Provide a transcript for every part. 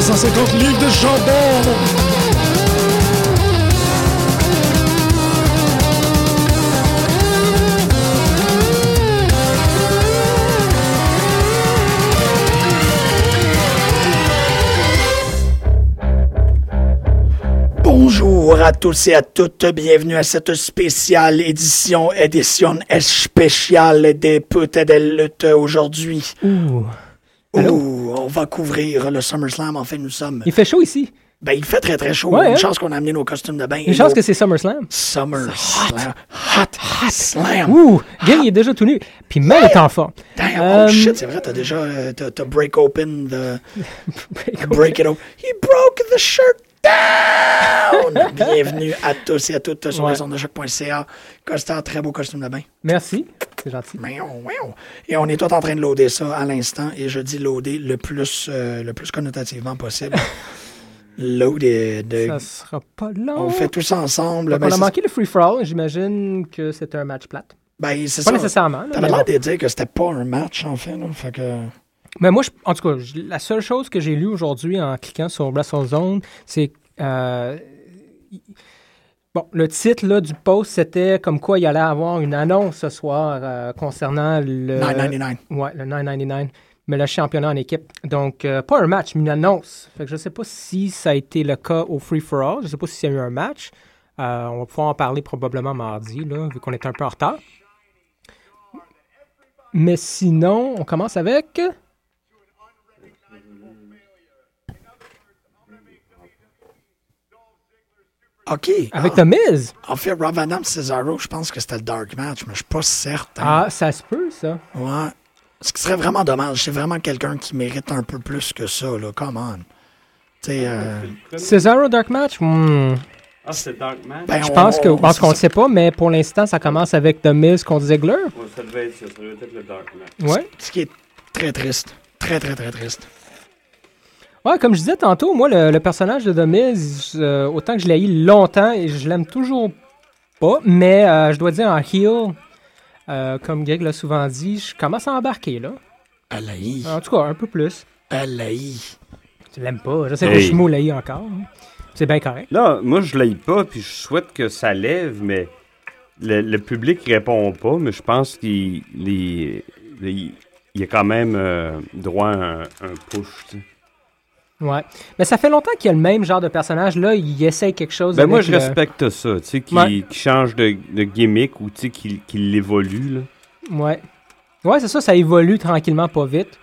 150 livres de chambord. Bonjour à tous et à toutes, bienvenue à cette spéciale édition, édition spéciale des putes et des luttes aujourd'hui. Ouh. Allô? Ouh, on va couvrir le SummerSlam, en fait nous sommes. Il fait chaud ici. Ben il fait très très chaud, Ouais, une hein? chance qu'on a amené nos costumes de bain. Une chance que c'est SummerSlam. SummerSlam, hot, hot, slam. Ouh, Gil, il est déjà tout nu. Puis Mel est en forme. Damn, Euh, oh shit, c'est vrai, t'as déjà, euh, t'as t'as break open the, break it open. He broke the shirt down! Bienvenue à tous et à toutes sur Ouais. les ondes de choc.ca. Costa, très beau costume de bain. Merci. C'est gentil. Miaou, miaou. Et on est tous en train de loader ça à l'instant. Et je dis loader le plus, euh, le plus connotativement possible. loader. Ça sera pas long. On fait tout ça ensemble. Donc, Ben, on a c'est- manqué le free-for-all. J'imagine que c'était un match plate. ben, c'est Pas ça. nécessairement. là, T'avais mais, l'air bon. Euh, de dire que c'était pas un match, en fait. là. Fait que... Mais moi, je- en tout cas, je- la seule chose que j'ai lue aujourd'hui en cliquant sur WrestleZone, c'est. euh, il- Bon, le titre là, du post, c'était comme quoi il allait avoir une annonce ce soir euh, concernant le. 9,99. Ouais, le 999, mais le championnat en équipe. Donc, euh, pas un match, mais une annonce. Fait que je ne sais pas si ça a été le cas au free-for-all. Je ne sais pas s'il y a eu un match. Euh, on va pouvoir en parler probablement mardi, là, vu qu'on est un peu en retard. Mais sinon, on commence avec... OK. Avec The Miz. En fait, Rob Adam Cesaro, je pense que c'était le dark match, mais je suis pas certain. Ah, ça se peut, ça. Ouais. Ce qui serait vraiment dommage. C'est vraiment quelqu'un qui mérite un peu plus que ça, là. Come on. Tu sais, euh, Cesaro Dark Match? Hmm. Ah, c'est Dark Man? ben, Je on- pense que- on- je pense qu'on ne c'est sait pas, mais pour l'instant, ça commence avec The Miz contre Ziggler. Ouais, ça devait être ça, ça devait être le Dark Man. Ouais. ça. Ce qui est très triste. Très, très, très triste. Ouais, comme je disais tantôt, moi, le, le personnage de The Miz, euh, autant que je l'ai eu longtemps, et je l'aime toujours pas, mais euh, je dois dire en heel, euh, comme Greg l'a souvent dit, je commence à embarquer, là. Alaï. En tout cas, un peu plus. Alaï. Tu l'aimes pas, je sais que Hey. je suis moulaï encore. hein. C'est bien correct. Là, moi, je l'aille pas, puis je souhaite que ça lève, mais le, le public répond pas, mais je pense qu'il les- les- il y a quand même euh, droit à un, un push. tu sais. Ouais. Mais ça fait longtemps qu'il y a le même genre de personnage, là, il essaye quelque chose. Ben avec moi, je le- respecte ça, tu sais, qu'il Ouais. qu'il change de, de gimmick ou tu sais, qu'il qu'il évolue. Là. Ouais. Ouais, c'est ça, ça évolue tranquillement, pas vite.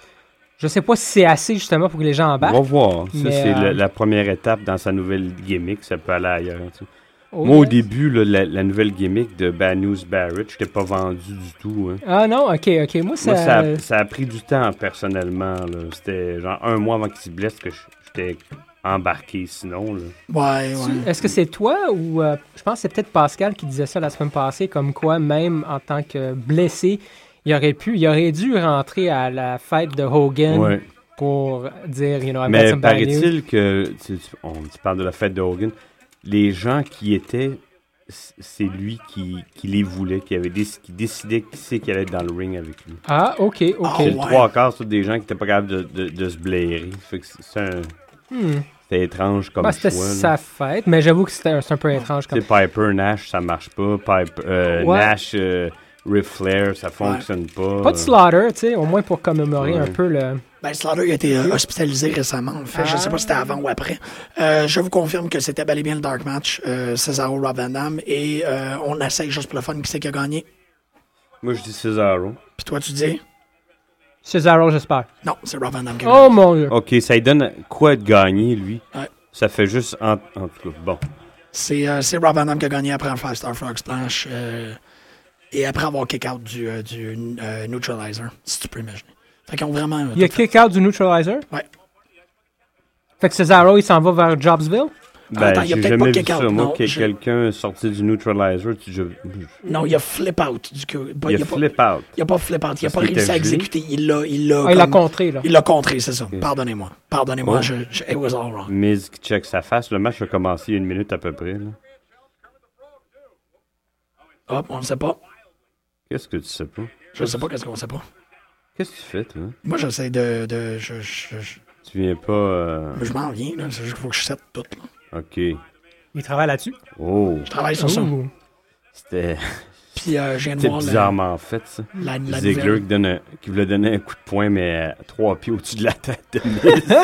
Je sais pas si c'est assez, justement, pour que les gens On va embarquent. voir. Ça, mais, c'est euh, la, la première étape dans sa nouvelle gimmick. Ça peut aller ailleurs. tu sais. Oh, Moi, au ouais. début, là, la, la nouvelle gimmick de Bad News Barrett, je t'ai pas vendu du tout. hein. Ah non, ok, ok. Moi, ça... Moi, ça a, ça a pris du temps, personnellement. là. C'était genre un mois avant qu'il se blesse que je- j'étais embarqué, sinon. là. Ouais, ouais. Tu- Est-ce que c'est toi ou euh, je pense que c'est peut-être Pascal qui disait ça la semaine passée, comme quoi même en tant que blessé, il aurait pu, il aurait dû rentrer à la fête de Hogan Ouais. pour dire, you know, I've got Mais some bad news. paraît-il que, tu, tu- on, tu parles de la fête de Hogan, les gens qui étaient, c- c'est lui qui, qui les voulait, qui, avait déc- qui décidait qui c'est qui allait être dans le ring avec lui. Ah, ok, ok. Oh, C'est ouais. le trois quarts, c'est des gens qui étaient pas capables de, de- de se blairer. Fait que c'est- c'est un- C'était étrange comme Bah, choix. c'était là. Ah, sa fête, mais j'avoue que c'était un, c'est un peu étrange Tu comme. sais, Piper, Nash, ça marche pas. Piper, euh, Ouais. Nash, euh, Ric Flair, ça fonctionne pas. Pas de slaughter, tu sais, au moins pour commémorer Ouais. un peu le. Ben, Slaughter il a été euh, hospitalisé récemment, en fait. Je sais pas si c'était Ah. avant ou après. Euh, je vous confirme que c'était bel et bien le Dark Match, euh, Cesaro Rob Van Damme, et euh, on essaye juste pour le fun qui c'est qui a gagné. Moi, je dis Cesaro. Puis toi, tu dis Cesaro, j'espère. Non, c'est Rob Van Damme qui a gagné. Oh mon dieu. OK, ça lui donne quoi de gagner, lui? Ouais. Ça fait juste... En, en tout cas, bon. C'est euh, c'est Rob Van Damme qui a gagné après un Five Star Frog Splash euh, et après avoir kick-out du, euh, du euh, Neutralizer, si tu peux imaginer. Fait qu'ils ont vraiment. euh, Il y a tout fait. kick out du neutralizer. Ouais. Fait que Cesaro, il s'en va vers Jobsville. Ben, Attends, il y a peut-être j'ai pas jamais vu quelqu'un, ça. Moi, non, que je- quelqu'un sorti du Neutralizer, tu- je- euh, Non, il a flip-out. Du coup, pas- il il a a pas- flip out. il a pas flip-out. Il a Parce pas qu'il réussi était à gelé. exécuter. Il l'a. Il l'a. Ah, il l'a comme- contré, là. il l'a contré, c'est ça. Pardonnez-moi. Pardonnez-moi. Ouais. Je, je- it was all wrong. Miz qui check sa face. Le match a commencé il y a une minute à peu près. là. Hop, on ne sait pas. Qu'est-ce que tu sais pas? Je sais pas qu'est-ce qu'on sait pas. Qu'est-ce que tu fais, toi? Moi, j'essaie de. de je, je- je- Tu viens pas. euh, Mais Je m'en viens, là. C'est juste qu'il faut que je sette tout. là. Ok. Il travaille là-dessus. Oh, Je travaille sur ça. Ouh. c'était Puis euh, je viens de c'était voir la, bizarrement fait, ça. la, la Ziegler nouvelle. qui, donne un- qui voulait donner un coup de poing, mais euh, trois pieds au-dessus de la tête de Miz.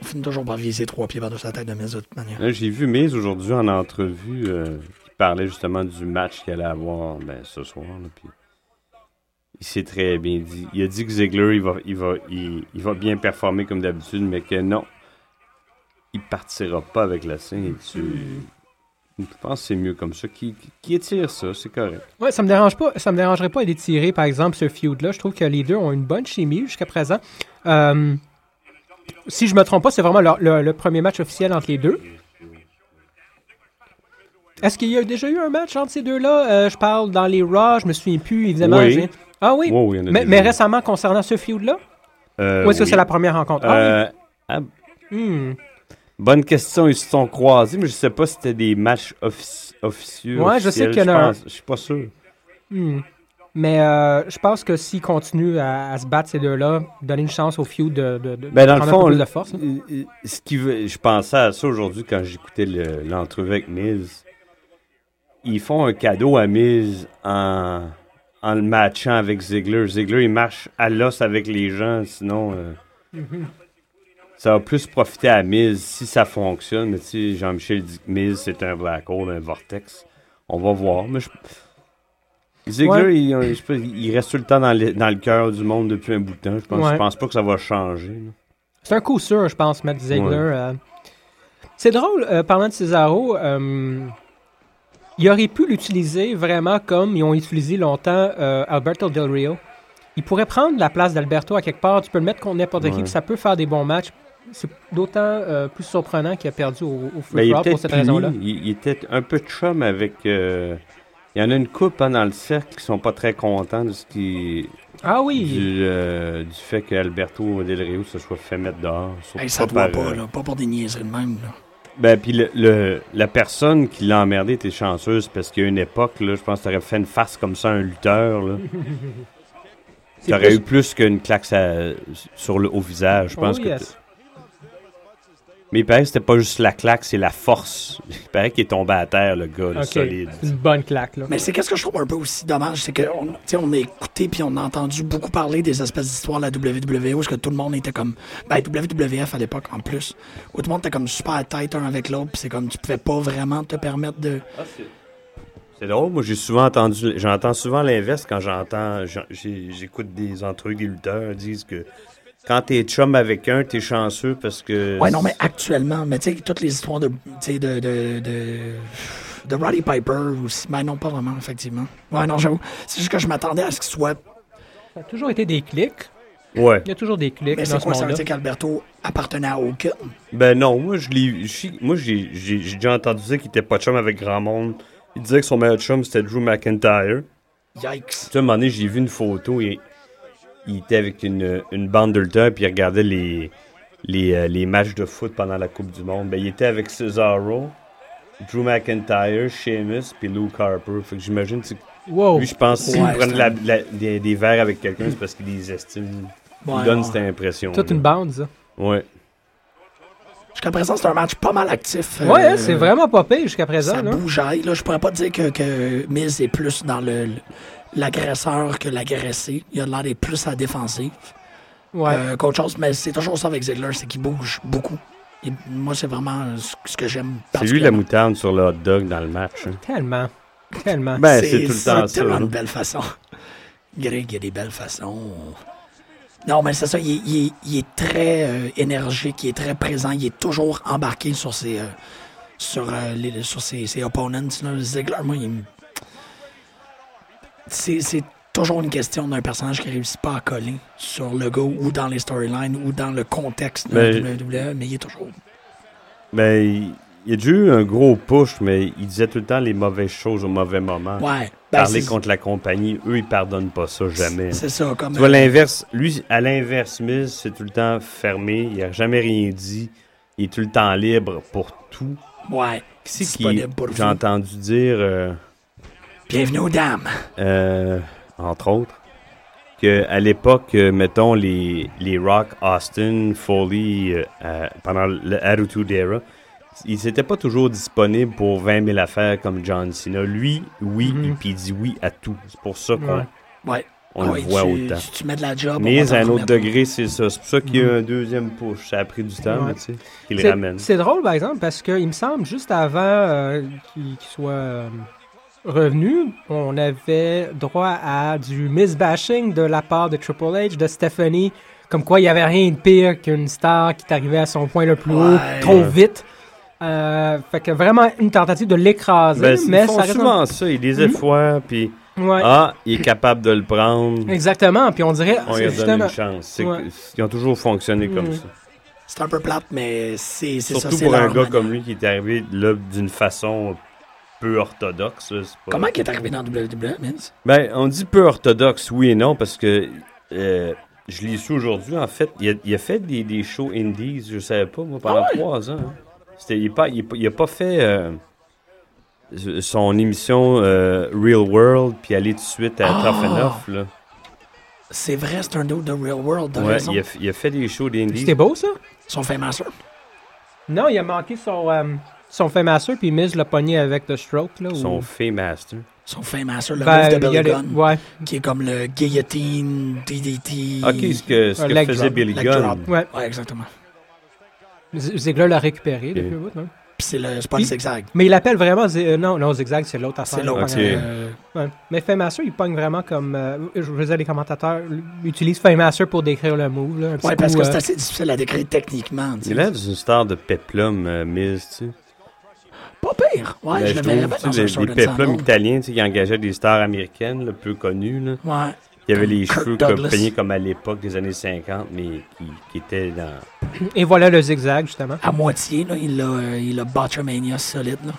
On finit toujours par viser trois pieds par-dessus la tête de mes de toute manière. Là, j'ai vu Miz aujourd'hui en entrevue euh, qui parlait justement du match qu'elle allait avoir ben, ce soir. là, puis il s'est très bien dit. Il a dit que Ziegler, il va, il va, il, il va bien performer comme d'habitude, mais que non, il partira pas avec la scène. Et tu... Je pense que c'est mieux comme ça. Qui, qui, qui étire ça, c'est correct. Ouais, ça me dérange pas. Ça me dérangerait pas d'étirer, par exemple, ce feud-là. Je trouve que les deux ont une bonne chimie jusqu'à présent. Euh, si je me trompe pas, c'est vraiment leur- le, le premier match officiel entre les deux. Est-ce qu'il y a déjà eu un match entre ces deux-là? Euh, je parle dans les Raw, je me souviens plus, évidemment. Oui. j'ai- Ah oui? Wow, il y en a mais, déjà mais eu. récemment, concernant ce feud-là? Euh, ou est-ce que oui. c'est la première rencontre? Ah Euh, ah, oui. Hmm. Bonne question, ils se sont croisés, mais je sais pas si c'était des matchs offici- officieux. Ouais, je sais officiels, qu'il y en a pense. Je suis pas sûr. Hmm. Mais euh, je pense que s'ils continuent à, à se battre ces deux-là, donner une chance au feud de, de, de Ben, dans le prendre un peu fond, plus le- de force. hein. Euh, euh, Ce qui veut- je pensais à ça aujourd'hui quand j'écoutais le- l'entrevue avec Miz. Ils font un cadeau à Miz en, en le matchant avec Ziggler. Ziggler, il marche à l'os avec les gens, sinon. euh, Mm-hmm. Ça va plus profiter à Miz si ça fonctionne. Mais tu sais, Jean-Michel dit que Miz, c'est un black hole, un vortex. On va voir. Mais je- Ziggler, Ouais. il, je sais pas, il reste tout le temps dans le, dans le cœur du monde depuis un bout de temps. Je pense, Ouais. je pense pas que ça va changer. là. C'est un coup sûr, je pense, Matt Ziegler. euh. Ouais. C'est drôle, euh, parlant de Cesaro, euh, il aurait pu l'utiliser vraiment comme ils ont utilisé longtemps euh, Alberto Del Rio. Il pourrait prendre la place d'Alberto à quelque part, tu peux le mettre contre n'importe qui, Ouais. puis ça peut faire des bons matchs. C'est d'autant euh, plus surprenant qu'il a perdu au, au Free Ben, il, for All était pour cette raison-là. il, il était un peu chum avec. euh, il y en a une coupe hein, dans le cercle qui sont pas très contents de ce qui, Ah oui! du, euh, du fait qu'Alberto Del Rio se soit fait mettre dehors. surtout Hey, ça pas doit par, pas, euh, là. Pas pour des niaiseries de même, là. Ben, puis le, le- la personne qui l'a emmerdé était chanceuse parce qu'il y a une époque, là, je pense que t'aurais fait une face comme ça à un lutteur. Là. C'est T'aurais plus- eu plus qu'une claque sa- sur le, au visage. Je pense Oh, que yes. Mais il paraît que c'était pas juste la claque, c'est la force. Il paraît qu'il est tombé à terre, le gars, le Ok, solide. c'est une bonne claque, là. Mais c'est qu'est-ce que je trouve un peu aussi dommage, c'est qu'on tu sais, on a écouté puis on a entendu beaucoup parler des espèces d'histoires de la WWE où est-ce que tout le monde était comme ben WWF à l'époque en plus où tout le monde était comme super tight un avec l'autre puis c'est comme tu pouvais pas vraiment te permettre de C'est drôle, moi j'ai souvent entendu, j'entends souvent l'inverse quand j'entends, j'en- j'ai- j'écoute des entrevues des lutteurs disent que quand t'es chum avec un, t'es chanceux parce que. ouais non mais actuellement mais tu sais toutes les histoires de tu sais de de, de de Roddy Piper aussi ben non pas vraiment effectivement ouais non j'avoue c'est juste que je m'attendais à ce qu'il soit Ça a toujours été des clics. Ouais. Il y a toujours des clics mais dans c'est ce quoi ça veut monde-là. dire qu'Alberto appartenait à aucun Ben non, moi je l'ai, j'ai- moi j'ai, j'ai, j'ai déjà entendu dire qu'il était pas chum avec grand monde. Il disait que son meilleur chum c'était Drew McIntyre. yikes Tu sais, à un moment donné, j'ai vu une photo, il, il était avec une, une bande de lutteurs, puis il regardait les, les, euh, les matchs de foot pendant la Coupe du Monde. Ben, il était avec Cesaro, Drew McIntyre, Sheamus, puis Luke Harper. Fait que j'imagine, tu sais, Wow. lui, je pense, s'il Oh. Ouais, prend de c'est la- la- des, des verres avec quelqu'un, c'est parce qu'il les estime. Il Ouais, donne ouais. cette impression. Toute une bande, ça. Euh, Ouais. jusqu'à présent c'est un match pas mal actif Ouais, euh, hein, c'est vraiment pas pire jusqu'à présent. ça Là. bougeaille. Là, je pourrais pas dire que, que Miz est plus dans le le- l'agresseur que l'agressé. Il a l'air d'être plus à la défensive Ouais. euh, qu'autre chose, mais c'est toujours ça avec Ziggler, c'est qu'il bouge beaucoup. Et moi, c'est vraiment euh, ce ce que j'aime. C'est lui la particulièrement. moutarde sur le hot dog dans le match. hein. Tellement. Tellement. Ben, c'est tout le c'est temps ça. tellement hein. de belles façons. Greg, il y a des belles façons. Non, mais c'est ça, il, est- il est- il est très euh, énergique, il est très présent, il est toujours embarqué sur ses, euh, sur, euh, les- sur ses, ses opponents. Là. Ziggler, moi, il me- c'est c'est toujours une question d'un personnage qui réussit pas à coller sur le go ou dans les storylines ou dans le contexte de la Ben, WWE, mais il est toujours... Ben, il, il a déjà eu un gros push, mais il disait tout le temps les mauvaises choses au mauvais moment. Ouais, ben, Ah. Parler c'est contre la compagnie, eux, ils pardonnent pas ça jamais. c'est ça. Comme, euh, Tu vois, l'inverse, lui, à l'inverse, Miz, c'est tout le temps fermé, il a jamais rien dit, il est tout le temps libre pour tout. ouais, Qui c'est qui Disponible pour vous. j'ai entendu dire, euh, bienvenue aux dames. euh, entre autres, qu'à l'époque, euh, mettons, les, les Rock, Austin, Foley, euh, à- pendant le Attitude Era, ils n'étaient pas toujours disponibles pour 20 000 affaires comme John Cena. Lui, oui, Mhm. et puis il dit oui à tout. C'est pour ça qu'on Ouais. Ouais. on Ah le ouais, voit tu, autant. Tu, ah, tu mets de la job. on va Mais t'en à un autre remettre. degré, c'est ça. C'est pour ça qu'il y a eu un deuxième push. Ça a pris du temps, Mhm. Ouais. mais tu sais, qu'il C'est- ramène. C'est drôle, par exemple, parce qu'il me semble, juste avant euh, qu'il qu'il soit euh, revenu, on avait droit à du misbashing de la part de Triple H, de Stephanie, comme quoi il n'y avait rien de pire qu'une star qui t'arrivait à son point le plus haut, Ouais. trop vite. Euh, fait que vraiment une tentative de l'écraser, Ben, ils mais font ça reste... souvent ça. Ils les effoirent, puis Ouais, ah, il est capable de le prendre. Exactement, puis on dirait... On c'est lui a donné justement- une chance. C'est Ouais. que- Ils ont toujours fonctionné comme Mm. Mhm. ça. C'est un peu plate, mais c'est c'est ça. Surtout c'est pour un leur gars manière. comme lui qui est arrivé là d'une façon peu orthodoxe. là, c'est pas- Comment il est arrivé dans WWE, Vince? Ben, on dit peu orthodoxe, oui et non, parce que euh, je l'ai su aujourd'hui, en fait. Il a, il a fait des, des shows indies, je savais pas, moi, pendant Ah trois ans. hein. C'était- Il n'a pas, il est pas- il a pas fait euh, s- son émission euh, Real World, puis aller tout de suite Ah! à Tough Enough. Là. C'est vrai, c'est un dude de Real World, de Ouais, raison. il, a, f- il a fait des shows d'indies. C'était beau, ça? Son fait master. Non, il a manqué son, euh, son fait masseur, puis Miz l'a pogné avec The Stroke. Là, Son ou- fait master. Son fait master, le Ben, move de il y a Billy les- Gunn, Ouais, qui est comme le guillotine, DDT. Ok, ce que, ce Un que leg faisait drop, Billy leg Gunn. drop. ouais. Ouais, exactement. Z- Ziggler l'a récupéré Ok. depuis le bout, non? Puis c'est le, c'est pas le Il- zigzag. hein. Mais il appelle vraiment. Z- euh, non, non, Zigzag, c'est l'autre affaire. C'est l'autre. Ok. Euh, Ouais. Mais Faymaster, il pogne vraiment comme. euh, je veux dire, les commentateurs l- utilisent Faymaster pour décrire le move. Là, un petit ouais, parce coup, que euh, c'est assez difficile à décrire techniquement. tu sais. Il a l'air d'une star de peplum, euh, Miz, tu sais. Pas pire. Ouais, Ben, je je le verrais trouve, bien tu dans sais, un les, show les de Sam peplums Hall. italiens, tu sais, qui engageaient des stars américaines, là, peu connues, là. Ouais. Il y avait les Kirk cheveux comme, Douglas. peignés comme à l'époque des années 50, mais qui, qui étaient dans... Et voilà le Zigzag, justement. À moitié, là, il a, euh, il a Botchamania solide. Là.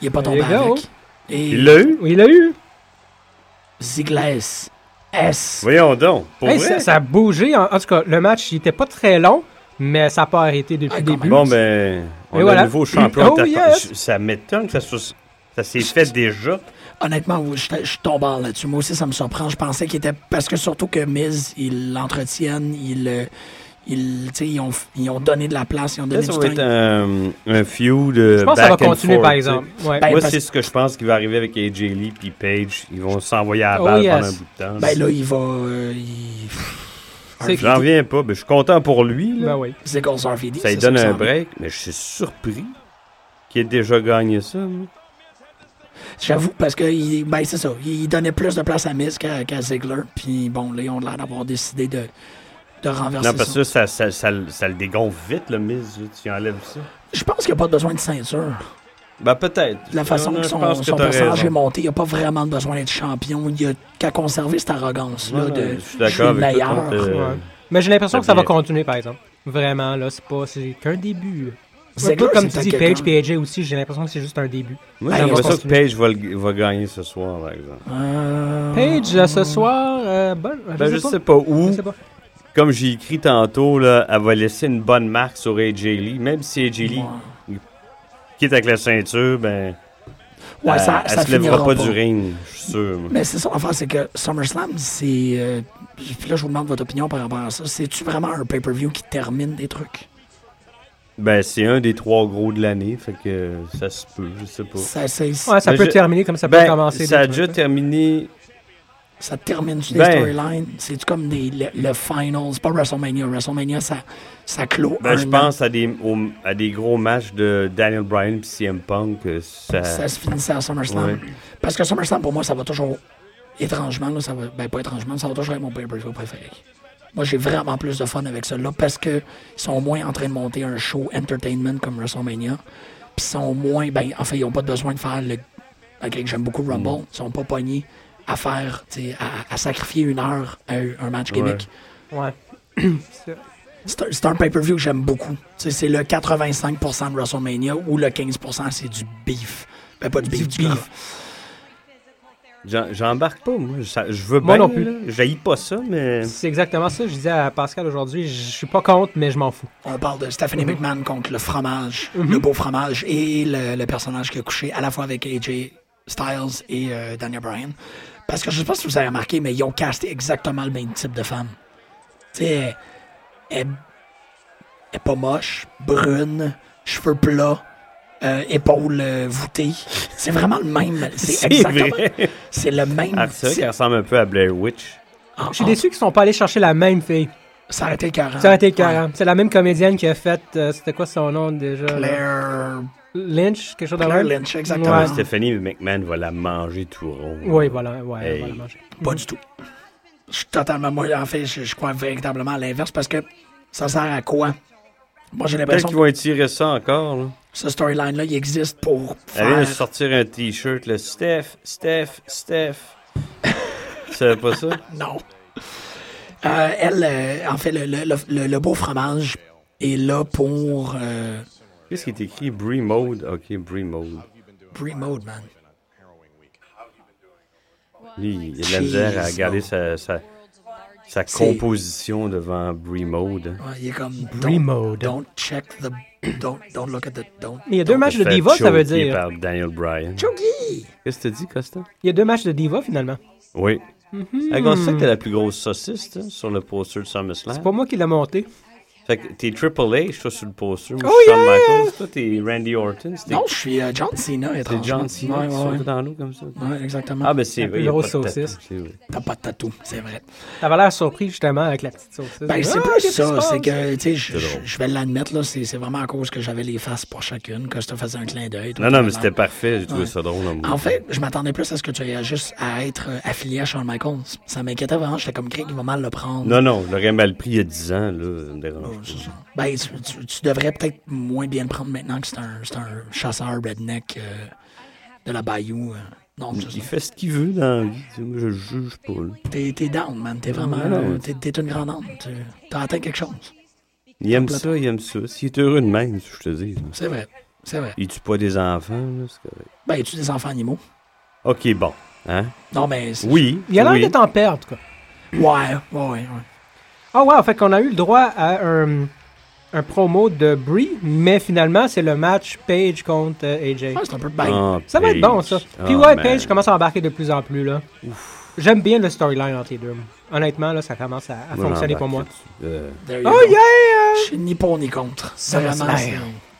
Il est pas There you tombé go. avec. Et Il l'a eu? Oui, il l'a eu. Ziggles. S. Voyons donc, pour Hey, vrai? ça, ça a bougé. En, en tout cas, le match, il était pas très long, mais ça n'a pas arrêté depuis Ah, le quand début. Bon, ben, on Et a voilà. un nouveau champion. Oh, d'atta- yes! Je- Ça m'étonne que ça, soit- ça s'est fait déjà. Honnêtement, oui, je je suis tombé en là-dessus. Moi aussi, ça me surprend. Je pensais qu'il était. Parce que surtout que Miz, ils l'entretiennent, ils, euh, ils, tu sais, ils, ont, ils ont donné de la place, ils ont Là, donné ça du va être temps. un, un feud euh, je pense que ça va continuer, par exemple. Ouais. Ben, Moi, parce- c'est ce que je pense qui va arriver avec AJ Lee puis Page. Ils vont s'envoyer à la Oh, balle yes. pendant un bout de temps. Ben là, il va. euh, il- C'est- J'en reviens pas. mais je suis content pour lui. là. Ben oui. Ziggles RVD. ça c'est lui donne qui un s'en vient. break, mais je suis surpris qu'il ait déjà gagné ça. là. Ah, J'avoue, parce que il- ben, c'est ça. Il donnait plus de place à Miz qu'à qu'à Ziggler. Puis bon, là, ils ont l'air d'avoir décidé de, de renverser Non, parce ça. que ça, ça, ça, ça- ça le dégonfle vite, le Miz. là. Tu enlèves ça. Je pense qu'il n'y a pas besoin de ceinture. Ben, peut-être. De la façon Non, que je son, pense que son t'as personnage raison. est monté, il n'y a pas vraiment besoin d'être champion. Il n'y a qu'à conserver cette arrogance-là Ouais, de je suis je suis le d'accord avec toi, meilleur. contre, euh, Ouais. Mais j'ai l'impression ça que ça va devient- continuer, par exemple. Vraiment, là, c'est pas. C'est qu'un début. Un Ziggler, peu comme c'est tu dis, à Page quelqu'un. et AJ aussi, j'ai l'impression que c'est juste un début. Moi, Ben, j'ai on l'impression que continue. Page va, le- va gagner ce soir, par exemple. Euh, Page, euh, ce soir, euh, bonne. Ben, je sais pas. pas Je où. sais pas. Comme j'ai écrit tantôt, là, elle va laisser une bonne marque sur AJ Lee. Même si AJ Lee Ouais, quitte avec la ceinture, ben, Ouais, elle, ça, elle ça se lèvera finira pas, du ring, je suis sûr. moi. Mais c'est ça l'affaire, c'est que SummerSlam, c'est. euh, puis là, je vous demande votre opinion par rapport à ça. C'est-tu vraiment un pay-per-view qui termine des trucs Ben, c'est un des trois gros de l'année, fait que ça se peut, je sais pas. Ça, ça, Ouais, ça Ben, peut je- terminer comme ça peut Ben, commencer. ça a des déjà trucs, hein? terminé. ça termine sur Ben. des storylines. C'est-tu comme des, le, le final C'est pas WrestleMania. Wrestlemania, ça, ça clôt. Ben, un je an. pense à des, au- à des gros matchs de Daniel Bryan puis CM Punk. euh, Ça, ça se finissait à SummerSlam. Ouais. Parce que SummerSlam, pour moi, ça va toujours. Étrangement, là, ça va. Ben, pas étrangement, ça va toujours être mon pay-per-view préféré. Moi, j'ai vraiment plus de fun avec celui-là parce que ils sont moins en train de monter un show entertainment comme WrestleMania. Puis ils sont moins. Ben, en fait, ils n'ont pas besoin de faire le. Malgré que j'aime beaucoup Rumble, ils sont pas pognés à faire, tu sais, à, à sacrifier une heure à un match gimmick. Ouais. C'est un- C'est un, pay-per-view que j'aime beaucoup. Tu sais, C'est le 85% de WrestleMania ou le 15% c'est du beef. Ben, pas du beef, du, gras. J'en- J'embarque pas, moi. Ça- je veux Moi bien, non plus. là. J'haïs pas ça, mais. C'est exactement ça. que Je disais à Pascal aujourd'hui, je suis pas contre, mais je m'en fous. On parle de Stephanie McMahon contre le fromage, le beau fromage et le, le personnage qui a couché à la fois avec AJ Styles et euh, Daniel Bryan. Parce que je sais pas si vous avez remarqué, mais ils ont casté exactement le même type de femme. Tu sais, elle- elle, elle est pas moche, brune, cheveux plats, euh, épaules euh, voûtées. C'est vraiment le même. C'est exactement. vrai. C'est le même. Ah, c'est vrai type. qu'elle ressemble un peu à Blair Witch. Ah, Je suis ah, déçu qu'ils sont pas allés chercher la même fille. Ça aurait été carré. Ça aurait été écœurant. C'est la même comédienne qui a fait. euh, C'était quoi son nom déjà là? Claire, Lynch, quelque chose de Claire même? Lynch, exactement. Ouais. Stephanie McMahon va la manger tout rond. Oui, voilà. Ah. Ouais, Hey. voilà, manger. Pas du tout. Je suis totalement. Moi, en fait, je, je crois véritablement à l'inverse parce que ça sert à quoi? Moi, j'ai Peut-être ben, l'impression qu'ils que vont étirer ça encore. Là. ce storyline-là, il existe pour Elle vient de faire. sortir un t-shirt, là. Steph, Steph, Steph. tu savais pas ça? Non. Euh, elle, euh, en fait, le, le- le- le- le beau fromage est là pour. Euh, Qu'est-ce qui est écrit? Brie Mode. Ok, Brie Mode. Brie Mode, man. Lui, il a de la Jeez, misère à garder non. sa, sa, sa C'est- composition devant Brie Mode. hein. Ouais, il est comme. don't- Brie Mode. Don't check the. Don't, don't look at the. Don't. Mais il y a deux matchs de Fait Diva, ça veut choquer dire. par Daniel Bryan. Chunky! Qu'est-ce que tu dis, Costa? Il y a deux matchs de Diva finalement. Oui. Elle constate que t'as la plus grosse saucisse toi, sur le poster de SummerSlam. C'est pas moi qui l'ai monté. Fait que t'es Triple H, toi, sur le poster. Moi, Oh, je suis Shawn yeah! Michaels. Toi, t'es Randy Orton. C'est Non, je suis euh, John Cena, t'es étrangement. John Cena Ouais, qui ouais, saute ouais. dans l'eau comme ça. Ouais, exactement. Ah, ben c'est La vrai. plus y a pas grosse de tatou, saucisse. c'est vrai. T'as pas de tatou, c'est vrai. T'avais l'air surpris justement avec la petite sauce. Ben, c'est Ah, plus qu'est-ce qui ça. se C'est passe? que, tu sais, je- je C'est drôle. je vais l'admettre, là, c'est c'est vraiment à cause que j'avais les faces pour chacune, que je te faisais un clin d'œil. toi, Non, non, vraiment. mais c'était parfait. J'ai trouvé ça drôle. moi. En fait, je m'attendais plus à ce que tu aies juste à être euh, affilié à Shawn Michaels. Ça m'inquiétait vraiment. J'étais comme Craig, il va mal le prendre. Non, non, je l'aurais mal pris il y a 10 ans, là. Ça me Oh, dérange. pas. Ben, tu, tu- tu devrais peut-être moins bien le prendre maintenant que c'est un, c'est un chasseur redneck euh, de la Bayou. euh. Non, c'est ça. Il fait ce qu'il veut dans la vie. tu sais, Moi, je le juge pas, là. T'es t'es down, man. T'es vraiment. Non, non. euh, T'es t'es une grande âme. Tu- T'as atteint quelque chose. Il aime ça, il aime ça. S'il est heureux de même, je te dis. là. C'est vrai. C'est vrai. Il tue pas des enfants, là, c'est correct. Ben, tu des enfants animaux? OK, bon. Hein? Non, mais. c'est- Oui. Il y a l'air oui. d'être en perte, en tout cas. Ouais, ouais, ouais. Ah ouais, en fait qu'on a eu le droit à un, un promo de Brie, mais finalement c'est le match Page contre euh, AJ. Ouais, c'est un peu. Ben, Ah, Ça va être bon Paige. ça. Ah, Puis ouais, man. Page commence à embarquer de plus en plus là. J'aime bien le storyline entre les deux. Honnêtement là, ça commence à, à Moi, fonctionner pour moi. j'embarque là-dessus. Euh, there you Oh go. yeah! Je suis ni pour ni contre. C'est vraiment. Summerslam. c'est-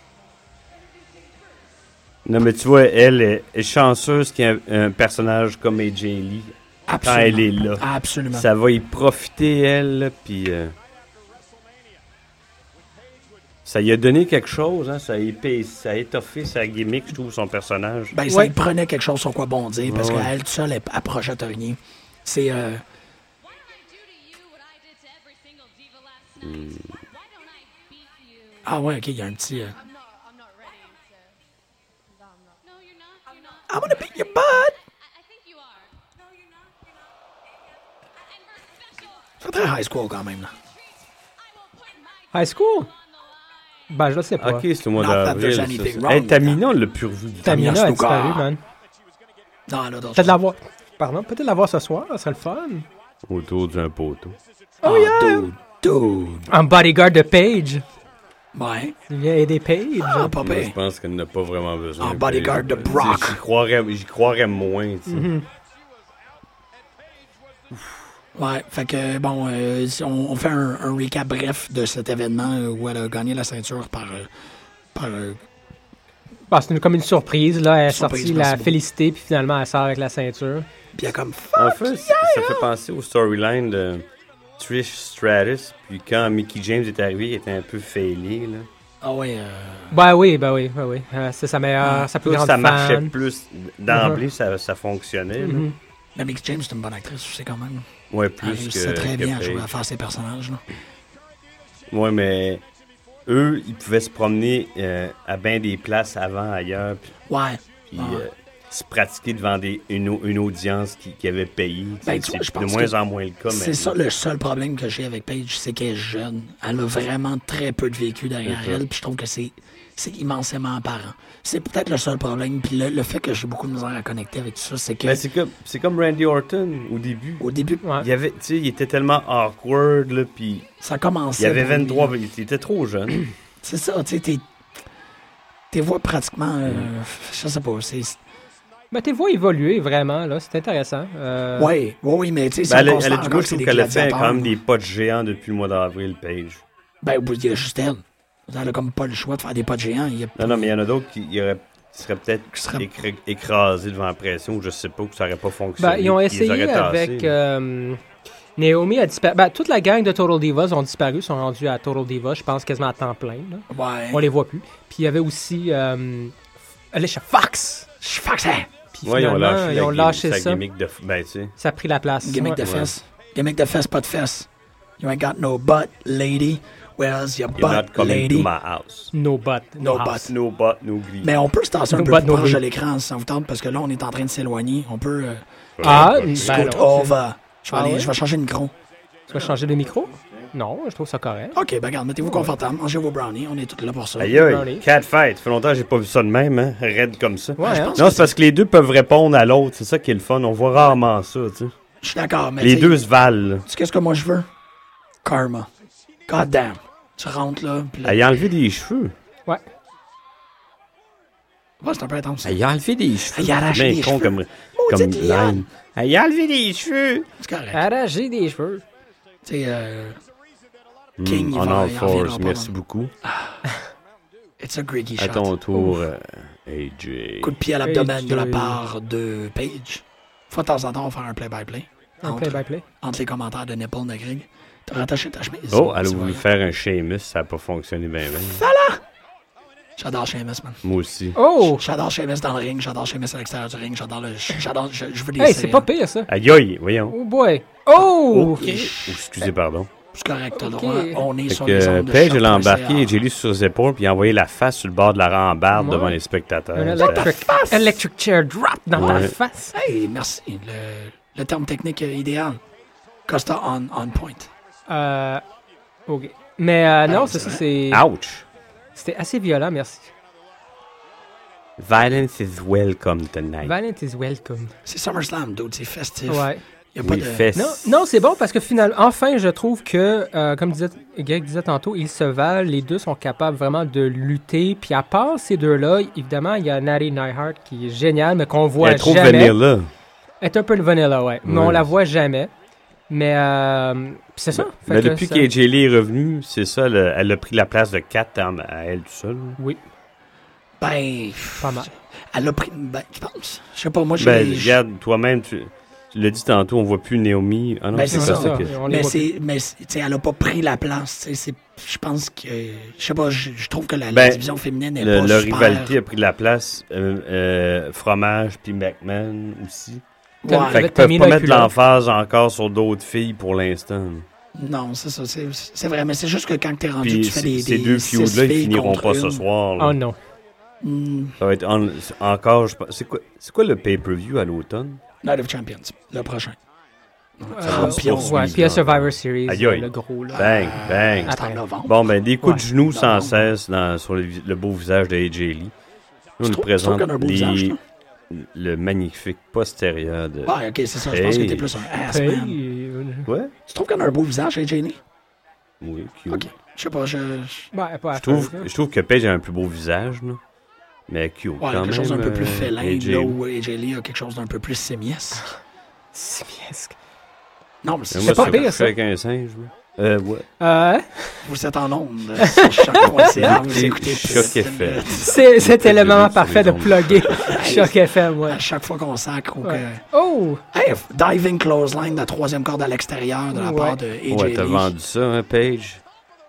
Non, mais tu vois, elle est, est chanceuse qu'il y ait un, un personnage comme AJ Lee. Quand Ah, elle est là. Absolument. Ça va y profiter, elle, là, puis... euh, Ça y a donné quelque chose, hein? ça, a épais- ça a étoffé sa gimmick, je trouve, son personnage. Ben, ça Ouais. lui prenait quelque chose sur quoi bondir parce Ouais, ouais. qu'elle toute seule, elle, elle projette rien. C'est. euh, Why did I do to you what I did to every single diva last night? Why don't I beat you? Ah ouais, ok, il y a un petit. euh, I'm not. I'm not ready to. No, I'm not. No, you're not. You're not. I'm gonna beat your butt! I, I think you are. No, you're not. You're not. And we're special. C'est très high school quand même. Là. I will put my High school? on the line. Ben je le sais pas. Ok, c'est le mois Not that d'avril. there's ça, anything ça. wrong Hey, with Tamina, on l'a plus revu du Tamina Tamina a Snuka. disparu, man. Non, là, d'autres. Peut-être la voir. Pardon, peut-être la voir ce soir, ça serait le fun. autour d'un poteau. Oh, Ah, dude, dude. Un bodyguard de Page. Ouais. Il vient aider Page. Ah, pas Moi, je pire. pense qu'elle n'a pas vraiment besoin. En bodyguard de Brock. Mhm. J'y croirais, j'y croirais moins. tu sais. Ouais, fait que bon, euh, si on, on fait un, un recap bref de cet événement euh, où elle a gagné la ceinture par. euh, par euh, Bah, c'est une- comme une surprise, là. Elle a Surprise, sorti merci la beaucoup. félicité, puis finalement, elle sort avec la ceinture. puis elle a comme. f- En fait, ça ça fait penser au storyline de Trish Stratus. Puis quand Mickey James est arrivé, il était un peu failé. Là. Ah ouais, euh, Ben oui, ben oui, ben oui. Euh, c'est sa meilleure, sa plus Plus grande Ah, fan. ça marchait plus. Uh-huh. D'emblée, ça, ça fonctionnait. là. Mm-hmm. la Mick James, c'est une bonne actrice, c'est quand même. Ouais, Elle plus que. réussissait Ah, très que bien à jouer à Paige. faire ses personnages, là. Ouais, mais eux, ils pouvaient se promener euh, à bien des places avant, ailleurs. Puis, Ouais. puis, Ouais. euh, se pratiquer devant des, une, au- une audience qui, qui avait payé. tu Ben, sais, tu vois, je c'est de pense moins que en moins le cas. C'est maintenant. ça le seul problème que j'ai avec Paige, c'est qu'elle est jeune. Elle a vraiment très peu de vécu derrière C'est ça. elle, puis je trouve que c'est c'est immensément apparent. C'est peut-être le seul problème, puis le, le fait que j'ai beaucoup de misère à connecter avec tout ça, c'est que Mais Ben, c'est comme, c'est comme Randy Orton au début. au début, Ouais. Il, y avait, tu sais, il était tellement awkward, là, puis ça il commençait. y avait pour lui. 23, mais il était trop jeune. C'est Mm. ça, tu sais, t'es- t'es vois pratiquement, euh, je sais pas, c'est Ben, tes voix évoluer vraiment, là. C'est intéressant. Euh, Oui, oui, oui, mais tu sais, Ben, c'est elle, elle, on considère du coup, encore que je c'est trouve des qu'elle a fait gladiateurs. quand même des potes géants depuis le mois d'avril, Page. Ben, au bout de juste elle. Elle a comme pas le choix de faire des pas de géant. Il y a- Non, non, mais il y en a d'autres qui, y auraient- qui seraient peut-être Qui seraient- écra- écrasés devant la pression, ou je sais pas, ou ça n'aurait pas fonctionné. ben, ils ont puis essayé auraient tassés, avec. là. euh, Naomi a disparu. Ben, toute la gang de Total Divas ont disparu, sont rendus à Total Divas, je pense quasiment à temps plein. là. Ouais. On les voit plus. Puis il y avait aussi. Euh... Alicia Fox! hein. Je fuck ça! Puis Ouais, ils ont finalement, lâché, ils ont la lâché gimmick- sa ça. gimmick de. f- Ben, tu sais. Ça a pris la place. Gimmick Ouais. de fesses. Gimmick de fesses, pas de fesses. You ain't got no butt, lady. Where's your You're not butt, coming lady? to my house. No butt. No house. butt. No butt, no gris. Mais on peut se tasser un No peu butt, plus no proche de butt. l'écran si ça vous tente, parce que là, on est en train de s'éloigner. On peut euh, Ah, ben scoot non, over. Je vais, Ah aller- ouais? je vais changer de micro. Tu vas changer de micro? Non, je trouve ça correct. OK, ben Ah regarde, mettez-vous confortable, mangez vos brownies, on est tous là pour ça. Aïe aïe, Brownie. catfight. Fait longtemps que j'ai pas vu ça de même, hein. Raide comme ça. Ouais, hein? Non, c'est parce que les deux peuvent répondre à l'autre. C'est ça qui est le fun. On voit rarement ça, tu sais. Je suis d'accord, mais Ben, Les tu sais, deux se valent. Tu sais qu'est-ce que moi je veux? Karma. God damn. Tu rentres là, pis là, Elle a enlevé des cheveux. Ouais. va c'est un peu intense. Elle a enlevé des cheveux. Elle a arraché Mais des con cheveux. comme, comme Maudite liane. line. Elle a enlevé des cheveux. C'est correct. Arracher des cheveux. Tu sais, euh, Hmm, King, il on va- en il en force. viendra pas, Merci hein. beaucoup. it's a Griggy À shot. ton tour, euh, AJ. Coup de pied à l'abdomen Page, de la euh, part de Page. Faut de temps en temps faire un play-by-play. Un Entre, play-by-play. entre les commentaires de Nipple de Greg. T'as rattaché ta chemise. Oh, tu elle a vois. voulu faire un Seamus. Ça n'a pas fonctionné bien, bien. J'adore Seamus, man. Moi aussi. Oh! J'adore Seamus dans le ring, j'adore Seamus à l'extérieur du ring, j'adore le. J'adore. Je, je veux des. Hey, c'est séries. pas pire, ça. Aïe aïe, voyons. Oh boy. Oh! Oh, excusez, pardon. C'est correct, t'as Ok. droit. On est Fait sur que les euh, ondes de Page, elle a choc.ca. embarqué et Jelly sur ses épaules, puis il a envoyé la face sur le bord de la rambarde Ouais. devant les spectateurs. Un C'était- electric, electric chair drop dans Ouais. ta face. Hey, merci. Le, le terme technique euh, idéal. Costa on, on point. Euh, ok. Mais euh, non, c'est ça, ça, c'est. Ouch! C'était assez violent, merci. Violence is welcome tonight. Valent is welcome. C'est SummerSlam, dude. C'est festif. Ouais. Y a pas oui, de... fesses. Non, non c'est bon parce que finalement, enfin, je trouve que, euh, comme disait, Greg disait tantôt, ils se valent. Les deux sont capables vraiment de lutter. Puis à part ces deux-là, évidemment, il y a Natty Neihart qui est géniale, mais qu'on voit Elle est trop jamais. vanilla. Elle est un peu le vanilla, ouais. Mais Ouais. on la voit jamais. Mais euh, c'est ça. Fait Mais que Ben, depuis ça- qu'AJ Lee est revenu, c'est ça, le- elle a pris la place de Kat en- à elle tout seul. Oui, Ben, pff, pas mal. elle a pris... Ben, tu penses? Je sais pas, moi, j'ai... Ben, j'ai- regarde, toi-même, tu, tu l'as dit tantôt, on voit plus Naomi. Ah non, Ben, c'est c'est ça, ça. que- On les mais voit c'est... Mais, c'est- tu sais, elle a pas pris la place. tu sais, c'est... Je pense que... Je sais pas, je je trouve que la, la Ben, division féminine est Le- pas leur super... rivalité a pris de la place. euh, euh, fromage puis McMahon aussi. T'as- Ouais, Fait Avec qu'ils peuvent Tamina pas et mettre Pula. l'emphase encore sur d'autres filles pour l'instant. non, c'est ça. C'est, c'est vrai, mais c'est juste que quand t'es rendu, Puis tu fais des, c- des ces deux six feuds-là, ils filles finiront contre pas ce une. soir. là. Oh non. Hmm, Ça va être en- c'est encore, je pense. C'est quoi, c'est quoi le pay-per-view à l'automne? Night of Champions, le prochain. Euh, Champion. ouais, puis il y a Survivor Series, Aïe, aïe. Ben, le gros là. Bang, bang. C'est en Après. Euh, novembre. Bon, ben, des coups de Ouais. genoux sans Non. cesse dans- sur le, vi- le beau visage de AJ Lee. Tu Nous, on nous trouves- tu trouves présente qu'elle a un beau les- visage, toi? le magnifique postérieur de. Ah, ok, c'est ça. Je pense que Hey. t'es plus un ass Hey, man. euh, Ouais? Tu trouves qu'elle a un beau visage, AJ Lee? Oui, cute. Ok. Je sais pas, je. je- bah, pas à Je trouve, faire, là. je trouve que Paige a un plus beau visage, là. Mais cute, Ouais, quand quelque chose d'un même, peu plus euh, félin, AJ. là où AJ Lee a quelque chose d'un peu plus sémiesque. C'est fiasque. Non, mais c'est Mais moi, pas ça, pire, je ça. fais avec un singe, là. Euh, ouais. Euh, Vous êtes en onde. euh, sur Choc.ca, vous Ah, écoutez Choc Pulse. FM. c'est- C'était le moment Sur les parfait de ondes. plugger Choc FM, ouais. À chaque fois qu'on sacre ou Ouais. Oh! que. Hey, diving close line, la troisième corde à l'extérieur de la Ouais. part de AJ Ouais, t'as Lee. vendu ça, hein, Paige?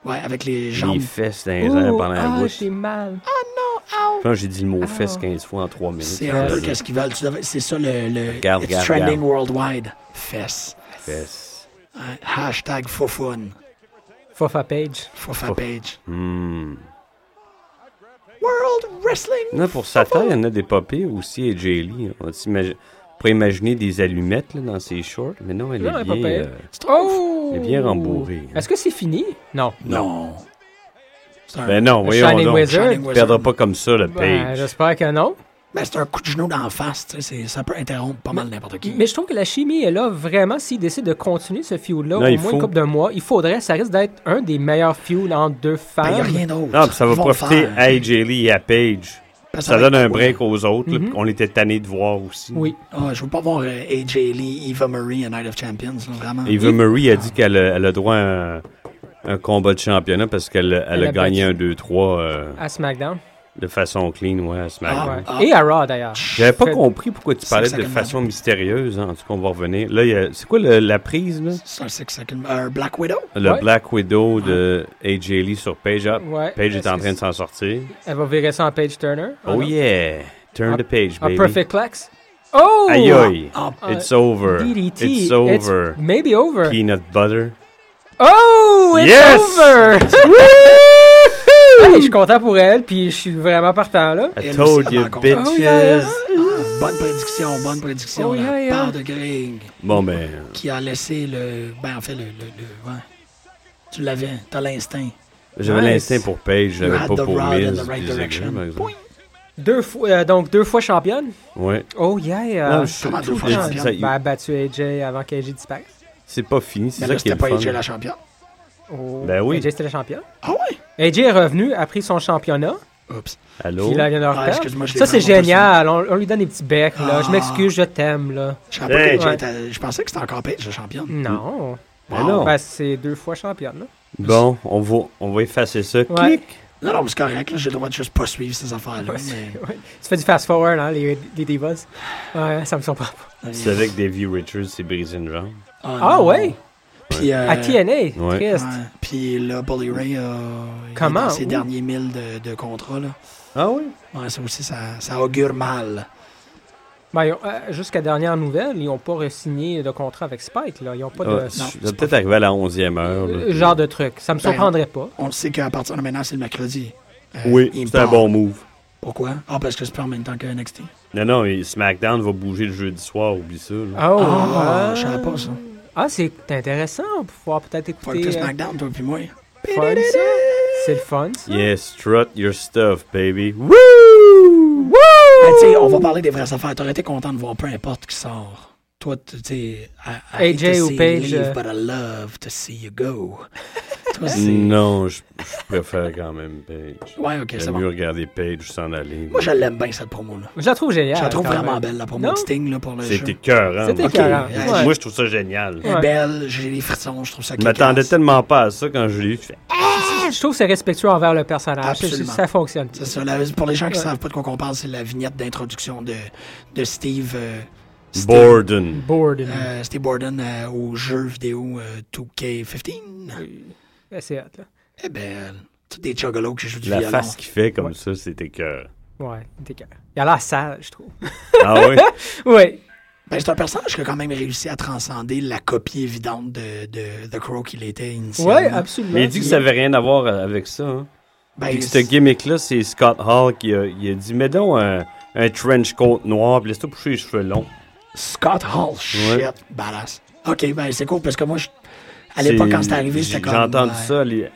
Ouais, avec les Les jambes. fesses dans les airs Ouh, pendant un ah, bout. j'ai Je mal. pense que j'ai dit le mot fesses 15 fois en 3 minutes. Ah. C'est un peu Ouais. qu'est-ce qu'ils veulent. Tu devais- C'est ça le. le Regarde, it's regarde, trending regarde. worldwide. Fess. Fesses. Ouais, Hashtag Fofun. Fofa Page. Fofa page. Hmm. World Wrestling. Non, pour Satan, il y en a des papiers aussi et Jelly. On s'imagine- on pourrait imaginer des allumettes là, dans ses shorts, mais non, elle Non, est elle est pas bien. pire. euh, Oh! Elle est bien rembourrée, hein. Est-ce que c'est fini? Non. Non. C'est un, Ben non, Le voyons Shining donc. Wizard. Shining On Wizard. perdra pas comme ça le Ben, page. J'espère que non. Ben, c'est un coup de genou d'en face. tu sais, c'est- Ça peut interrompre pas mal n'importe qui. Mais je trouve que la chimie est là vraiment. S'ils décident de continuer ce feud-là, au Non, moins il faut. une couple de mois, il faudrait, ça risque d'être un des meilleurs feuds entre deux Ben, y a femmes. rien d'autre. Non, puis ça va Ils vont profiter faire. à AJ Lee et à Page. Parce que Ça va donne être un trop- break aux autres. là, Mhm. puis On était tannés de voir aussi. Oui. Ah, je veux pas voir euh, AJ Lee, Eva Marie à Night of Champions, là, vraiment. Eva Murray a dit qu'elle a, elle a droit à un, un combat de championnat parce qu'elle a- elle Elle a a gagné un battu. 2-3 euh, À SmackDown. de façon clean, ouais, à SmackDown. Ouais. Ah. Et à Raw, d'ailleurs. J'avais pas Fait- compris pourquoi tu Cinq parlais de secondes. façon mystérieuse. hein. En tout cas, on va revenir. Là, il y a- c'est quoi le- la prise, là? C'est un six second. euh, Black Widow? Le Ouais. Black Widow de AJ Lee sur Page Up. Ouais. Page est Est-ce en que train de c'est- s'en sortir. Elle va virer ça en Page Turner. Oh yeah! Turn Ah, the page, En baby. Perfect Plex. Oh! Aïe aïe! Ah, Ah, It's over. DDT. It's over. maybe over. Peanut butter. Oh! It's Yes! over! Hey, je suis content pour elle, puis je suis vraiment partant, là. I Elle told aussi, you, elle m'en bitches! Oh, yeah. bonne prédiction, bonne prédiction. Oh, la yeah, yeah. part de Greg Bon, ben, qui a laissé le. Ben, en fait, le. le, le- ouais. Tu l'avais, t'as l'instinct. j'avais Nice. l'instinct pour Page, j'avais You pas had the pour rod in Miz. the right puis Ziggler, direction. par exemple. Deux fois, euh, donc deux fois championne. Ouais. Oh yeah! euh, Non, je suis- comment deux je- fois je- championne? ça- ben, elle a battu AJ avant qu'AJ disparaisse. C'est pas fini, c'est Mais ça là, qui est c'était le pas AJ fun. la championne. Oh, Ben oui. AJ c'était la championne. Ah ouais? AJ est revenu, a pris son championnat, Oups. Allô? puis là, il vient de le Ah, reperdre. excuse-moi, je l'ai Ça, c'est vraiment pas génial. On, on lui donne des petits becs, là. Je Ah. m'excuse, je t'aime, là. Je savais pas Hey. qu'AJ Ouais. était- Je pensais que c'était encore Paige la championne. Non. Mais Mm. non. Ben, c'est deux fois championne, là. Bon, on va, on va effacer ça. Ouais. Clic! Non, non, mais c'est correct, là, j'ai le droit de juste pas suivre ces affaires-là. Ouais, mais- c'est- ouais. Tu fais du fast-forward, hein, les, les divas. Ouais, ça me surprend pas. C'est avec Davy Richards, c'est brisé une jambe. Ah euh, non. ouais? Puis, euh, À TNA, Ouais. triste. ouais. Puis là, Bully Ray euh, il est Comment? dans ses Ouh. derniers mille de, de contrat. Là. Ah oui? Ouais, ça aussi, ça, ça augure mal. Ben, ils ont- euh, Jusqu'à dernière nouvelle, ils n'ont pas re-signé de contrat avec Spike, là. Ils n'ont pas de... Ah, non, je- c'est dois peut-être arriver à la 11e heure. là. Euh, genre de truc. Ça me Ben, surprendrait pas. On le sait qu'à partir de maintenant, c'est le mercredi. Euh, Oui, il c'est un part. bon move. Pourquoi? Ah, parce que c'est pas en même temps que NXT. Non, non, et SmackDown va bouger le jeudi soir, oublie ça. là. Oh, Ah, ouais. je savais pas ça. Ah, c'est intéressant. Pouvoir peut-être Faut que tu écouter. euh, SmackDown, toi, puis moi. fun, ça. C'est le fun, ça. Yes, strut your stuff, baby. Woo! Ben, tu sais, Woo! on va parler des vraies affaires. T'aurais été content de voir peu importe qui sort. Toi, tu tu sais. I- I hate AJ to ou see you Paige, leave, euh. But I love to see you go. toi, c'est. Mm, Non, je je préfère quand même Paige. Ouais, ok, c'est J'aime bon. mieux regarder Paige s'en aller. Moi, je l'aime bien, cette promo-là. Je la trouve géniale. Je la trouve quand vraiment même. belle, la promo Non? de Sting, là, pour le C'est jeu. écœurant. C'était moi. écœurant. euh, ouais. Moi, je trouve ça génial. Elle est Ouais. belle, j'ai les frissons, je trouve ça Je m'attendais kickass. tellement pas à ça quand je l'ai vu. Je fais, Je trouve que c'est respectueux envers le personnage. Absolument. Ça, ça fonctionne. C'est ça, la- pour les gens qui Ouais. savent pas de quoi qu'on parle, c'est la vignette d'introduction de, de Steve, euh, Steve, Borden. Bored. euh, Steve Borden euh, au jeu vidéo euh, 2K15. Ouais, C'est hot, là. Eh ben, tous des juggalos qui jouent du La violon. face qu'il fait comme Ouais. ça, c'est écœurant. Ouais, t'es carré. Il a l'air sale, je trouve. Ah oui? ouais. Ben, c'est un personnage qui a quand même réussi à transcender la copie évidente de, de The Crow qu'il était initialement. Ouais, absolument. Mais il dit que ça avait rien à voir avec ça. Hein. Ben, Puis que ce gimmick-là, c'est Scott Hall qui a, il a dit Mets donc un, un trench coat noir, puis laisse-toi pousser les cheveux longs. Scott Hall, shit, Ouais. badass. Ok, ben c'est cool parce que moi, je- à l'époque, quand c'est arrivé, j'ai- c'était comme. J'ai entendu euh, ça les-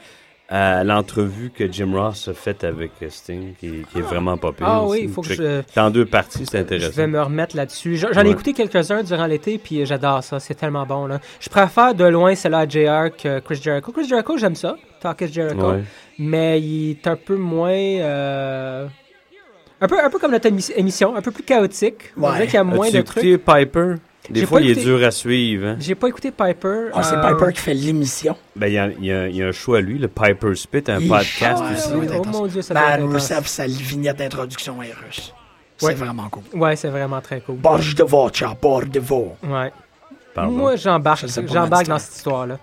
à l'entrevue que Jim Ross a faite avec euh, Sting, qui, qui est vraiment pas pire. Ah oui, aussi. il faut que Check- je- C'est en deux parties, c'est Je intéressant. vais me remettre là-dessus. J'en j'en ai Ouais. écouté quelques-uns durant l'été, puis j'adore ça. C'est tellement bon, là. Je préfère de loin celle-là à JR que Chris Jericho. Chris Jericho, j'aime ça. Talkish Jericho. Ouais. Mais il est un peu moins... euh, Un, peu, un peu comme notre émi- émission, un peu plus chaotique. On Ouais. dirait qu'il y a moins As-tu de trucs. écouté Piper Des J'ai fois, pas il est écouté. dur à suivre. hein. J'ai pas écouté Piper. Ah, c'est euh, Piper qui fait l'émission. Ben, il y a, il y a- il y a un show à lui, le Piper Spit, un Il- podcast Ah, ouais, aussi. ça doit oui, être oh intense. mon Dieu, ça doit être Man intense. Rusev, sa vignette d'introduction est russe. C'est Ouais. vraiment cool. Ouais, c'est vraiment très cool. Borge de Vocha, Borge de Vo. Ouais. Pardon. Moi, j'embarque, Je sais pas, j'embarque Manchester. dans cette histoire-là.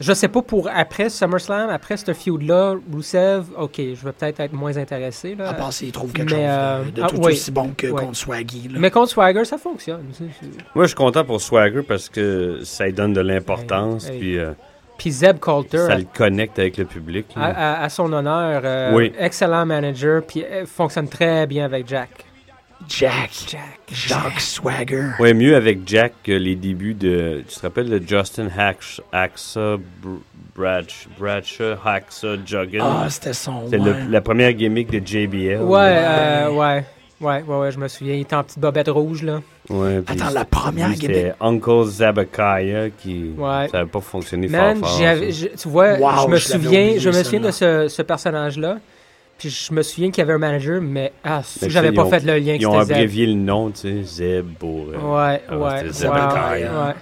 Je sais pas pour après SummerSlam, après ce feud-là, Rusev, ok, je vais peut-être être moins intéressé. Là. À part s'il trouve quelque Euh, Mais, chose de- euh, de ah, tout ouais. aussi bon que Ouais. contre Swaggy. là. Mais contre Swagger, ça fonctionne. C'est- c'est- Moi, je suis content pour Swagger parce que ça lui donne de l'importance, Hey, hey. puis euh, Puis Zeb Coulter, ça le connecte avec le public. à, là. à- à son honneur, euh, Oui. excellent manager, puis euh, fonctionne très bien avec Jack. Jack, Jack. Jack Swagger. Ouais, mieux avec Jack que les débuts de. Tu te rappelles de Justin Hax, Haxa, Br- Bratch, Bradshaw, Haxa, Juggin? Ah, c'était son. C'est ouais. le- la première gimmick de JBL. Ouais, euh, ouais, ouais, ouais, ouais, je me souviens, il était en petite bobette rouge, là. Ouais, puis Attends, la première lui, gimmick. C'était Uncle Zabakaya qui. Ouais. Ça n'avait pas fonctionné Man, fort fort. j'avais- ça. je- tu vois, Wow, je me je l'avais souviens, oublié, je me souviens de celle-là. ce, ce personnage-là. Puis je me souviens qu'il y avait un manager, mais ah, si Fait que j'avais ils pas ont- fait le lien que Ils ont c'était Zeb. abrévié le nom, tu sais, Zeb pour. euh, Ouais, ah, ouais, c'était ouais, Zeb ouais, Altaïr. ouais.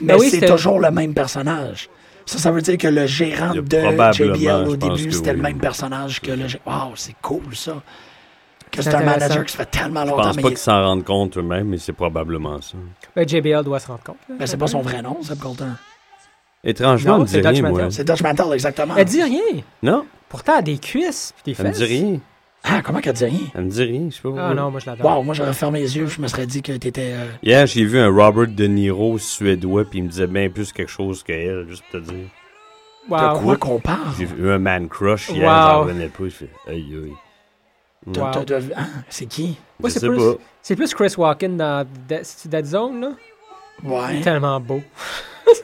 Mais Ben oui, c'est c'était- toujours le même personnage. Ça, ça veut dire que le gérant Le- de probablement, JBL au je pense début, que c'était le oui. même personnage que le gérant. Wow, c'est cool ça. Que c'est C'est un manager intéressant. qui se fait tellement Je longtemps, pense mais, pas il- qu'ils s'en rendent compte eux-mêmes, mais c'est probablement ça. Ben, JBL doit se rendre compte. là. mais Ben, c'est pas son vrai nom, ça me content. Étrangement, Non, on me dit c'est rien, Dutch moi. Mantel. C'est Dutch Mantel, exactement. Elle dit rien. Non, Pourtant, elle a des cuisses puis des elle me fesses. dit rien. Ah, comment qu'elle dit rien? Elle me dit rien, je sais pas pourquoi. Ah non, moi je l'adore. Wow, moi j'aurais fermé les yeux, je me serais dit que t'étais. euh, Hier, j'ai vu un Robert De Niro suédois, puis il me disait bien plus quelque chose qu'elle, juste pour te dire. De Wow. quoi qu'on parle? J'ai eu un man crush hier, Wow. j'en revenais pas, je fais aïe aïe. Wow. T'as- t'as- hein, c'est qui? Je c'est sais plus- pas. C'est plus Chris Walken dans Da- c'est Dead Zone, là. Hein? Ouais. Tellement beau.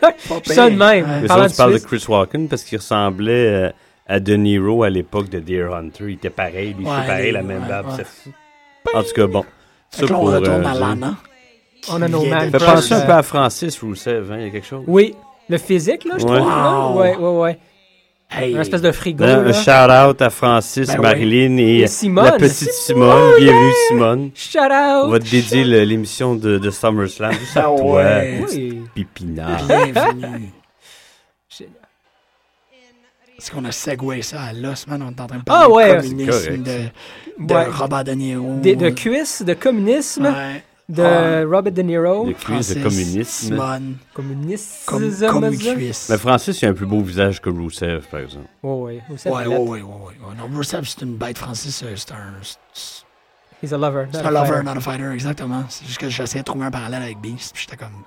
Pas Je sonne pire. même. Ouais. Mais Parlant ça, de tu parles de Suisse. Chris Walken parce qu'il ressemblait euh, à De Niro à l'époque de Deer Hunter. Il était pareil, lui, Ouais, c'est pareil, la ouais, même barbe, ouais. c'est fou. En tout cas, bon. Fait Ça que là, on pour, retourne euh, à dire. Lana. On a nos Vient man de- Fait Josh, penser crush, un euh, peu à Francis Rousseff, hein, il y a quelque chose. Oui, le physique, là, je Ouais. trouve. Là. Wow. Ouais, ouais, ouais. Hey. Un espèce de frigo. Hein, là. un shout-out à Francis, Ben oui. Marilyn Et et Simone. la petite Simone. Bienvenue, Simone. Shout out! On va te dédier le- l'émission de, de SummerSlam juste à Ah toi, ouais. Ah, Oui. Pipinard. Bienvenue. Génial. Est-ce qu'on a segwé ça à l'os, man? On est en train de Ah parler ouais, de communisme, c'est de, de Ouais. Robert De Niro. Des- de cuisses, de communisme, Ouais. de Ah. Robert De Niro. Le cuisse de Francis, communisme. Simone, Communisme. comme, comme ça? cuisse. Mais Francis, il a un plus beau visage que Rousseff, par exemple. Ouais, ouais. Vous savez, Ouais, ouais, ouais, ouais, ouais. Non, Rousseff, c'est une bête. Francis, euh, c'est un, c'est- He's a lover. c'est not un a lover, fighter. not a fighter, exactement. C'est juste que j'essayais de trouver un parallèle avec Beast, puis j'étais comme.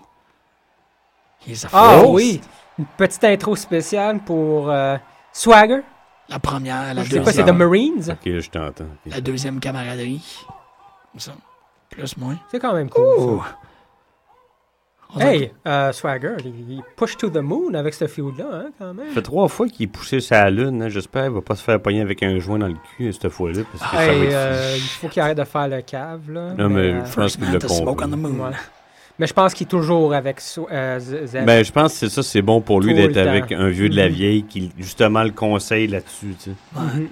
He's a Ah beast. Oh. oui! Une petite intro spéciale pour euh, Swagger. La première, la Je sais pas, c'est deuxième. The Marines. Ok, je t'entends. Ok. La deuxième camaraderie. Comme ça. Plus, moins. C'est quand même cool. ça. Oh. On dirait Hey, euh, Swagger, il, il push to the moon avec ce feud-là, hein, quand même. Ça fait trois fois qu'il est poussé sa lune. hein. J'espère qu'il va pas se faire pogner avec un joint dans le cul hein, cette fois-là. Parce que ça va Hey, être... euh, il faut qu'il arrête de faire le cave, là. Non, mais euh, je First pense qu'il man le to smoke on the comprend. moon. ouais. Mais je pense qu'il est toujours avec Sw- euh, Z- Zeb. Ben, je pense que c'est ça, c'est bon pour lui Tout le d'être temps. avec un vieux de la Mhm. vieille qui, justement, le conseille là-dessus. tu sais. Mm-hmm. Ouais.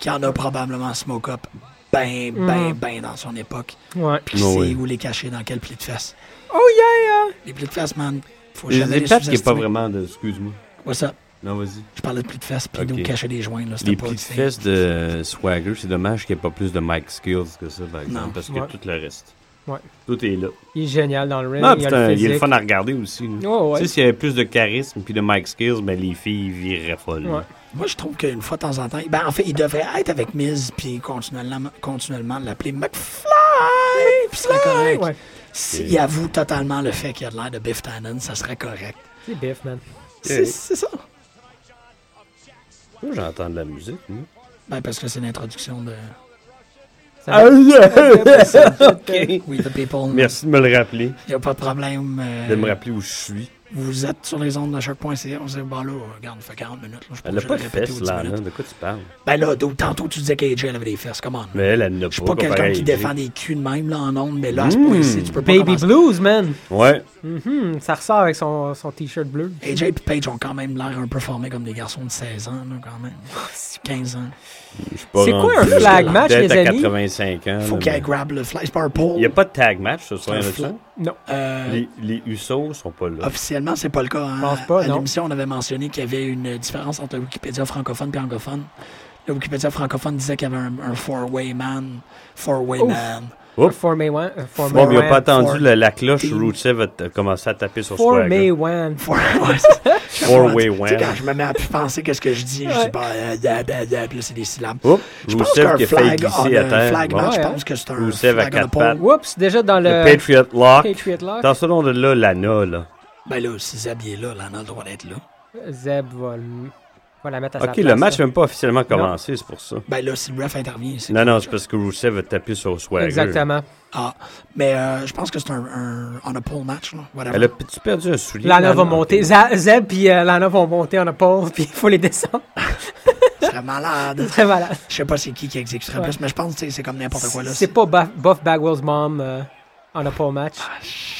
Qui en a probablement smoke up ben, ben, Mhm. ben dans son époque. Ouais. Puis qui Oh sait oui. où les cacher, dans quel pli de fesses. Oh yeah! Les plis de fesses, man, faut Les jamais les les pattes qui est pas sous-estimer. vraiment de. Excuse-moi. What's up? Non, vas-y. Je parlais de plis de fesses, puis Ok. d'où cacher des joints, là. c'était Les pas petites c'est- fesses de Swagger, c'est dommage qu'il n'y ait pas plus de Mike Skills que ça, par exemple, Non. parce que Ouais. tout le reste. Ouais. Tout est là. Il est génial dans le ring. Non, il, puis a c'est un- le il est le physique. Oh, fun à regarder aussi. là. Ouais, ouais. Tu sais, s'il y avait plus de charisme puis de Mike Skills, ben les filles ils vireraient folles. là. Ouais. Moi, je trouve qu'une fois de temps en temps, ben, en fait, il devrait être avec Miz, puis continuellement, continuellement l'appeler McFly, puis ce serait correct. Ouais. S'il avoue totalement le fait qu'il a de l'air de Biff Tannen, ça serait correct. C'est biff, man. C'est c'est ça. Moi, j'entends de la musique. moi. Ben, parce que c'est l'introduction de Ça Ah, va- We the People. Merci de me le rappeler, Il n'y a pas de problème. euh, de me rappeler où je suis. Vous êtes sur les ondes de choc.ca. On se dit, bah là, regarde, fait 40 minutes. Là, je Elle n'a je pas l'ai de répété fesses, au dix là, hein. minutes. là. De quoi tu parles? Ben là, d'où- tantôt, tu disais qu'AJ, elle avait des fesses. Come on. Mais elle, elle n'a pas. Mmh. je suis pas comparé quelqu'un à qui AJ. défend des culs de même, là, en ondes, mais là, à ce point-ci, tu peux pas Baby commencer. Blues, man. Ouais. Mhm, ça ressort avec son, son t-shirt bleu. AJ et Paige ont quand même l'air un peu formés comme des garçons de 16 ans, là, quand même. 15 ans. C'est quoi un flag match, les à amis? 85 ans. Faut là, qu'elle mais- grab le flash par pole. Il n'y a pas de tag match ce soir, Un là-dessus? fou. Non. Oh. Euh, Les, les Usos sont pas là. Officiellement, c'est pas le cas. hein. Pense pas, à non. l'émission, on avait mentionné qu'il y avait une différence entre le Wikipédia francophone et anglophone. Le Wikipédia francophone disait qu'il y avait un, un four-way man, four-way Ouf. man. Oups. For May One. euh, For May Bon, mais ils One. n'ont pas attendu la, la cloche. Team. Rootsev a t- a commencé à taper sur For May Swagger. One. Four- ouais, c'est- Four-way Tu sais, quand win. je me mets à penser qu'est-ce que je dis, je Ouais. dis pas, euh, da, da, da, puis là, c'est des syllabes. Oups, Je pense qu'un Rousseff qui a failli flag, on glisser a à un terre. flag Bon. man, je Ouais, hein. pense que c'est un Rousseff à flag on a quatre pas- pattes. Whoops, déjà dans le. Le Patriot Lock. Patriot Lock. Dans ce nom-là, Lana, là. Ben là, si Zeb il est là, là, on a le droit d'être là. Zeb va, le- va la mettre à sa OK, place. le là. match n'a même pas officiellement commencé, c'est pour ça. Ben là, si le ref intervient, c'est Non, non, c'est parce que Rousseff a tapé sur Swagger. Exactement. Ah, mais euh, je pense que c'est un, un on a pole match, là, whatever. Elle a tu perdu un soulier. Lana va Ok. monter. Za- Zeb puis euh, Lana vont monter en pause, puis il faut les descendre. C'est malade. Très malade. Je sais pas c'est qui qui exécuterait Ouais. plus, mais je pense que tu sais, c'est comme n'importe quoi là. C'est Ah, pas Ba- Buff Bagwell's mom euh, en a pas match.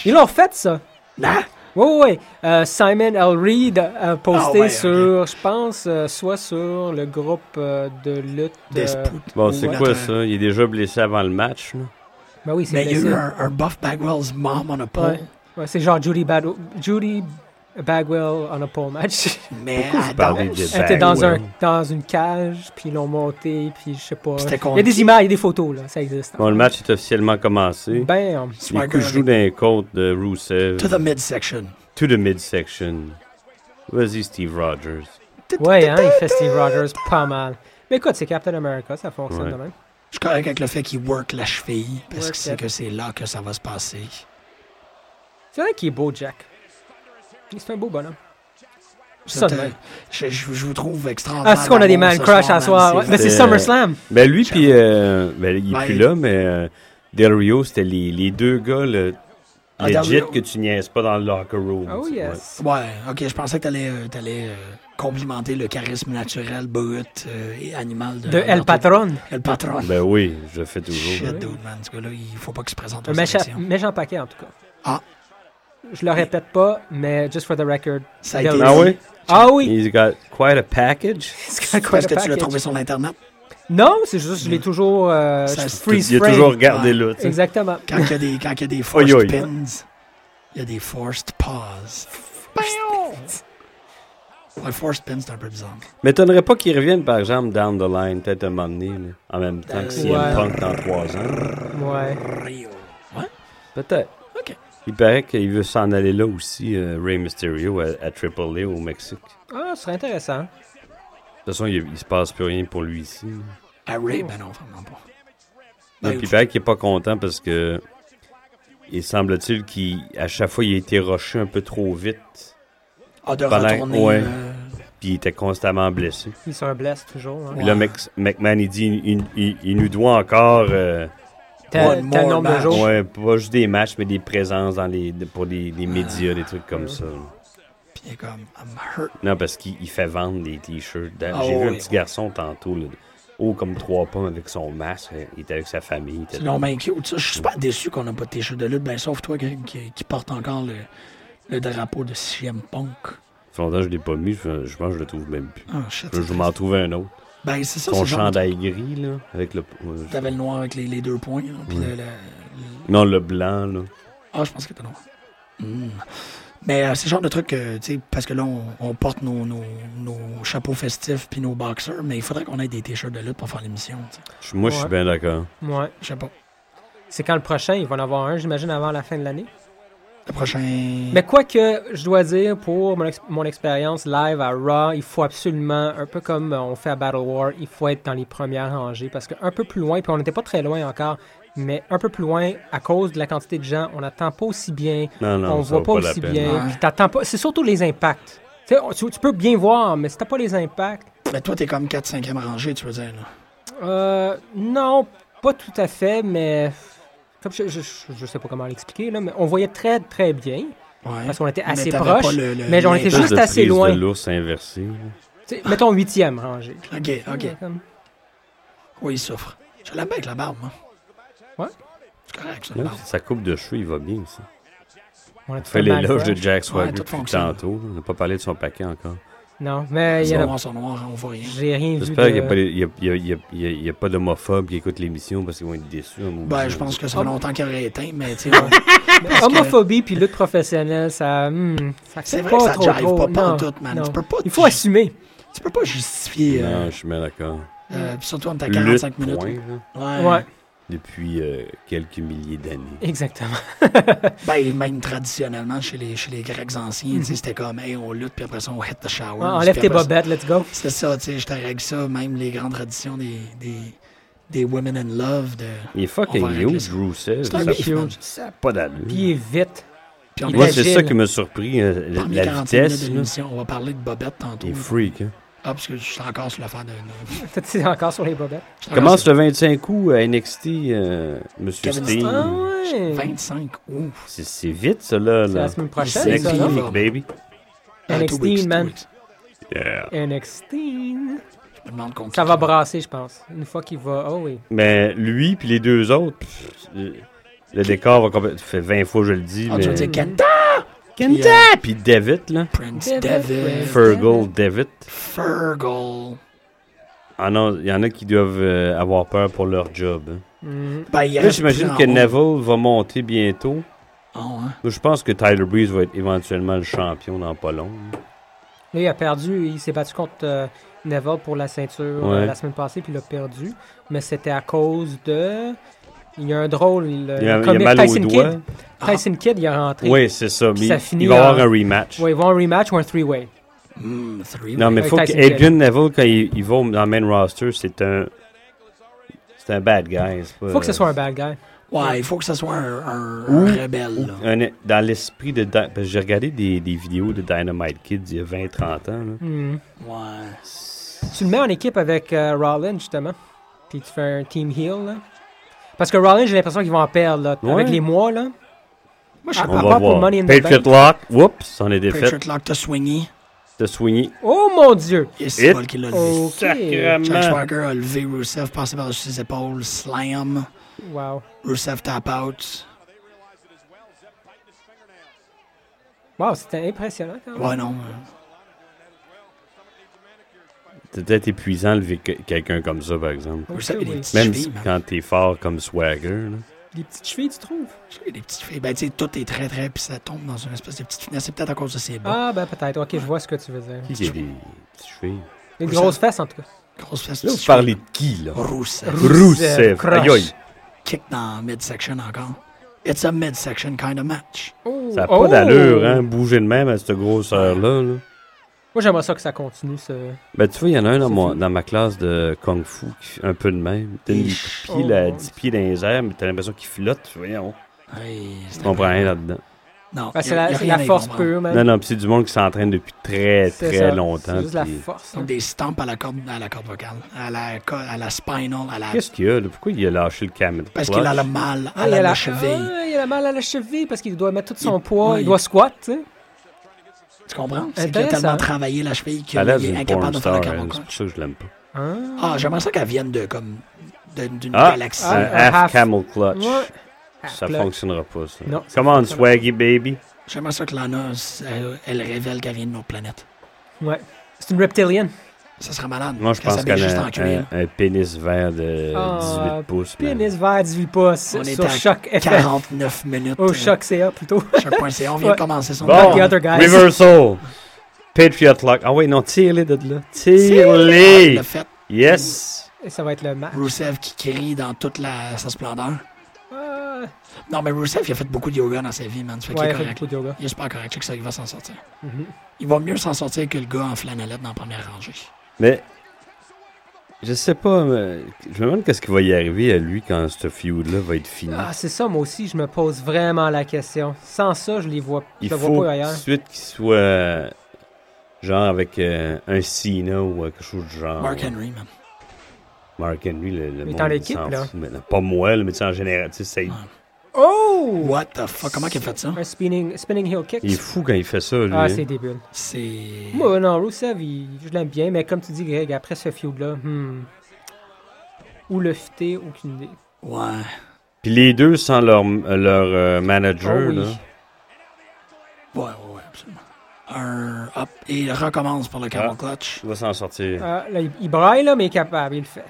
Ils l'ont fait, ça. Non? Oui, oui, oui. Euh, Simon L. Reed a posté Ah ouais, sur, je pense, euh, soit sur le groupe euh, de lutte. euh, Despout. Bon, c'est Ouais. quoi ça? Il est déjà blessé avant le match, là? Ben oui, c'est Mais il y a blessé. eu un, un Buff Bagwell's mom on a pole. Ouais. Ouais, c'est genre Judy, Bad- Judy Bagwell on a pole match. Mais à parlez danse. de Elle était dans, un, Bagwell? dans une cage, puis ils l'ont montée, puis je sais pas. C'était Il y a contre des images, il y a des photos, là, ça existe. Bon, le match est officiellement commencé. Bam! Les Swagger coups jouent dans les côtes de Rusev. to the midsection. To the midsection. Vas-y, Steve Rogers. Ouais, hein, il fait Steve Rogers pas mal. Mais écoute, c'est Captain America, ça fonctionne Ouais. de même. Je suis correct avec le fait qu'il work la cheville, parce Work qu'il sait it. que c'est là que ça va se passer. C'est vrai qu'il est beau, Jack. C'est un beau bonhomme. Ça, C'était- ouais. je, je- je vous trouve extraordinaire. Ah, c'est qu'on a des d'amour man ce crush à man, soir. ouais. c'est Mais c'est vrai. SummerSlam. Ben lui, puis... euh, ben, il est Ouais. plus là, mais... euh, Del Rio, c'était les, les deux gars, le, Ah, Del legit, Rio. que tu niaises pas dans le locker room. Oh tu sais, yes. Ouais, ok, je pensais que t'allais euh, t'allais, euh, complimenter le charisme naturel, brut euh, et animal de, De El Alberto- Patron. El Patron. ouais. Ben oui, je le fais toujours. Shit, dude, man. Ce gars-là, il faut pas qu'il se présente Un aux méchant, élections. méchant paquet, en tout cas. Ah. Je le répète pas, mais just for the record. Ça a été Del Ah dit. oui? Ah oui! He's got quite a package. C'est quoi Parce le que tu l'as package? trouvé sur l'Internet. Non, c'est juste, je l'ai toujours. euh, Ça, je c'est- freeze il a frame. toujours gardé Ouais. là, tu sais. Exactement. Quand il y a des, quand il y a des forced Oi, oi. pins, il y a des forced pauses. Ouais, forced pins, c'est un peu bizarre. M'étonnerait pas qu'ils reviennent, par exemple, down the line, peut-être un moment donné, là, en même temps que CM Ouais. Punk dans trois ans. Ouais. Rio. Peut-être. OK. Il paraît qu'il veut s'en aller là aussi, euh, Rey Mysterio, à, à Triple A au Mexique. De Ah, ce serait intéressant. toute façon, il, il se passe plus rien pour lui ici. là. Ah, Ray, ben non, vraiment pas. Ben, Non, puis il paraît qu'il est pas content parce que il semble-t-il qu'à chaque fois, il a été rushé un peu trop vite. Ah, de pendant- retourner. ouais. euh, Puis il était constamment blessé. Ils sont un bless toujours. hein. Puis là, Mc- McMahon, il dit, il, il- il nous doit encore... euh, Tel, One tel more nombre de match. jours. Ouais, pas juste des matchs, mais des présences dans les, de- pour les, les médias, des trucs Ah. comme ça. puis il est comme, I'm hurt. Non, parce qu'il il fait vendre des t-shirts. Dans- Ah J'ai vu un oui. petit garçon tantôt, là, haut comme trois pommes avec son masque. Il était avec sa famille. il était- Non, mais cute, ça. Je suis super déçu qu'on n'a pas de t-shirt de lutte, ben, sauf toi Greg, qui, qui porte encore le, le drapeau de CM Punk. Ça fait longtemps que je l'ai pas mis, je, je pense que je le trouve même plus. Ah, shit. Je, je m'en trouve un autre. Ben, c'est ça, c'est Son le genre. chandail gris, là, avec le... euh, T'avais le noir avec les, les deux points, hein, puis Mm. le- le, Non, le blanc, là. Ah, je pense que t'as noir. Hmm. Mais euh, c'est le genre de truc, euh, tu sais, parce que là, on, on porte nos, nos, nos chapeaux festifs puis nos boxers, mais il faudrait qu'on ait des t-shirts de lutte pour faire l'émission, tu sais. Je- moi, je suis Ouais. bien d'accord. Ouais. Je sais pas. C'est quand le prochain, il va en avoir un, j'imagine, avant la fin de l'année. Le prochain. Mais quoi que je dois dire, pour mon, ex- mon expérience live à Raw, il faut absolument, un peu comme euh, on fait à Battle War, il faut être dans les premières rangées parce qu'un peu plus loin, puis on n'était pas très loin encore, mais un peu plus loin, à cause de la quantité de gens, on n'attend pas aussi bien, Non, non, on ça voit vaut pas, la aussi peine. bien, Ouais. puis t'attends pas. C'est surtout les impacts. Tu, sais, on- tu- tu peux bien voir, mais si t'as pas les impacts, Mais toi, t'es comme 4-5e rangée, tu veux dire, là. euh, non, pas tout à fait, mais comme je, je, je- je sais pas comment l'expliquer là, mais on voyait très très bien Ouais. parce qu'on était Mais assez t'avais proche. pas le- le- mais on l'impact. était juste de assez prise loin. de l'ours inversé. là. Tu sais, mettons huitième rangée. Ok, ok. Comme- Oui, il souffre. Je l'aime bien avec la barbe, moi. Ouais. C'est correct, ça, la Là, barbe. sa coupe de cheveux, il va bien, ça. On a On fait l'éloge de Jack Ouais, Swagger tout depuis fonctionne. tantôt. On n'a pas parlé de son paquet encore. Non, mais il y Son en a- noir, son noir, on voit rien. J'ai rien vu. J'espère de- qu'il n'y a pas les- il y a- il y a- il y a- il y a- il y a pas d'homophobes qui écoutent l'émission parce qu'ils vont être déçus. hein, en Ben, maudit. je pense que ça Ah. fait longtemps qu'il aurait éteint, mais tu sais. ouais. Parce que- Homophobie puis lutte professionnelle, ça. hmm, ça C'est fait vrai que ça trop jive gros. pas, pas en Non, tout, man. non. Tu peux pas, Il faut assumer. tu peux pas justifier. euh, Non, je suis bien d'accord. euh, puis surtout, on est à Lutte, 45 minutes. point, là, Ouais. Ouais, depuis euh, quelques milliers d'années. exactement. Ben, même traditionnellement, chez les, chez les Grecs anciens, tu sais, c'était comme, hey, on lutte, puis après ça, on hit the shower. Ouais, Mhm. Ah, enlève Puis tes après ça- bobettes, let's go. C'est ça, tu sais, je te règle ça, même les grandes traditions des, des, des Women in Love. De... Il est On va fucking régler huge, ça. Rusev. C'est un Ça- beef, man. Ça n'a Puis il pas d'allure. est vite. Puis on Il est Moi, est c'est agile. ça qui m'a surpris. euh, dans la- les La 45 minutes vitesse, de là. l'émission, on va parler de Bobette tantôt. il est freak. hein. Ah, parce que je suis encore sur l'affaire de. de- C'est encore sur les bobettes. je suis encore Commence sur le 25 août à NXT, euh, Monsieur Kevin Steen. Ah ouais. 25 ouf. C'est- C'est vite, ça, là. C'est la là. semaine C'est prochaine, Next ça, non? fini. week, baby. Euh, Ah, two NXT, weeks, two man. weeks. Yeah. NXT. Je me demande qu'on Ça va brasser, je pense. Une fois qu'il va. Oh oui. Mais lui, puis les deux autres, pff, le le décor va complètement. Ça fait 20 fois que je le dis. Ah, mais... tu vas dire Kenta! Kenta! Puis David, là. Prince David David. Fer- Fergal, David. Fergal. Ah non, il y en a qui doivent euh, avoir peur pour leur job. hein. Mm. Ben, il Là, reste j'imagine plus que en haut. Neville va monter bientôt. Ah, ouais. Moi, Je pense que Tyler Breeze va être éventuellement le champion dans pas long. hein. Là, il a perdu. Il s'est battu contre euh, Neville pour la ceinture Ouais. euh, la semaine passée, puis il a perdu. Mais c'était à cause de. Il y a un drôle. le- Il a, le il a comique mal Euh, Ah. Tyson aux doigts. Kidd. Tyson Kidd, il a rentré. Oui, c'est ça. Puis mais ça il- finit il va y avoir en- un rematch. Ouais, ils vont en rematch ou un three-way. Hmm, three Non, mais Avec faut que Tyson Kidd. Adrian Neville, quand il, il va dans le main roster, c'est un. C'est un bad guy. c'est pas- Faut que ce soit un bad guy. Ouais, il faut que ce soit un, un- Ou- un rebelle. là. euh, un- dans l'esprit de. Di- parce que J'ai regardé des, des vidéos de Dynamite Kids il y a 20-30 ans. là. Mm. Ouais. Tu le mets en équipe avec euh, Rollins, justement. Puis tu fais un team heal, là. Parce que Rollins, j'ai l'impression qu'ils vont en perdre, là, Ouais. avec les mois, là. Moi, je sais Ah. On pas va pour voir. Money in the Patriot Bank. Lock. Oups, on est défait. Patriot Lock t'a swingé. De swingé. Oh mon dieu! Il y a qui l'a levé. Oh, Ok. Jack Swagger a levé Rusev, passé par-dessus ses épaules, slam. Wow. Rusev tap out. Wow, c'était impressionnant quand même. Ouais, non. C'est peut-être épuisant lever que- quelqu'un comme ça, par exemple. Ok, Rusev, il a des oui. petites Même chevilles. si- man. quand t'es fort comme Swagger. là. Les petites chevilles, tu trouves? Il a des petites filles. Ben, tu sais, tout est très, très, puis ça tombe dans une espèce de petite finesse. C'est peut-être à cause de ses bas. Ah, ben peut-être. Ok, je vois ce que tu veux dire. Qui qui a des petits chevilles? Une Oui, grosse fesse, en tout cas. Grosse fesse. Là, petites vous parlez chevilles. de qui, là? Rusev. Rousseff. Croche. Aïe, aïe. Kick dans midsection encore. It's a midsection kind of match. Oh, Ça n'a pas oh! d'allure, hein? Bouger de même à cette grosseur-là. Là. Moi, j'aimerais ça que ça continue, ce. Ben, tu vois, il y en a un dans, C'est mon- fou. dans ma classe de Kung Fu qui fait un peu de même. T'as des coups de Oh, pied, là, à mon 10 pieds dans les airs, mais t'as l'impression qu'il flotte. Voyons. Hey, c'est Je comprends rien là-dedans. Non, Ah, y c'est a- la, y a c'est rien la à y force comprendre. pure, man. Non, non, puis c'est du monde qui s'entraîne depuis très, C'est très ça. longtemps. C'est juste la puis- force. hein. Comme des stamps à la corde, à la corde vocale, à la, co- à la spinal, à la... Qu'est-ce qu'il y a, là? Pourquoi il a lâché le camel Parce clutch? qu'il a le mal à Ah, il, a la, la... cheville. Ah, il a mal à la cheville parce qu'il doit mettre tout son Il- poids, ouais. il doit squat, tu sais. Tu comprends? C'est qu'il a Ah, Intéressant. tellement travaillé la cheville qu'il Elle a l'air est d'une incapable porn de faire la star. corde hein, C'est vocale. pour ça que je l'aime pas. Hein? Ah, j'aimerais ça qu'elle vienne de, comme, de- d'une Ah, galaxie. un Ah, half, un half. camel clutch. Ouais. Ça Half-clutch. fonctionnera pas, ça. Non. Come on, swaggy baby. J'aimerais ça que Lana, elle, elle révèle qu'elle vient de notre planète. Ouais. C'est une reptilienne. Ça serait malade. Moi, je qu'elle pense s'habille qu'elle euh, juste a en un, cuir. un pénis vert de Ah, 18 pouces. man. Pénis vert 18 pouces On est sur à Choc FM. 49 minutes. Au euh, Oh, Choc CA plutôt. Choc.ca. On vient de Ouais. commencer son Bon, Not the other guys. reversal. Patriot Lock. Ah oui, non, tire-les de là. Ouais, Tire-les. Le fait, Yes. Et ça va être le match. Rusev qui crie dans toute la, sa splendeur. Ah, Non, mais Rusev, il a fait beaucoup de yoga dans sa vie, man. Ça fait qu'il ouais, est il fait correct. beaucoup de Mm-hmm. yoga. Il est super correct. Je sais que ça, il va s'en sortir. Il va mieux s'en sortir que le gars en flanellette dans la première rangée. Mais je sais pas, mais je me demande qu'est-ce qui va y arriver à lui quand ce feud-là va être fini. Ah, c'est ça, moi aussi, je me pose vraiment la question. Sans ça, je les vois, je Il le faut vois pas tout ailleurs. de suite qu'il soit euh, genre avec euh, un Cena ou euh, quelque chose du genre. Mark Henry, man. Mark Henry, le, le Mais monde dans il l'équipe, s'en là. Ah. fout maintenant. Pas moi, là, mais tu sais, en général, tu sais, c'est- Oh! What the fuck? Comment qu'il a fait ça? Un spinning, spinning heel kick. il est fou quand il fait ça, lui. Ah, hein. c'est débile. C'est. Moi, non, Rusev, il- je l'aime bien, mais comme tu dis, Greg, après ce feud-là, hmm, Où le fitter, aucune idée. Ouais. Puis les deux sans leur, leur euh, manager, Oh oui. là. Ouais, ouais, ouais, absolument. Un hop. Et il recommence pour le camel Ah. clutch. Il va s'en sortir. Ah, là, il, il braille, là, mais il est capable, il le fait.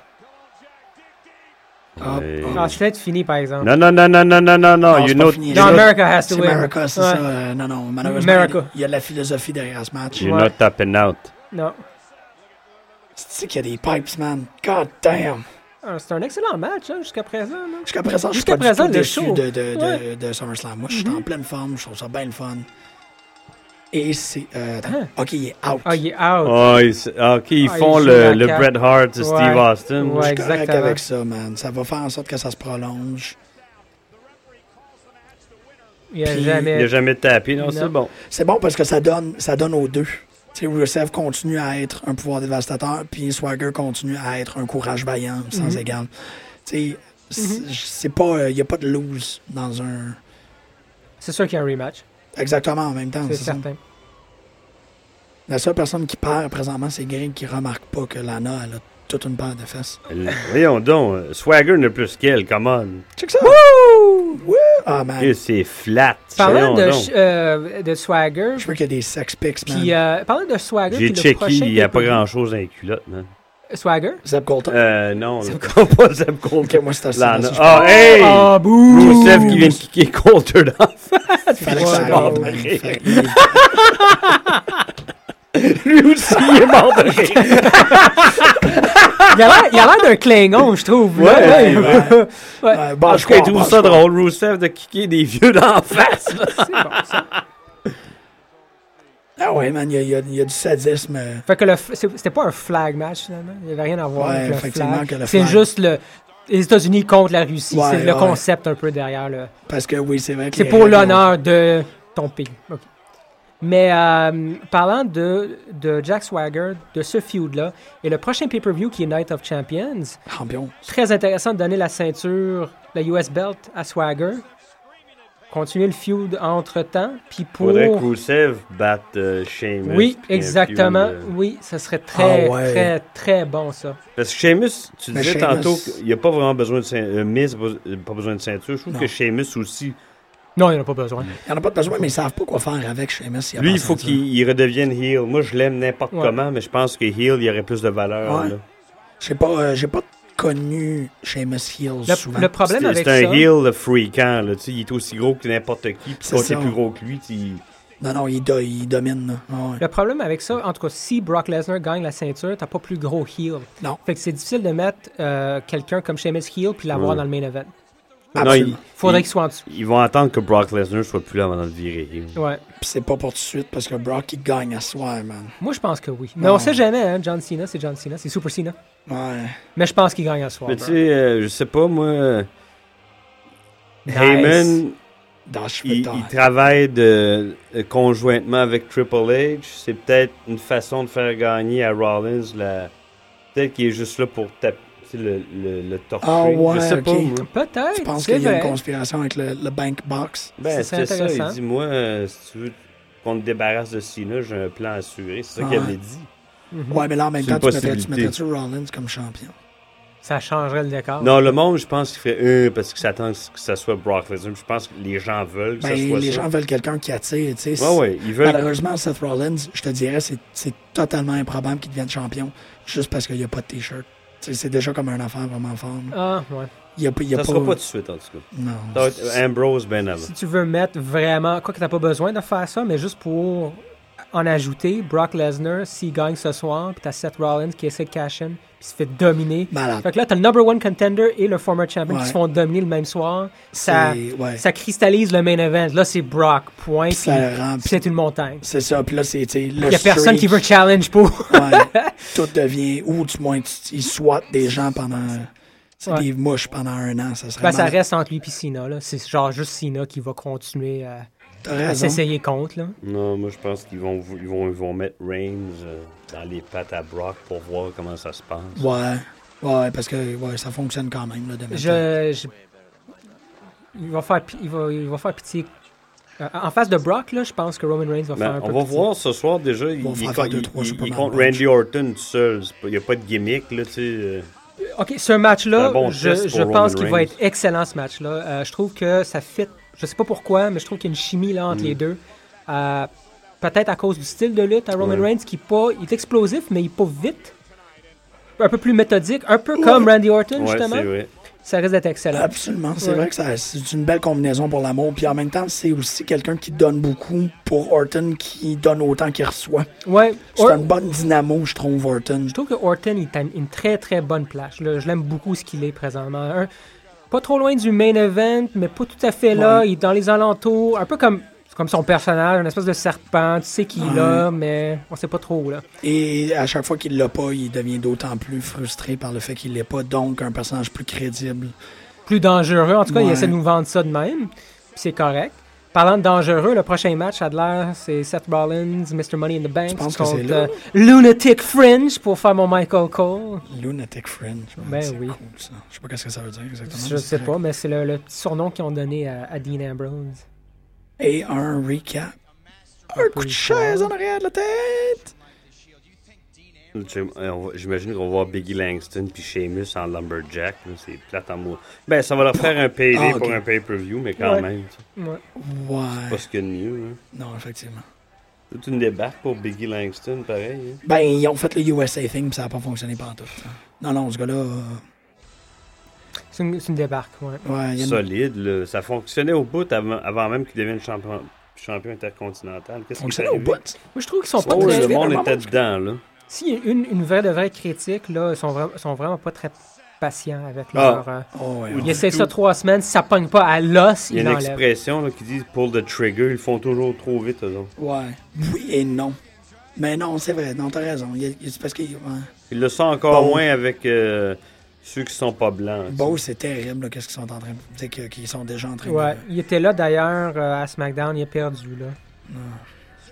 Hop, Ouais. hop. Ah, je peut-être fini, par exemple. Non, non, non, non, non, non, non, non, Non, you c'est know, pas fini, you là. Non, know, America has to C'est win. America, c'est hein. Ouais. ça. euh, non, non, malheureusement. America. Il y a de la philosophie derrière ce match. you're Ouais. not tapping out. Non. C'est qu'il y a des pipes, man. God damn. Ah, C'est un excellent match, hein, jusqu'à présent. là. Jusqu'à présent, je suis Jusqu'à pas du présent, tout le déçu show. de, de, Ouais. Mm-hmm. de, de SummerSlam. Moi, je suis en pleine forme. Je trouve ça bien le fun. Et c'est... euh, attends. OK, il est out. Ah, il est out. Ah, ils s- ah, ok, ils Ah, font ils jouent le, la le carte. Bret Hart de Steve Ouais. Austin. Ouais. Je suis correct exactement. avec ça, man. Ça va faire en sorte que ça se prolonge. Il a Puis- Il jamais. n'a jamais tapé, non, Non. c'est bon. C'est bon parce que ça donne, ça donne aux deux. Tu sais, Rusev continue à être un pouvoir dévastateur, puis Swagger continue à être un courage vaillant, sans Mhm. égal. Tu sais, c'est- c'est pas... Il n'y a pas de lose dans un... C'est sûr qu'il y a un rematch. Exactement, en Ah, même temps. C'est c'est ça. certain. La seule personne qui perd présentement, c'est Greg qui remarque pas que Lana, elle a toute une paire de fesses. Voyons donc, euh, Swagger n'a plus qu'elle, come on. Check ça! Ah, man. Et C'est flat. Parlant voyons de, donc. ch- euh, de Swagger, Je veux qu'il y ait des sex pics, man. puis euh, parlant de Swagger, J'ai puis le checké, prochain il n'y a pas pay-per-view- grand-chose dans les culottes, man. Swagger? Zeb Ah. Colton. Euh, non, là, pas Zeb ok, Coulter. moi, c'est assez. Lana. là-dessus. Ah, hey! Ah, bouh! Joseph qui vient de kicker Coulter dans Fallait que ça Ouais, rentre, Ah, ouais. man. Fait- il- lui aussi, il est mort de rire. Il a l'air- il a l'air d'un Klingon, je trouve. là. Ouais, ouais. Ouais. euh, En tout cas, il bonsoir, trouve bonsoir. ça drôle, Rousseff, de kicker des vieux d'en face. là. C'est bon, ça. Ah ouais, man, il y a- il y, a- il y a du sadisme. euh, Fait que le f- c'est- c'était pas un flag match finalement, il n'y avait rien à voir Ouais, avec le effectivement, que flag. le C'est flag. juste le les États-Unis contre la Russie, Ouais, c'est le ouais. concept un peu derrière le. Parce que oui, c'est vrai que C'est les pour règles- l'honneur de ton pays. Ok. Mais euh, parlant de, de Jack Swagger, de ce feud-là, et le prochain pay-per-view qui est Night of Champions, Champion. très intéressant de donner la ceinture, la US Belt à Swagger, continuer le feud entre-temps, puis pour... Faudrait que Rousseff batte euh, Sheamus. Oui, puis un exactement. feud, euh, Oui, ça serait très, Ah ouais. très, très bon, ça. Parce que Sheamus, tu Mais disais Sheamus- tantôt qu'il n'y a pas vraiment besoin de ceinture. Euh, Miz, pas- pas besoin de ceinture. Je trouve Non. que Sheamus aussi. Non, il n'y en a pas Mm. besoin. Il n'y en a pas de besoin, mais ils savent pas quoi faire avec Seamus. s'il y a Lui, pas il faut de qu'il il redevienne heel. Moi, je l'aime n'importe Ouais. comment, mais je pense que heel, il y aurait plus de valeur. Ouais. là. J'ai pas, euh, j'ai pas connu Seamus Hill souvent. Le, le problème C'est avec c'est ça, un heel le freakant. Là, tu sais, il est aussi gros que n'importe qui. Puis C'est quand t'es ça. plus gros que lui, tu- il- Non, non, il, do- il domine. là. Ah, Ouais. le problème avec ça, en tout cas, si Brock Lesnar gagne la ceinture, t'as pas plus gros heel. Non. Fait que c'est difficile de mettre euh, quelqu'un comme Sheamus heel puis l'avoir Ouais. dans le main event. non, Absolument. il- Faudrait il- qu'il soit en dessous. ils vont attendre que Brock Lesnar soit plus là avant de le virer heel. Ouais. Puis c'est pas pour tout de suite parce que Brock, il gagne à soir, man. Moi, je pense que oui. Mais on Ah. Ouais. sait jamais, hein. John Cena, c'est John Cena, c'est Super Cena. Ouais. Mais je pense qu'il gagne à ce soir. Mais tu bro. sais, euh, je sais pas, moi. euh, Nice. Heyman, Dans hein. je il, il travaille de, euh, conjointement avec Triple H. C'est peut-être une façon de faire gagner à Rollins. la- Peut-être qu'il est juste là pour taper tu sais, le, le, le torcher. Ah ouais, je sais pas, ok. moi. Peut-être. Tu penses c'est qu'il y a vrai. une conspiration avec le, le Bank Box? C'est Ben, c'est ça. intéressant. Il dit, moi, euh, si tu veux qu'on te débarrasse de Cena, j'ai un plan assuré. C'est ça qu'il Ah. avait dit. Mhm. Ouais, mais là, en même C'est temps, une tu mettrais- tu possibilité. mettrais-tu Rollins comme champion? Ça changerait le décor. Non, le monde, je pense qu'il ferait euh, parce qu'il s'attend que ça soit Brock Lesnar. Je pense que les gens veulent que Ben, ça soit les ça. gens Ben, veulent quelqu'un qui attire, tu sais. Ouais, ouais, ils veulent. Malheureusement, Seth Rollins, je te dirais, c'est- c'est totalement improbable qu'il devienne champion juste parce qu'il n'y a pas de T-shirt. Tu sais, C'est déjà comme un enfant vraiment fort. Ah, ouais. Il n'y a, pas- il y a Ça pas... sera pas tout de suite, en tout cas. Non. Ça va être Ambrose ben avant. Si tu veux mettre vraiment, quoi que t'as pas besoin de faire ça, mais juste pour en ajouter, Brock Lesnar, s'il gagne ce soir, puis t'as Seth Rollins qui essaie de cash in, puis se fait dominer. Malade. Fait que là, t'as le number one contender et le former champion qui Ouais. se font dominer le même soir. Ça, C'est- ouais. ça cristallise le main event. Là, c'est Brock, point. Puis ça puis rend- C'est une montagne. C'est ça, puis là, c'est, tu sais, le Il y a personne qui veut streak, challenge pour. ouais, tout devient, ou du moins, tu- ils swattent des gens pendant, tu sais, Ouais. des mouches pendant un an, ça serait Ben, ça malade. reste entre lui et Cena. là. C'est genre juste Cena qui va continuer à, T'as à raison. s'essayer contre. Là. Non, moi je pense qu'ils vont, ils vont, ils vont mettre Reigns euh, dans les pattes à Brock pour voir comment ça se passe. Ouais, ouais, parce que, ouais, ça fonctionne quand même, là, de mettre- Je, je- Il, va faire, pi- il, va, il va faire pitié. Euh, en face de Brock, là, je pense que Roman Reigns va Ben, faire un on peu va pitié. voir ce soir déjà. Il, vont il, faire con- deux, il- trois il- il Superman contre punch. Randy Orton tout seul. C'est pas- Il n'y a pas de gimmick, là, tu sais. euh. OK, ce match-là, C'est un bon je, geste je pour pense Roman qu'il va Reigns. être excellent, ce match-là. Euh, je trouve que ça fit. Je sais pas pourquoi, mais je trouve qu'il y a une chimie là, Mm. entre les deux. Euh, Peut-être à cause du style de lutte à Roman Ouais. Reigns, qui est pas, il est explosif, mais il est pas vite. Un peu plus méthodique, un peu comme Randy Orton, Ouais, c'est justement. vrai. Ça risque d'être Ah, excellent. Absolument, c'est Ouais. vrai que ça- c'est une belle combinaison pour l'amour, puis en même temps, c'est aussi quelqu'un qui donne beaucoup pour Orton, qui donne autant qu'il reçoit. Ouais. C'est Or- une bonne dynamo, je trouve, Orton. Je trouve que Orton il est à une très très bonne place. Là, je l'aime beaucoup ce qu'il est présentement. Un- pas trop loin du main event, mais pas tout à fait là. Ouais. Il est dans les alentours, un peu comme, c'est comme son personnage, une espèce de serpent. Tu sais qu'il est là, mais on sait pas trop où, là. Et à chaque fois qu'il l'a pas, il devient d'autant plus frustré par le fait qu'il l'est pas, donc un personnage plus crédible. Plus dangereux, en tout cas, il Ouais. essaie de nous vendre ça de même. puis C'est correct. Parlant de dangereux, le prochain match, ça a de l'air, c'est Seth Rollins, Mr. Money in the Bank penses que contre c'est là? euh, Lunatic Fringe pour faire mon Michael Cole. Lunatic Fringe. Ben c'est oui. cool, ça. Je sais pas qu'est-ce que ça veut dire exactement. Je mais sais Ah, c'est pas, mais c'est le, le petit surnom qu'ils ont donné à, à Dean Ambrose. très- Et un recap. Un coup de chaise en arrière de la tête. J'ai- euh, on va- J'imagine qu'on va voir Biggie Langston puis Sheamus en Lumberjack. là, C'est plate en mou. Ben, ça va leur faire un payday Ah, ok. pour un pay-per-view, mais quand Ouais. même, tu sais, Ouais. pas Ouais. ce qu'il y a de mieux. hein. Non, effectivement. Toute une débarque pour Biggie Langston, pareil. hein. Ben, ils ont fait le USA thing, puis ça n'a pas fonctionné pas en tout. Non, non, ce gars-là. euh, C'est une, c'est une débarque, ouais. ouais, il y a une- Solide, là. Ça fonctionnait au bout avant, avant même qu'il devienne champion, champion intercontinental. Qu'est-ce qui est fonctionnait au arrivé? bout. Moi, je trouve qu'ils sont pas Oh, très... le vite, monde un était moment. dedans, là. Si une, une vraie de vraie critique, là, ils sont, vra- sont vraiment pas très patients avec Ah. leur... euh, Oh, ouais, Ou ouais. ils essaient ça trois semaines, si ça pogne pas à l'os, Il ils y a une l'enlèvent. expression là, qui dit pull the trigger, ils le font toujours trop vite, eux autres. ah, Ouais. Oui et non. Mais non, c'est vrai. Non, t'as raison. Il y a- il- C'est parce que. ouais. Ils le sont encore Bon. moins avec euh, ceux qui sont pas blancs. tu sais. Beau, c'est terrible, là, qu'est-ce qu'ils sont en train de. Tu sais, que- qu'ils sont déjà en train Ouais, de. il était là d'ailleurs euh, à SmackDown, il est perdu, là.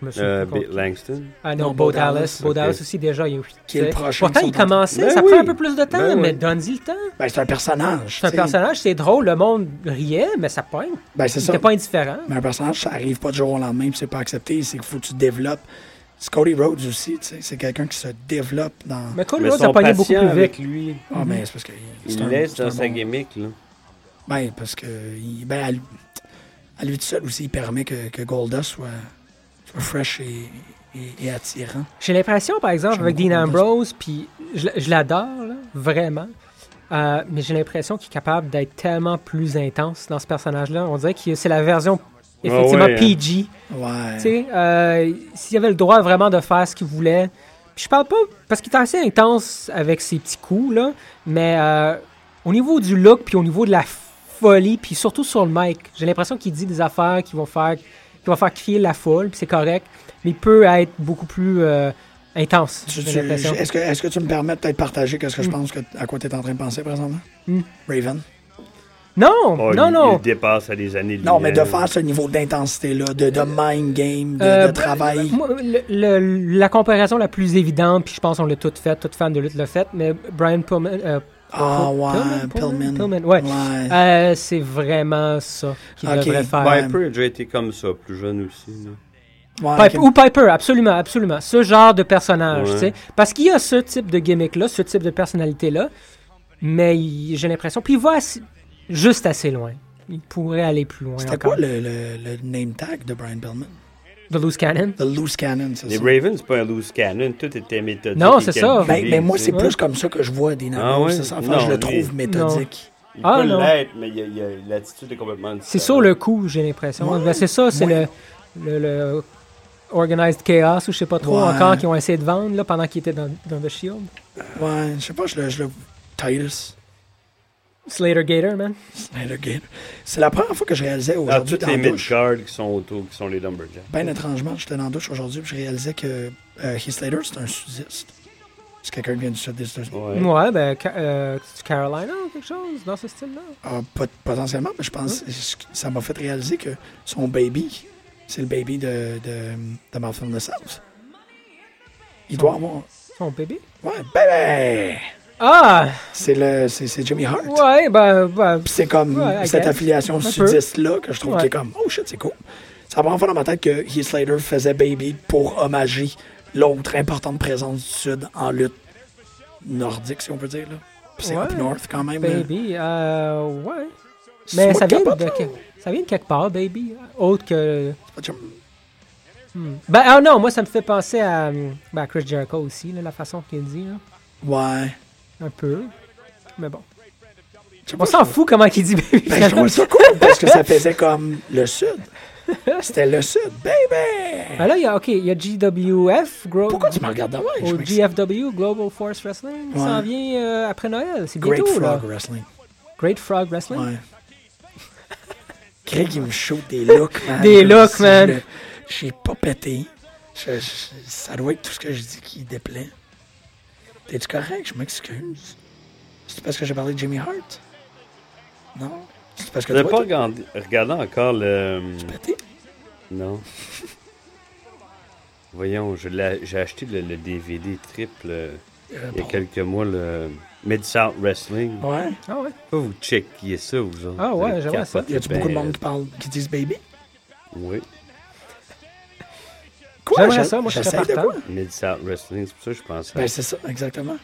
Je me souviens Euh, plus Bi- contre- Langston. Ah non, Ah. Non, Bo Bo Dallas. Dallas, Bo ok. Dallas aussi déjà, il Qui est le prochain Pourtant, qui il sont en- commençait, Ben ça oui. prend un peu plus de temps, Ben mais oui. donne-y le temps. Ben, c'est un personnage. C'est un tu sais. personnage, c'est drôle, le monde riait, mais ça pogne. Ben, c'est ça. C'était pas indifférent. Mais un personnage, ça arrive pas du jour au lendemain, puis c'est pas accepté. C'est qu'il faut que tu développes. C'est Cody Rhodes aussi, tu sais. C'est quelqu'un qui se développe dans. Mais Cole Mais Rhodes a son pogné beaucoup patient plus avec vite. lui, Ah, ben, c'est parce que. c'est il un- laisse c'est dans un sa bon- gimmick, là. Ben, parce que. il- Ben, à lui, à lui tout seul aussi, il permet que, que Golda soit, soit fresh et, et- et attirant. J'ai l'impression, par exemple, J'aime avec beaucoup Dean Rhodes. Ambrose, puis je, l- je l'adore, là, vraiment. Euh, mais j'ai l'impression qu'il est capable d'être tellement plus intense dans ce personnage-là. On dirait que c'est la version effectivement ouais, hein. PG. Ouais. Tu sais, euh, s'il avait le droit vraiment de faire ce qu'il voulait. Puis je parle pas parce qu'il est assez intense avec ses petits coups là, mais euh, au niveau du look puis au niveau de la folie puis surtout sur le mic, j'ai l'impression qu'il dit des affaires qui vont faire qui vont faire crier la foule, puis c'est correct, mais il peut être beaucoup plus euh, intense. Tu- tu- J'ai l'impression. Est-ce que, est que tu me permets de peut-être partager qu'est-ce que je pense que, à quoi tu es en train de penser présentement? Mm. Raven. Non, Oh, non, il, non. il dépasse à des années Non, mais de faire ce niveau d'intensité-là, de, de mind game, de, Euh, de travail. moi, le- le- la comparaison la plus évidente, puis je pense qu'on l'a toute faite, toute fan de lutte l'a faite, mais Brian Pillman, euh, Ah Pillman, ouais, Pillman. Pillman, Pillman, ouais. Ouais. Euh, c'est vraiment ça qu'il Ok, devrait faire. ouais. Piper a déjà été comme ça, plus jeune aussi. là. Ouais, Piper- ok. Ou Piper, absolument, absolument. Ce genre de personnage, Ouais. tu sais. Parce qu'il y a ce type de gimmick-là, ce type de personnalité-là, mais il- j'ai l'impression... Puis il va assez- juste assez loin. Il pourrait aller plus loin C'était encore. quoi le, le, le name tag de Brian Pillman? The Loose Cannon? The Loose Cannon, c'est Les ça? Ravens, c'est pas un loose cannon, tout était méthodique. Non, et c'est ça. Ben, calculé, ben, moi, tu c'est sais. plus comme ça que je vois des Ah ouais? c'est ça. Enfin, Non, je le lui- trouve méthodique. Il Ah, peut non. l'être, mais il y a- il y a- l'attitude est complètement différente. C'est sur le coup, j'ai l'impression. Ouais. Ben, c'est ça, c'est Ouais. le, le, le Organized Chaos, ou je sais pas trop Ouais. encore, qu'ils ont essayé de vendre là, pendant qu'il était dans, dans The Shield. Ouais, je sais pas, je le... Je le Titus. Slater Gator, man. Snyder Gate. C'est la première fois que je réalisais Ah, aujourd'hui toutes dans les la douche. mid-cards qui sont autour, qui sont les Lumberjacks. Ben étrangement, j'étais dans la douche aujourd'hui puis je réalisais que euh, Heath Slater, c'est un sudiste. C'est quelqu'un qui vient du sud des États-Unis. Ouais. Ouais, ben, Ca- euh, c'est-tu Carolina ou quelque chose dans ce style-là? Ah, pot- potentiellement, mais je pense ça m'a fait réaliser que son baby, c'est le baby de, de, de Malcolm in the South. Il doit avoir. Son bébé? Ouais, bébé! Ah! C'est le. C'est c'est Jimmy Hart. Ouais, ben, ben, Puis c'est comme Ouais, I cette guess. affiliation peu. sudiste-là que je trouve Ouais. qui est comme Oh shit, c'est cool. Ça prend fois dans ma tête que Heath Slater faisait Baby pour hommager l'autre importante présence du Sud en lutte nordique, si on peut dire. là. Puis c'est Ouais. Up North quand même. là. baby, euh, ouais. C'est Mais moi ça qui vient, de, capote, là. que- ça vient de quelque part, baby. euh, Autre que. Pas de chum. Ben, ah non, moi, ça me fait penser à, hum, ben, à Chris Jericho aussi, là, la façon qu'il dit, là. Ouais. Un peu. Mais bon. Je sais On pas, s'en fout comment il dit baby. Ben, je trouvais ça cool parce que ça faisait comme le Sud. C'était le Sud, baby! Ah là, il y a, OK, il y a GWF, Gro- Oh, Pourquoi tu me regardes de même? Je au m'excuse. GFW, Global Force Wrestling, qui Ouais. s'en vient euh, après Noël. C'est Great bientôt, là. Frog Wrestling. Great Frog Wrestling. Ouais. Craig, il me shoot des looks, man. Des Comme looks, si man. je le- J'ai pas pété. Je- je- ça doit être tout ce que je dis qui déplaît. T'es-tu correct? Je m'excuse. C'est parce que j'ai parlé de Jimmy Hart? Non? C'est parce que Je n'ai toi, pas pas... regardé, regardé encore le. pété? Non. Voyons, je l'ai- j'ai acheté le, le DVD triple euh, Euh, il y a bon. quelques mois, le Mid-South Wrestling. Ouais. Ah ouais. Pourquoi vous checkiez ça, vous autres? Ah ouais, Vous j'aimerais ça. capotez Y a-tu ben, beaucoup de monde qui parle, qui disent baby? Oui. Quoi? J'aimerais ça, moi je serais j'essaie de partant. quoi? Mid-South Wrestling, c'est pour ça que je pensais. Ben, c'est ça, exactement.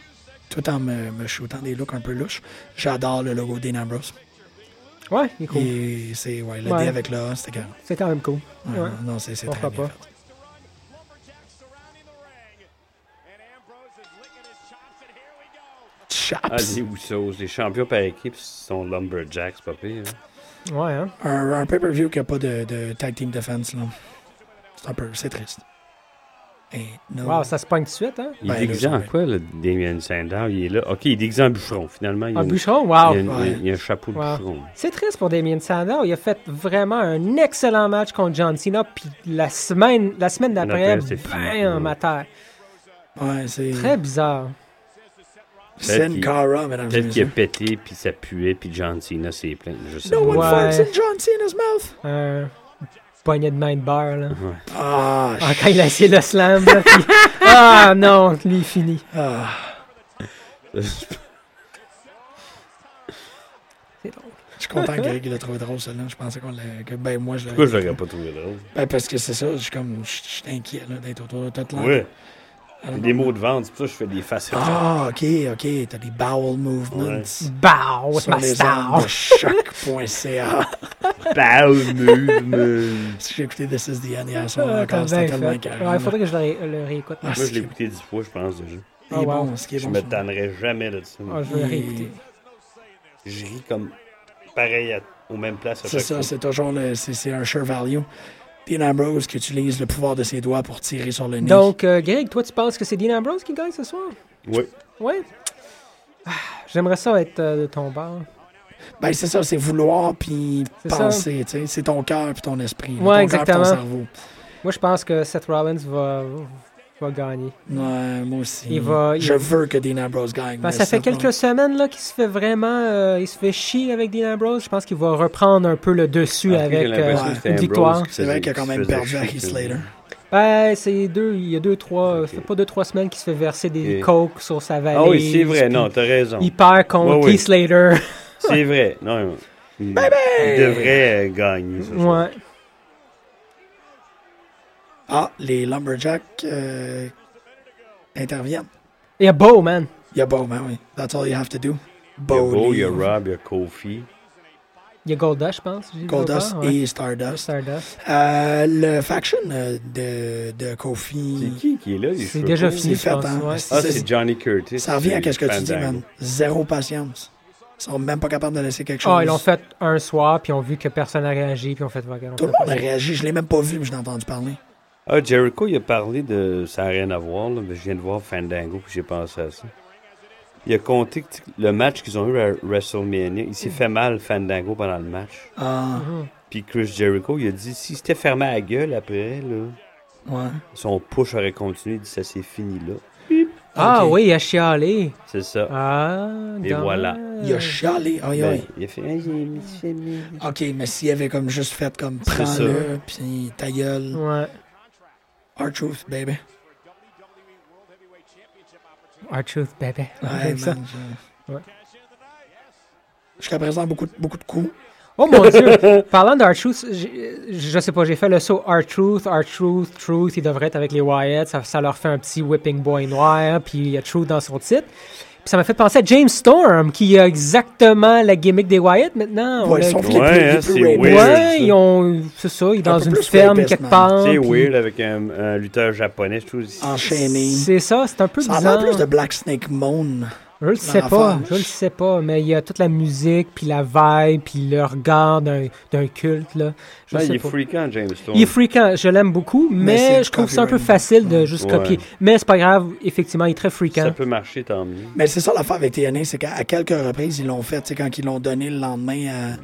Tout en me, me shootant des looks un peu louches. J'adore le logo d'In Ambrose. Ouais, il est cool. Et c'est, ouais, le Ouais. dé avec le A, c'était carré. C'est quand même cool. Ouais, Ouais. Non, c'est c'est très Pourquoi bien pas. fait. Ah, Chaps. les Usos, les champions par équipe, ce sont Lumberjacks, c'est pas pire. hein. Ouais, hein. Un, un pay-per-view qui n'a pas de, de tag team defense, là. C'est un peu, c'est triste. Et non. Wow, ça se pogne tout de suite, hein? Il Ben, est là, déguisé ça en va. quoi, le Damien Sandow? Il est là. OK, il est déguisé en bûcheron, finalement. Il y a Un une- bûcheron, il y a wow! une- Ouais. il y a un chapeau de Wow. bûcheron. C'est triste pour Damien Sandow. Il a fait vraiment un excellent match contre John Cena, puis la semaine, la semaine d'après, Après, c'est fini. bam, Ouais. à terre. Ouais, c'est. Très bizarre. Peut-être Sin qu'il- Cara, mesdames et Peut-être qu'il a messieurs. pété, puis ça puait, puis John Cena s'est plaint. Je sais No one pas. Ouais. farts in John Cena's mouth. Un poignet de main de beurre, là. Ah, Ah, quand il a essayé le slam, là, puis- Ah non, lui, il finit. ah. C'est drôle. Je suis content que Greg l'a trouvé drôle, celle-là. Je pensais qu'on l'a. que, Ben, moi, je l'ai. Pourquoi je l'aurais pas trouvé drôle? Ben, parce que c'est ça, je suis comme. Je je suis inquiet, là, d'être autour de toute la. Ouais. Des mots de vente, c'est pour ça que je fais des faces. Ah, ok, ok. T'as des bowel movements. Bow, Oh, Sur ma les star. ondes de choc.ca. Moi, Si J'ai écouté This is the End hier soir Ah, t'as encore, c'était bien tellement fait. carré. Ouais, faudrait que je le, ré- le réécoute. Ah, je l'ai écouté dix fois, je pense, Il déjà. est Ah, wow. bon, ce qui est Je bon. me ça. tannerai jamais de ça. Ah, je vais le Il- réécouter. Je ris comme pareil à- aux mêmes places à C'est chaque ça, fois. c'est toujours le, c'est, c'est un sure value. Dean Ambrose qui utilise le pouvoir de ses doigts pour tirer sur le nez. Donc, euh, Greg, toi, tu penses que c'est Dean Ambrose qui gagne ce soir? Oui. Ouais. Ah, J'aimerais ça être euh, de ton bord. ben c'est ça, c'est vouloir puis C'est ça. penser, tu sais, c'est ton cœur puis ton esprit, là, Ouais, ton cœur puis ton exactement. cerveau. Moi, je pense que Seth Rollins va, va gagner. Ouais, moi aussi. Il va- il- Je veux que Dean Ambrose gagne. Parce que mais ça fait pas- quelques semaines là qu'il se fait vraiment, euh, il se fait chier avec Dean Ambrose. Je pense qu'il va reprendre un peu le dessus avec euh, que une victoire. C'est vrai qu'il a quand même perdu à Heath Slater. Ben, c'est deux, il y a deux trois, Ok. ça fait pas deux trois semaines qu'il se fait verser des Et- coke sur sa valise. Ah oui, c'est vrai, puis non, t'as raison. Il perd contre Ouais, ouais. Heath Slater. C'est vrai, non. Il, il devrait euh, gagner. ce soir. ouais. Ah, les Lumberjacks euh, interviennent. Il y a Beau, man. Il y a Bo, ben oui. That's all you have to do. Il y a Bo, Bo, il Lee, y a Rob, il y a Kofi. Il y a Goldust, je pense. j'ai dit Goldust Goldust, ouais. et Stardust. Stardust. Euh, le faction euh, de, de Kofi. C'est qui qui est là? les C'est cheveux déjà courts? fini, C'est je pense. fait, hein. ouais. C'est- Ah, Ça, c'est Johnny Curtis. Ça revient à c'est ce que tu dis, Fandango. man. Zéro patience. Ils sont même pas capables de laisser quelque chose. Ah, ils l'ont fait un soir, puis ils ont vu que personne n'a réagi, puis ils ont fait vaguer. Tout le monde a réagi. Je l'ai même pas vu, mais je l'ai entendu parler. Ah, Jericho, il a parlé de. Ça n'a rien à voir, là, mais je viens de voir Fandango, puis j'ai pensé à ça. Il a compté que le match qu'ils ont eu à WrestleMania, il s'est fait mal, Fandango, pendant le match. Ah, Puis Chris Jericho, il a dit si c'était fermé à la gueule après, là, Mm-hmm. ouais. son push aurait continué, il dit ça c'est fini là. Ah Ok. oui, il a chialé. C'est ça. Ah, Et dommage. voilà. Il a chialé. Aïe, Ben, aïe. il a fait. Ah, j'ai mis- j'ai mis- Ok, mais s'il avait comme juste fait comme Ben. C'est prends-le, puis ta gueule. Ouais. Our truth, baby. R-Truth, bébé. Ouais, man. je- Ouais. Jusqu'à présent, beaucoup, de- beaucoup de coups. Oh mon dieu! Parlant d'R-Truth, j'ai- je sais pas, j'ai fait le saut R-Truth, R-Truth, Truth, il devrait être avec les Wyatt, ça, ça leur fait un petit whipping boy noir, puis il y a Truth dans son titre. Puis ça m'a fait penser à James Storm, qui a exactement la gimmick des Wyatt maintenant. On Ouais, a- ils sont Ouais, flippés. hein, c'est Ouais, weird, ça. ils ont. C'est ça, ils sont dans peu une plus ferme rapiste, quelque man. part. C'est puis- weird avec un, un lutteur japonais, je trouve. Ah, Enchaîné. C'est ça, c'est un peu Ça en bizarre. plus de Black Snake Moon. Je le sais Dans pas, l'enfance. je le sais pas, mais il y a toute la musique, puis la vibe, puis le regard d'un d'un culte, là. Je Non, il sais est pas. freakant, James Storm. Il est fréquent, je l'aime beaucoup, mais, c'est je trouve ça un peu copyright. facile de juste Ouais. copier. Mais c'est pas grave, effectivement, il est très fréquent. Ça peut marcher, tant mieux. Mais c'est ça l'affaire avec TNA, c'est qu'à à quelques reprises, ils l'ont fait, tu sais, quand ils l'ont donné le lendemain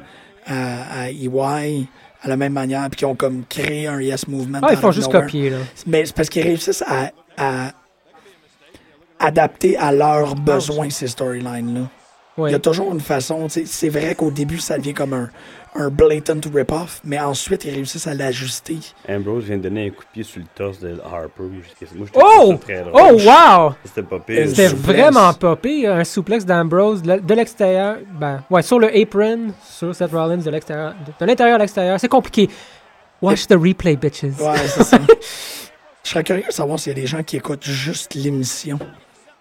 à, à, à EY, à la même manière, puis qu'ils ont comme créé un Yes Movement. Ah, ils out font of juste nowhere. copier, là. Mais c'est parce qu'ils réussissent à, à adapter à Ah, leurs besoins ces storylines-là. Il y Ouais. a toujours une façon, tu sais, c'est vrai qu'au début, ça devient comme un, un blatant rip-off, mais ensuite, ils réussissent à l'ajuster. Ambrose vient de donner un coup de pied sur le torse de Harper. Moi, je trouve Oh! ça très drôle. Oh, wow! C'était pas pire. Une C'était souplesse. vraiment popé, un souplex d'Ambrose de de l'extérieur, ben, ouais, sur le apron, sur Seth Rollins, de l'extérieur, de de l'intérieur à l'extérieur, c'est compliqué. Watch the replay, bitches. Ouais, c'est ça. Je serais curieux de savoir s'il y a des gens qui écoutent juste l'émission.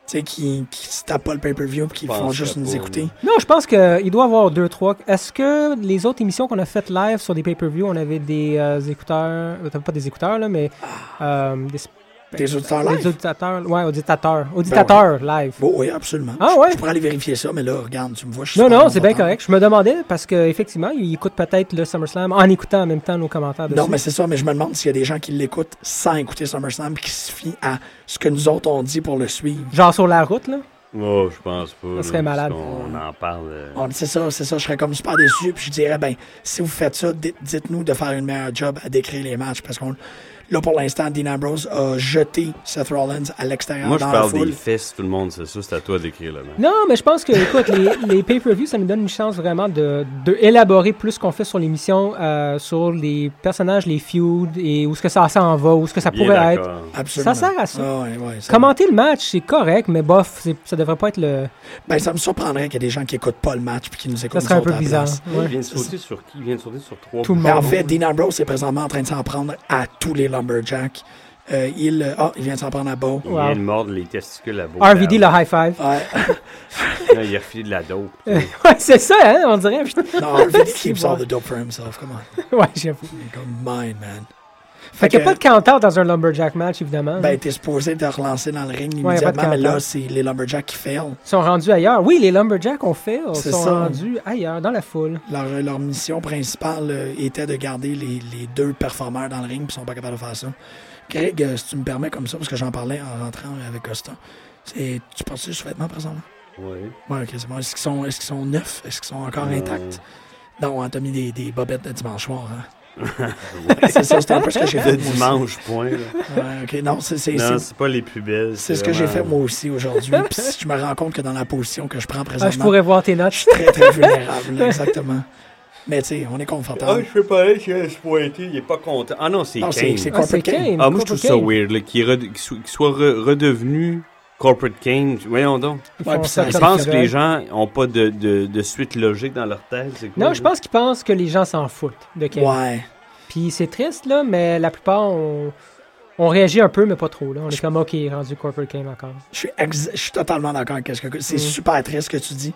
Tu sais, qui, qui se tapent pas le pay-per-view et qui Je font pense juste pas, nous mais- écouter. Non, je pense qu'il doit y avoir deux, trois. Est-ce que les autres émissions qu'on a faites live sur des pay-per-view, on avait des euh, écouteurs, euh, pas des écouteurs, là, mais euh, des, sp- Des auditeurs des Ah. live? Ben auditateurs, ouais, auditateurs, auditateurs live. Bon, oui, absolument. Ah, Je- ouais? Je, pourrais aller vérifier ça, mais là, regarde, tu me vois, je suis Non, pas non, bon c'est bien votant. correct. Je me demandais parce qu'effectivement, ils écoutent peut-être le SummerSlam en écoutant en même temps nos commentaires dessus. Non, mais c'est ça, mais je me demande s'il y a des gens qui l'écoutent sans écouter SummerSlam puis qui se fient à ce que nous autres on dit pour le suivre. Genre sur la route, là. Oh, je pense pas. là, serait parce malade. qu'on en parle. euh, On- Ah, C'est ça, c'est ça, je serais comme super déçu puis je dirais, ben, si vous faites ça, dites- dites-nous de faire une meilleure job à décrire les matchs parce qu'on. Là, pour l'instant, Dean Ambrose a jeté Seth Rollins à l'extérieur Moi, je dans la parle des foule. fesses, tout le monde, c'est ça. C'est à toi d'écrire le match. Non, mais je pense que, écoute, les, les pay-per-views, ça nous donne une chance vraiment de, de élaborer plus ce qu'on fait sur l'émission, euh, sur les personnages, les feuds, et où est-ce que ça s'en va, où est-ce que ça Bien pourrait être. d'accord. Absolument. Ça sert à ça. Ah ouais, ouais, ça- Commenter le match, c'est correct, mais bof, c'est- ça devrait pas être le. Ben, ça me surprendrait qu'il y ait des gens qui écoutent pas le match puis qui nous écoutent Ça serait un nous autres peu à la bizarre. place. Il Ouais. vient de sauter sur qui Il vient de sauter sur trois. Tout le Mais en monde. fait, Dean Ambrose est présentement en train de s'en prendre à tous les Lumberjacks. Euh, il, euh, ah, il vient de s'en prendre à Beau. Il Wow. vient de mordre les testicules à beau. RVD, le high five. Ouais. Là, il a refilé de la dope. ouais, c'est ça, hein, on dirait. putain. No, RVD C'est keeps bon. all the dope for himself. Come on. ouais, j'avoue. Comme mine, man. Fait qu'il n'y a que, pas de counter dans un Lumberjack match, évidemment. Ben, t'es supposé te relancer dans le ring Ah Ouais, y a pas de immédiatement, mais carton. là, c'est les Lumberjacks qui fail. Ils sont rendus ailleurs. Oui, les Lumberjacks ont fait, ils C'est sont ça. rendus ailleurs, dans la foule. Ah, Leur, leur mission principale euh, était de garder les, les deux performeurs dans le ring, puis ils sont pas capables de faire ça. Greg, euh, si tu me permets comme ça, parce que j'en parlais en rentrant avec Costa, c'est- tu portes-tu sous-vêtements présentement? Oui. Ouais, ok, c'est bon. Est-ce qu'ils sont, est-ce qu'ils sont neufs? Est-ce qu'ils sont encore Non. intacts? Euh. Non, hein, t'as mis des, des bobettes de dimanche soir, hein? c'est ça, c'est un peu ce que j'ai fait. De moi aussi. dimanche, point. là. Ouais, ok, non, c'est, c'est, Non, c'est- c'est pas les plus belles. c'est ce que j'ai fait vraiment- moi aussi aujourd'hui. Puis si je me rends compte que dans la position que je prends présentement, Ah, je pourrais voir tes notes. très très vulnérable, là, exactement. Mais tu sais, on est confortable. fais pas Ah, je suis pointé, il est pas content. Ah non, c'est Non, c'est, c'est Kane. Ah, corporate Kane. Ah, moi, je trouve ça Kane. weird, là, qu'il, re- qu'il soit- qu'il soit re- redevenu Corporate Kane. Voyons donc. Ils Ouais, font puis ça ça- Je comme pense que correct. les gens ont pas de, de, de suite logique dans leur tête. c'est quoi, Non, je là? pense qu'ils pensent que les gens s'en foutent de Kane. Ouais. Puis c'est triste, là, mais la plupart, on, on réagit un peu, mais pas trop. Là. On est comme, OK, rendu Corporate Kane encore. Je suis, ex- je suis totalement d'accord avec ce que c'est Mm. super triste ce que tu dis.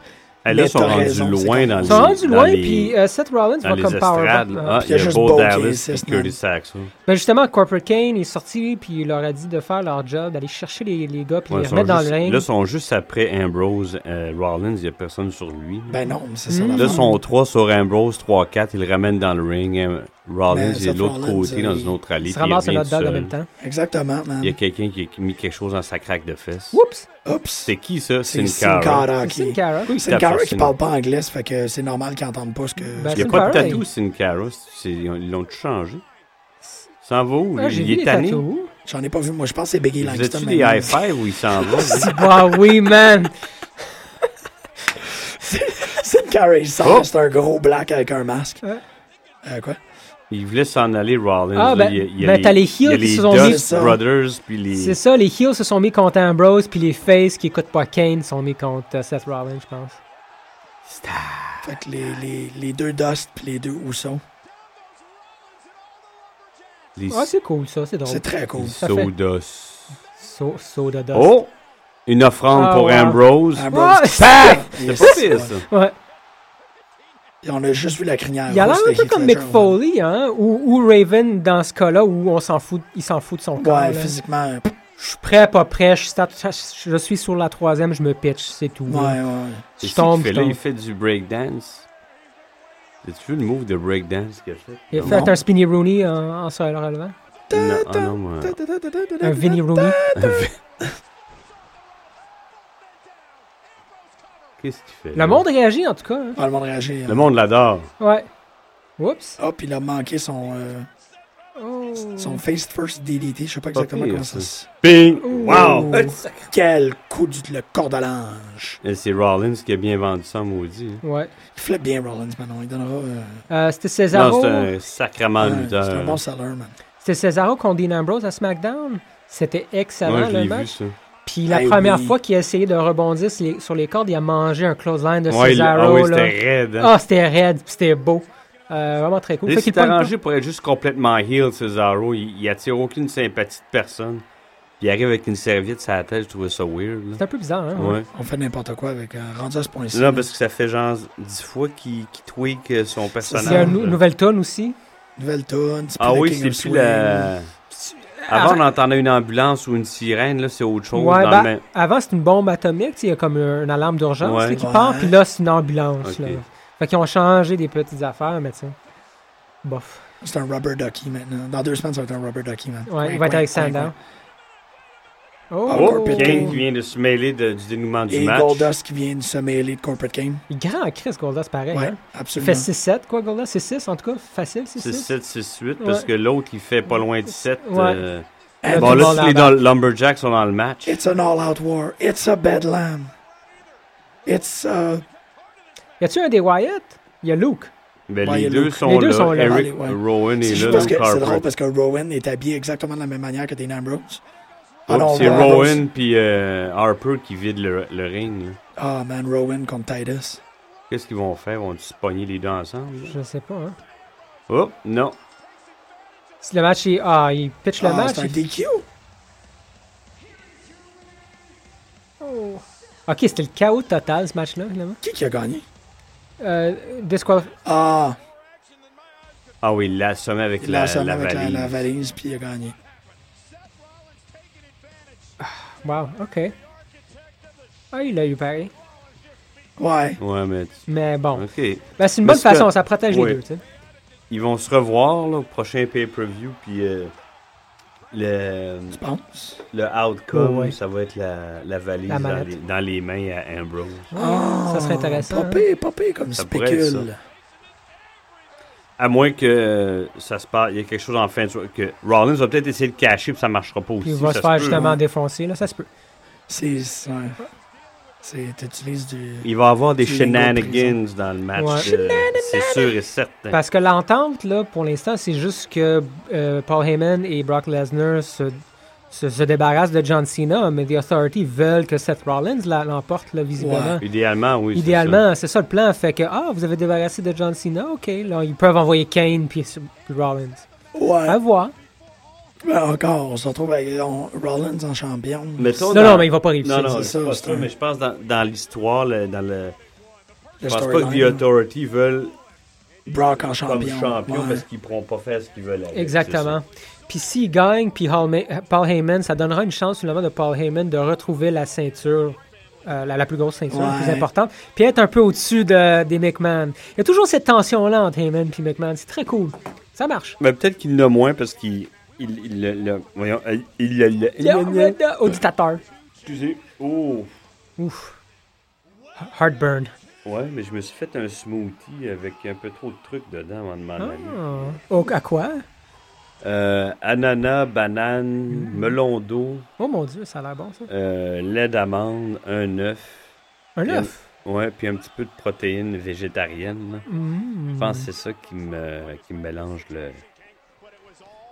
Eh, Là, Mais ils sont t'as rendus raison, c'est loin comme- dans Ils les. sont rendus dans loin, les- puis euh, Seth Rollins Dans va les comme power estrades, up, là. hein. Ah, Puis il y a juste Bo Bo qui Dallas et insiste, man. Curtis Saxon. Ben justement, Corporate Kane est sorti, puis il leur a dit de faire leur job, d'aller chercher les, les gars, puis Ouais, les ils sont remettre dans juste- le ring. Là, ils sont juste après Ambrose, euh, Rollins, il n'y a personne sur lui. Ben non, mais c'est Mm. ça. Là, ils sont 3 sur Ambrose, 3-4, ils le ramènent dans le ring. euh, Rollins Ben, il est de Seth l'autre Rollins, côté, dans il- une autre allée. ils se puis ramassent un revient hot dog tout en seul. même temps. Exactement, Il y a man. quelqu'un qui a mis quelque chose dans sa craque de fesses. Oups! Ah, Oups. C'est qui ça? C'est Sin Cara. Cara C'est une qui. carotte. Pourquoi il Sin tape sur Cara qui Sin- parle pas anglais, ça fait que c'est normal qu'il entende pas ce que. Ben, Il n'y Sin a pas Cara, de tatou, il- Sin Cara. c'est- Ils l'ont tout changé. S'en va où? Ah, lui? j'ai il vu est les tanné. tatous. J'en ai pas vu, moi je pense que c'est Biggie Vous Langston. êtes-tu des maintenant. high five ou il s'en va? lui? Ah oui, man! Sid Cara, il sort, Oh. c'est un gros black avec un masque. Ouais. Euh, quoi? Il voulait s'en aller, Rollins. Ah, là. ben- il y a- il y a ben, t'as les heels il y a qui se sont Dust mis- C'est ça. Brothers, puis les... C'est ça, les heels se sont mis contre Ambrose, puis les faces qui écoutent pas Kane sont mis contre euh, Seth Rollins, je pense. Fait que les, les, les deux Dust puis les deux Ousso. les Ah, c'est cool ça, c'est drôle. C'est très cool. Ça fait- Sodas. So- soda dust. Oh! Une offrande Ah, pour ouais. Ambrose. Ambrose. Ouais, Pac! Yes. C'est pas pire, ça. Ouais. Et on a juste vu la crinière. Il a l'air rousse un de peu Heath comme Ledger, Mick Foley, hein, ou, ou Raven dans ce cas-là où on s'en fout, il s'en fout de son Ouais, corps. ouais là. physiquement. euh, Je suis prêt, pas prêt, je, start- je suis sur la troisième, je me pitch, c'est tout. Ouais, ouais. ouais. C'est Je ça qu'il tombe, fait je là, tombe. il fait du breakdance. As-tu vu le move de breakdance qu'il a fait? Il a Non. fait Non. un Spinny Rooney en, en se relevant. Non, ah non, moi. Un Vinny Rooney. Qu'est-ce qu'il fait? Le là? monde réagit en tout cas. hein. Ah, le monde réagit. Le monde l'adore. Ouais. Oups. Hop, il a manqué son, euh, Oh. son face first DDT. Je sais pas Pas exactement pire, comment ça ça. se. Oh. Ping! Ouh. Wow! Quel coup du le corps de l'ange. Et Eh, C'est Rollins qui a bien vendu ça, maudit. hein. Ouais. Il flippe bien Rollins maintenant. Il donnera. euh, Euh, C'était Non, Cesaro. Ah, c'est un sacrement un- lutteur. c'est un bon hein. seller, man. C'était Cesaro contre Dean Ambrose à SmackDown. C'était excellent Moi, je le l'ai vu, match. ça. Puis la Hey, première oui. fois qu'il a essayé de rebondir sur les, sur les cordes, il a mangé un clothesline de Ouais, il- Cesaro. ah oui, là. c'était raide. hein. Ah, c'était raide, puis c'était beau. Euh, vraiment très cool. Il Fait s'est qu'il pogne pas- arrangé pour être juste complètement heal, Cesaro. Il, il attire aucune sympathie de personne. Puis il arrive avec une serviette sur la tête, je trouvais ça weird. là. C'est un peu bizarre, hein? Ouais. On fait n'importe quoi avec un rendu à ce point-ci. Non, parce que ça fait genre dix fois qu'il qu'il tweak euh, son personnage. Il y a une nou- là. nouvelle tonne aussi. Nouvelle tonne, petit peu Ah de oui, King c'est of plus Swing. la. Avant, on entendait une ambulance ou une sirène, là, c'est autre chose. Ah, Ouais, dans ben, le même- Avant, c'était une bombe atomique, tu sais, il y a comme une alarme d'urgence Ouais. là, qui Ouais. part, puis là, c'est une ambulance. Ok. là. Fait qu'ils ont changé des petites affaires, mais tu sais. Bof. C'est un rubber ducky maintenant. Dans deux semaines, ça va être un rubber ducky maintenant. Ouais, il va être avec Sandow. Oh, Ah, Oh! Corporate Kane King. qui vient de se mêler de- du dénouement du Et match. Goldust qui vient de se mêler de Corporate Game. Il est grand en Chris Goldust, pareil. Ouais, hein. Il absolument. fait 6-7, quoi, Goldust? C'est 6 en tout cas, facile, c'est C'est 6. 7, 6, 8, parce Ouais. que l'autre, il fait pas loin de 7. Ouais. euh, Là, Bon, tout le là, monde tous les l'embarque. Lum- Lumberjacks sont dans le match. It's an all-out war. It's a bedlam. It's uh, a... Y a-tu un des Wyatt? Y a Luke. Ben, Ouais, les, et deux Luke. sont, Les deux là. sont là. Eric Allez, ouais. Rowan C'est est, juste là. parce Luke que c'est Harper. drôle parce que Rowan est habillé exactement de la même manière que Dean Ambrose. Oh, non, c'est Rowan. Rowan puis euh, Harper qui vident le, le ring. là. Ah, man, Rowan contre Titus. Qu'est-ce qu'ils vont faire? Vont-ils se pogner les deux ensemble? là? Je sais pas, hein. Oh, non. Si le match est. Ah, il pitch le Ah, match. c'est un il- DQ. Oh. Ok, c'était le chaos total ce match-là, finalement. Qui qui a gagné? Euh, disqualif- Ah, Ah oui, il l'a assommé avec il la, l'a assommé la avec la- valise. la valise, puis il a gagné. Wow, ok. Ah, il l'a eu pareil. Ouais. Ouais, mais... tu- Mais bon. OK. Ben, c'est une Mais bonne c'est façon, que- ça protège Oui. les deux, tu sais. Ils vont se revoir là, au prochain pay-per-view, puis euh, le, Tu penses? le outcome, Ouais, ouais. ça va être la, la valise La dans, mallette. les, dans les mains à Ambrose. Ah, ça serait intéressant. hein. Popé, popé comme Ça pourrait être spécule. À moins que euh, ça se passe, il y a quelque chose en fin de soirée, que Rollins va peut-être essayer de cacher, puis ça marchera pas aussi. Puis il va ça se faire peut, justement hein. défoncer, là, ça se peut. C'est. c'est- ouais. C'est. T'utilises du. Il va avoir des Tu les gars shenanigans dans le match. Ouais. euh, c'est sûr et certain. Parce que l'entente, là, pour l'instant, c'est juste que euh, Paul Heyman et Brock Lesnar se, se, se débarrassent de John Cena, mais The Authority veulent que Seth Rollins la- l'emporte, là, visiblement. Idéalement, oui. c'est ça. Idéalement, c'est ça le plan. Fait que, ah, vous avez débarrassé de John Cena, ok. Là, ils peuvent envoyer Kane puis, puis Rollins. Ouais. À voir. Ben, encore, on se retrouve avec on- Rollins en champion. Mettons Non, dans- non, mais il va pas réussir. Non, non, c'est c'est ça, pas c'est ça, un- mais je pense dans, dans l'histoire, le- dans le. Le Je pense pas que The storyline, Authority veulent Brock en comme champion. champion ouais. parce qu'ils pourront pas faire ce qu'ils veulent. avec, Exactement. Puis s'il gagne, puis Hallma- Paul Heyman, ça donnera une chance finalement de Paul Heyman de retrouver la ceinture, euh, la, la plus grosse ceinture, la plus Ouais. importante, puis être un peu au-dessus de, des McMahon. Il y a toujours cette tension-là entre Heyman et McMahon. C'est très cool. Ça marche. c'est ça. Mais peut-être qu'il l'a moins parce qu'il. Il, il, le- le- voyons, euh, il, le- le- il, le- le- Auditateur. Excusez. Oh. Ouf. Heartburn. Ouais, mais je me suis fait un smoothie avec un peu trop de trucs dedans avant de m'en aller. Ah. Oh, à quoi? Euh, ananas, banane, Mm-hmm. melon d'eau, Oh mon dieu, ça a l'air bon ça. euh, lait d'amande, un œuf. Un Puis œuf. Ouais, puis un petit peu de protéines végétariennes. là. Mm. Je pense que c'est ça qui me, qui me mélange le.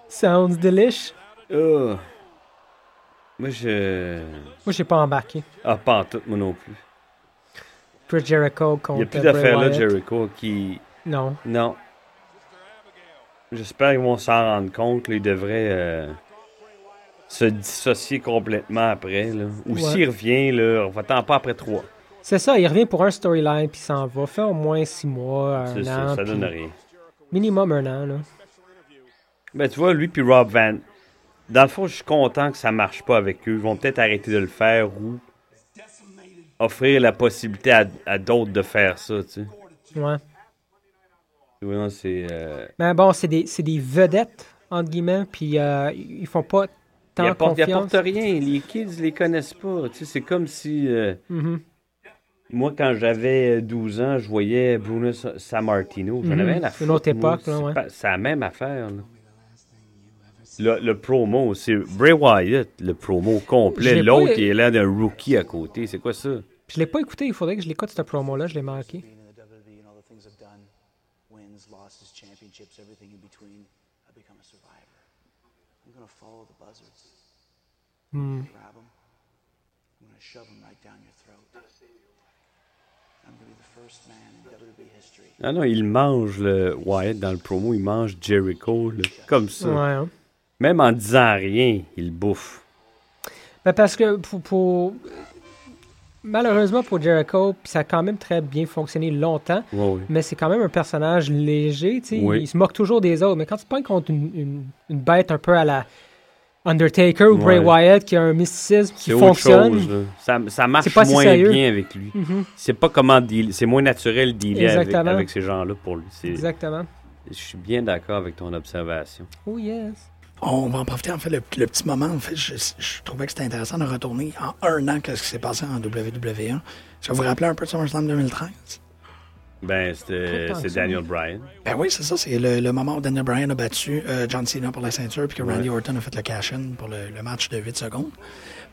Sounds delish. Ah. Moi, je. Moi, j'ai pas embarqué. Ah, pas en tout, moi non plus. Chris Jericho Il contre. n'y a plus Bray d'affaires là, Wyatt. Jericho, qui. Non. Non. J'espère qu'ils vont s'en rendre compte. là, ils devraient euh, se dissocier complètement après. Là. Ou Ouais. s'il revient, là, on va attendre pas après trois. C'est ça, il revient pour un storyline puis s'en va. Fait au moins six mois, un C'est an. ça, ça puis donne rien. Minimum un an, là. Ben, tu vois, lui puis Rob Van. Dans le fond, je suis content que ça marche pas avec eux. Ils vont peut-être arrêter de le faire ou offrir la possibilité à, à d'autres de faire ça, tu sais. Ouais. Ouais, non, c'est. euh, Mais bon, c'est des, c'est des vedettes, entre guillemets, puis euh, ils font pas Ils tant apportent, ils confiance. apportent rien. Les kids les connaissent pas. Tu sais, c'est comme si. euh, Mhm. Moi, quand j'avais 12 ans, je voyais Bruno Sa- Sammartino. J'en Mhm. avais la Une autre époque, là, ouais. C'est la même affaire. là. Le, le promo, c'est Bray Wyatt, le promo Je l'ai complet. pas L'autre, eu- il est là d'un rookie à côté. C'est quoi ça? Je l'ai pas écouté, il faudrait que je l'écoute, cette promo-là, je l'ai marqué. being in the WWE and all the things I've done, wins, losses, championships, everything in between, I become a survivor. I'm gonna follow the buzzards. Hmm. Grab 'em. I'm gonna shove 'em right down your throat. I'm going to be the first man in WWE history. Ah non, il mange le Wyatt dans le promo, il mange Jericho, là, comme ça. Ouais, hein. Même en disant rien, il bouffe. Ben, parce que pour, pour- malheureusement pour Jericho, pis ça a quand même très bien fonctionné longtemps, Ouais, ouais. mais c'est quand même un personnage léger. tu sais, Oui. Il se moque toujours des autres, mais quand tu prends contre une, une- une bête un peu à la Undertaker ou Bray Ouais. Wyatt qui a un mysticisme qui C'est autre fonctionne, chose. là. Ça, ça marche C'est pas si moins sérieux. Mm-hmm. bien avec lui. C'est pas comment deal- c'est moins naturel dealer avec, Exactement. avec ces gens-là pour lui. C'est- exactement. Je suis bien d'accord avec ton observation. Oh yes. Oh, On va en profiter, en fait, le, le petit moment. En fait, je, je trouvais que c'était intéressant de retourner en un an qu'est-ce qui s'est passé en WWE. Est-ce que vous vous rappelez un peu de SummerSlam 2013? Ben, c'était- Pas tant que c'est ça. Daniel Bryan. Ben oui, c'est ça. C'est le, le moment où Daniel Bryan a battu euh, John Cena pour la ceinture, puis que Randy Orton a fait le cash-in pour le, le match de 8 secondes.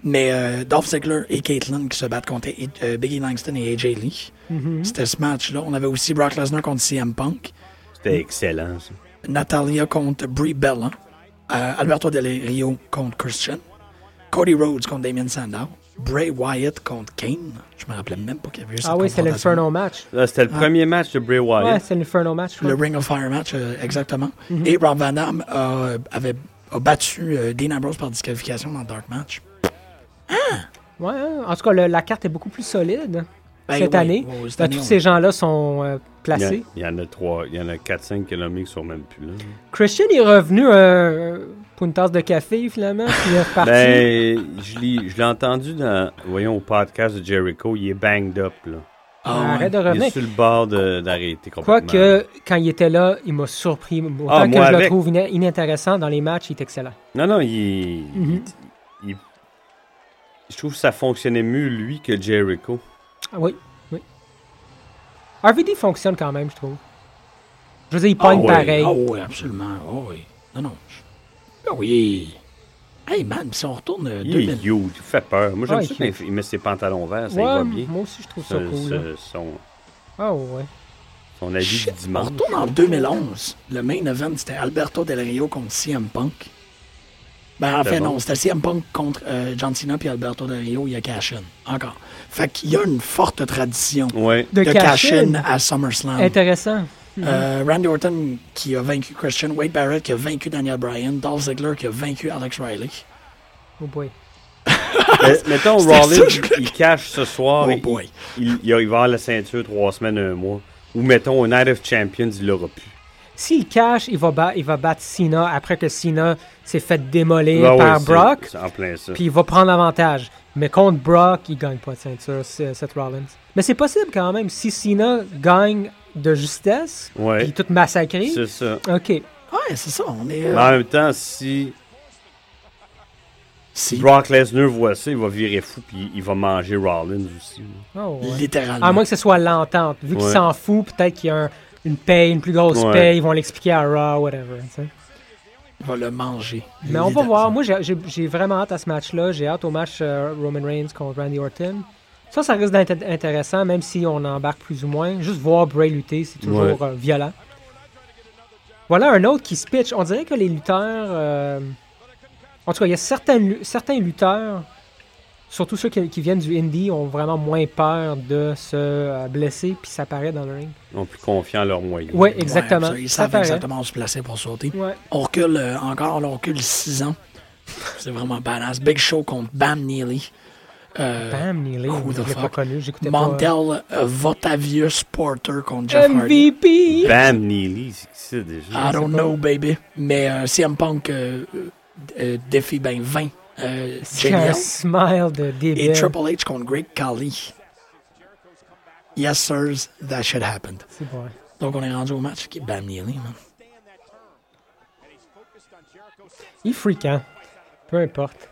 Mais euh, Dolph Ziggler et Caitlyn qui se battent contre euh, Biggie Langston et AJ Lee. Mm-hmm. C'était ce match-là. On avait aussi Brock Lesnar contre CM Punk. Mm. C'était excellent, ça. Natalia contre Brie Bella, euh, Alberto Del Rio contre Christian, Cody Rhodes contre Damien Sandow, Bray Wyatt contre Kane. Je me rappelais même pas qu'il y avait eu cette Ah oui, c'est confrontation. l'Inferno match. Là, Ah, C'était le premier match de Bray Wyatt. Ah. Ouais, c'est l'Inferno match. Le ouais. Mm-hmm. Ring of Fire match, euh, exactement. Et Rob Van Damme a, avait, a battu euh, Dean Ambrose par disqualification dans le Dark Match. Ouais, hein. en tout cas, le- la carte est beaucoup plus solide Ben cette oui, année. oui, oui, cette Ben, année, tous on- ces gens-là sont euh, Il y, a- placés. il y en a trois, il y en a 4-5 économiques qui sont même plus là. Christian est revenu euh, pour une tasse de café, finalement, puis il est reparti. Ben, je l'ai je l'ai entendu dans, voyons, au podcast de Jericho, il est banged up, là. Ah, ouais. Arrête de Il est revenir. sur le bord de- d'arrêter complètement. Quoique, quand il était là, il m'a surpris. Autant Ah, que moi je le avec. trouve ina- inintéressant dans les matchs, il est excellent. Non, non, il, Mhm. il- il- Je trouve que ça fonctionnait mieux, lui, que Jericho. Ah oui, oui. RVD fonctionne quand même, je trouve. Je veux dire, il pogne oui. pareil. Ah oui, absolument. Ah oui. Non, non. Ah oui. Hey man, si on retourne euh, Il est 2000 huge, il fait peur. Moi, j'aime Ouais, ça Ah, il est qu'il met ses pantalons verts, ça lui Ouais, va bien. Euh, moi aussi, je trouve ça Ce- cool. hein. là. ce- son, Ah ouais. son habit du Shit, On dimanche. retourne en 2011. Le main event, c'était Alberto Del Rio contre CM Punk. Ben, en C'était fait, bon. non, c'était CM Punk contre euh, John Cena puis Alberto Del Rio, il y a cash Encore. Fait qu'il y a une forte tradition Ouais. De de cash cash-in à SummerSlam. Intéressant. Euh, Randy Orton qui a vaincu Christian, Wade Barrett qui a vaincu Daniel Bryan, Dolph Ziggler qui a vaincu Alex Riley. Oh boy. Mais- Mettons, C'était ça, Rollins, je voulais- il cache ce soir. Oh il- boy. il, il, il va avoir la ceinture trois semaines, un mois. Ou mettons, un Night of Champions, il l'aura plus. S'il cache, il va, ba- il va battre Cena après que Cena s'est fait démolir Ah ouais, par c'est- Brock. c'est en plein ça. Puis il va prendre l'avantage. Mais contre Brock, il gagne pas de ceinture, c'est- Seth Rollins. Mais c'est possible quand même. Si Cena gagne de justesse, Ouais. puis tout massacré, C'est ça. ok. Ouais, c'est ça, on est. Mais euh, en même temps, si si, Brock Lesnar voit ça, il va virer fou puis il va manger Rollins aussi. là. Oh, ouais. littéralement. À moins que ce soit l'entente. Vu qu'il Ouais. s'en fout, peut-être qu'il y a un- une paye, une plus grosse Ouais. paye, ils vont l'expliquer à Raw, whatever. tu sais. Il va le manger. Mais on va Littéralement. voir. Moi, j'ai- j'ai j'ai vraiment hâte à ce match-là. J'ai hâte au match euh, Roman Reigns contre Randy Orton. Ça, ça risque d'être int- intéressant, même si on embarque plus ou moins. Juste voir Bray lutter, c'est toujours Ouais. euh, violent. Voilà un autre qui se pitch. On dirait que les lutteurs. euh, En tout cas, il y a certaines, lu- certains lutteurs, surtout ceux qui, qui viennent du indie, ont vraiment moins peur de se euh, blesser, puis ça paraît dans le ring. Ils sont plus confiants en leurs moyens. Ouais, Ouais, exactement. ça, ils ça savent paraît. exactement où se placer pour sauter. Ouais. On recule euh, encore, là, on recule 6 ans. C'est vraiment badass. Big Show contre Bam Neely. Euh, Bam, Neely, who the je l'ai pas fuck? connu, j'écoutais pas. Montel euh, Votavius Porter contre Jeff Hardy. MVP! Bam Neely, c'est qui ça déjà? I don't know, baby. Mais euh, CM Punk euh, euh, défie ben 20. Euh, C'est un JBL. smile de Et débile. Triple H contre Greg Khali. Yes, sirs, that shit happened. C'est bon. Donc, on est rendu au match qui est Bam Neely, man. Il est fréquent. Peu importe.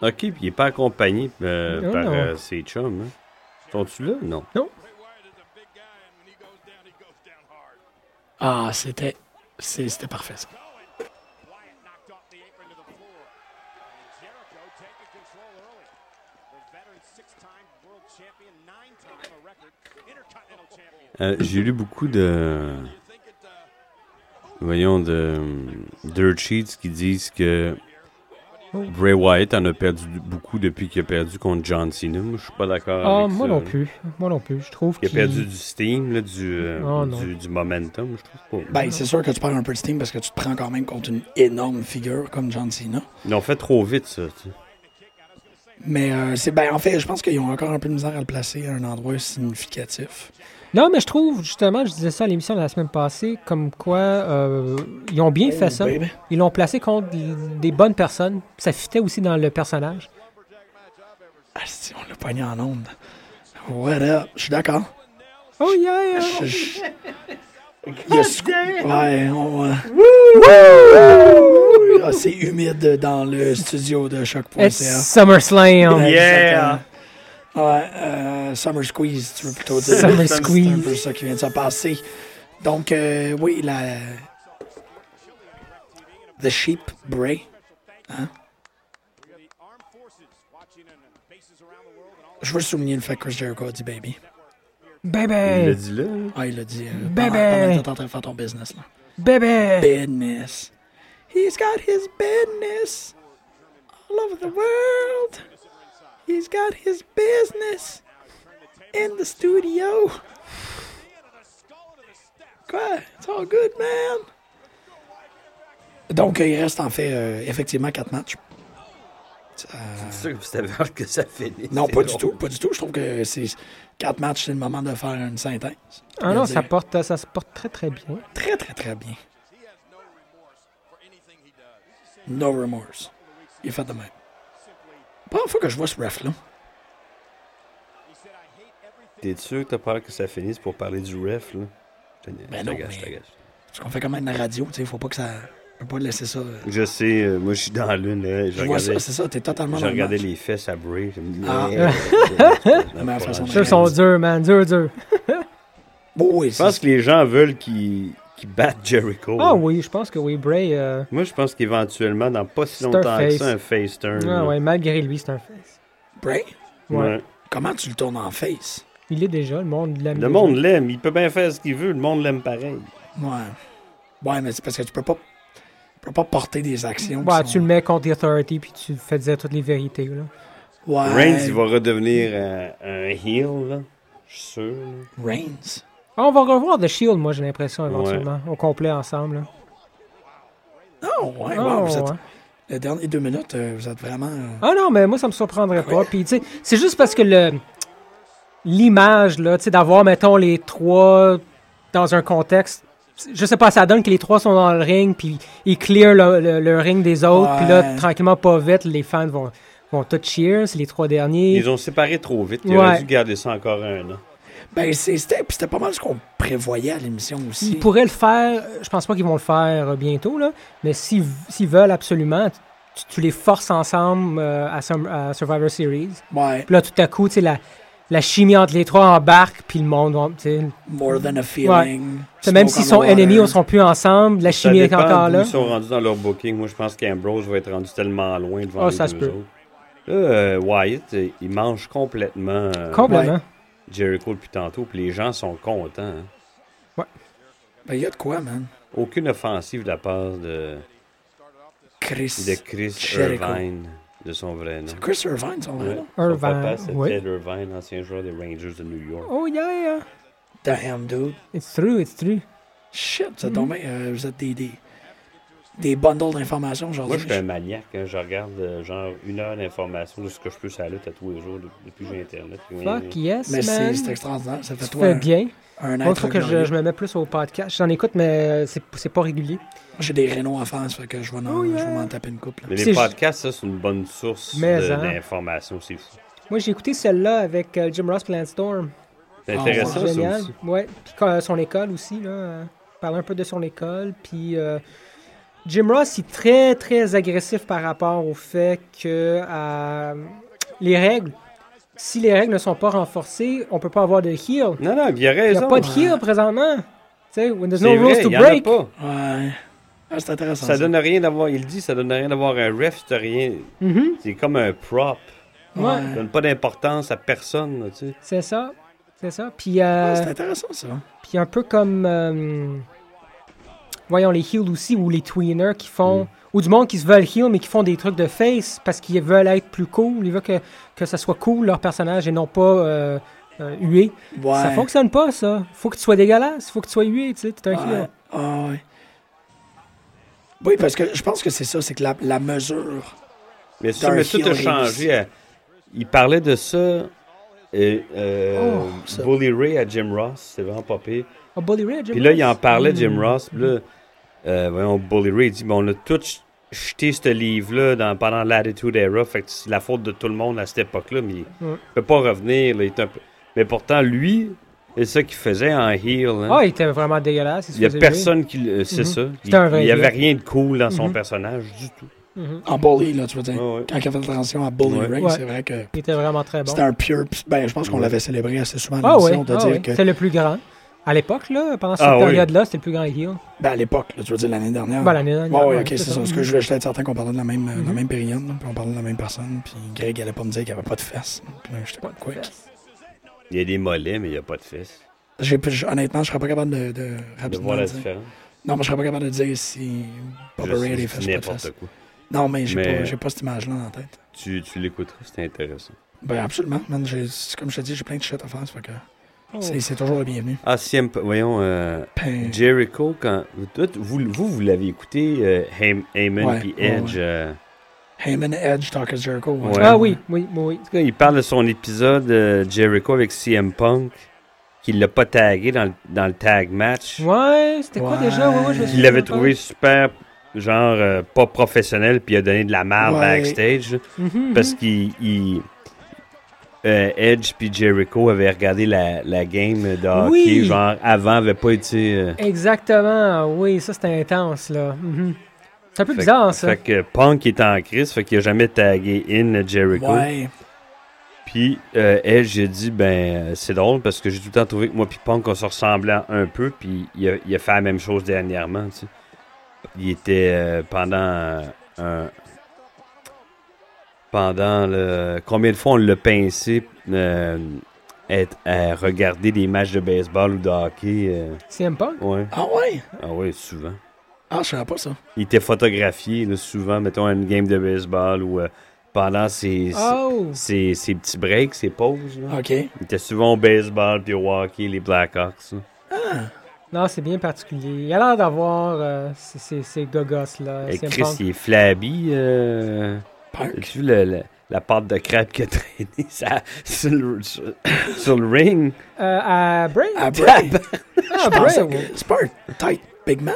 Ok, puis il est pas accompagné euh, Non, par non. euh, ses chums. Hein. Sont-tu là? Non. Non? Ah, c'était. c'est- C'était parfait, ça. Euh, J'ai lu beaucoup de. Voyons, de. Dirt Sheets qui disent que Bray Wyatt en a perdu beaucoup depuis qu'il a perdu contre John Cena. Moi, je suis pas d'accord Ah, avec moi ça, non là. plus. Moi non plus. Je trouve Il a qu'il perdu du steam, là, du, euh, Oh, non. du, du momentum, je trouve pas. Ben, c'est sûr que tu perds un peu de steam parce que tu te prends quand même contre une énorme figure comme John Cena. Ils l'ont fait trop vite, ça. tu sais. Mais euh, c'est ben, en fait, je pense qu'ils ont encore un peu de misère à le placer à un endroit significatif. Non, mais je trouve, justement, je disais ça à l'émission de la semaine passée, comme quoi euh, ils ont bien fait ça. Oh, baby. Ils l'ont placé contre des bonnes personnes. Ça fitait aussi dans le personnage. Ah, si, on l'a pogné en onde. What up? Je suis d'accord. Oh yeah! Je- je- Il y a squ- Ouais, on, euh, Ah, c'est humide dans le studio de It's choc.ca. SummerSlam! Ouais, Yeah. exactement. Ouais, euh, Summer Squeeze, tu veux plutôt dire. Summer C'est un- Squeeze. C'est un peu ça qui vient de se passer. Donc, euh, oui, la. The Sheep Bray. Hein? Je veux souligner le fait que Chris Jericho a dit baby. Il l'a Bébé! dit là. là. Ah, il a dit. Euh, Baby. pendant- pendant que t'es en train de faire ton business, là. Bébé! Business. He's got his business all over the world. He's got his business in the studio. Quoi? It's all good, man. Donc, euh, il reste en fait euh, effectivement quatre matchs. Euh, C'est sûr que c'était hâte que ça finisse. Non, c'est pas du drôle. tout, pas du tout. Je trouve que c'est quatre matchs, c'est le moment de faire une synthèse. Ah non, Je ça, veux dire, porte, ça se porte très très bien. très très très bien. No remorse. Il est fait de même. Première fois que je vois ce ref là. T'es sûr que t'as peur que ça finisse pour parler du ref, là? Je te niaise, Ben je te non, gâche, je te mais- gâche. Parce qu'on fait quand même de la radio, tu sais, faut pas que ça. Faut pas laisser ça. euh, Je sais, euh, moi, je suis dans la lune, là. Je Je vois ça, regardais, c'est ça, t'es totalement j'ai dans le regardé match. les fesses à Bray. je me dis, Ah. merde, c'est pas Mais à façon grave. Ceux sont durs, man. Durs, durs. Bon, oui, Je pense c'est que les gens veulent qu'ils qu'ils battent Jericho. Ah oui, je pense que oui, Bray. euh, Moi, je pense qu'éventuellement, dans pas si C'est un longtemps que face. ça, un face turn. Ah là. ouais, malgré lui, c'est un face. Bray, Ouais. Ouais. comment tu le tournes en face? Il est déjà, le monde l'aime. Le monde l'aime, il peut bien faire ce qu'il veut, le monde l'aime pareil. Ouais. Ouais, mais c'est parce que tu peux pas. Tu peux pas porter des actions. qui Ouais, sont- tu le mets contre The Authority puis tu fais dire toutes les vérités. Là. Ouais. Reigns, il va redevenir euh, un heel, là. Je suis sûr. là. Reigns. Ah, on va revoir The Shield, moi, j'ai l'impression, éventuellement, au complet ensemble. là. Oh, ouais, Ah, wow, vous ouais. êtes- Les dernières deux minutes, euh, vous êtes vraiment. euh, Ah non, mais moi, ça me surprendrait pas. Puis, tu sais, c'est juste parce que le l'image, là, tu sais, d'avoir, mettons, les trois dans un contexte. Je sais pas, ça donne que les trois sont dans le ring, puis ils clear le, le- le ring des autres, puis Ouais. là, tranquillement, pas vite, les fans vont, vont tout cheer, c'est les trois derniers. Ils ont séparé trop vite. Ils Ouais. auraient dû garder ça encore un an. Ben, c'est- c'était puis c'était pas mal ce qu'on prévoyait à l'émission aussi. Ils pourraient le faire, euh, je pense pas qu'ils vont le faire euh, bientôt, là, mais s'ils v- s'ils veulent absolument, tu, tu les forces ensemble euh, à, Sum- à Survivor Series. Ouais, Puis là, tout à coup, tu sais, la, la chimie entre les trois embarque, puis le monde, va- tu sais, tu more than a feeling. sais, même Smoke s'ils on sont water. ennemis, on seront plus ensemble, la Ça chimie est dépend encore d'où là. Ils sont rendus dans leur booking. Moi, je pense qu'Ambrose va être rendu tellement loin devant Ah, les ça deux se peut. autres. Là, euh, Wyatt, euh, il mange complètement euh, Complètement. Jericho depuis tantôt, puis les gens sont contents. hein. Ben, y a de quoi, man. Aucune offensive de la part de, Chris. de Chris Jericho. Irvine, de son vrai nom. Chris Irvine, son vrai Ouais. nom? Son papa, Irvine, c'est oui. Ted Irvine, ancien joueur des Rangers de New York. Oh yeah, Damn, dude. it's true, it's true. Shit, vous êtes Mm-hmm. donc bien, euh, vous êtes des, des, des bundles d'informations Moi, aujourd'hui. je suis un maniaque. hein. Je regarde euh, genre une heure d'informations de ce que je peux sur la lutte à tous les jours de- depuis que j'ai Internet. Puis, ouais, Fuck yes, Mais c'est man. c'est extraordinaire, ça fait Tu toi hein. fais un, bien. Moi, un il être faut que je, glorieux. je me mets plus au podcast. J'en écoute, mais c'est c'est pas régulier. J'ai des rénaux en face, fait que je vais m'en Oh, yeah. je vais m'en taper une coupe. là. Mais C'est les ju- podcasts, ça, c'est une bonne source Mais, de- hein. d'informations. C'est fou. Moi, j'ai écouté celle-là avec euh, Jim Ross Plantstorm. C'est Ah, intéressant, ouais. ça Génial. aussi. Ouais. Puis quand- euh, son école aussi, là. euh, parler un peu de son école. Puis euh, Jim Ross, il est très, très agressif par rapport au fait que euh, les règles, si les règles ne sont pas renforcées, on peut pas avoir de heel. Non, non, il y a Il n'y a raison. pas de heel présentement. Tu sais, when there's C'est no vrai, rules to il y en a break. pas. Ouais. Ah, c'est intéressant. Ça ça. donne rien d'avoir, il dit, ça donne rien d'avoir un ref, c'est rien. Mhm. C'est comme un prop. Ouais, Ça donne pas d'importance à personne, là, tu sais. c'est ça. C'est ça. Puis, euh, Ah, c'est intéressant, ça. puis un peu comme. euh, voyons, les heels aussi, ou les tweeners qui font, ou du monde qui se veulent heel, mais qui font des trucs de face parce qu'ils veulent être plus cool, ils veulent que, que ça soit cool, leur personnage, et non pas euh, euh, hué. Ouais. Ça fonctionne pas, ça. Faut que tu sois dégueulasse, faut que tu sois hué, tu sais, t'es un heel. Ouais, Ah, ouais. Oui, parce que je pense que c'est ça, c'est que la, la mesure. Mais ça, mais tout Dark a Heels. changé. à- Il parlait de ça. Et, euh, Oh, ça. Bully Ray à Jim Ross, c'est vraiment pas pire. Ah, Bully Ray, Jim Puis là, Ross. Mm. il en parlait, Jim Ross. Puis là, euh, voyons, Bully Ray, il dit bon, on a tout ch- jeté ce livre-là dans- pendant l'Attitude Era. Fait que c'est la faute de tout le monde à cette époque-là. Mais il Ouais. peut pas revenir. là, il est un peu- Mais pourtant, lui, c'est ça qu'il faisait en heel. hein. Ah, il était vraiment dégueulasse. se Il y a faisait personne qui. le- C'est Mhm. ça. C'était un vrai Il n'y avait gars. rien de cool dans son Mhm. personnage du tout. huer. Mhm. En bully, là, tu veux dire. Ouais, ouais. Quand il a fait attention à Bully Ouais. Ray, Ouais. c'est vrai que Il était vraiment très bon. c'était un pure. Ben, je pense qu'on Ouais. l'avait célébré assez souvent à Ah ouais, l'émission de ah dire ouais. que. c'était le plus grand. À l'époque, là, pendant cette Ah oui. période-là, c'était le plus grand heel. Ben, à l'époque, là, tu veux dire l'année dernière. Ben, l'année dernière, Ah. Ouais, ouais, ouais, ok, c'est c'est ça. ça. Parce que je voulais juste être certain qu'on parlait de la même, euh, de la Mhm. même période, là, puis on parlait de la même personne, puis Greg allait pas me dire qu'il n'y avait pas de fesses. Puis là, Mm-hmm. j'étais comme, quoi? Il y a des mollets, mais il n'y a pas de fesses. J'ai- je- honnêtement, je serais pas capable de, de De rapidement voir la dire. différence. Non, mais je serais pas capable de dire si Bob Je Ray a sais, des fesses, c'est pas de fesses. n'importe quoi. Non, mais j'ai Mais- pas, j'ai pas cette image-là dans la tête. Tu, tu l'écouteras, c'est intéressant. Ben, absolument, man. J'ai- c'est Comme je te dis, j'ai plein de shit à faire, ça fait que Oh. c'est c'est toujours le bienvenu. Ah, CM, voyons, euh, Ben, Jericho, quand. Vous, vous, vous, vous l'avez écouté, euh, Hey- Heyman Ouais, puis ouais, Edge. euh, Heyman Edge, Talkers Jericho. ouais. Ouais. Ah oui, oui, oui. oui. en tout cas, il parle de son épisode euh, Jericho avec CM Punk, qu'il l'a pas tagué dans le, dans le tag match. Ouais, c'était quoi Ouais. déjà? Ouais, ouais, je me Il Il souviens l'avait pas. trouvé super, genre, euh, pas professionnel, puis il a donné de la merde Ouais. Mm-hmm, backstage. Mhm, Parce qu'il. il- euh, Edge puis Jericho avaient regardé la, la game de hockey, Oui. genre avant, avait pas été. euh, mhm. Exactement, oui, ça c'était intense, là. Mhm. C'est un peu Fait- bizarre, ça. Fait que Punk est en crise, fait qu'il a jamais tagué in Jericho. Ouais. Puis euh, elle, j'ai dit, ben euh, c'est drôle parce que j'ai tout le temps trouvé que moi puis Punk on se ressemblait un peu, puis il a, il a fait la même chose dernièrement. tu sais. Il était euh, pendant euh, un- pendant le combien de fois on l'a pincé euh, être à regarder des matchs de baseball ou de hockey. euh, CM Punk? ouais, Ah ouais? ah ouais, souvent. Ah, je savais pas ça. Il était photographié là, souvent, mettons, à une game de baseball ou euh, pendant ses, Oh! ses, ses- ses petits breaks, ses pauses. là. Ok. Il était souvent au baseball puis au hockey, les Blackhawks. là. Ah, Non, c'est bien particulier. Il a l'air d'avoir euh, ces- ces ces gogos-là, Et CM Chris, Punk. il est flabby. euh, Punk. As-tu vu le- le- la pâte de crabe qu'il a traînée ça- sur, le, sur, sur le ring? Euh, à Bray? Ah, Bray. Ah, Je pensais Bray, ouais. que- C'est pas un tight big man.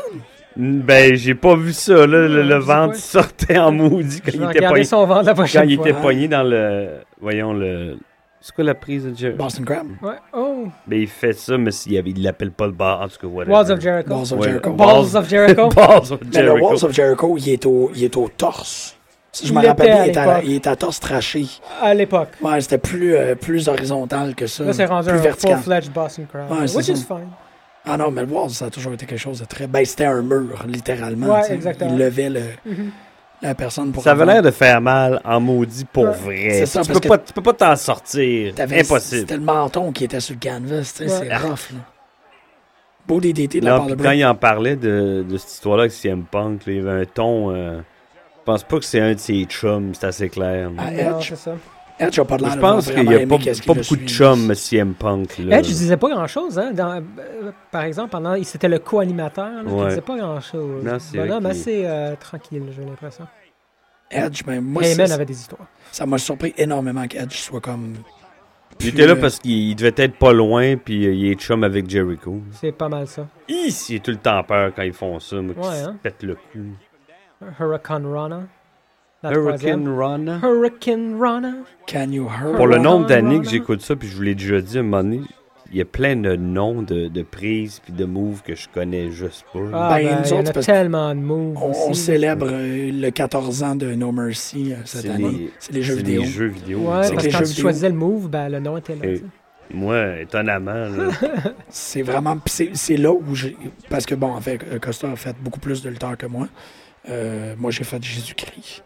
Ben, j'ai pas vu ça. Là, le, le Ouais, ventre c'est sortait en maudit quand Je vais il était regarder pogné, son ventre la prochaine quand il fois. hein. était pogné dans le... Voyons, le... C'est quoi la prise de Jerry? Boston Crab. Ouais. Oh! Ben, il fait ça, mais s'il avait- il l'appelle pas le bar. En tout cas, whatever. Walls of Jericho. Balls of Ouais. Jericho. Balls- Balls of Jericho. Balls of Mais le Jericho. Walls of Jericho, il est au, il est au torse. Si je Il me l'était rappelle bien, à il est à- l'époque. il est à torse traché. à l'époque. Ouais, c'était plus, euh, plus horizontal que ça. Là, c'est rendu plus un vertical. full-fledged Boston Crab. Ouais, c'est which ça. is fine. Ah non, mais le Walls, ça a toujours été quelque chose de très. Ben, c'était un mur, littéralement. Ouais, tu sais. exactement. Mm-hmm. Il levait le... la personne pour. Ça avait avoir- l'air de faire mal en maudit pour Ouais. vrai. C'est ça, tu, parce peux que pas, tu peux pas t'en sortir. T'avais- Impossible. C'était le menton qui était sur le canvas, tu sais, Ouais. c'est rough, là. Beau DDT de la Non, part de puis quand Brett. il en parlait de, de cette histoire-là avec CM Punk, là, il avait un ton. euh, je pense pas que c'est un de ses chums, c'est assez clair. là. Ah, Non, Edge, c'est ça. Edge a pas de l'air je de pense vraiment qu'il y a aimer pas, qu'est-ce qu'il pas a beaucoup de suivi. Eh, chums, CM Punk. Là. Edge, il disait pas grand-chose. Hein? dans- euh, par exemple, pendant, il- c'était le co-animateur. là, puis Il Ouais. disait pas grand-chose. Non, c'est Bonhomme vrai qu'il- assez euh, tranquille, j'ai l'impression. Edge, ben, moi, Heyman c'est- avait des histoires. ça m'a surpris énormément qu'Edge soit comme. il était là plus, euh, parce qu'il il devait être pas loin, puis euh, il est chum avec Jericho. C'est pas mal ça. Hi, Il a tout le temps peur quand ils font ça, moi, qui Ouais, se hein. pète le cul. Hurricane Rana. La troisième. Hurricane Rana. Hurricane Rana. Can you hurt? Pour le Rana, nombre d'années que Rana. j'écoute ça, puis je vous l'ai déjà dit à un moment donné, il y a plein de noms de, de prises puis de moves que je connais juste pas. là. Ah, ben, Ben, nous il y en autres, a parce- tellement de moves. On, on aussi. célèbre euh, le 14 ans de No Mercy euh, cette C'est année. les- C'est les jeux C'est vidéo. les jeux vidéo. Ouais, C'est parce que que les quand jeux tu vidéo- choisissais le move, ben, le nom était là. Et- tu sais. Moi, étonnamment, là, C'est vraiment. pis C'est c'est là où j'ai. Parce que, bon, en fait, euh, Costa a fait beaucoup plus de lutteurs que moi. Euh, moi, j'ai fait Jésus-Christ.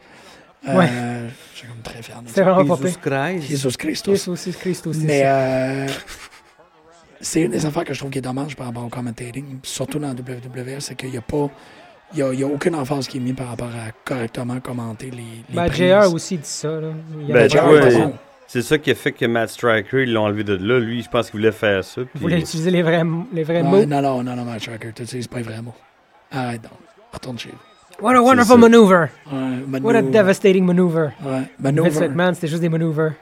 Euh, J'ai comme très fier de C'était ça. vraiment pas pire. Jésus Christ. Chris aussi, Christ aussi. Mais ça. euh, c'est une des affaires que je trouve qui est dommage par rapport au commentating, surtout dans la WWE, c'est qu'il n'y a pas. Il n'y a, il y a aucune emphase qui est mise par rapport à correctement commenter les. les Ben, prises. JR aussi dit ça. Là. Il y Ben, avait- JR, ouais, t'as raison. C'est ça qui a fait que Matt Striker, ils l'ont enlevé de là. Lui, je pense qu'il voulait faire ça. il Puis... voulait utiliser les vrais, les vrais mots. Ouais, non, non, non, non, Matt Tracker, tu sais, c'est pas vraiment. Arrête donc. Retourne chez vous. What a ça. wonderful maneuver! Ouais, Manu- What a devastating maneuver! Ouais, Vince Maneuver. McMahon, c'était juste des maneuvers.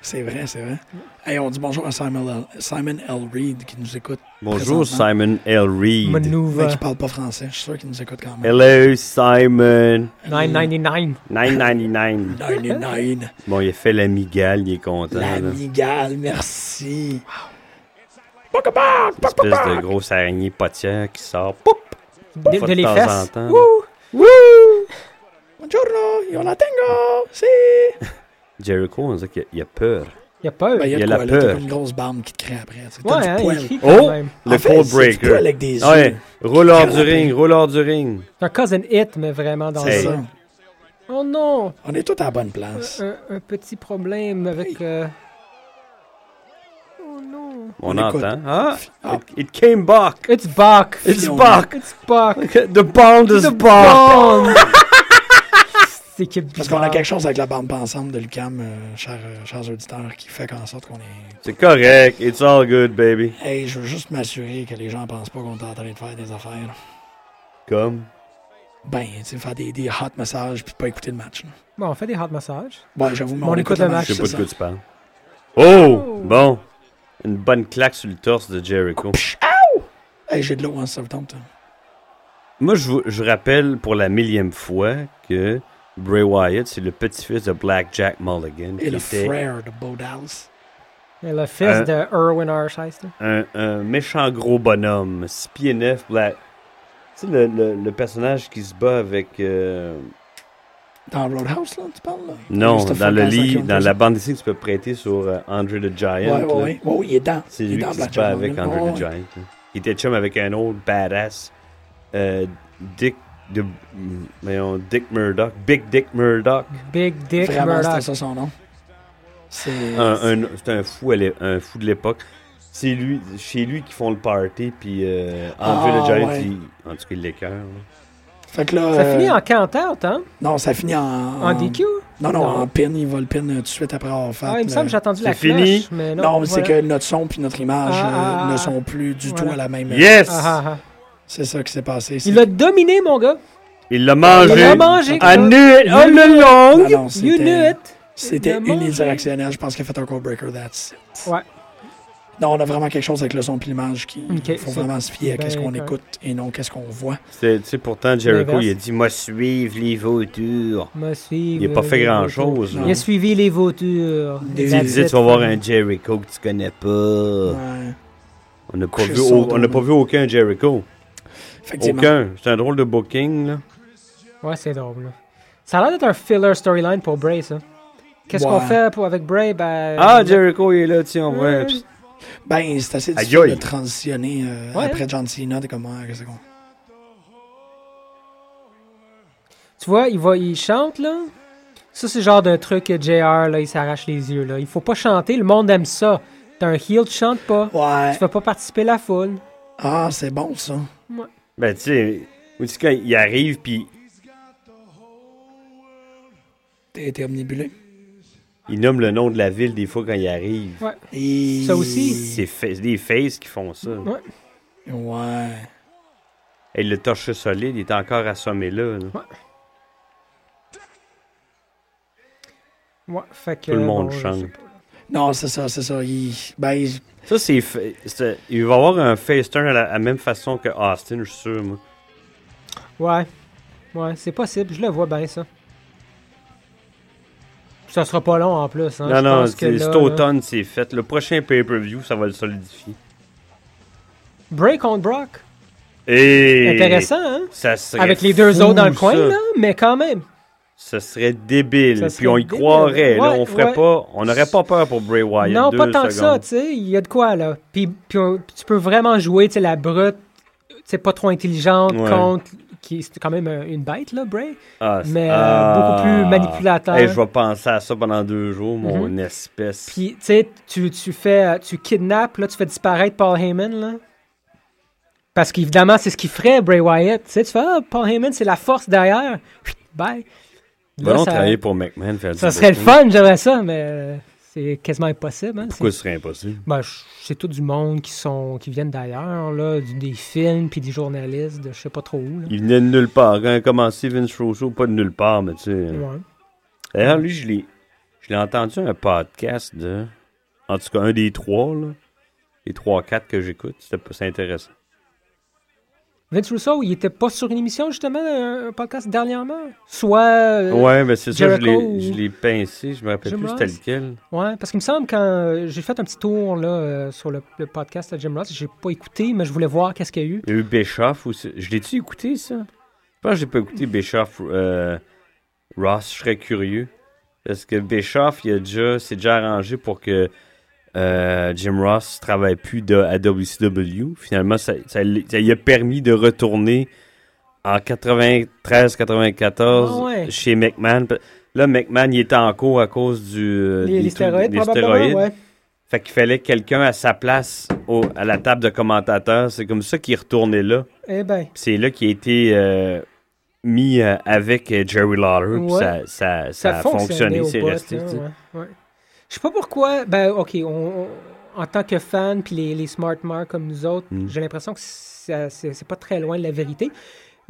C'est vrai, c'est vrai. Hey, on dit bonjour à Simon L. Simon L. Reed qui nous écoute. Bonjour, présentement. Simon L. Reed. Mais qui Maneuver. parle pas français. Je suis sûr qu'il nous écoute quand même. Hello, Simon. 999. 999. 99. bon, il a fait l'amigale, il est content. là. L'amigale, merci. Une espèce de grosse araignée potière qui sort. Poup! De, Une fois de les temps en fesses. temps, là. Wouh! Buongiorno, io la tengo. Si. Jericho, on dirait qu'il a- il a peur. Il y a pas eu. Ben, il y a, Il y a de la quoi, là, t'as peur. comme une grosse barbe qui te crée après. tu sais. T'as ouais, hein, du il poil. crie quand Oh! même. Le En fait, c'est Cold du poil Breaker. avec des Ouais. yeux. Roule hors du Canapé. ring, roule hors du ring. C'est un cousin hit, mais vraiment dans C'est Hey. ça. ça. Oh non! On est tous à la bonne place. Un, un petit problème avec. euh, Oh non! On, On écoute. entend. Ah, Ah. it- it came back. It's back! It's on- back. It's back! The bond is The back. bomb! C'est que Parce qu'on a quelque chose avec la bande ensemble de Lucam, euh, chers, euh, chers auditeurs, qui fait qu'en sorte qu'on est. C'est correct. It's all good, baby. Hey, je veux juste m'assurer que les gens pensent pas qu'on est en train de faire des affaires. Comme. Ben, tu sais, faire des, des hot massages puis pas écouter le match. là. Bon, on fait des hot massages. Ouais, j'avoue, mais On écoute le match. Je sais Ah, c'est pas de ça. quoi tu parles. Oh! Bon. Une bonne claque sur le torse de Jericho. Hey, j'ai de l'eau en septembre. Moi, je, vous- je rappelle pour la millième fois que Bray Wyatt, c'est le petit-fils de Black Jack Mulligan, qui Et le était frère de Bo Dallas. Et le fils Euh. de Erwin R. Shyster. un, un méchant gros bonhomme, 6 pieds 9, Black. Tu sais, le, le- le personnage qui se bat avec. euh, Dans Roadhouse, là, tu parles? Là? Non, Christopher dans le Gansler qui lit, ont dans fait la ça. bande dessinée que tu peux prêter sur euh, Andre the Giant. Ouais, ouais, là. ouais. Ouais, ouais, il est dans. C'est il est lui dans qui se Black bat Jack avec Mulligan. Andre Ouais, the ouais. Giant. là. Il était chum avec un autre badass. euh, Dick. De, mm, voyons, Dick Murdoch. Big Dick Murdoch. Big Dick Vraiment, c'était Murdoch. ça son nom. C'est. Un, un- c'est un fou, à l'é- un fou de l'époque. C'est lui, chez lui qui font le party, puis euh, Andre Ah, the Giant, ouais. il- en tout cas, il l'écœure. là. Fait que là. Ça euh, finit en count-out, hein? Non, ça finit en. En, En DQ? Non, non, Non. en pin. Il va le pin euh, tout de suite après avoir fait. Ah, il me le- semble que j'ai attendu la C'est fini. cloche, mais non. Non, mais c'est voilà. que notre son puis notre image Ah, euh, ah, ne ah, sont plus du tout voilà. à la même. Yes! Ah, ah, ah. C'est ça qui s'est passé. c'est- Il l'a dominé, mon gars. Il l'a Il mangé. l'a mangé. I Claude. knew it all Non, along. non, You knew c'était. it. C'était Il l'a mangé. unidirectionnel. Je pense qu'il a fait un code breaker. That's it. Ouais. Non, on a vraiment quelque chose avec le son puis l'image qui. Ok, faut ça- vraiment se fier à ben, qu'est-ce qu'on correct. écoute et non qu'est-ce qu'on voit. C'est- Tu sais, pourtant, Jericho, L'inverse. il a dit Moi, suivre les vautours. M'a Il suivi, n'a pas euh, fait les grand-chose. vautours. là. Il a suivi les vautures. Des- Il That's disait it. Tu vas voir un Jericho que tu connais pas. Ouais. On n'a pas, Chris vu au- Saunders. on n'a pas vu aucun Jericho. Effectivement. Aucun. C'est un drôle de booking. Là. Euh, Ouais, c'est drôle. là. Ça a l'air d'être un filler storyline pour Bray, ça. Qu'est-ce qu'on Ouais. fait pour, avec Bray? Ben, Ah, on- Jericho, il est là, tiens, ouais. Ouais. Psst. Ben, c'est assez Aïe, difficile aïe. de transitionner euh, Ouais. après John Cena. T'es comme, ah, qu'est-ce qu'on. Tu vois, il, va, il chante, là. Ça, c'est le genre de truc que JR, là, il s'arrache les yeux, là. Il faut pas chanter, le monde aime ça. T'as un heel, tu chantes pas. Ouais. Tu fais pas participer la foule. Ah, c'est bon ça. Ben, tu sais, ou tu sais, quand il arrive, puis T'es t'es omnibulé. il nomme le nom de la ville des fois quand il arrive. Ouais. Et- Ça aussi. C'est fa- c'est des faces qui font ça. Ouais. Ouais. Et le torche solide, il est encore assommé là. là. Ouais, fait que. Tout le monde bon, je chante. sais pas. Non, c'est ça, c'est ça. Il... Ben, il- Ça, c'est. fa- c'est- Il va avoir un face turn à la, à la même façon que Austin, je suis sûr, moi. Ouais. Ouais, c'est possible. Je le vois bien, ça. Ça sera pas long en plus. Hein. Non, Je non, pense que c'est- là, cet là- automne, c'est fait. Le prochain pay-per-view, ça va le solidifier. Bray contre Brock. Et Intéressant, hein? Ça serait Avec les deux fou, autres dans le coin, ça. là, mais quand même. Ça serait débile. Ça serait Puis on y débile. croirait. là. Ouais, on ferait ouais. pas. On n'aurait pas peur pour Bray Wyatt. non, Deux pas tant que ça, secondes. tu sais. Il y a de quoi, là. Puis, puis on- tu peux vraiment jouer, tu sais, la brute, tu sais, pas trop intelligente Ouais. contre qui est quand même euh, une bête, là, Bray. Ah, Mais, euh, beaucoup plus manipulateur. Mm-hmm. Hey, je vais penser à ça pendant deux jours, mon espèce. Puis, tu sais, tu, tu fais, euh, tu kidnappes, là, tu fais disparaître Paul Heyman, là. Parce qu'évidemment, c'est ce qu'il ferait, Bray Wyatt. Tu sais, tu fais, ah, Paul Heyman, c'est la force derrière. Puis, Bye. Là, Va donc ça- travailler pour McMahon. Faire du Ça serait le booking. fun, j'aimerais ça, mais euh, c'est quasiment impossible. Hein? Pourquoi ce serait impossible? C'est- ben, je- c'est tout du monde qui sont qui viennent d'ailleurs, là, du- des films puis des journalistes de je sais pas trop où. là. Il venait de nulle part. Quand il a commencé Vince Rousseau, pas de nulle part, mais tu sais. euh, Ouais. D'ailleurs, lui, je l'ai, je l'ai entendu un podcast de. En tout cas, un des trois, là. Les trois, quatre que j'écoute. C'était pas c'est intéressant. Vince Russo, il était pas sur une émission justement, un, un podcast dernièrement. Soit. euh, Ouais, mais c'est ça, je l'ai, Jericho ou- je l'ai pincé. Je me rappelle Jim plus Ross? c'était lequel. Ouais, parce qu'il me semble quand euh, j'ai fait un petit tour là, euh, sur le, le podcast de Jim Ross, j'ai pas écouté, mais je voulais voir qu'est-ce qu'il y a eu. Il y a eu Bischoff aussi. Je l'ai-tu écouté, ça? Je pense que j'ai pas écouté Bischoff. euh, Ross, je serais curieux. Parce que Bischoff, il a déjà, c'est déjà arrangé pour que euh, Jim Ross travaille plus de, à WCW. Finalement, ça, ça l- ça lui a permis de retourner en 93-94 Ah ouais. chez McMahon. Là, McMahon, il était en cours à cause du, euh, Les, des les trucs- stéroïdes, des probablement. stéroïdes. Ouais. Fait qu'il fallait quelqu'un à sa place au- à la table de commentateurs. C'est comme ça qu'il retournait là. Eh ben, Puis C'est là qu'il a été euh, mis euh, avec euh, Jerry Lawler. puis Ouais. Ça, ça, ça ça, a fonctionnait fonctionné, au c'est bout, resté. là, tu sais. ouais, ouais. Je sais pas pourquoi. Ben, ok, on- on- en tant que fan, puis les, les smart marks comme nous autres, Mm. j'ai l'impression que ça- c'est c'est pas très loin de la vérité.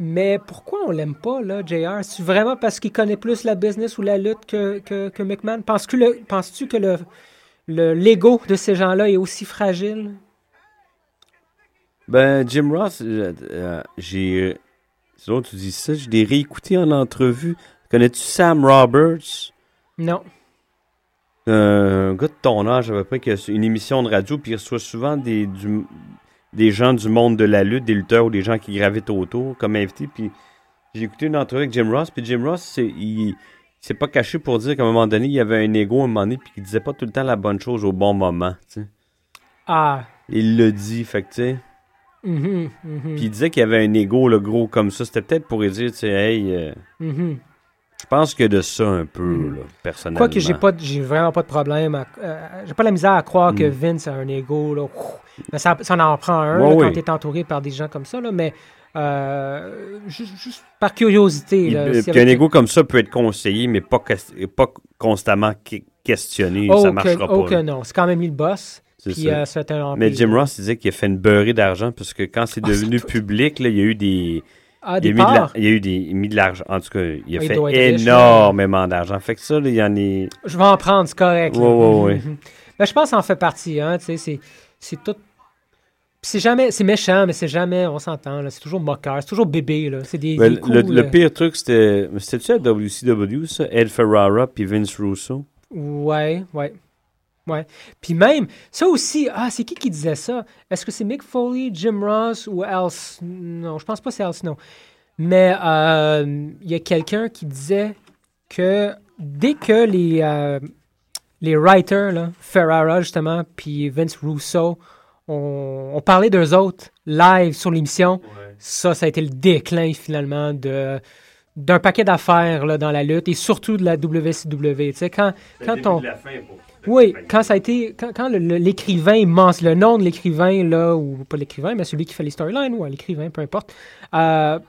Mais pourquoi on l'aime pas, là, JR? C'est vraiment parce qu'il connaît plus la business ou la lutte que, que, que McMahon? Penses-tu le- penses-tu que le le- l'ego de ces gens-là est aussi fragile? Ben, Jim Ross, euh, euh, j'ai. C'est drôle, tu dis ça, je l'ai réécouté en entrevue. Connais-tu Sam Roberts? Non. Euh, un gars de ton âge à peu près qui a une émission de radio, puis il reçoit souvent des, du- des gens du monde de la lutte, des lutteurs ou des gens qui gravitent autour comme invités. Puis j'ai écouté une entrevue avec Jim Ross, puis Jim Ross, c'est- il, il s'est pas caché pour dire qu'à un moment donné, il avait un ego à un moment donné, puis qu'il disait pas tout le temps la bonne chose au bon moment. tu sais. Ah. Il le dit, fait que tu sais. Mhm, mhm, Puis il disait qu'il avait un ego le gros comme ça. C'était peut-être pour lui dire, tu sais, hey, euh, mhm. je pense que de ça un peu, là, personnellement. Hmm. Quoique j'ai pas, de- j'ai vraiment pas de problème, à- euh, j'ai pas la misère à croire que Vince a un ego là. Ouh. Mais ça, ça en prend un Hmm. Ouais, là, ouais. quand t'es entouré par des gens comme ça là, mais euh, ju- juste, par curiosité Il- là. euh, s'il y puis un avait- ego comme ça peut être conseillé, mais pas, ques- pas constamment que- questionné. Oh, ça que- marchera oh, pas. que là. non, c'est quand même lui le boss. C'est Puis ça. euh, c'est un mais puis- Jim Ross il disait qu'il a fait une beurrée d'argent parce que quand c'est Ah, ça devenu doit- public, là, il y a eu des. ah, il, a des mis de la- parts. il y a eu des, il a mis de l'argent. En tout cas, il a Ah, il fait doit être riche, énormément d'argent. Fait que ça, là, il y en est. Je vais en prendre, c'est correct. là. Ouais, ouais, ouais. Mhm. Ben, je pense que ça en fait partie. Hein, tu sais, c'est, c'est tout. Puis C'est jamais, c'est méchant, mais c'est jamais, on s'entend, là, c'est toujours moqueur, c'est toujours bébé, là, c'est des, Ben, des le- coups, le, le là. pire truc, c'était. C'était-tu à WCW, ça Ed Ferrara puis Vince Russo Ouais, ouais. Ouais. Puis même, ça aussi, ah, c'est qui qui disait ça? Est-ce que c'est Mick Foley, Jim Ross ou Al Sn- Non, je pense pas que c'est Al Snow. Mais euh, il y a quelqu'un qui disait que dès que les, euh, les writers, là, Ferrara justement, puis Vince Russo, on, on parlait d'eux autres live sur l'émission, ça, ça a été le déclin finalement de d'un paquet d'affaires là, dans la lutte et surtout de la WCW. Tu sais, quand, quand on... Oui, quand ça a été, quand, quand le- le- l'écrivain immense, le nom de l'écrivain, là, ou pas l'écrivain, mais celui qui fait les storylines, ou à l'écrivain, peu importe, euh,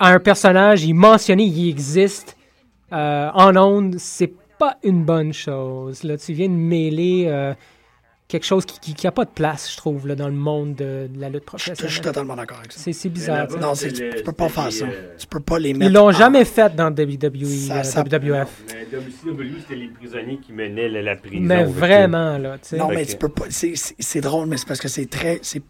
à un personnage, il mentionné, il existe euh, en ondes, c'est pas une bonne chose. Là, tu viens de mêler euh, quelque chose qui- qui qui a pas de place, je trouve, là, dans le monde de, de la lutte Je je suis professionnelle. totalement d'accord avec ça. C'est c'est bizarre. ça. Non, c'est- tu, tu peux pas faire ça. Tu peux pas les mettre. Ils l'ont en- jamais fait dans WWE, Ça- euh, ça- WWF. WCW, c'était les prisonniers qui menaient la, prison. Mais vraiment, là, tu sais. Non, Fait mais que- tu peux pas. c'est- C'est c'est drôle, mais c'est parce que c'est très. c'est-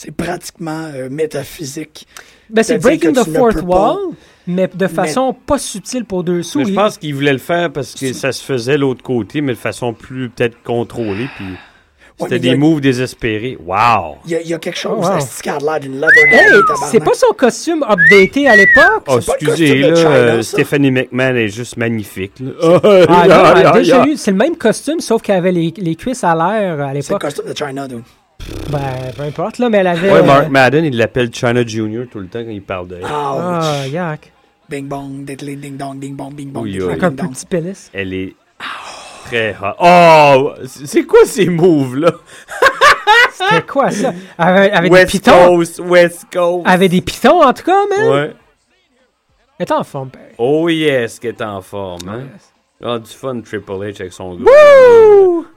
C'est pratiquement euh, métaphysique. Ben, c'est C'est-à-dire breaking que the tu ne fourth peux pas- wall, mais de façon pas subtile pour deux sous. Mais je Il- pense qu'il voulait le faire parce que ça se faisait l'autre côté, mais de façon plus peut-être contrôlée. Puis Ouais, c'était mais il y des a- moves désespérés. Wow! Il y, a- il y a quelque chose. Oh, wow. est-ce qu'il a l'air d'une leather Hey, daddy, c'est tabarnak? pas son costume updaté à l'époque? Oh, pas le excusez, costume de là, China, euh, ça. Stéphanie McMahon est juste magnifique. là. Ah, non, Ah, elle a ah, déjà ah. eu- c'est le même costume, sauf qu'elle avait les, les cuisses à l'air à C'est le l'époque. costume de China, dude. Ben, peu importe, là, mais elle avait. Ouais, Mark Madden, il l'appelle China Junior tout le temps quand il parle d'elle. Ah, Ah, yak. Bing bong, diddly ding dong, ding bong, bing bong, Oui, diddly oui. ding Encore plus dong. petit pénis. Elle est très hot. Oh! C'est c'est quoi ces moves-là? C'était quoi ça? Avec, avec des West pitons. Ah, hein? Coast, West Coast. Avec des pitons, en tout cas, man. Ouais. Elle est en forme, ben. Oh yes, qu'elle est en forme, hein? Ah, du fun Triple H avec son groupe.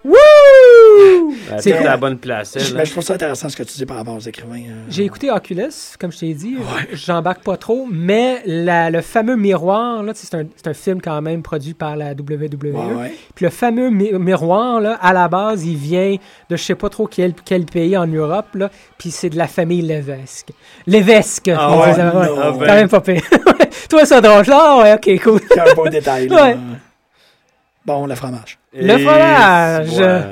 Wouh! Wouh! Elle C'est est à la vrai. bonne place, Je, elle. ben, hein? je trouve ça intéressant ce que tu dis par rapport aux écrivains. euh. J'ai écouté Oculus, comme je t'ai dit. J'embarque pas trop, mais la- le fameux miroir, là, tu sais, c'est un, c'est un film quand même produit par la WWE. Ouais, ouais. Puis le fameux mi- miroir, là, à la base, il vient de je sais pas trop quel, quel pays en Europe, là, puis c'est de la famille Levesque. Levesque! Ah on ouais? disait, Non. Ah Quand ben. même pas pire. Toi, ça drôle. Ah ouais, ok, cool. C'est un beau détail. là. Ouais. Bon, le fromage. Le Et- fromage. Ouais.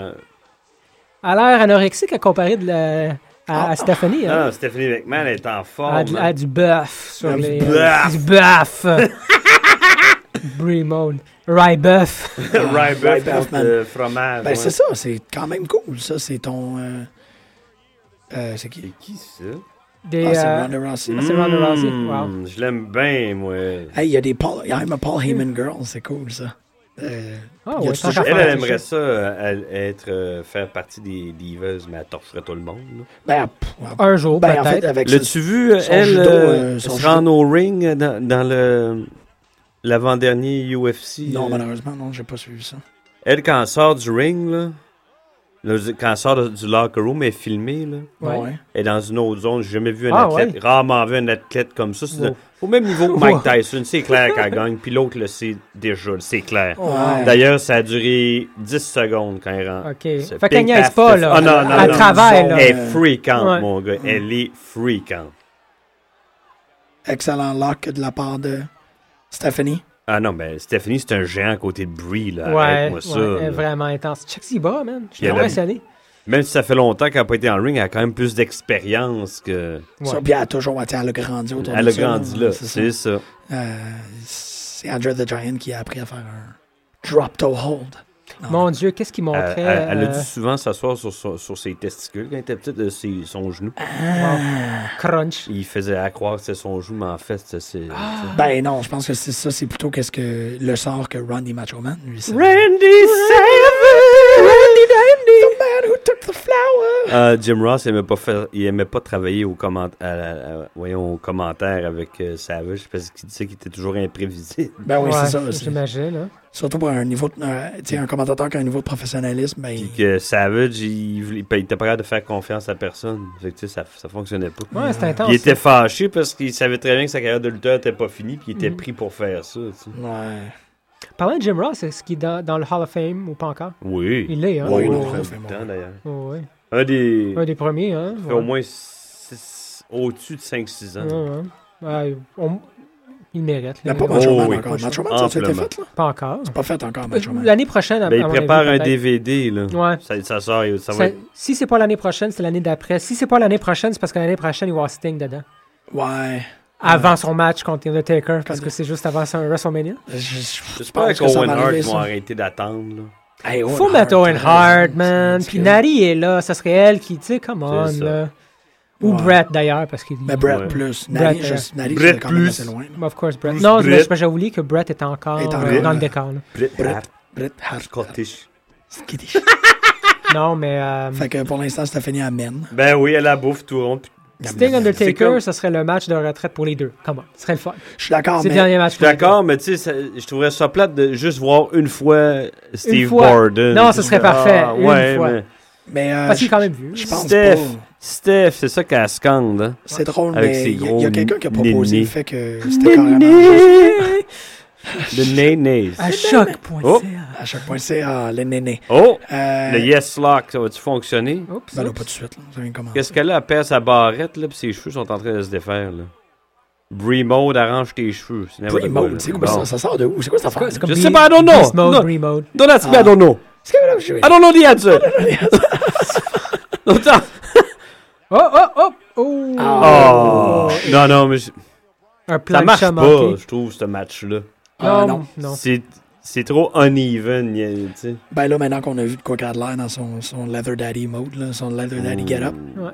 À l'air anorexique à comparer de la- à, à Stéphanie. hein. Ah, Stephanie McMahon est en forme. À, Ah, du- hein. à du bœuf sur Du les. Ah, bœuf. Du bœuf! Brimone. Rye bœuf. Ryback Ryback, contre, man. euh, fromage. Ben, ouais. c'est ça, c'est quand même cool, ça. C'est ton. euh, euh, c'est qui C'est qui ça? Des. Ah, c'est euh, Ronda Rousey. c'est Ronda Rousey, wow. Mm, Je l'aime bien, moi. Elle, Hey, il y a des Paul. I'm a Paul Heyman girl, c'est cool, ça. Euh, ah y a ouais, du tant sujet. qu'à elle faire, aimerait c'est ça, euh, elle- être, euh, faire partie des divas, mais elle torcherait tout le monde. là. ben, pff, ça. Un jour, ben, en fait, Ah, peut-être. avec ce- L'as-tu vu, euh, son elle, judo, euh, euh, son se rendre judo. au ring euh, dans, dans le l'avant-dernier UFC? Non, euh, malheureusement, non, j'ai pas suivi ça. elle, quand elle sort du ring, là, le- quand elle sort de- du locker room, elle est filmée, là. Ouais. Ouais. Elle est dans une autre zone. J'ai jamais vu un Ah, athlète, ouais? rarement vu un athlète comme ça. C'est Wow. le- au même niveau que Mike Wow. Tyson. C'est clair qu'elle gagne, puis l'autre le sait déjà, c'est clair. Ouais. D'ailleurs, ça a duré 10 secondes quand elle rentre. Ok. C'est Fait qu'elle ping, niaise paf, pas, paf. là. Ah, non, non, Elle non. travaille, Son- là. Elle est fréquente, Ouais. mon gars. Elle est fréquente. Excellent lock de la part de Stephanie. Ah non, mais Stephanie, c'est un géant à côté de Brie, là. Ouais, Arrête-moi ça. ouais, elle est là. vraiment intense. Check ses bras, man. Je Il y suis a la- impressionné. Même si ça fait longtemps qu'elle n'a pas été en ring, elle a quand même plus d'expérience que. Ouais. Ça, puis elle a toujours tu sais, elle a grandi autour Elle de a ça, grandi là. c'est ça. C'est ça. Euh, c'est Andrew the Giant qui a appris à faire un drop to hold. Non. Mon Dieu, qu'est-ce qu'il Elle, montrait? elle- elle a euh, dû souvent s'asseoir sur, son- sur ses testicules quand elle était petite, euh, ses- son genou. Ah. Ah. Crunch. Il faisait à croire que c'est son genou, mais en fait, c'est- c'est. Ah. c'est- Ben non, je pense que c'est ça, c'est plutôt qu'est-ce que le sort que Randy Macho Man lui sert. Randy Savage! who took the flower. Euh, Jim Ross aimait pas faire, il aimait pas travailler au comment, à la- à- voyons, aux commentaires avec euh, Savage parce qu'il disait qu'il était toujours imprévisible. Ben oui, Ouais, c'est ça. c'est- J'imagine, hein. Surtout pour un niveau, de- euh, tu sais, un commentateur qui a un niveau de professionnalisme, ben, Puis que Savage, il, voulait- il était pas capable de faire confiance à personne. Fait que, tu sais, ça, ça fonctionnait pas. Ouais, c'est intense. il était fâché parce qu'il savait très bien que sa carrière de lutteur était pas finie puis il Mhm. était pris pour faire ça. tu sais. ouais. Parlant de Jim Ross, est-ce qu'il est dans, dans le Hall of Fame ou pas encore? Oui. Il l'est, hein? Ouais, Oh, non, ouais. ça, Tout c'est le bon. temps, d'ailleurs. Oh, ouais. Un des, Un des premiers, hein? fait ouais. au moins six- au-dessus de 5-6 ans. Ouais, ouais. Ouais, on- Il mérite. Mais là, pas mais- Macho Oh, Man oui. encore. Macho Macho Man, ça a-tu été Amplement. fait, là? Pas encore. Pas fait encore, Macho Man. L'année prochaine, à- Oh. Ben, à il mon prépare avis, un peut-être. DVD là. Ouais. Ça, ça sort, et ça va Ça- être- Si c'est pas l'année prochaine, c'est l'année d'après. Si c'est pas l'année prochaine, c'est parce que l'année prochaine, il va y avoir Sting dedans. Ouais. Avant son match contre Undertaker, parce que c'est juste avant son WrestleMania. Je- Je je J'espère pense que ça qu'Owen va Hart arriver, vont ça. arrêter d'attendre. là. Hey, oh, Owen Faut mettre Owen Hart, man. euh, c'est Puis ridicule. Nari est là. Ça serait elle qui, tu sais, come on, C'est ça. là. Ou Ouais. Brett, d'ailleurs, parce qu'il Mais Brett Ouais. plus. Nari, Brett, je- euh, Nari, Brett c'est quand même plus. assez loin. là. Of course, Brett. Bruce non, mais Brett. mais j'ai oublié que Brett est encore Est en- euh, dans le décor. là. Brett. Brett Hart. Scottish. Skittish. Non, mais euh, Fait que pour l'instant, Stéphanie amène. Ben oui, elle la bouffe tout rond. puis Sting C'est Undertaker, comme- ça serait le match de retraite pour les deux. Comment Ce serait le fun. Je suis d'accord, C'est le Ah, mais dernier match. Je suis d'accord, mais tu sais, ça- je trouverais ça plate de juste voir une fois Steve fois. Borden. Ah, Non, ce serait parfait, une ouais, fois. mais mais euh, Parce qu'il je est quand même vu. je pense Steph. pas. Steph, c'est ça qu'elle scande. Hein. C'est drôle, Avec ses mais il y a- gros il y a, quelqu'un qui a proposé nénés. le fait que c'était carrément juste Le nay-nays. À choc.ca. Oh. à chaque point, c'est ah, le néné. Oh! Euh, Le yes lock, ça va-tu fonctionner? Oups, ben là, oups. pas tout de suite, là. Ça vient de commencer. Qu'est-ce qu'elle a? Elle perd sa barrette, là, puis ses cheveux sont en train de se défaire, là. Brie Mode arrange tes cheveux. c'est n'importe Free quoi, mode, là. c'est quoi Bon. ça? Ça sort de où? C'est quoi cette affaire? C'est comme Je Be- sais pas, I don't know. Beast mode, Non. Remote. Don't ask me, Ah. I don't know. C'est comme là où je vais. I don't know the answer. Attends. Oh, oh, oh, oh. Ah. Oh. Non, non, mais je- Un ça plan de marche chat pas, manqué. je trouve, ce match-là. Ah, Non, non. non. C'est C'est trop uneven, il y a- tu sais. Ben là, maintenant qu'on a vu de quoi qu'elle a l'air dans son, son Leather Daddy mode, là, son Leather Daddy get up, Ouais.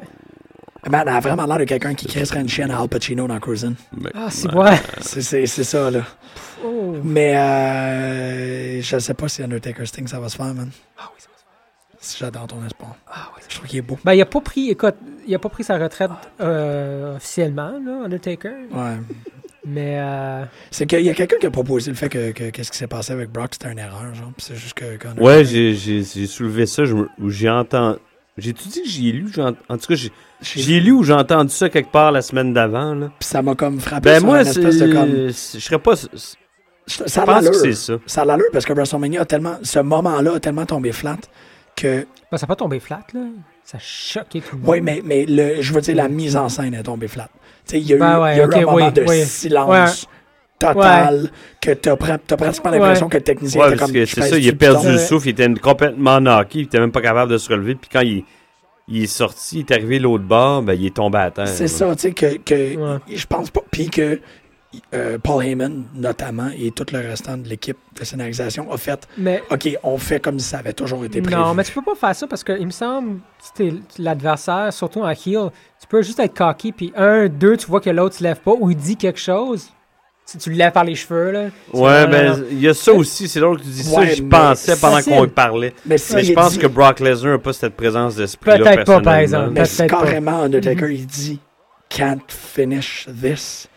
ben, elle a vraiment l'air de quelqu'un qui crisserait une chienne à Al Pacino dans Cruising. Ah, c'est vrai. C'est- C'est c'est ça, là. Oh. Mais euh, je sais pas si Undertaker Sting, ça va se faire, man. Si J'adore ton espoir. Je trouve qu'il est beau. Ben, il a pas pris, écoute, il a pas pris sa retraite euh, officiellement, là, Undertaker. Ouais. Mais euh, C'est qu'il y a quelqu'un qui a proposé le fait que, que- qu'est-ce qui s'est passé avec Brock, c'était une erreur, genre. Puis c'est juste que. qu'Undertaker- Ouais, j'ai- j'ai j'ai soulevé ça, je me- ou j'ai entendu. J'ai-tu dit que j'y ai lu? J'ai ent- En tout cas, j'ai j'ai- j'ai lu ou j'ai entendu ça quelque part la semaine d'avant. là. Puis ça m'a comme frappé. Ben sur moi, une espèce c'est- de comme. c'est- je serais pas... c'est- Ça Je a pense que l'allure. c'est ça. Ça a l'allure parce que WrestleMania a tellement. Ce moment-là a tellement tombé flat que. ben, ça n'a pas tombé flat, là. Ça a choqué tout le monde. Oui, mais, mais le, je veux dire, la mise en scène est tombée flat. Tu sais, il y a eu, Ben ouais, il y a eu ok, un moment oui, de oui. silence total que t'as, pra- t'as pratiquement l'impression que le technicien Ouais, était parce comme. que je c'est pèse ça, il a du piton. perdu le Ouais. souffle, il était complètement knocké, il était même pas capable de se relever, puis quand il, il est sorti, il est arrivé l'autre bord, ben il est tombé à terre. C'est ça, tu sais, que, que Ouais. je pense pas. Puis que euh, Paul Heyman, notamment, et tout le restant de l'équipe de scénarisation a fait Mais OK, on fait comme si ça avait toujours été prévu. Non, mais tu peux pas faire ça parce que il me semble, si t'es l'adversaire, surtout en heel, tu peux juste être cocky, puis un, deux, tu vois que l'autre se lève pas ou il dit quelque chose. Si tu le lèves par les cheveux, là. tu- non, Ouais, non, ben non. il y a ça aussi, c'est drôle que tu dis ça, Ouais, j'y mais pensais pendant facile. qu'on parlait. Mais si Mais je il pense dit- que Brock Lesnar n'a pas cette présence d'esprit-là Peut-être pas, par personnellement. exemple. Mais Peut-être c'est pas. Mm-hmm. carrément Undertaker, il dit Can't finish this.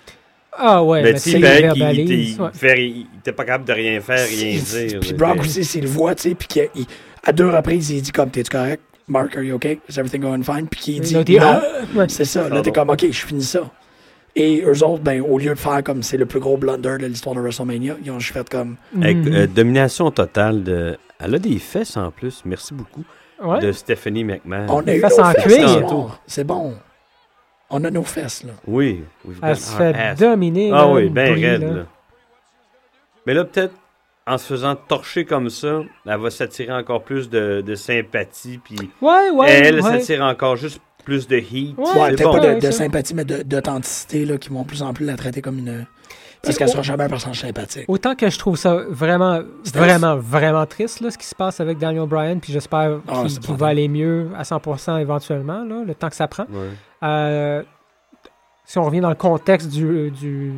Ah ouais, Mais mais tu sais, c'est ben, une qu'il était- verbalise. il ouais. fait- il était pas capable de rien faire, rien dire. Puis là, Brock mais- aussi, s'il le voit, tu sais, puis qu'il- il- à deux reprises, il dit comme T'es-tu correct Mark, are you okay Is everything going fine Puis qu'il dit L'autre, il- Non, Ouais. c'est ça. Là, Pardon. t'es comme Ok, je finis ça. Et eux autres, ben, au lieu de faire comme c'est le plus gros blunder de l'histoire de WrestleMania, ils ont juste fait comme Mhm. Avec, Mm-hmm. euh, domination totale de. Elle a des fesses en plus, merci beaucoup, Ouais. de Stephanie McMahon. On a Les eu fesses nos en fesses cuir. ce soir. C'est bon. On a nos fesses, là. Oui. we've Elle got se our fait ass. dominer. Ah là, oui, une ben brie, raide, là. là. Mais là, peut-être, en se faisant torcher comme ça, elle va s'attirer encore plus de, de sympathie, puis Ouais, ouais. elle ouais. s'attire encore juste plus de heat. Ouais, Ouais, C'est peut-être bon. pas de, Ouais, de ça. sympathie, mais de- d'authenticité, là, qui vont de plus en plus la traiter comme une. Parce T'sais, qu'elle au- sera jamais un personnage sympathique. Autant que je trouve ça vraiment, Stress. vraiment, vraiment triste, là, ce qui se passe avec Daniel Bryan, puis j'espère Ah, qu'il c'est qu'il pas va grave. aller mieux à 100% éventuellement, là, le temps que ça prend. Ouais. Euh, si on revient dans le contexte du, du,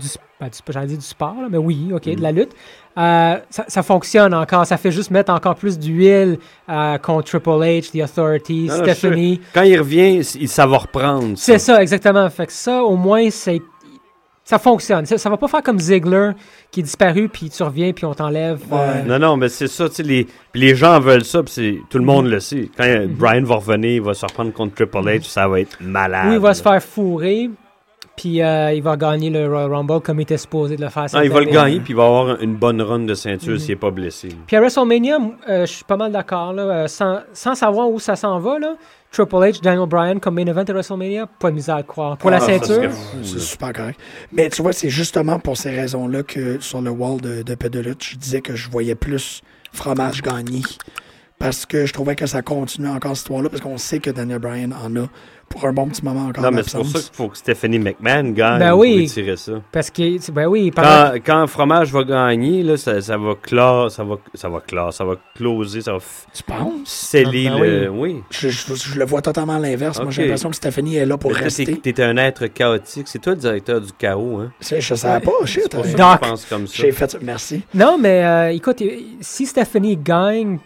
du, sp- ben, du- j'allais dire du sport, là, mais oui, ok, Mm. de la lutte, euh, ça, ça fonctionne encore. Ça fait juste mettre encore plus d'huile euh, contre Triple H, The Authority, Non, non, Ah, je suis sûr. Stephanie. Quand il revient, c- il- ça va reprendre. C'est ça, exactement. Fait que ça, au moins, c'est ça fonctionne. Ça, ça va pas faire comme Ziggler qui est disparu, puis tu reviens, puis on t'enlève. euh, Non, non, mais c'est ça, tu sais, les, puis les gens veulent ça, puis c'est- tout le monde le sait. Quand Mm-hmm. euh, Brian va revenir, il va se reprendre contre Triple H, ça va être malade. oui, il va se là. faire fourrer, puis euh, il va gagner le Royal Rumble comme il était supposé de le faire. Ah, cette il va le année. gagner, puis il va avoir une bonne run de ceinture Mm-hmm. s'il n'est pas blessé. Puis à WrestleMania, m- euh, je suis pas mal d'accord. là, euh, sans, sans savoir où ça s'en va, là, Triple H, Daniel Bryan comme main event à WrestleMania, pas de misère à le croire. Pour la Ah, ça ceinture, serait fou, là. C'est super correct. Mais tu vois, c'est justement pour ces raisons-là que sur le wall de, de Pedelut, je disais que je voyais plus fromage gagné. Parce que je trouvais que ça continuait encore cette histoire-là, parce qu'on sait que Daniel Bryan en a pour un bon petit moment encore. Non, en mais c'est pour ça absence. qu'il faut que Stephanie McMahon gagne Ben pour oui. étirer ça. parce que, tu- ben oui, pendant- Quand, quand Fromage va gagner, là, ça, ça va clore, ça va, ça va clore, ça va closer, ça va f- Tu penses? sceller Ah, ben le... Oui. Je, je- je le vois totalement à l'inverse. Moi, j'ai Ok. l'impression que Stephanie est là pour Mais toi, rester. T'es t'es un être chaotique. C'est toi le directeur du chaos, hein? C'est- Je savais pas, shit. Pour ça hein. que Doc. je pense comme ça. J'ai fait ça. Merci. Non, mais euh, écoute, euh, si Stephanie gagne,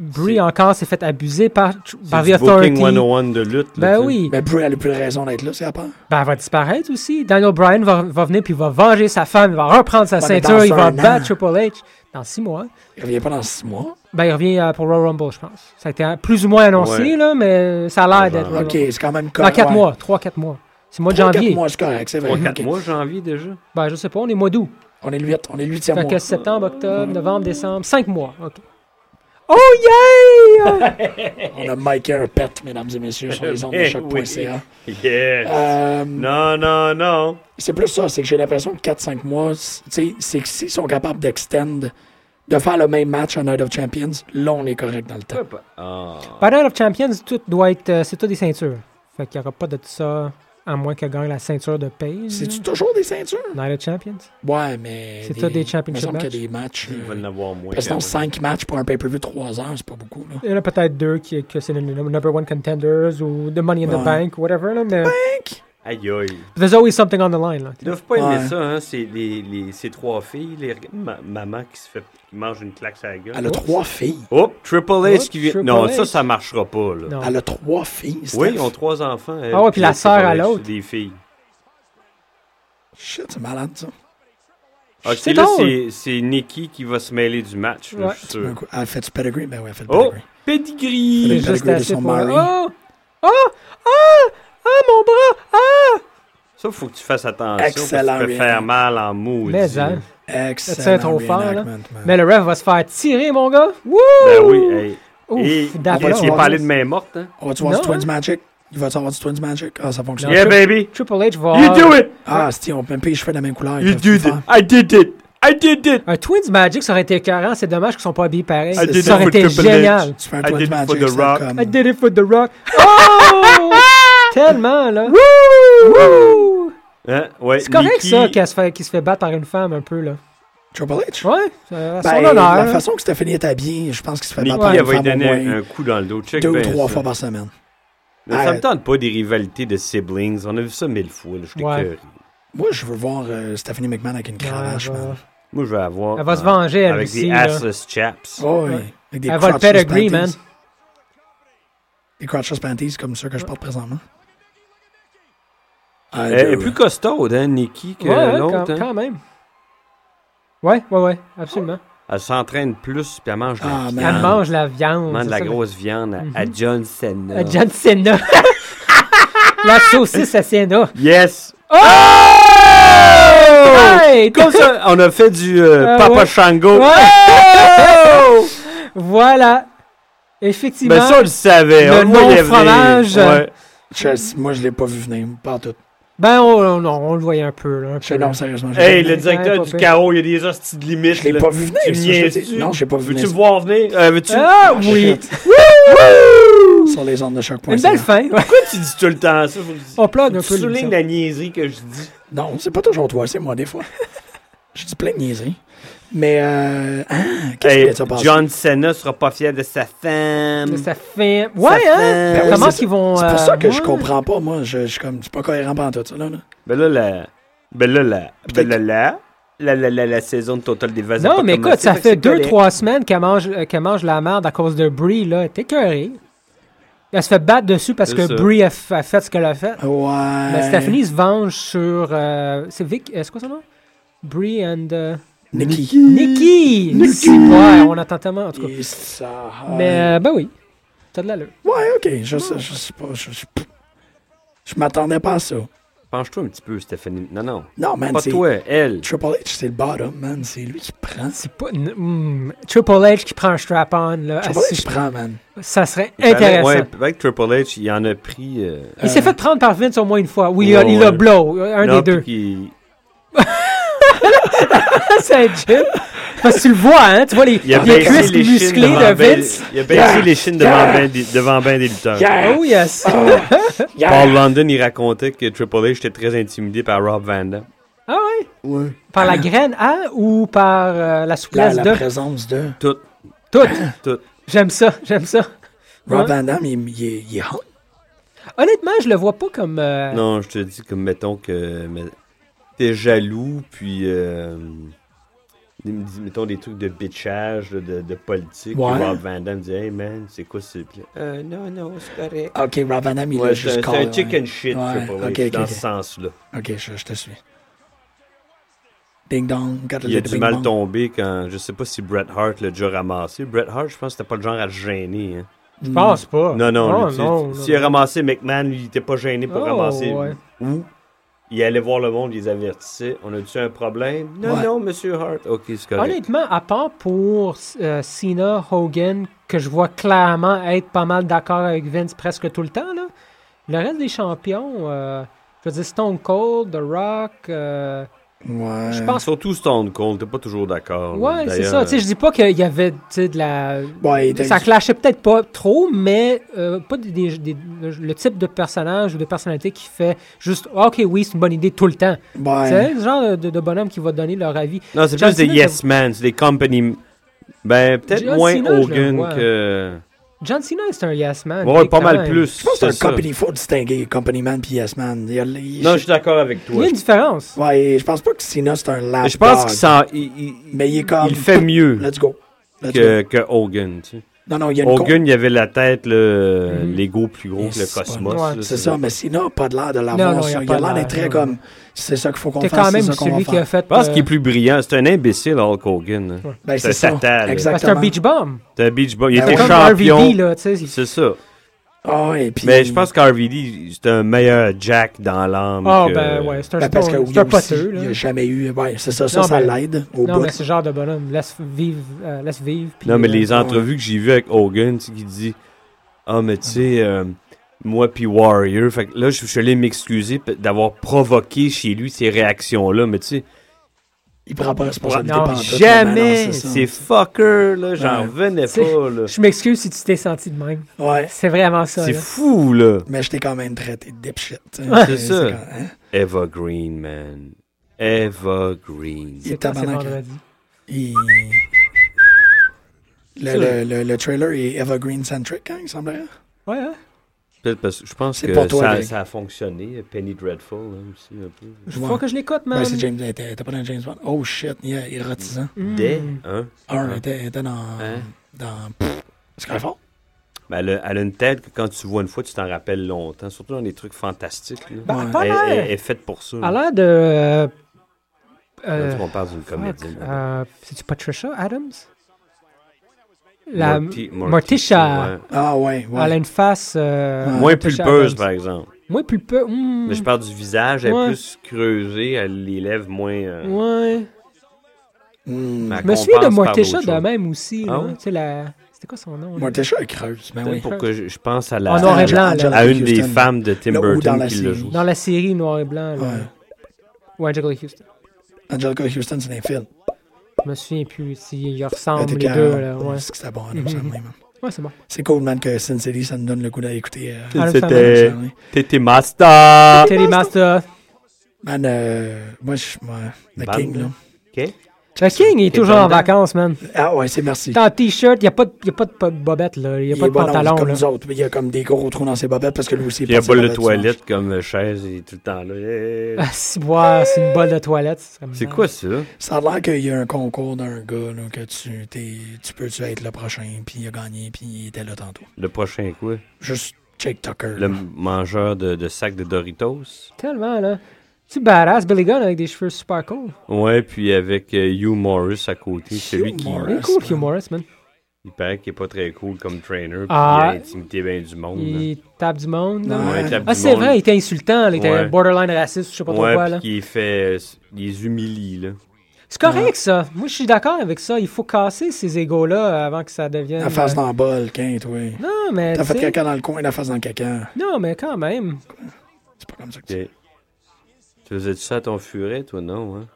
Brie C'est- encore s'est fait abuser par, tr- C'est par The du Booking Authority. 101 de lutte. Ben là, tu sais. oui, Mais Brie, elle a plus de raison d'être là, c'est à part. ben, elle va disparaître aussi. Daniel Bryan va, va venir puis il va venger sa femme, il va reprendre sa Ouais, mais ceinture, dans il va un battre an. Triple H dans six mois. Il revient pas dans six mois. Ben, il revient euh, pour Royal Rumble, je pense. Ça a été euh, plus ou moins annoncé, Ouais. là, mais ça a l'air d'être. Royal Ok, c'est quand même Dans correct. 4 ouais. mois, 3-4 mois. C'est le mois de Trois, quatre janvier. mois, c'est correct, c'est vrai. Trois, quatre Ok. mois, janvier déjà. Ben, je sais pas, on est mois d'août. On est le 8, on est le 8 Fait mois. que septembre, octobre, novembre, décembre, 5 mois. OK. Oh yeah! On a Mike Pet, mesdames et messieurs, sur les ondes de Eh choc.ca. Yes. Euh, Non, non, non. c'est plus ça, c'est que j'ai l'impression que 4-5 mois, c- tu sais, c'est que s'ils sont capables d'extend, de faire le même match en Night of Champions, là, on est correct dans le temps. Ah. Battle of Champions, tout doit être. euh, c'est tout des ceintures. Fait qu'il n'y aura pas de tout ça à moins qu'elle gagne la ceinture de Paige. C'est-tu toujours des ceintures? là. Night of Champions. Ouais, mais. C'est ça, des championship Il me semble qu'il y a matchs? des matchs. Ils veulent en euh, avoir moins. Parce que sinon, qu'un. 5 matchs pour un pay-per-view de 3 heures, c'est pas beaucoup. Là. Il y en a peut-être deux qui que c'est le num- number one contenders ou the money in Ouais. the bank ou whatever là, mais Aïe aïe. there's always something on the line là. Ils doivent pas aimer Ouais. ça, hein, ces, les, les- ces trois filles. Les... ma- maman qui se fait qui mange une claque sur la gueule. Elle a 3 filles. Oh, Triple H Oups, qui vient. Triple Non, H. ça, ça marchera pas, là. Non. Elle a 3 filles. Oui, Steph. ils ont trois enfants. elle, Ah ouais, puis la Triple sœur à H, l'autre. Des filles. Shit, c'est malade, ça. Ok, C'est là, drôle. Ah, c'est- c'est Nikki qui va se mêler du match, là, Ouais. je suis Tu veux un sûr. coup- Elle fait du pedigree? Ben oui, elle fait le Oh, pedigree. pedigree! C'est Les juste Belgrades assez sont pour married. oh oh ah ah mon bras ah Ça, faut que tu fasses attention. Excellent Parce que tu peux faire reaction. mal en maudit. mais hein. Excellent. C'est trop fort, là. Ben, reenactment, man. mais le ref va se faire tirer mon gars. Wouh! Euh. Ben oui, hey. Ouf, Et- d'après, on on va va- parler de main morte, hein? On va-tu voir du Non, Twins hein. Magic? Il va-tu avoir du Twins Magic? Ah, ça fonctionne. Yeah, Triple- baby! Triple H va You do it! Ah, si, on peut même pas les cheveux de la même couleur. ils You peuvent plus did it! faire. I did it! I did it! un Twins Magic ça aurait été écœurant. C'est dommage qu'ils sont pas habillés pareil. I did Ça it aurait for été Triple H. génial. Tu fais un I did Twins it for Magic, The c'est Rock. comme... I did it for The Rock. Oh! Tellement, là. Wouh! Hein? Ouais, C'est correct, Nikki- ça, qu'elle se, fait, qu'il se fait battre par une femme, un peu, là. Triple H? Ouais, euh, à son Ben, honneur. la façon que Stéphanie est habillée, je pense qu'il se fait battre Nikki, par elle une va lui femme au donner un- moins un coup dans le dos. Check deux ou bien trois ça. fois par semaine. Mais Ça Ah, me tente pas des rivalités de siblings. On a vu ça mille fois. là, Je suis Ouais. écoeuré. Moi, je veux voir euh, Stephanie McMahon avec une Ouais, cravache, elle va- man. Moi, je vais avoir. Elle va se euh, venger, elle Avec aussi. des là. assless chaps. Oh, Ouais. oui. Avec des Elle va le crotchless pedigree, panties. man. Des crotchless panties comme ceux que je porte présentement. Ah, Elle est de- plus costaude, hein, Nikki, que Ouais, ouais, l'autre. quand, hein. quand même. Ouais, ouais, ouais, absolument. Elle s'entraîne plus, puis elle mange de la Ah, viande. man. Elle mange la viande. Elle mange de c'est la ça, grosse viande à- à John Cena. mais- Euh, John Cena. la saucisse à Cena. Yes! Oh! Hey! Comme ça, on a fait du euh, Ah, Papa ouais. Shango. Ouais! voilà. Effectivement. Mais Ben, ça, on le savait. hein. Le on voyait non-fromage. venir. Ouais. Je- moi, je l'ai pas vu venir, pas en tout. Ben, on, on- on le voyait un peu, là. un Je- peu, non, là. sérieusement. je l'ai Hey, pas le vu. directeur Ouais, du hein, pas carreau, il y a des hosties de limites. Je l'ai là. pas vu venir. Tu ça, je te niaises-tu? dis. Non, je l'ai pas vu Veux-tu venir. me voir venir? Euh, veux-tu... Ah Ah, oui! shit. Wouh! Sur les ondes de choc. Une belle fin. ouais. Pourquoi tu dis tout le temps ça? Faut que tu- On plug un Tu peu soulignes l'émission. la niaiserie que je dis. Non, c'est pas toujours toi, c'est moi des fois. je dis plein de niaiseries. Mais, euh, hein, qu'est-ce Hey, qui s'est passé? John Cena sera pas fier de sa femme. Mais Ça fait. Ouais, hein? Ben oui, Comment c'est qu'ils vont. C'est pour ça que euh, je ouais. comprends pas, moi. Je, je suis comme, c'est pas cohérent pas en tout ça, là. là. Ben là, la... Ben là, la... Peut-être- Ben là, la... La, la, la, la saison de Total Divas a Non, pas mais commencé, écoute, ça que fait c'est deux, correct. trois semaines qu'elle mange, euh, qu'elle mange la merde à cause de Brie, là. T'es curé. Elle se fait battre dessus parce C'est que ça. Brie a, f- a fait ce qu'elle a fait. Ouais. Mais Ben, Stephanie se venge sur. euh, c'est Vic. euh, C'est quoi son nom? Brie and. euh, Nikki. Nikki! Ouais, on attend tellement, en tout cas. Et ça. Mais, euh, ben oui. T'as de l'allure. Ouais, ok, je sais, je sais pas. Je, je, je m'attendais pas à ça. Penche-toi un petit peu, Stéphanie. Non, non. Non, man, Pas c'est. toi, elle. Triple H, c'est le bottom, man. C'est lui qui prend. C'est pas. n- hmm, Triple H qui prend un strap-on, là. Triple assis- H prend, man. Ça serait intéressant. Ouais, avec Triple H, il en a pris... euh, Il s'est fait prendre par Vince au moins une fois. Oui, il a- Ouais, il a ouais. blow, un non, des deux. puis C'est Jim. Parce que tu le vois, hein, tu vois les, Il, il a les baissé cuisses les chines musclées devant de ben- Vince. Il a baissé les chines devant ben des- devant ben des lutteurs. Oh yes. Paul London, il racontait que Triple H était très intimidé par Rob Van Damme. Ah ouais. Ouais. Par la graine, hein, ou par euh, la La, souplesse la de présence de. Tout. tout. Tout. J'aime ça, j'aime ça. Rob Ouais. Van Damme, il, il, est- il est hot. Honnêtement, je le vois pas comme. euh, Non, je te dis comme mettons que mais, t'es jaloux, puis euh, des- dis- mettons des trucs de bitchage, là, de, de politique. puis Ouais. Rob Van Damme dit Hey man, c'est quoi ce Puis là, Euh, non, non, c'est correct. Ah, Ok, Rob Van Damme, il Ouais, est c'est juste un, call, c'est un ouais. chicken shit Ouais, Triple H, ok, ok, dans ok. ce sens-là. Ok, je, je te suis. Ding dong, got a Il a little du bing mal bong. tombé quand je sais pas si Bret Hart l'a déjà ramassé. Bret Hart, je pense que c'était pas le genre à le gêner. hein. Mm, Je pense pas. Non, non, non, lui, tu- Ah. non, s'il a ramassé McMahon, lui, il était pas gêné pour Oh, ramasser. ouais. Ou il allait voir le monde, il les avertissait. On a-tu un problème? Non, Ouais. non, monsieur Hart. Ok, c'est correct. Honnêtement, à part pour euh, Cena, Hogan, que je vois clairement être pas mal d'accord avec Vince presque tout le temps, là, le reste des champions, euh, je veux dire Stone Cold, The Rock, euh, Ouais. Je pense. Surtout Stone Cold, t'es pas toujours d'accord. là. Ouais, c'est Oh, D'ailleurs, ça. Tu sais, je dis pas qu'il y avait tu sais, de la. Ouais, il- Ça clashait peut-être pas trop, mais euh, pas des- des- des- le type de personnage ou de personnalité qui fait juste Ah, OK, oui, c'est une bonne idée tout le temps. ouais. C'est le genre de, de bonhomme qui va donner leur avis. Non, c'est John plus des Cena, yes man, c'est des company. Ben, peut-être John moins Cena, je le vois. Hogan que. John Cena, c'est un yes man. Ouais, mais pas quand mal même. plus. Je pense que c'est c'est ça. un company, faut distinguer company man puis yes man. Il y a- il- Non, je suis d'accord avec Il y toi. a une Ah, différence. Ouais, je pense pas que Cena c'est un lap. Je pense dog, qu'il s'en- il, il- Mais il est comme. il fait mieux Let's go. Let's que, que Hogan. tu sais. go. Non, non, il y a une con- Hogan, il avait la tête, le- Mhm. l'ego plus gros Mais que le c'est pas- cosmos. Ouais, là, C'est ça, mais Cena a pas de l'air de non, l'avoir. il a ça. Il pas a l'air l'air, d'être très non. comme. C'est ça qu'il faut qu'on T'es fasse. quand même c'est ça qu'on va celui qui a faire. fait. Je pense euh, qu'il Ah, est plus brillant. C'est un imbécile, Hulk Hogan. là. Ben, c'est c'est ça. Satan, là. ah, c'est un Exactement. beach bomb. C'est un beach ball. Il Ben était oui. Comme champion. RVD, là, tu sais. il- C'est ça. Ah, et puis. Mais je pense qu'RVD, c'est un meilleur Jack dans l'âme. Ah, que- ben ouais, c'est un, Ben, parce c'est que un- oui, c'est un aussi, poteux, il là. n'y a jamais eu. Ouais, c'est ça, ça, Non, ça mais- l'aide au Non, bout. mais c'est le genre de bonhomme. Laisse vivre. euh, laisse vivre puis, Non, mais euh, les entrevues que j'ai vues avec Hogan, tu sais, qui dit Ah, mais tu sais, euh, moi puis Warrior. Fait que là, je je suis allé m'excuser p- d'avoir provoqué chez lui ces réactions-là. Mais tu sais, Il prend pas responsabilité Non, pendant tout, mais jamais non, c'est ça. ces fuckers, là, j'en Ouais. revenais C'est- pas, là. Je m'excuse si tu t'es senti de même. Ouais. C'est vraiment ça. C'est là. fou, là. Mais je t'ai quand même traité de dipshit. tu sais. Ouais, c'est ça. quand- hein? Evergreen, man. Evergreen. Il C'est est quand c'est tabarnak. vendredi. Il- Le, le, le, le trailer est evergreen centric, hein, il semblerait. Ouais, hein? Peut-être parce que je pense C'est que pour toi, ça, Greg. ça a fonctionné. Penny Dreadful, hein, aussi, un peu. Faut Ouais. que je l'écoute, man. Ben, c'est James. T'es pas dans James Bond. Oh shit, yeah, érotisant. Mm. Dès, hein? Un, elle était, elle était dans. Hein? dans pff, Skyfall. Ben, elle, a, elle a une tête que quand tu vois une fois, tu t'en rappelles longtemps. Surtout dans des trucs fantastiques. là. Ben, Ouais. pas elle, mal. elle- elle est faite pour ça. À l'air de. euh, euh, on parle d'une comédienne. fuck, là. euh, C'est-tu Patricia Adams? La Morty- Morticia. ouais. Ah ouais, ouais. Elle a une face. euh, Ouais. Moins Morticia pulpeuse, Adams. par exemple. Moins pulpeuse. hmm, Mais je parle du visage, elle Ouais. est plus creusée, elle les lèvres moins. euh, Ouais. Hmm. la Je me souviens de compense par Morticia d'autres de choses. même aussi. Ah là. ouais? Tu sais, la. C'était quoi son nom? là? Morticia est creuse, ben oui. Pour que je, je pense à la. En noir et Angela- blanc, là. Angela à une des Houston. femmes de Tim Là, ou dans Burton la qui le série. joue. Dans la série Noir et Blanc. Là. Ouais. Ouais, Jekyll et Houston. Angelica Houston, c'est un film. Je me souviens plus s'ils Elle ressemblent était les deux. Ah, Là. Ouais, Mm-hmm. C'est que c'était bon, Adam Sandler, man. ouais c'est bon. C'est cool, man, que Sin City, ça nous donne le goût d'aller écouter. euh, Adam C'était. Adam Sandler. T'étais master! Terry Master. Man, euh, moi, je suis. moi, The Band. King, là. Ok. Le King est toujours en dedans. vacances, man. Ah ouais, c'est merci. T'es en t-shirt, il a pas de y a pas de po- bobette, là. Il a pas est de bon, pantalon, comme là. nous autres. mais Il y a comme des gros trous dans ses bobettes parce que lui aussi. Il y a porte ses pas le bobettes toilette comme euh, chaise, il est tout le temps là. Eh. Ah, si, ouais, c'est une bolle de toilette. ça serait C'est marrant. quoi ça? dimanche. Ça a l'air qu'il y a un concours d'un gars, là, que tu, t'es, tu peux tu être le prochain, puis il a gagné, puis il était là tantôt. Le prochain quoi? Juste Jake Tucker. Le là. mangeur de, de sacs de Doritos. Tellement, là. Tu badass Billy Gunn avec des cheveux super cool. Ouais, puis avec euh, Hugh Morris à côté, celui qui Il Morris. est cool, man. Hugh Morris, man. il paraît qu'il est pas très cool comme trainer, puis Ah. il a intimidé bien du monde. hein. Il tape du monde. là. Ouais. Ouais, il tape Ah, du c'est monde. vrai, il était insultant. là. Il était Ouais. borderline raciste, je sais pas hein. trop quoi, Ouais, là. puis il fait, il les humilie là. C'est correct, ça. Moi, je suis d'accord avec ça. Il faut casser ces égaux-là avant que ça devienne... La face euh, dans le bol, Kent, oui. Non, mais... T'as tu fait sais, caca dans le coin, la face dans le caca. Non, mais quand même. C'est pas comme ça que tu Ok. Tu faisais ça à ton furet, toi non hein?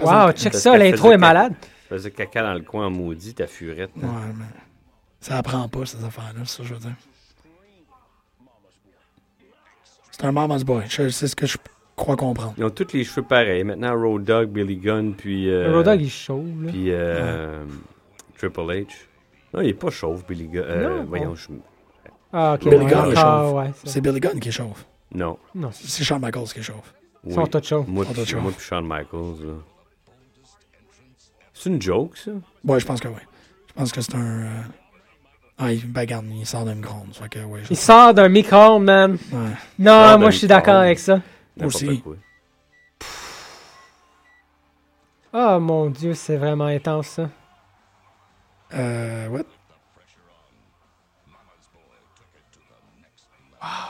Wow, check ça, l'intro est malade. Tu faisais caca dans le coin en maudit ta furette. hein? Ouais, mais ça apprend pas, ces affaires-là, c'est ça que je veux dire. C'est un mama's boy. Je- C'est ce que je crois comprendre. Ils ont tous les cheveux pareils. Maintenant Road Dogg, Billy Gunn, puis euh, Le Road Dogg, il est chaud, là. puis euh, Triple H. Non, il est pas chauve, Billy Gunn. Euh, Non. voyons, je... Ah, ok. ouais, Billy Gunn est encore, chauve. ouais, ça. C'est Billy Gunn qui chauffe. non. Non, C'est Shawn Michaels qui chauffe. Oui. sont tous chauds. Moi, Sont puis- tous chauds. moi puis Shawn Michaels, là. C'est une joke, ça? Ouais, je pense que oui. Je pense que c'est un. euh, Ah, il bagarre, il sort d'une gronde. Fait que, ouais, je- Il sort d'un micro, man. Ouais. Non, sort moi d'un je suis d'accord micro-ondes. avec ça. N'importe Aussi. quoi. Oh mon dieu, c'est vraiment intense ça. Euh, what?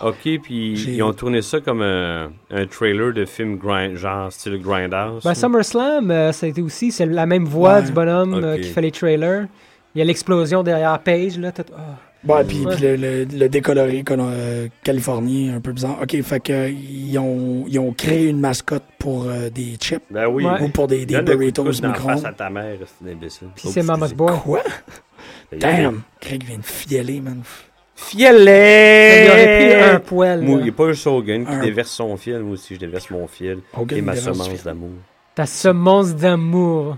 OK, puis J'ai- ils ont tourné ça comme un, un trailer de film grind, genre style Grindhouse. Ben, SummerSlam, euh, ça a été aussi, c'est la même voix Ouais. du bonhomme euh, Ok. qui fait les trailers. Il y a l'explosion derrière Page, là. t'as- ah. Ouais, puis Ouais. puis le, le- le décoloré colo- euh, californien, un peu bizarre. OK, fait que, euh, ils, ont, ils ont créé une mascotte pour euh, des chips Ben oui. Ouais. ou pour des, des Donne le coup de burritos coude dans la micro face à ta mère, c'est un imbécile. Puis c'est Mama's Boy. Quoi? Fait que- Damn! Craig vient de fieler, man. Il Fielet! aurait pris un poil. Moi, là. il n'y a pas juste Hogan qui Un- déverse son fil, moi aussi je déverse mon fil. Hogan et ma déverse son semence fil. d'amour. Ta semence d'amour.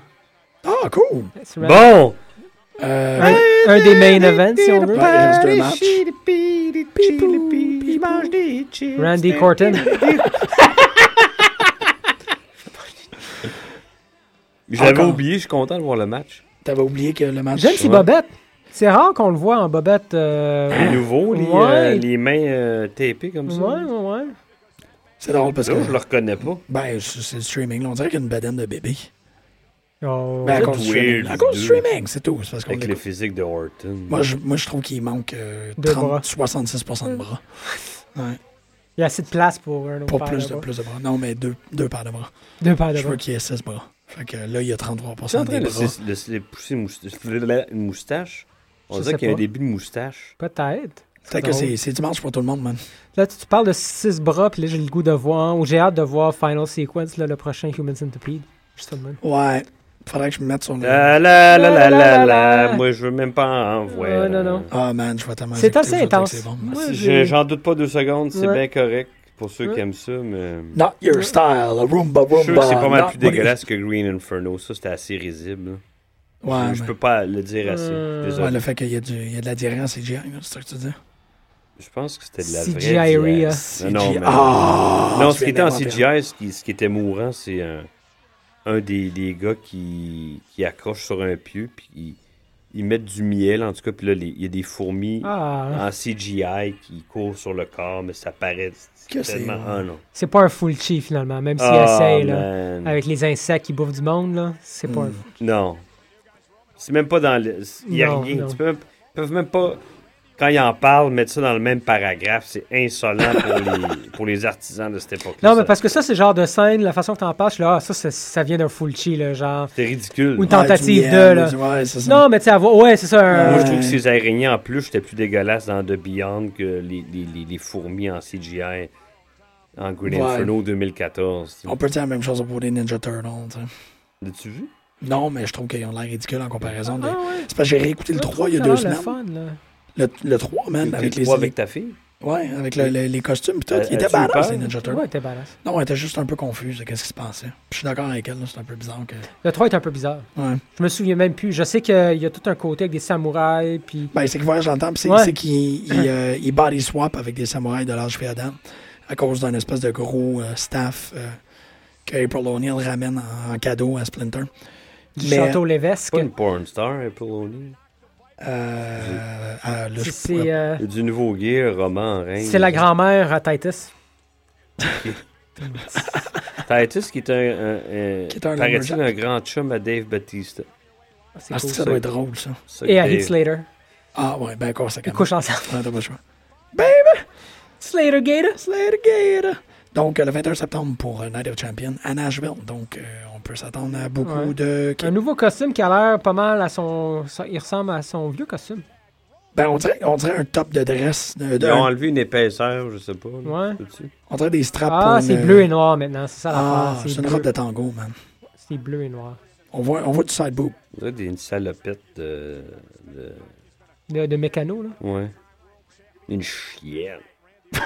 Ah, cool! That's right. Bon! Euh, Un, un des main events, si on veut. Ouais, il reste deux matchs. Randy Corton. J'avais Encore. oublié, je suis content de voir le match. T'avais oublié que le match... J'aime ses Ouais. bobettes. C'est rare qu'on le voit en bobette. euh, À nouveau, les, Ouais. euh, les mains euh, tapées comme Ouais, ça. ouais, ouais. C'est drôle parce que... Là, je le reconnais pas. Ben, c'est c'est le streaming. là. On dirait qu'il y a une bedaine de bébé. Oh. Ben, à cause du weird, streaming. À cause du deux. streaming, c'est tout. C'est parce qu'on Avec le l'écoute. physique de Orton. Moi, je, moi, je trouve qu'il manque euh, De 30, bras. 66% de bras. Ouais, Il y a assez de place pour un autre pour paire plus de, bras. plus de bras. Non, mais deux, deux paires de bras. Deux paires de Je bras. veux qu'il y ait 6 bras. Fait que là, il y a 33% C'est en des train de bras. se- de se les pousser une moustache. Une moustache. On Je sais dirait qu'il y a un pas. début de moustache. Peut-être. Peut-être que c'est c'est dimanche pour tout le monde, man. Là, tu, tu parles de six bras, puis là, j'ai le goût de voir, ou j'ai hâte de voir Final Sequence, là, le prochain Human Centipede. Juste de même. Ouais. Faudrait que je me mette sur le. La la la la la la, la. la. Moi, je veux même pas en voir. Ouais, non, non. Ah, man, je vais tellement. C'est écouter, assez je vais dire que intense. c'est bon. Moi, Je- j'ai- J'en doute pas deux secondes, c'est Ouais. bien correct pour ceux Ouais. qui aiment ça, mais. Not your style, a Roomba Je Roomba. suis sûr que c'est pas mal not plus what- dégueulasse que Green Inferno. Ça, c'était assez risible. Ouais, là. mais- je, je peux pas le dire assez. Euh, Désolé. ouais, le fait qu'il y, a du- il y a de la diarrhée en CGI, là, c'est ça que tu dis? Je pense que c'était de la CGI vraie. Ria. diarrhée. Non, non, CGI. mais- Ah! non, tu ce qui était viens en d'inventer. CGI, ce qui, ce qui était mourant, c'est un, un des, des gars qui, qui accroche sur un pieu, puis ils, ils mettent du miel, en tout cas, puis là, les- il y a des fourmis Ah, en CGI qui courent sur le corps, mais ça paraît Que c'est, tellement... ouais. Ah non. c'est pas un full chi, finalement, même s'il Ah, essaye, là. man. Avec les insectes qui bouffent du monde, là. C'est pas un Mm. Non. C'est même pas dans le. Il n'y a Non, rien. non. Tu peux, ils peuvent même pas. Quand ils en parlent, mettre ça dans le même paragraphe. C'est insolent pour les, pour les artisans de cette époque-là. Non, mais Ça- parce que ça, c'est le genre de scène, la façon que t'en parles, je suis là, ah, ça, ça, ça vient d'un full chi, là, genre. C'est ridicule. Ou Moi, t'en- tentative Ouais, de, là. tu viens, Ouais, c'est ça. Non, mais tu sais, à voix- ouais, c'est ça. un- je trouve que ces araignées, en plus, j'étais plus dégueulasse dans The Beyond que les, les, les, les fourmis en CGI en Green Ouais. Ah. Inferno 2014. On peut dire la même chose au propos des Ninja Turtles, tu sais. L'as-tu vu? Non, mais je trouve qu'ils ont l'air ridicules en comparaison. de- Ah, ouais. C'est parce que j'ai réécouté le Je 3 il y a trouve deux ça a semaines. l'air Ah, le fun, là. Le, le 3, man, Ah, avec les. Toi, avec ta fille? Ouais, avec le- le- les costumes et tout. Euh, Il était as-tu eu badass, peur? les Ninja Turtles. Ouais, t'es badass. Non, elle était juste un peu confuse de qu'est-ce qui se passait. Puis je suis d'accord avec elle, là, c'est un peu bizarre que. Le 3 est un peu bizarre. Ouais. Je me souviens même plus. Je sais qu'il y a tout un côté avec des samouraïs, puis. Ben, c'est qu'il voyage dans le temps, puis c'est Ouais. c'est qu'il il, euh, il body swap avec des samouraïs de l'âge féodal à cause d'un espèce de gros euh, staff euh, que April O'Neil ramène en, en cadeau à Splinter. du Mais- château C'est Lévesque. Pas une porn star, April O'Neil. Euh, euh, là, je C'est- pourrais- C'est euh, Du nouveau gear, roman, en règne. c'est la grand-mère à Titus. Ah, Titus, qui est un, un, un- Qui est un paraît-il lumberjack. un grand chum à Dave Batista. Ah, c'est Ah, cool, c'est que ça ça. doit être drôle, ça. Ça que Et à Dave- Heath Slater. Ah, ouais, ben, conséquemment. Ils couchent ensemble. Ouais, t'as pas le choix. Slater Gator. Slater Gator. Donc, euh, le 21 septembre pour euh, Night of Champions à Nashville. Donc, euh, on peut s'attendre à beaucoup Ouais. de. Un nouveau costume qui a l'air pas mal à son. ça- Il ressemble à son vieux costume. Ben, on dirait, on dirait un top de dress. de- de- Ils ont enlevé une épaisseur, je sais pas. là, Ouais. peux-tu? on dirait des straps. Ah, pour c'est une- bleu et noir maintenant. C'est ça l'affaire. Ah, c'est c'est une bleu. robe de tango, man. C'est bleu et noir. On voit, on voit du side boob. On dirait des- une salopette de, de- De, de mécano, là. Ouais. Une chienne. Puis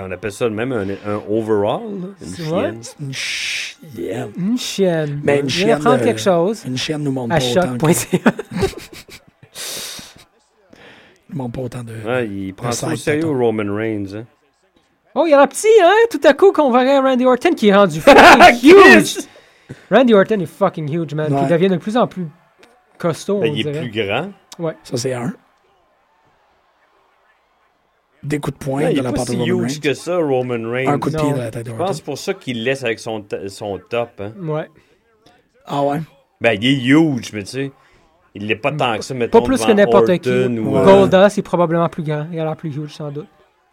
on appelle ça de même un, un overall, là, Une C'est chienne. Une chienne. Une chienne. Mais Hmm? une Je chienne, vais prendre euh, quelque chose. Une chienne nous montre À pas autant. que- choc.ca. nous montre pas autant de. Ouais, il prend Un ça au side sérieux, tattoo. Roman Reigns. Hein. Oh, il y a un petit, hein? Tout à coup, qu'on verrait Randy Orton qui est rendu fucking huge. Randy Orton est fucking huge, man. Puis Ah, Ouais. il devient de plus en plus costaud, Ben, on il est dirait. plus grand. Ça, c'est un. Des coups de poing Ouais, il de est la pas part de si Roman huge Reigns. que ça, Roman Reigns. Un coup de pied Non. de la tête de Je Orton. pense pour ça qu'il laisse avec son, ta- son top. Hein. Ouais. Ah ouais. Ben, il est huge, mais tu sais, il l'est pas tant que ça, mettons, Pas plus devant que n'importe qui. Orton Ou, Ouais. euh, Goldust est probablement plus grand. Il a l'air plus huge, sans doute.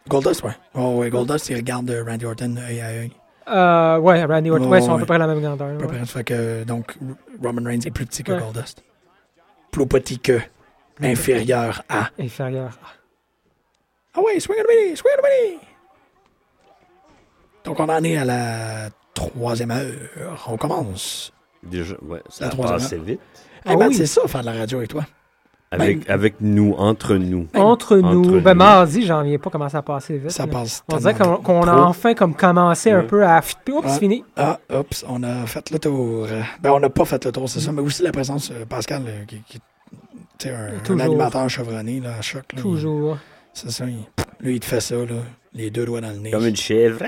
Goldust, ouais. Oh, ouais, Goldust, il regarde euh, Randy Orton œil à œil. Euh, ouais, Randy Orton. Ouais, Ouais, ils sont à ouais. peu près à la même grandeur. À peu ouais. près. Fait que, donc, R- Roman Reigns est plus petit que Ouais. Goldust. Plus petit que. Inférieur à. Inférieur. Ah, Ah ouais, swing and a mini, swing and a mini. Donc on en est à la troisième heure. On commence. Déjà, ouais, ça La a troisième passé heure. vite. Eh Ah ben, oui. c'est ça, faire de la radio avec toi. Ben, Avec, avec nous, entre nous. Entre nous. Entre ben, nous. mardi, j'en viens pas comment ça a passé vite. Ça là. passe On tellement dirait qu'on vite. qu'on a Trop. enfin comme commencé un Ouais. peu à... fi- Oups, Ouais. c'est fini. Ah, oups, on a fait le tour. Ben, on n'a pas fait le tour, c'est ça, mais aussi la présence de Pascal, euh, qui, qui tu sais, un, un Toujours. animateur chevronné, là, à choc. là, il- Mm. Toujours. C'est ça, il, lui, il te fait ça, là, les deux doigts dans le nez. Comme une chèvre. Comme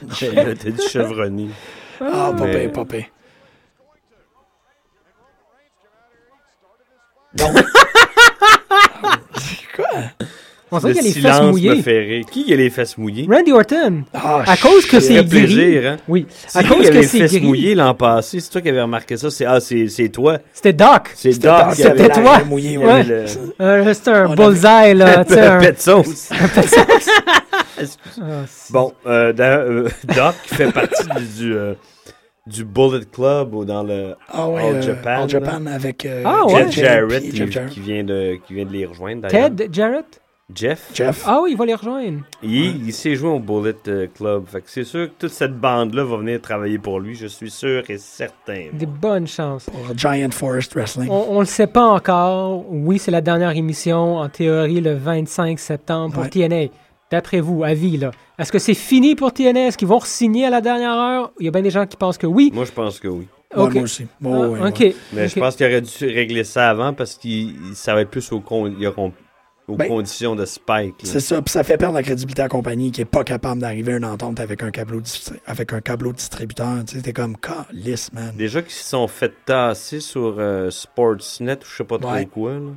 une chèvre. T'as dit chevronné. Ah, pas Mais- pire, pas pire. Donc- Quoi? On dirait qu'il y a Le les fesses silence me mouillées. fait rire. Qui a les fesses mouillées? Randy Orton. Ah, À cause que shit. c'est fait gris. plaisir, hein? Oui. À C'est qui cause qui avait que les c'est fesses gris. mouillées l'an passé? C'est toi qui avais remarqué ça? C'est, ah, c'est, c'est toi. C'était Doc. C'est Doc. qui C'était Ah, avait C'était la- toi. la mouillée, qui avait Ouais. le- Euh, C'était On un avait- bullseye, là. tu sais, un- Pet sauce. Ah, c'est- Bon, euh, d'ailleurs, euh, Doc qui fait partie du, du, euh, du Bullet Club ou dans le Ah ouais, All euh, Japan, All là. Japan avec euh, Ah ouais. Jeff JP, Jarrett Jeff qui, Jarrett. qui vient de, qui vient de les rejoindre. d'ailleurs. Ted, Jarrett. Jeff. Jeff. Ah oui, il va les rejoindre. Il, il s'est joint au Bullet euh, Club. Fait que c'est sûr que toute cette bande-là va venir travailler pour lui. Je suis sûr et certain. Des bonnes chances. Pour Giant Forest Wrestling. On, on le sait pas encore. Oui, c'est la dernière émission, en théorie, le 25 septembre pour Ouais. TNA. D'après vous, avis, là. Est-ce que c'est fini pour TNA? Est-ce qu'ils vont signer à la dernière heure? Il y a bien des gens qui pensent que oui. Moi, je pense que oui. Ouais, OK. Moi aussi. Bon, ouais, Ah, ouais. OK. Oh, Mais OK. je pense qu'il aurait dû régler ça avant parce que ça va être plus aux, con- il y aura- aux Ben, conditions de Spike. là. C'est ça, puis ça fait perdre la crédibilité à la compagnie qui est pas capable d'arriver à une entente avec un câbleau, distri- avec un câbleau distributeur. Tu sais, t'es comme, calice, man. Déjà qu'ils se sont fait tasser sur euh, Sportsnet ou je sais pas trop Ouais. quoi. Là.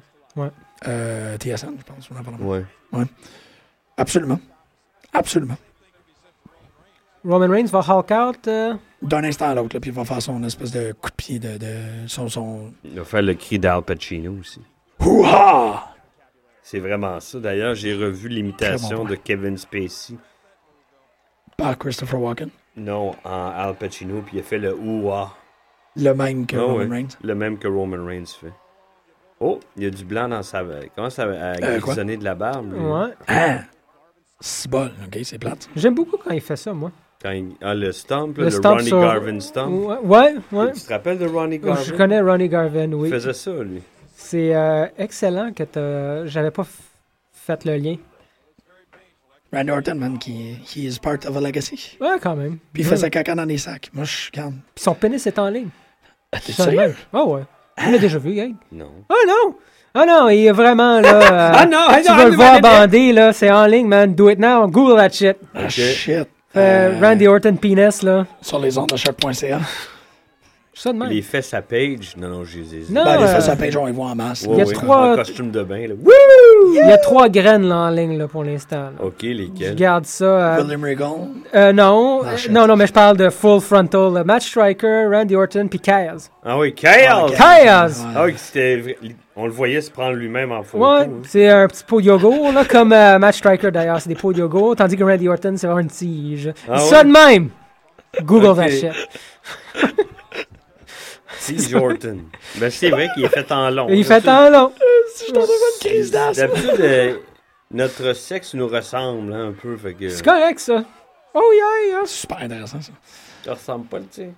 Euh, TSN, je pense. ou n'importe quoi. Ouais. Absolument. Absolument. Roman Reigns va Hulk out. euh, D'un instant à l'autre, là, puis il va faire son espèce de coup de pied de. de- son. son... Il va faire le cri d'Al Pacino aussi. Houha! C'est vraiment ça. D'ailleurs, j'ai revu l'imitation Très bon point. de Kevin Spacey. Par Christopher Walken. Non, en Al Pacino, puis il a fait le ouah. Le même que Ah Roman ouais, Reigns. Le même que Roman Reigns fait. Oh, il y a du blanc dans sa. Comment ça va à Euh, quoi? grisonner de la barbe? lui. Ouais. Ah! C'est bol, ok, c'est plate. J'aime beaucoup quand il fait ça, moi. Quand il- ah, le stomp, Le là, le, stomp Ronnie sur- Garvin stomp. Ouais, ouais. ouais. Tu te rappelles de Ronnie Garvin? Je connais Ronnie Garvin, Il oui. faisait ça, lui. C'est euh, excellent que t'as- j'avais pas f- fait le lien. Randy Orton, man, qui he is part of a legacy. Ouais, quand même. Puis il Ouais. fait Hmm. sa caca dans des sacs. Moi, je garde. Puis son pénis est en ligne. T'es Seulement. Ah ouais. On l'a déjà vu, gang. Non. Oh non! Ah non, il est vraiment là. ah non, Tu veux le voir bandé, là, c'est en ligne, man. Do it now, Google that shit. Ah, Ok. shit. Euh, Euh, Randy Orton penis, là. Sur les ondes de choc.ca. Ça de même. Les fesses à Page. Non, non, j'ai les Non, Ben, les euh, fesses à page, on les voit en masse. y a oui, trois- En costume de bain, là. Il y a trois graines, là, en ligne, là, pour l'instant. là. OK, Je lesquels? garde ça. euh, William Regal. euh, non, Ah, Non, euh, shit. non, non, mais je parle de Full Frontal. là. Match Striker, Randy Orton, puis Chaos. Ah oui, Chaos! ok. Chaos! Ah oui, c'était... vrai- On le voyait se prendre lui-même en photo. Ouais, hein. c'est un petit pot de yogourt, là, comme euh, Match Striker d'ailleurs, c'est des pots de yogourt, tandis que Randy Orton, c'est vraiment une tige. Ah ça ouais? de même! Google Ok. that shit. C'est Jordan. Ben, c'est vrai qu'il est fait en long. Il fait D'habitude- tant long. Crise d'asthme. D'habitude, euh, notre sexe nous ressemble hein, un peu, fait que... C'est correct, ça. Oh yeah, yeah. Super intéressant, ça. Tu ressembles pas, le tien.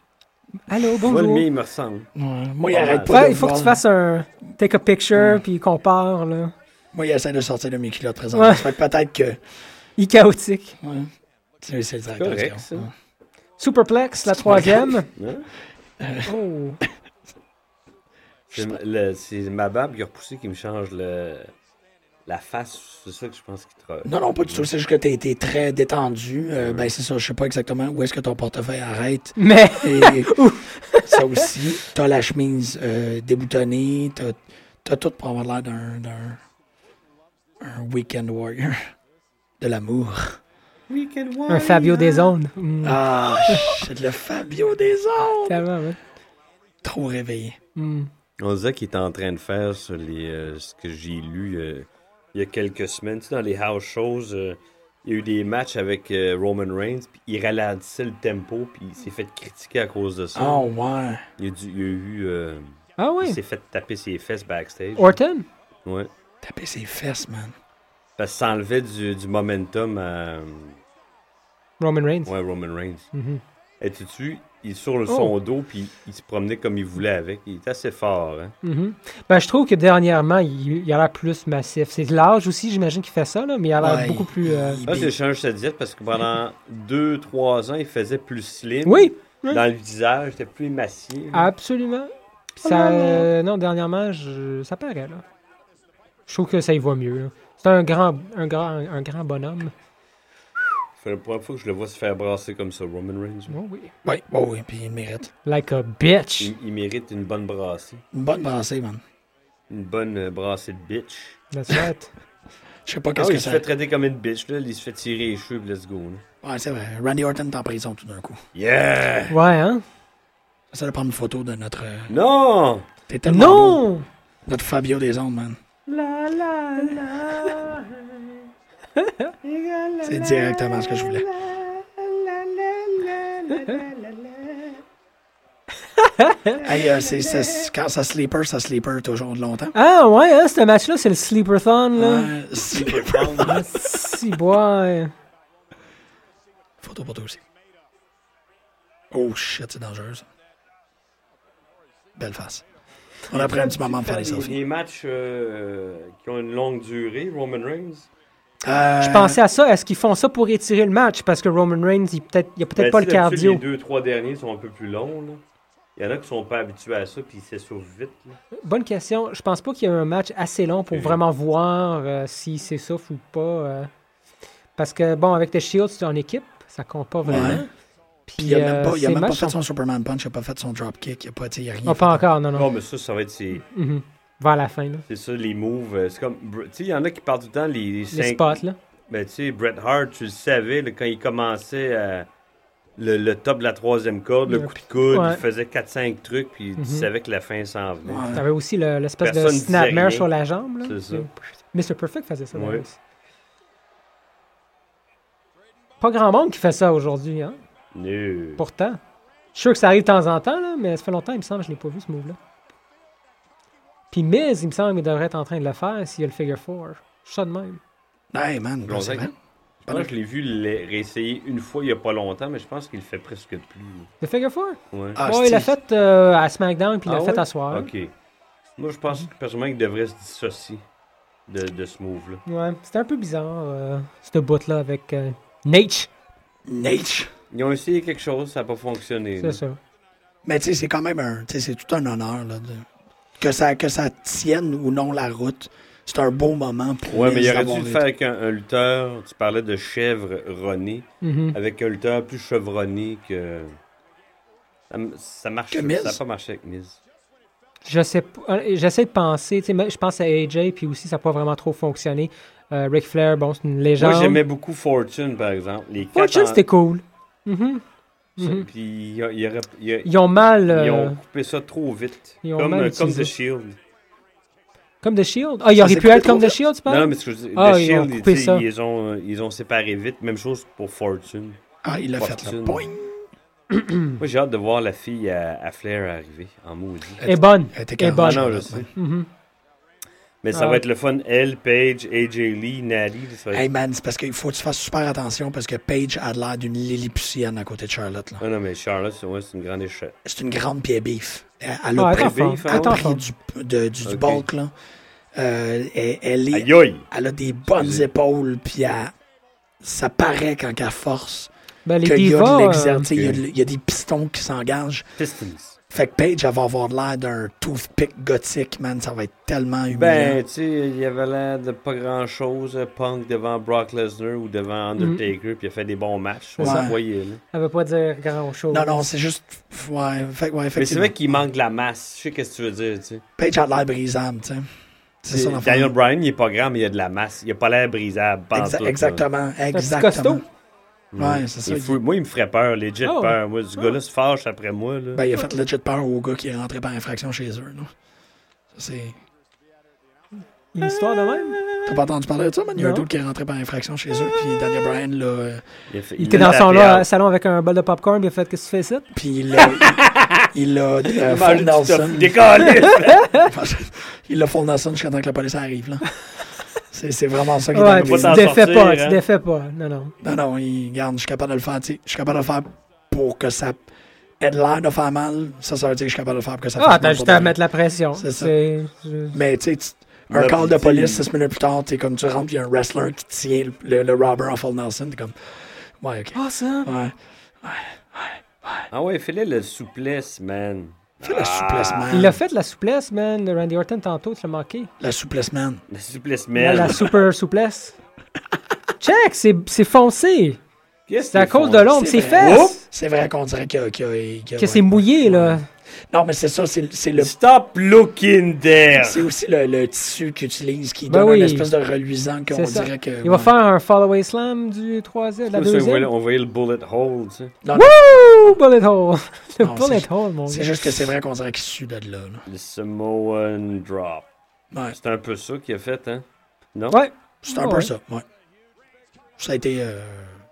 Allô, Moi, le bonjour. mien, il me ressemble. Ouais, Moi, il Pas arrête mal. pas. Ouais, de il faut que voir. tu fasses un take a picture puis compare là. Moi, il essaie de sortir de mes culottes présentement. Ouais. Ça fait que peut-être que. Il est chaotique. Ouais. C'est c'est le directeur. correct, du ça. gars. Ouais. Superplex, la troisième. Hein? Oh. C'est ma- le- C'est ma barbe qui a repoussé qui me change le... La face, c'est ça que je pense qu'il te... Non, non, pas du tout. C'est juste que t'as été très détendu. Euh, ben, c'est ça. Je sais pas exactement où est-ce que ton portefeuille arrête. Mais Et ça aussi. T'as la chemise euh, déboutonnée. T'as t'as tout pour avoir l'air d'un. d'un- un weekend warrior. De l'amour. un Fabio des ondes. Mm, Ah, c'est le Fabio des ondes. tellement, ouais. Trop réveillé. Mm. On disait qu'il était en train de faire sur les, euh, ce que j'ai lu euh, il y a quelques semaines. Tu sais, dans les house shows, euh, il y a eu des matchs avec euh, Roman Reigns, puis il Ah, ralentissait le tempo, puis il s'est fait critiquer à cause de ça. Oh, ouais. Il, y a dû- il y a eu. euh, Ah Il oui. s'est fait taper ses fesses backstage. Orton? Ouais. Taper ses fesses, man. Parce que ça enlevait du, du momentum à ouais, Roman Reigns. Roman Reigns. Mhm. Et tu dessus, il est sur le Oh. son dos, puis il se promenait comme il voulait avec. Il était assez fort. Hein? Mhm. Ben, je trouve que dernièrement, il, il a l'air plus massif. C'est l'âge aussi, j'imagine, qui fait ça, là, mais il a l'air Ouais, beaucoup plus. euh, il- Là, j'ai il- changé sa diète parce que pendant 2-3 ans, il faisait plus slim. Oui, Ah. Dans le visage, il était plus massif. absolument. Puis Oh Ça, euh, non, dernièrement, je- ça paraît, là. Je trouve que ça y va mieux. là. C'est un grand, un, grand, un grand bonhomme. C'est la première fois que je le vois se faire brasser comme ça, Roman Reigns. Oh, oui. Oui, oui, oui, puis il mérite. Like a bitch. Il, il mérite une bonne brassée. Une bonne brassée, man. Une bonne euh, brassée de bitch. That's right. Je sais pas Ah qu'est-ce oui, que il se ça... fait traiter comme une bitch, là. Il se fait tirer les cheveux, puis let's go. là. Ouais, c'est vrai. Randy Orton est en prison tout d'un coup. Yeah! Ouais, hein? Ça de prendre une photo de notre... euh, Non! T'es tellement beau. Non! Notre Fabio des ondes, man. La, la, la. C'est directement ce que je voulais. Hey, euh, c'est, c'est- c'est- quand ça sleeper, ça sleeper toujours de longtemps. Ah, ouais, hein? Ce match-là, c'est le Sleeperthon, là. Euh, sleeper. Ah, si, boy. Photo pour toi aussi. Oh shit, c'est dangereux ça. Belle face. On a pris un petit moment pour faire les des, selfies. des matchs euh, qui ont une longue durée, Roman Reigns. Euh, Je pensais à ça. Est-ce qu'ils font ça pour étirer le match? Parce que Roman Reigns, il peut-être, il a peut-être Ben, pas tu le sais, d'habitude, cardio. Les deux, trois derniers sont un peu plus longs. là. Il y en a qui sont pas habitués à ça, puis ils s'essoufflent vite. là. Bonne question. Je pense pas qu'il y ait un match assez long pour Ok. vraiment voir euh, s'il s'essouffle ou pas. euh. Parce que, bon, avec The Shield, c'est en équipe. Ça compte pas vraiment. Ouais. Puis, Puis il a même euh, pas, il a ces même pas matchs fait sont- son Superman Punch, il a pas fait son dropkick, il a pas, tu sais, il a rien. Non, fait. pas encore, non, non. Non, mais ça, ça va être ses- Mhm. Vers la fin, là. c'est ça, les moves. euh, C'est comme. Br- Tu sais, il y en a qui parlent tout le temps les, les Les cinq. spots, là. Ben, tu sais, Bret Hart, tu le savais, là, quand il commençait à- le, le top de la troisième corde, le Ouais, coup de coude, ouais. Mhm. il faisait 4-5 trucs, puis tu savais que la fin s'en venait. Ouais. T'avais aussi le- l'espèce de Personne disait snapmare rien. sur la jambe, là. C'est ça. Mr. Perfect faisait ça, d'ailleurs, Ouais. aussi. Pas grand monde qui fait ça aujourd'hui, hein. Nul. Pourtant. Je suis sûr que ça arrive de temps en temps, là, mais ça fait longtemps, il me semble, je l'ai pas vu ce move-là. Puis Miz, il me semble qu'il devrait être en train de le faire s'il y a le figure 4. Je suis ça de même. Hey man, Longtemps c'est que- vrai. Je pense que je l'ai vu le- réessayer une fois il y a pas longtemps, mais je pense qu'il le fait presque plus. Le figure 4? Ouais. Ah, ouais, il l'a c'est- fait euh, à SmackDown, puis il l'a Ah fait Mhm. ouais? à soir. Ok. Moi, je pense que personnellement qu'il devrait se dissocier de, de ce move-là. Ouais, c'était un peu bizarre, euh, ce bout-là avec euh, Nate. Nate. Ils ont essayé quelque chose, ça n'a pas fonctionné. là. C'est ça. Mais tu sais, c'est quand même un, tu sais, c'est tout un honneur là, de- que ça, que ça tienne ou non la route. C'est un beau moment pour. Ouais, mais il Miz aurait d'avoir dû le été- faire avec un, un lutteur, tu parlais de chèvre René, Mhm. avec un lutteur plus chevronné que. Ça, m- ça marche Que Miz? Ça n'a pas marché avec Miz. Je sais p- euh, J'essaie de penser, tu sais, mais je pense à AJ, puis aussi, ça n'a pas vraiment trop fonctionné. Euh, Ric Flair, bon, c'est une légende. Moi, j'aimais beaucoup Fortune, par exemple. Les quatre Fortune, en- c'était cool. Mhm. Mhm. Puis il y a- il y aurait- il y a- Ils ont mal... Ils euh, ont coupé ça trop vite. Ils ont comme, mal euh, comme utilisé. The Shield. Comme The Shield? Ah, il aurait s'est pu coupé être comme trop The Shield, tu Non, parles? mais ce que je veux dire, Ah, The ils ont Shield, coupé tu sais, ça. ils ont, euh, ils ont séparé vite. Même chose pour Fortune. Ah, il l'a fait là. Fortune. Boing. Hmm. Moi, j'ai hâte de voir la fille à, à Flair arriver en maudit. Elle est bonne. Elle était Elle est carrément bonne. Ah non, je chaude, sais. man. Mhm. Mais ça Ah. va être le fun. Elle, Paige, AJ Lee, Natty. ça va être- Hey man, c'est parce qu'il faut que tu fasses super attention parce que Paige a l'air d'une Lilliputienne à côté de Charlotte. Là. Ah non, mais Charlotte, c'est ouais, c'est une grande échelle. C'est une grande pied beef. Elle, elle a Ah, pris, attends, prévu, attends, faire- elle a attends, pris du, de- du, du Ok. bulk. Là. Euh, elle, elle est- Aïe aïe! elle a des bonnes Excusez. épaules, puis elle- ça paraît quand elle force Ben, les qu'il y a de divas, euh, l'exercice. tu sais, Il, y a ok. de- il y a des pistons qui s'engagent. Pistons. Fait que Paige, elle va avoir l'air d'un toothpick gothique, man. Ça va être tellement humiliant. Ben, tu sais, il y avait l'air de pas grand-chose. euh, Punk devant Brock Lesnar ou devant Mm-hmm. Undertaker, puis il a fait des bons matchs. On Ouais. s'envoyait, là. elle veut pas dire grand-chose. non, non, c'est juste. Ouais, fait, que, ouais, Mais c'est effectivement. vrai qu'il manque de la masse. Je sais qu'est-ce que tu veux dire, tu sais. Paige a l'air brisable, tu sais. C'est ça l'enfer. Daniel Bryan, il est pas grand, mais il a de la masse. Il a pas l'air brisable. pas en Exa- tout, là. exactement, petit exactement. costaud. Ouais, c'est ça. Il faut- Moi, il me ferait peur, legit Ah ouais. peur. Moi, ce gars-là se fâche après moi. Là. Ben, il a fait legit peur au gars qui est rentré par infraction chez eux. là. Ça, C'est Une histoire de même? Euh, T'as pas entendu parler de ça, man? Il y a un Non. doute qui est rentré par infraction chez eux, puis Daniel Bryan l'a. euh, Il, a fait- Il il était l'a dans son tapé là- euh, out. salon avec un bol de popcorn, il a fait Qu'est-ce que tu fais ça? Puis il l'a. il l'a. euh, Full Mange du Nelson. stuff. Décolle! Il l'a Full Nelson jusqu'à temps que la police arrive, là. C'est c'est vraiment ça qui est Ouais, tu arrivé. Faut t'en te défais sortir, pas, hein. tu te défais pas. Non, non. Non, non, il garde, je suis capable de le faire, tu sais. Je suis capable de le faire pour que ça ait l'air de faire mal. Ça, ça veut dire que je suis capable de le faire pour que ça fasse Ah, mal t'as pour juste à de mettre la pression. C'est ça. C'est- je- vrai. Mais, tu sais, tu- un Là, call puis, tu de sais, police, il- six minutes plus tard, t'es comme, tu rentres, puis il y a un wrestler qui tient le, le, le robber en full Nelson, t'es comme, ouais, ok. Ah, ça? Ouais. Ah ouais, fais-le le souplesse, man. Ah, Fais la souplesse, man. Il a fait de la souplesse, man, de Randy Orton tantôt, tu l'as manqué. La souplesse, man. La souplesse, La, man. la super souplesse. Check, c'est c'est foncé. Qu'est-ce C'est à qu'ils cause font? de l'ombre, ben, c'est vrai. Oh, fesses. C'est vrai qu'on dirait qu'il y a. qu'il y a- qu'il y a- Que c'est mouillé, là. Non, mais c'est ça, c'est c'est le. Stop looking there! C'est aussi le, le tissu qu'ils utilisent qui Ben donne oui. une espèce de reluisant qu'on C'est ça. dirait que. Il va ouais. faire un follow slam du troisième, de la Ça, on, voyait, deuxième. on voyait le bullet hole, tu sais. Non, non, Wouh! Bullet hole. Le Non, bullet c'est- hole, mon C'est gars. juste que c'est vrai qu'on dirait qu'il sue de là. là. Le Samoan drop. Ouais, C'est un peu ça qu'il a fait, hein? Non? Ouais. c'est un Ouais. peu ça. Ouais. Ça a été euh,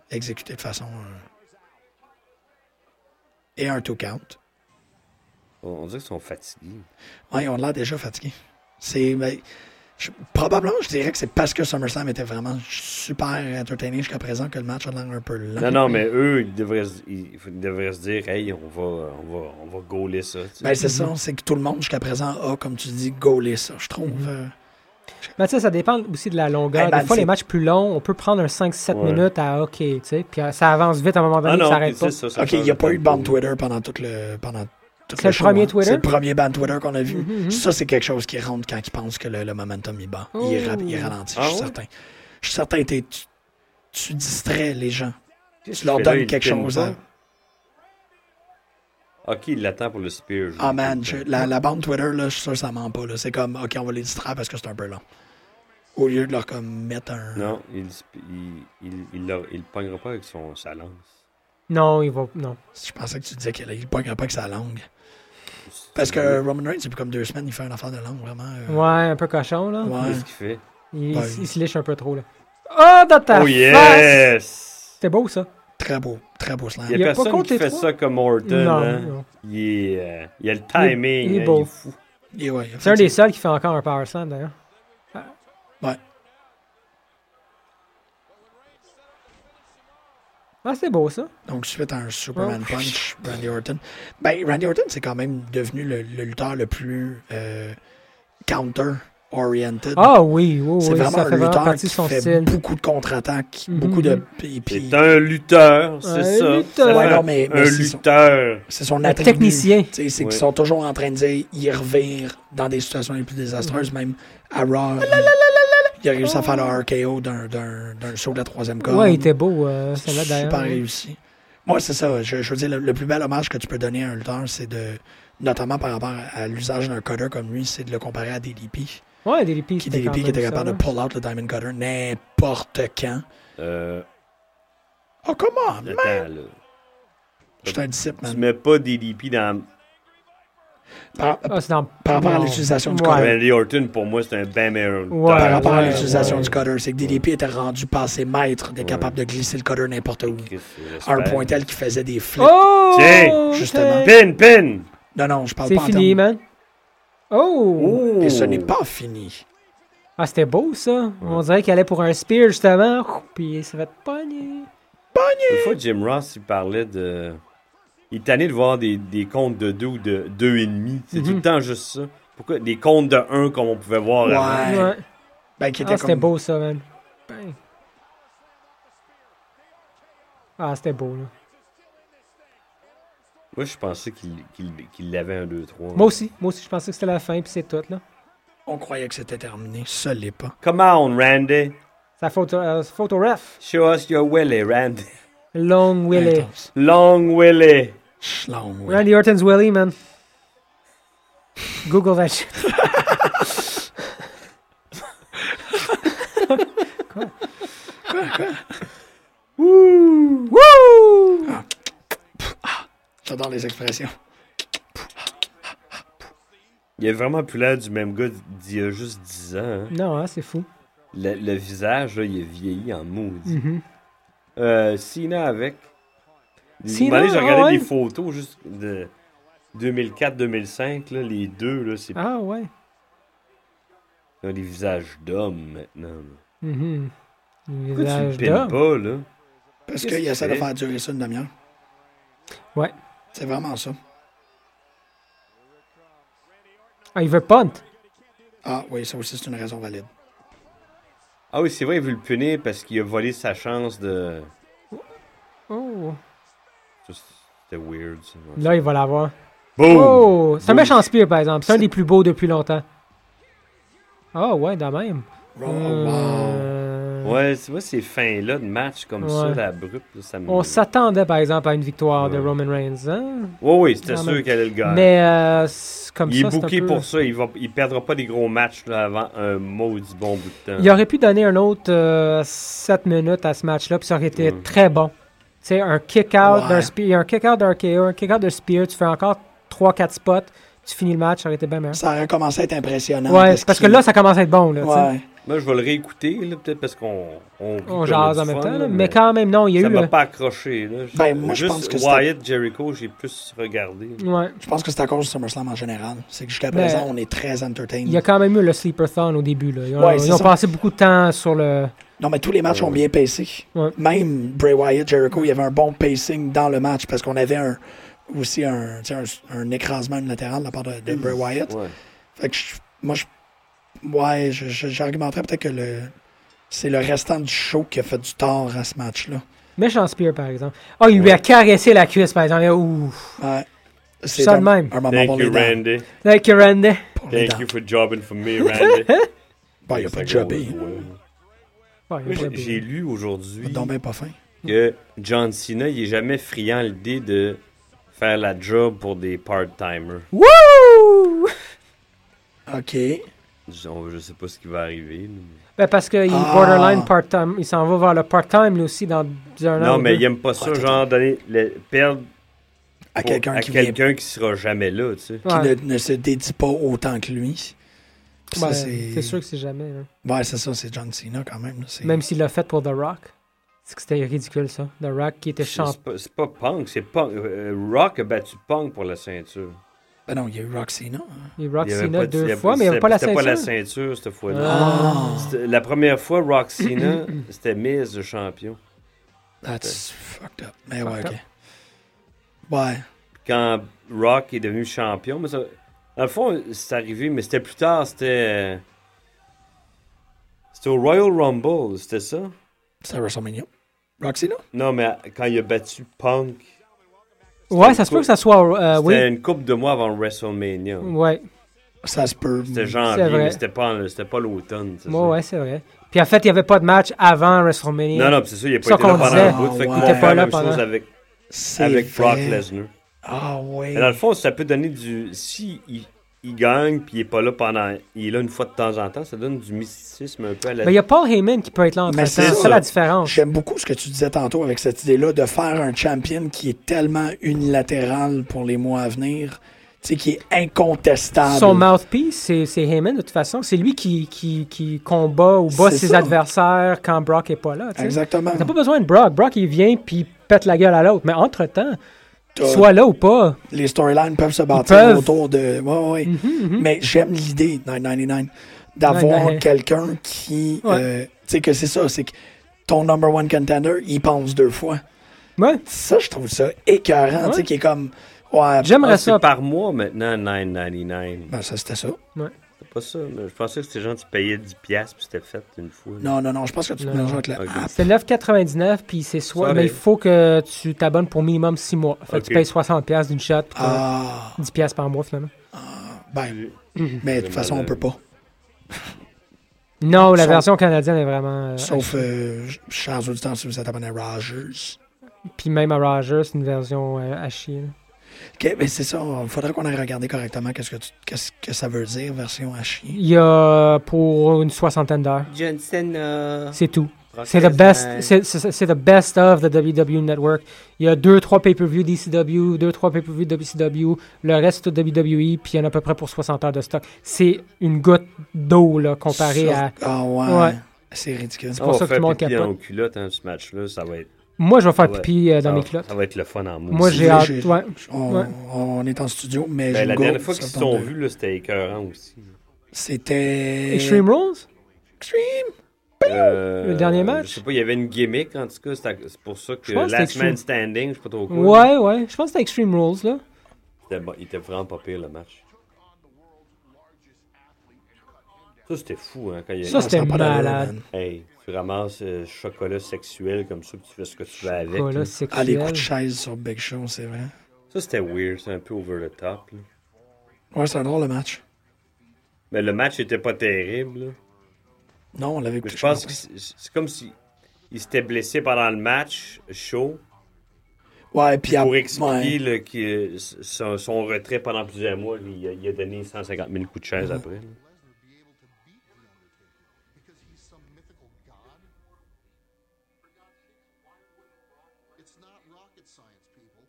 exécuté de façon. euh, Et un two count. On on dirait qu'ils sont fatigués. Ouais, ils ont l'air déjà fatigués. C'est. ben, je- probablement, je dirais que c'est parce que SummerSlam était vraiment super entertaining jusqu'à présent que le match a l'air un peu lent. Non, non, mais eux, ils devraient, se- ils ils devraient se dire, hey, on va, on va, on va gauler ça. tu sais. Ben, c'est ça, c'est que tout le monde jusqu'à présent a, comme tu dis, gaulé ça, je trouve. Mm-hmm. Euh, Mais tu sais, ça dépend aussi de la longueur. Hey, man, Des fois, c'est- les matchs plus longs, on peut prendre un 5-7 Ouais. minutes à OK, tu sais. Puis euh, ça avance vite à un moment donné, ah puis non, ça puis arrête pas. c'est ça, ça ok, change il n'y a pas eu de ban tempo. Twitter pendant tout le. Pendant tout C'est le premier hein. Twitter? C'est le premier ban Twitter qu'on a vu. Mhm, mhm. Ça, c'est quelque chose qui rentre quand ils pensent que le, le momentum il bat. Il, ra- il Oh. ralentit, Ah je suis ouais? certain. Je suis certain que t'es- tu, tu distrais les gens. Qu'est-ce Tu leur qu'il fait là, donnes il quelque pine chose. pas? hein. Ok, il l'attend pour le spear. je Ah vois man, tout je- le temps. la, la bande Twitter, là, je suis sûr que ça ment pas. là. C'est comme, ok, on va les distraire parce que c'est un peu long. Au lieu de leur comme, mettre un. Non, il, sp- il, il, il, l'a- il le pognera pas avec son, sa lance. Non, il va. Non. Je pensais que tu disais qu'il ne pognera pas avec sa langue. Parce que Roman Reigns, depuis comme deux semaines, il fait un affaire de langue, vraiment. euh, Ouais, un peu cochon, là. ouais. Qu'est-ce qu'il fait? Il, Ben, il se liche un peu trop, là. Ah, dans ta Oh face! yes! C'était beau, ça. Très beau, très beau slam. Il Il n'y a a, pas personne compté qui fait trois? ça comme Orton. Non, hein. non. Il, est, euh, il a le est- timing. il est hein, beau. fou. Et ouais, il a C'est un fait des seuls qui fait encore un power slam, d'ailleurs. Ouais. Ah, c'est beau, ça. ça. Donc, suite à un Superman Oh. Punch, Randy Orton. Ben, Randy Orton, c'est quand même devenu le, le lutteur le plus euh, counter-oriented. Ah oui, oui, c'est oui, vraiment ça un fait vraiment lutteur partie qui de son fait style. Mhm. beaucoup de contre-attaques, beaucoup de. et puis- C'est un lutteur, c'est Un ça. lutteur. Ouais, non, mais- un mais c'est ça. lutteur. c'est son Un attribut. technicien. Tu sais, C'est Ouais. qu'ils sont toujours en train de dire, ils revirent dans des situations les plus désastreuses, Mhm. même à Raw. il- Il a réussi à faire le RKO d'un- d'un d'un saut de la troisième corde. Oh. Ouais, il était beau, euh, celle-là, d'ailleurs. Super réussi. Moi, c'est ça. Je, je veux dire, le, le plus bel hommage que tu peux donner à un lutteur, c'est de. Notamment par rapport à, à l'usage d'un cutter comme lui, c'est de le comparer à DDP. Ouais, DDP, Qui c'était DDP quand qui était même capable ça, de pull out le Diamond Cutter n'importe quand. Euh, Oh, comment? attends, là. Je suis un disciple, Tu man. mets pas DDP dans. Par, Ah, c'est dans... par rapport à non. l'utilisation du Ouais. cutter. Randy Orton, pour moi, c'est un bam meilleur lutteur. Ouais, Par rapport à ouais, l'utilisation ouais. du cutter, c'est que DDP était rendu passé maître d'être capable de glisser le cutter n'importe où. Chris, je À un l'espère. point tel qu'il faisait des flips. Oh! Tiens, justement. tiens. Pin, pin! Non, non, je parle C'est pas en fini, termes... man. Oh! Ouh. Et ce n'est pas fini. Ah, c'était beau, ça. On dirait qu'il allait pour un spear, justement. Ouh, Puis ça va te pogner. Une fois, Jim Ross, il parlait de. Il est tanné de voir des, des comptes de 2 ou de 2,5. C'est tout le temps juste ça. Pourquoi des comptes de 1 comme on pouvait voir avant? Mhm. Ouais. Ouais. Ben, qui était Ah, c'était comme- beau, ça, man. Bang. Ah, c'était beau, là. Moi, je pensais qu'il qu'il qu'il l'avait un 2-3. Moi aussi. Moi aussi, je pensais que c'était la fin, puis c'est tout, là. On croyait que c'était terminé. Ça l'est pas. Come on, Randy. Ça photo, euh, photo ref. Show us your willy, Randy. Ben, Long Willie. Intense. Long willy. Schlong, oui. Randy Orton's Willie, man. Google that shit. Quoi? Quoi? Wouh! Ah. Wouh! J'adore les expressions. Il il a vraiment plus l'air du même gars d'il y a juste 10 ans. hein. Non, hein, c'est fou. Le, le visage, là, il est vieilli en maudit. Mhm. Euh, Cena avec. Cena, Cena, j'ai ah regardé ouais? des photos juste de 2004-2005, là, les deux, là, c'est Ah ouais. ils ont des visages d'hommes maintenant. là. Mhm. Le Pourquoi tu le visage pines d'homme. pas, là? Parce Qu'est-ce qu'il essaie de que- faire durer ça une demi-heure. Ouais. C'est vraiment ça. Ah, il veut punt. Ah oui, ça aussi, c'est une raison valide. Ah oui, c'est vrai, il veut le punir parce qu'il a volé sa chance de. Oh. Ça, C'était weird, ça. Là, il va l'avoir. Boom! Oh! C'est un Boom. méchant spear, par exemple. C'est un des plus beaux depuis longtemps. Ah ouais, de même. Wow, wow. Euh, Oh, Ouais, tu vois, ces fins-là de match comme ça, Ouais. la brute, là, ça me. On s'attendait, par exemple, à une victoire de Ouais. Roman Reigns. hein? Ouais, oui, c'était Quand sûr même. qu'elle allait le gagner. Mais euh, c'est- comme il ça, est c'est un booké peu- pour ça. Il va, il perdra pas des gros matchs là, avant un maudit bon bout de temps. Il aurait pu donner un autre 7 minutes à ce match-là, puis ça aurait été Ouais. très bon. Tu sais, un kick-out Ouais. d'un spear, un kick-out d'un KO, un kick-out de spear, tu fais encore 3-4 spots, tu finis le match, ça aurait été bien meilleur. Ça aurait commencé à être impressionnant. Ouais, c'est parce que qu'il- là, ça commence à être bon. Là, tu sais. Ouais. Moi, je vais le réécouter là, peut-être parce qu'on on, rit qu'on On a jase du en même fun, temps, là, là, mais quand même, non, il y a ça eu... m'a le- pas accroché. Là. Ben, moi, je Juste pense que c'était- Wyatt Jericho, j'ai plus regardé. Ouais. Je pense que c'est à cause du SummerSlam en général. C'est que jusqu'à Mais- présent, on est très entertained. Ben, Il Mm. y a quand même eu le sleeper-thon au début. Là. Ils ont, Ouais, c'est ils ont ça. passé beaucoup de temps sur le... Non, mais tous les matchs ont bien pacé. Ouais. Même Bray Wyatt, Jericho, il y avait un bon pacing dans le match parce qu'on avait un, aussi un, tu sais, un, un écrasement latéral de la part de, de Bray Wyatt. Ouais. Fait que je- moi, je, ouais, je- je- j'argumenterais peut-être que le, c'est le restant du show qui a fait du tort à ce match-là. Méchant Spear, par exemple. Ah, il lui a caressé la cuisse, par exemple. Ouf. Ouais. C'est Ça de un- même. Un moment pour Thank les you, dents. Randy. Like you, Randy. Pour les dents. Thank you for jobbing for me, Randy. Bon, il a pas de Ça, jobé. gros, ouais. Ouais, il Moi, est pas j'ai- bien. J'ai lu aujourd'hui Donc, ben pas fin. que John Cena, il est jamais friand à l'idée de faire la job pour des part-timers. Wouh! OK. Disons, Je sais pas ce qui va arriver. là. Ben parce qu'il Ah. borderline part-time. Il s'en va vers le part-time, lui aussi, dans un an. Non, ou mais deux. il aime pas ça, Ouais, genre, donner, le- perdre À pour- quelqu'un à qui, vient- quelqu'un qui sera jamais là, tu sais. qui Ouais. ne, ne se dédie pas autant que lui. Ça, Ben, c'est... c'est sûr que c'est jamais. hein. Ouais, c'est ça, c'est John Cena quand même. là, c'est- Même s'il l'a fait pour The Rock. C'est que c'était ridicule, ça. The Rock qui était C'est champion. c'est pas, c'est pas Punk, c'est Punk. euh, Rock a battu Punk pour la ceinture. Ben non, il y a eu Rock Cena. hein. Il Rock Il y avait Cena pas de- il deux y avait- fois, mais il n'y avait c'était- pas la c'était ceinture. pas la ceinture, cette fois-là. Ah. Ah. C'était- La première fois, Rock Cena, c'était Miz de champion. That's fucked up. Mais ouais, Fucked ok. Ouais. quand Rock est devenu champion. Mais ça, dans le fond, c'est arrivé, mais c'était plus tard, c'était. euh, C'était au Royal Rumble, c'était ça? C'est à WrestleMania. Rock Cena? Non, mais quand il a battu Punk, Ouais, ça se peut que ça soit. euh, c'était oui. une couple de mois avant WrestleMania. Ouais. Ça se peut. C'était C'est janvier, vrai. mais c'était pas, en- c'était pas l'automne. c'est Ouais, ça. ouais, c'est vrai. Puis en fait, il n'y avait pas de match avant WrestleMania. Non, non, puis c'est ça, il a pas Ça été là qu'on pendant disait. un bout. Fait Ah, ouais. qu'on va Il était faire pas la là même pendant- chose avec, C'est avec Brock vrai. Lesnar. Ah ouais. Mais dans le fond, ça peut donner du. Si il, il gagne, puis il est pas là pendant. Il est là une fois de temps en temps, ça donne du mysticisme un peu à la Mais il y a Paul Heyman qui peut être là entre temps. Mais C'est c'est ça ça. la différence. J'aime beaucoup ce que tu disais tantôt avec cette idée-là de faire un champion qui est tellement unilatéral pour les mois à venir, tu sais, qui est incontestable. Son mouthpiece, c'est c'est Heyman de toute façon. C'est lui qui, qui, qui combat ou bat C'est ses ça. adversaires quand Brock est pas là. tu sais. Exactement. T'as pas besoin de Brock. Brock, il vient puis il pète la gueule à l'autre. Mais entre-temps, T'as- soit là ou pas, les storylines peuvent se bâtir peuvent. Mhm, autour de. Ouais, ouais, ouais. Mais j'aime l'idée, 999, d'avoir Ouais, ouais. quelqu'un qui. Ouais. euh, tu sais, que c'est ça, c'est que ton number one contender, il pense deux fois. ouais, Ça, je trouve ça écœurant, tu Ouais. sais, qui est comme. Ouais, j'aimerais Ah, ça. c'est par mois maintenant, 9,99. ben, ça, c'était ça. C'est pas ça, mais je pensais que c'était genre, tu payais 10$ piastres, puis c'était fait une fois. là. Non, non, non, je pense que tu te Non. mélanges avec la Ok. app. C'est 9,99 puis c'est soit. Ça Mais il arrive. faut que tu t'abonnes pour minimum 6 mois. Fait que tu Ok. payes 60$ d'une shot puis t'as Ah, 10$ par mois finalement. ben. Mais de toute façon, on peut pas. Non, la Sauf- version canadienne est vraiment. euh, Sauf, euh, ch- chers auditeurs, si vous êtes abonné à Rogers. Puis même à Rogers, c'est une version euh, à chier. là. Ok, mais c'est ça, il faudrait qu'on aille regarder correctement qu'est-ce que, tu- qu'est-ce que ça veut dire, version à chier. Il y a pour une soixantaine d'heures. Johnson, euh, C'est tout. C'est le best, c'est- c'est c'est the best of the WWE Network. Il y a deux, trois pay-per-view DCW, deux, trois pay-per-view WCW, le reste de WWE, puis il y en a à peu près pour 60 heures de stock. C'est une goutte d'eau, là, comparé Sur- à... Ah ouais. Ouais. C'est ridicule. pour ça que tout le monde pipi capote. en culotte, hein, ce match-là, ça va être... Moi, je vais faire ça va- pipi euh, dans ça mes va- culottes. Ça va être le fun en mousse. Moi, j'ai Ouais, hâte, j'ai- ouais. On, Ouais. on est en studio, mais Ben, je la go, dernière fois ça qu'ils se tombe sont bien. vus, là, c'était écœurant aussi. C'était. Extreme Rules? Euh, Le dernier match? Je sais pas, il y avait une gimmick, en tout cas. c'était- C'est pour ça que Je pense que c'était Last Man Extreme. Standing, je sais pas trop quoi. Ouais, ouais. Je pense que c'était Extreme Rules, là. C'était bon- Il était vraiment pas pire, le match. Ça, c'était fou, hein, quand il y a... Ça, c'était Ça a pas d'allure, malade. man. Hey, tu ramasses euh, chocolat sexuel comme ça, puis tu fais ce que tu veux avec. Quoi, là, là. Ah, les coups sexuel. de chaise sur Big Show, c'est vrai. Ça, c'était weird, c'est un peu over the top. là. Ouais, c'est un drôle le match. Mais le match était pas terrible. là. Non, on l'avait Mais je pense que c'est- c'est comme si il s'était blessé pendant le match chaud Ouais, puis à- pour ouais. expliquer là, que son, son retrait pendant plusieurs mois, il a, il a donné 150 000 coups de chaise après. là. It's not rocket science, people.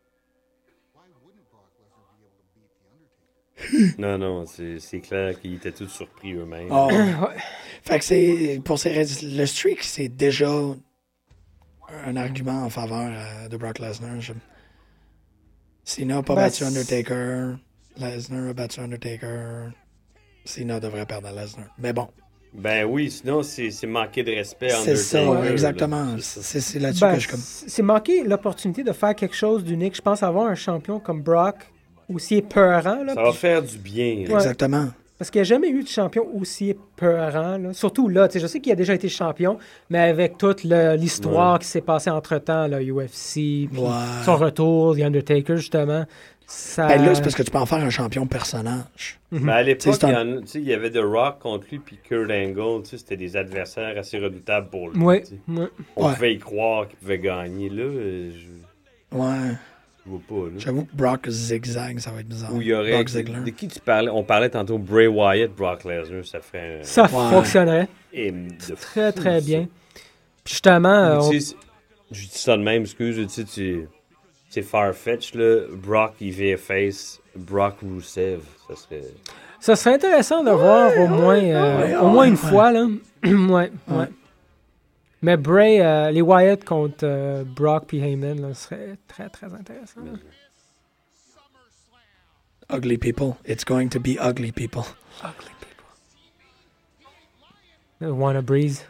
Why wouldn't Brock Lesnar be able to beat The Undertaker? Non, non, c'est c'est clair qu'ils étaient tous surpris eux-mêmes. Ah. Fait que c'est. Pour ces raisons, le streak, c'est déjà un argument en faveur euh, de Brock Lesnar. Je- Cena a pas Ben, c'est- battu Undertaker. Lesnar a battu Undertaker. Cena devrait perdre à Lesnar. Mais bon, Ben oui, sinon c'est c'est manquer de respect. à c'est ça, Undertaker, là. exactement. C'est c'est là-dessus Ben, que je comme. c'est c'est manquer l'opportunité de faire quelque chose d'unique. Je pense avoir un champion comme Brock aussi épeurant. Là, Ça va faire du bien. là. Exactement. Parce qu'il n'y a jamais eu de champion aussi épeurant. là. Surtout là, tu sais, je sais qu'il a déjà été champion, mais avec toute le- l'histoire qui s'est passée entre-temps, là, UFC, puis Ouais. son retour, The Undertaker, justement, ça... Ben là, c'est parce que tu peux en faire un champion personnage. Mais Ben, à l'époque, T'sais, c'est un- il y en a- t'sais, il y avait The Rock contre lui puis Kurt Angle. t'sais, C'était des adversaires assez redoutables pour lui. Ouais, t'sais. ouais. On Ouais. pouvait y croire qu'il pouvait gagner. Là, euh, je, Ouais. je vois pas. Là. J'avoue que Brock zigzag, ça va être bizarre. Où il y aurait. Brock Ziegler. De qui tu parlais On parlait tantôt Bray Wyatt, Brock Lesnar. Ça ferait un. Ça Ouais. fonctionnerait hymne de très, fou, très ça. bien. Puis justement, euh, on- Tu sais, Je dis ça de même, excuse. tu sais, tu- C'est Farfetch, là. Brock, il face. Brock Rusev. Ça serait. ça serait intéressant de voir au moins, euh, ouais, au moins ouais, une ouais. fois. Là. ouais, ouais. Mais Bray, euh, les Wyatt contre euh, Brock puis Heyman, là, ce serait très, très intéressant. là. Ugly people. It's going to be ugly people. Euh, Wanna Breeze.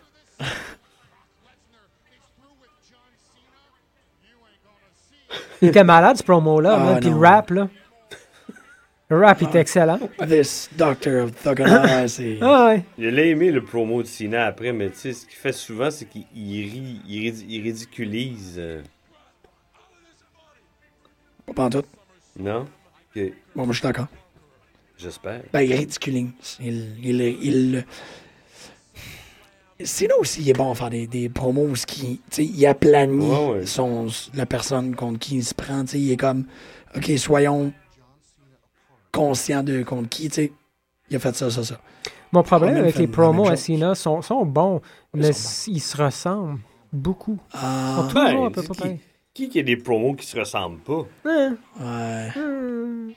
Il était malade ce promo-là, Ah, man, puis le non. rap, là. Le rap était excellent. This doctor of Thugonola, c'est. Ah ouais. Je l'ai aimé le promo de Cena après, mais tu sais, ce qu'il fait souvent, c'est qu'il il rit, il, ridi- il ridiculise. euh, Pas en tout. non? Que- Bon, moi, je suis d'accord. J'espère. Ben, il ridiculise. Il. il, il, C'est là aussi, il est bon à faire des, des promos où ce qui, tu sais, il aplanit Ouais, ouais. son, la personne contre qui il se prend. tu sais, Il est comme, OK, soyons conscients de contre qui. tu sais. Il a fait ça, ça, ça. Mon Ah, problème même avec les phénomène, promos même à chose. Cena sont, sont bons, mais sont ils se ressemblent beaucoup. Ils Ah, sont toujours ben, un peu dis pas qui- pareils. Qui qui a des promos qui se ressemblent pas? Hein, ouais. hein.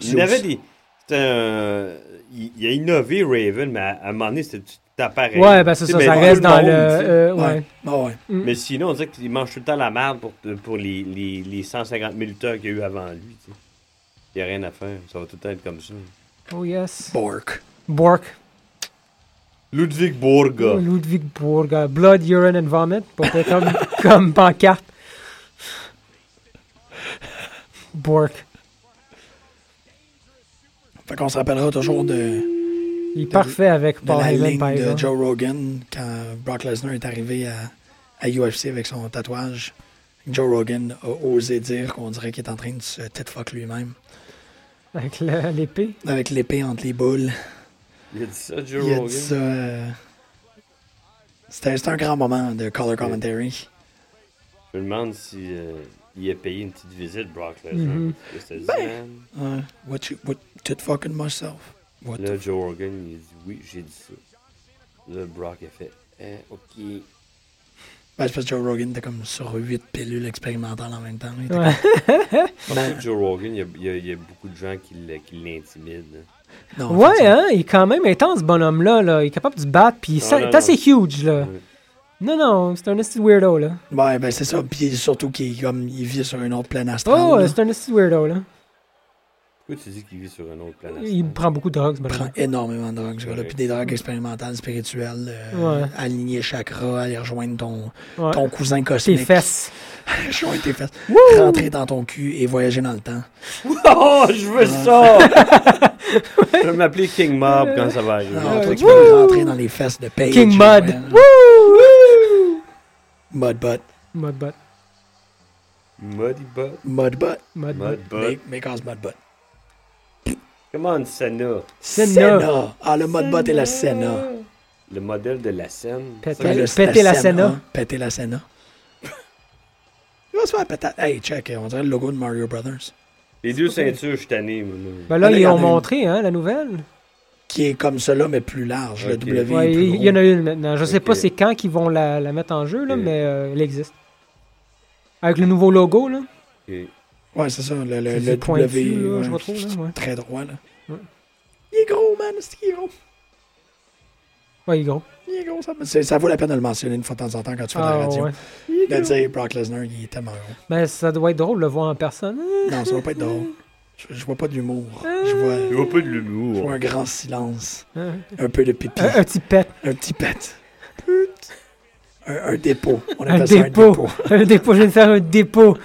Il y en avait des. c'était un- il, il a innové Raven, mais à, à un moment donné, c'était tout le temps pareil. Ouais, ben c'est Tu ça, sais, mais ça tout reste le dans monde, le... tu sais. euh, ouais. Ouais. Ah ouais. Mais sinon, on dirait qu'il mange tout le temps la merde pour, pour les, les, les 150 000 lutteurs qu'il y a eu avant lui. tu sais. Il n'y a rien à faire. Ça va tout le temps être comme ça. Oh yes. Bork. Bork. Ludwig Oh, Borga. Oh, Ludwig Borga. Blood, urine and vomit. Pas pire comme, comme pancarte. Bork. Fait qu'on se rappellera toujours de, Il est parfait avec de Paul la Heyman, ligne par de exemple. Joe Rogan quand Brock Lesnar est arrivé à, à UFC avec son tatouage. Joe Rogan a osé dire qu'on dirait qu'il est en train de se tête-fuck lui-même. Avec le- l'épée. Avec l'épée entre les boules. Il a dit ça, Joe Il a Rogan. dit ça. euh, C'était c'était un grand moment de color commentary. Je me demande si euh, il a payé une petite visite, Brock Lesnar. Mm-hmm. Qu'est-ce que Ben, ça dit, hein? man? Ouais. what you, what, tête-fucking myself. What Là, Joe Rogan, il a dit oui, j'ai dit ça. Là, Brock a fait Euh, OK. Ben, c'est parce que Joe Rogan était comme sur huit pilules expérimentales en même temps. là. Il était Ouais. comme, ben, Joe Rogan, il y a- il y, a- il y a beaucoup de gens qui l'e- qui l'intimident. hein. non, Ouais, effectivement. hein, il est quand même intense, ce bonhomme-là. Là. Il est capable de se battre, puis Ah, ça- non, il est non. assez huge, là. Ouais. Non, non, c'est un esti de weirdo, là. Ouais, ben c'est ça. Puis surtout qu'il est comme, il vit sur une autre plaine astrale. Oh, là. c'est un esti de weirdo, là. Pourquoi tu dis qu'il vit sur une autre Ah, planète? Il prend beaucoup de drogue, ce Il prend bonhomme énormément de drogues, ce gars-là. Ouais. Puis des drogues expérimentales, spirituelles, euh, Ouais. aligner chakra, aller rejoindre ton, Ouais. ton cousin Tes cosmique. fesses. Rejoindre tes fesses. Rentrer dans ton cul et voyager dans le temps. Oh, je veux ça! je vais m'appeler King Mob quand ça va arriver. Ah, Non, toi, tu wouh! peux rentrer dans les fesses de Paige. King et Mud. voyager- Wouh! Mud butt. Mud butt. Muddy Butt. Mud butt. Mud butt. Mud Butt. Make, make us mud butt. Come on, Senna. Senna. Ah, le mud butt et la Senna. Le modèle de la scène. Péter- Ouais, le- hein. Péter la Senna. Péter la Senna. Il va se faire péter. Hey, check, on dirait le logo de Mario Brothers. Les deux ceintures, je suis tanné. moi, là. Ben là, Allez, ils ont regardez. montré, hein, la nouvelle. Qui est comme cela, mais plus large. Le Ok. W. Ouais, est plus il gros. il y en a une maintenant. Je sais Ok. pas c'est quand qu'ils vont la, la mettre en jeu, là, Ok. mais euh, elle existe. Avec le nouveau logo, là. Ok. Ouais, c'est ça, le, le, C'est Euh, le pointu, W. là, ouais, je retrouve, là, ouais. Très droit, là. Ouais. Il est gros, man, c'est qu'il est gros. Ouais, il est gros. Il est gros, ça. c'est- Ça vaut la peine de le mentionner une fois de temps en temps quand tu fais de Ah, la radio. ouais. De dire Brock Lesnar, il est tellement gros. Ben, ça doit être drôle de le voir en personne. Euh, Non, ça va pas être drôle. Je, je vois pas d'humour. Je Il vois, voit pas de je vois l'humour. un grand silence. Hein? Un peu de pipi. Un, un petit pet. Un petit pet. Un, un dépôt. On Un appelle ça un dépôt. dépôt. Un dépôt. Je viens de faire un dépôt.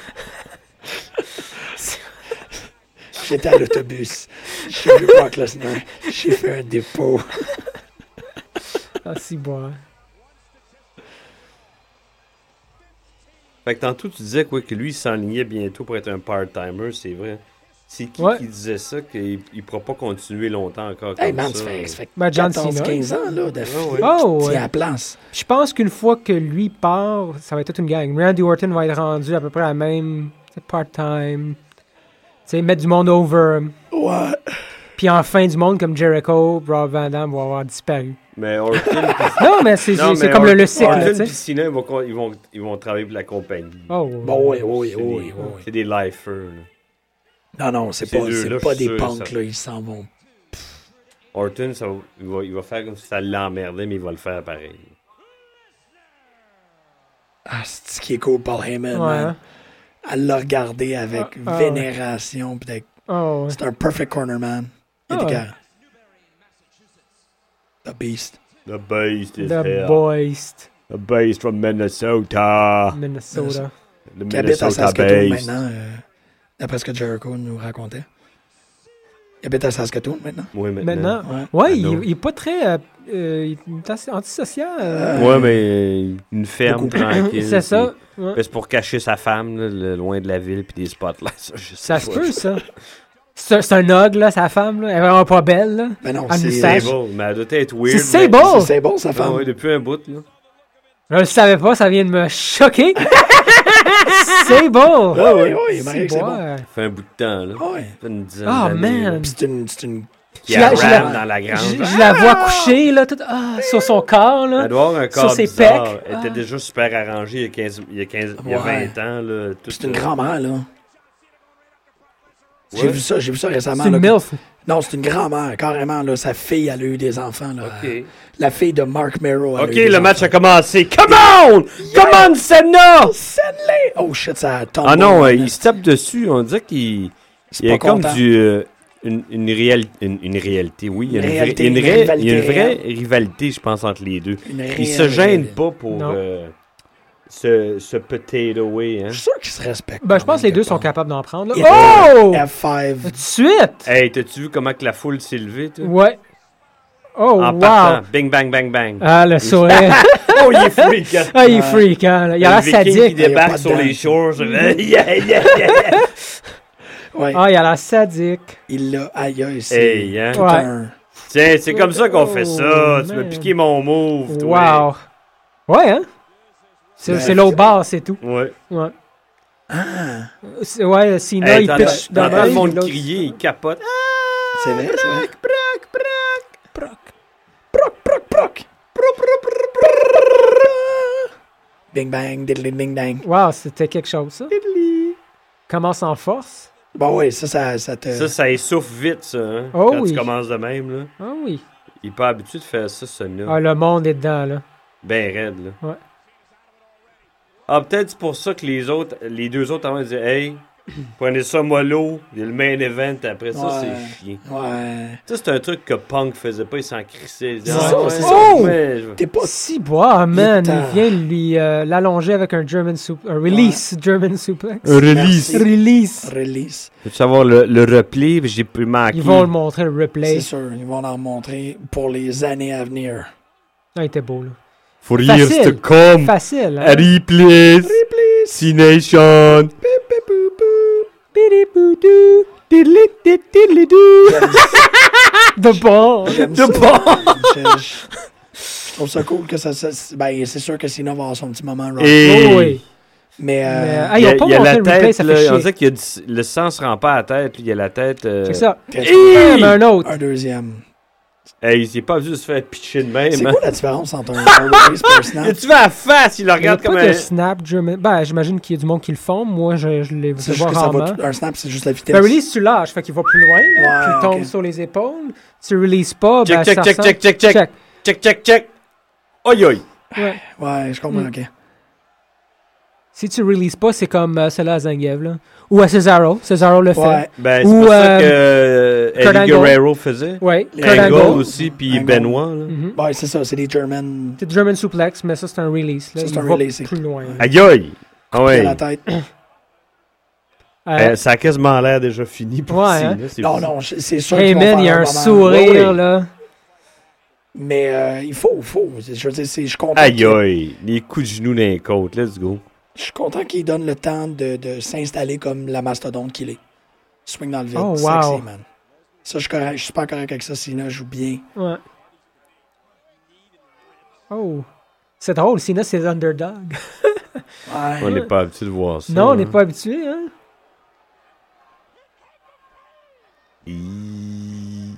J'étais à l'autobus. J'ai vu Brock Lesnar. J'ai fait un dépôt. Ah, si bon. Fait que tantôt, tu disais quoi, que lui, il s'enlignait bientôt pour être un part-timer, c'est vrai. C'est qui Ouais. qui disait ça, qu'il ne pourra pas continuer longtemps encore comme Hey, man, ça? ça fait, ça fait Ben, John Cena. 14-15 ans, là, de fille. Oh, Tiens, ouais. à la place. Je pense qu'une fois que lui part, ça va être toute une gang. Randy Orton va être rendu à peu près à la même tu sais, part-time. Tu sais, mettre du monde over. Ouais. Puis enfin, du monde comme Jericho, Rob Van Damme vont avoir disparu. Mais Orton, puis- Non, mais c'est Non, c'est- c'est mais comme le, le Orton- cycle, Orton tu puis sais. Cena, ils vont, con- ils, vont, ils vont travailler pour la compagnie. Oh, Bon, oui, oui, C'est oui, oui. des- C'est des lifers. là. Non, non, c'est Ces pas, deux-là, c'est je pas suis des sûr, punks, ça- là. Ils s'en vont. Orton, ça, va- il, va, il va faire comme si ça l'emmerdait, mais il va le faire pareil. Ah, c'est ce qui est cool, Paul ouais. hein? Heyman, man. Elle l'a regardé avec Ah, ah, vénération. puis avec- Oh, ouais. C'est un perfect corner, man. Il Ah, était ouais. carré. The Beast. The Beast is The here. hein. Boist, The Beast from Ah, Minnesota. Minnesota. Le Qui habite à Minnesota Saskatoon Beast. maintenant, euh, d'après ce que Jericho nous racontait. Il habite à Saskatoon maintenant. Oui, maintenant. Maintenant, Ouais. Ah, ouais, il, Allô? il est pas très. euh, euh, il est assez antisocial. euh, Ouais, mais euh, une ferme Beaucoup. tranquille. c'est ça. puis- ouais. Ben, c'est pour cacher sa femme, là, le- loin de la ville, puis des spotlights. Ça, je sais Ça se pas. peut, ça. C'est c'est un og, là, sa femme. Là. Elle est vraiment pas belle. Là. Ben non, Un c'est. moustache. C'est C'est bon, mais elle doit être weird. C'est mais- Sable! c'est bon, sa Ah femme. ouais, depuis un bout, là. Je le savais pas, ça vient de me choquer. c'est beau! Ah ouais, ouais, il est marié avec ses bons. bon. Ça fait un bout de temps, là. Ah ouais. Ça fait une dizaine Ah, d'années, là. man. Puis c'est une. C'est une. Qui Je la- je arrive la- dans la Je, grande. je la vois couchée, là, toute, ah, sur son corps, là. Elle doit avoir un Sur corps ses bizarre. pecs. Elle Ah. était déjà super arrangée il y a 15, il y a 15, il y a Ouais. 20 ans, là. tout Puis c'est une ça. grand-mère, là. J'ai Ouais. vu ça, j'ai vu ça récemment. C'est une là, MILF. Non, c'est une grand-mère, carrément. Là, sa fille, elle a eu des enfants. Là. Ok. La fille de Mark Merrow. elle Ok, a eu des le match a enfants. commencé. Come on! Come on, Senna! Stanley! Oh shit, ça tombe. Ah non, euh, il se tape dessus. On dirait qu'il C'est il y a pas comme content. du, euh, une, une, réal- une, une réalité, oui. Il y a Une une, vraie- réalité, il y a une une vraie, rivalité il y a une vraie réelle. rivalité, je pense, entre les deux. Une Ils réelle se gênent rivalité. pas pour Non. euh, se, se potatoer. Hein. Je suis sûr qu'ils se respectent. Ben, je quand pense même, que les deux quelque sont part. capables d'en prendre. Il Là. Oh! était Tout F5. de suite! Hey, t'as-tu vu comment que la foule s'est levée, toi? Ouais. Oh, en wow! partant. Bing, bang, bang, bang. Ah, le sourire. Oh, il est fou, gars. ah, il est freak, hein. là. Il a l'air Viking Euh, qui sadique. Il y a pas débarque de sur les dents. Mm. shores. Yeah, yeah, yeah. Ouais. Ah, il a l'air sadique. Il l'a aïe, c'est Hey, hein. tout Ouais. un. Tiens, c'est comme ça qu'on fait ça. Oh, tu m'as man. piqué mon move, toi. Wow! Ouais, hein? C'est Ouais. c'est l'autre bar, c'est tout. Ouais. Ouais. C'est- Ouais, Cena, Hey, il t'entends- pitch dans t'entends le le monde l'autre- crier, il capote. Ah! C'est vrai, c'est vrai. Brac, brac. Proc, proc, proc. Bing bang, diddly ding dang. Wow, c'était quelque chose, ça. Commence en force. Bon, oui, ça, ça, ça te. Ça, ça essouffle vite, ça. hein, Oh quand oui. tu commences de même, là. Ah oui. Il est pas habitué de faire ça, ce là Ah, le monde est dedans, là. Ben raide, là. Ouais. Ah, peut-être c'est pour ça que les autres, les deux autres avant, ils disaient Hey, prenez ça mollo, il y a le main event après ça, Ouais. c'est chiant. Ouais. Ça, c'est un truc que Punk faisait pas, il s'en crissait. Il disait, C'est Ah, ça, ouais, c'est ouais, ça. Oh! ouais, je- T'es pas. Si, bois, man, Putain. il vient lui euh, l'allonger avec un German sup- un release German suplex. Release. Merci. Release. Release. Peux-tu savoir le, le repli? J'ai plus manqué. Ils vont le montrer le replay. Mm. C'est sûr, ils vont en montrer pour les années à venir. Ah, il était beau là. For Facile. years to come. Facile. hein? Replays. Nation. Bidi-boudou, diddly-dit, diddly-doo. De bon. J'aime ça. Je- je- je trouve ça cool que ça. ça ben, c'est sûr que Cena va avoir son petit moment. Ah. Raw. Et. Oh, oui. Mais. euh, Mais, ah, ils Il y ont a, pas il y montré a la le replay, tête, ça là, fait on chier. dirait que le sang se rend pas à la tête, là, il y a la tête. euh, C'est ça. qu'est-ce que- Bam, un autre. Un deuxième. hey, il s'est pas vu se faire pitcher de même. C'est hein. quoi la différence entre un Overface et un Et Snap? tu vas à la face, il la Il y a regarde comme pas un. de snap German. Ben, j'imagine qu'il y a du monde qui le font. Moi, je, je les C'est vois juste que ça va rarement. tout- un snap, c'est juste la vitesse. Ben, release, tu lâches, fait qu'il va plus loin, là, Ouais, puis il tombe ok. sur les épaules. Tu releases pas, Check, ben, check, ça check, ressemble- check, check, check. Check, check, check. Oi, oi. Ouais. Ouais, je comprends, Mm. ok. Si tu releases pas, c'est comme euh, celle à Zangief, là. Ou à Cesaro. Cesaro le Ouais. fait. Ben, c'est Ou, pour ça que euh, Kurt Eddie Angle. Guerrero faisait. Ouais. Kurt Angle Angle. aussi, puis Angle. Benoit. là. Ouais, c'est ça, c'est des German C'est German suplex, mais ça, c'est un release. Là. Ça, c'est Il un va release, plus loin. Euh, là. Aïe, aïe. Ah à ouais. la tête. Euh, Euh, ça a quasiment l'air déjà fini pour Ouais, ici, hein. là, c'est Non, fou. non, je- c'est sûr hey qu'ils vont man, faire il y a un moment. sourire, là. Mais euh, il faut, il faut. Je veux dire, c'est- je suis content. Aïe, qu'il- aïe. Les coups de genoux dans les côtes. Let's go. Je suis content qu'il donne le temps de, de s'installer comme la mastodonte qu'il est. Swing dans le vide. Oh, wow. Sexy, man. Ça, je suis, correct, je suis pas correct avec ça. Cena joue bien. Ouais. Oh. C'est drôle, Cena, c'est underdog. Ouais. On n'est pas habitué de voir ça. non, on n'est hein. pas habitué, hein. Il-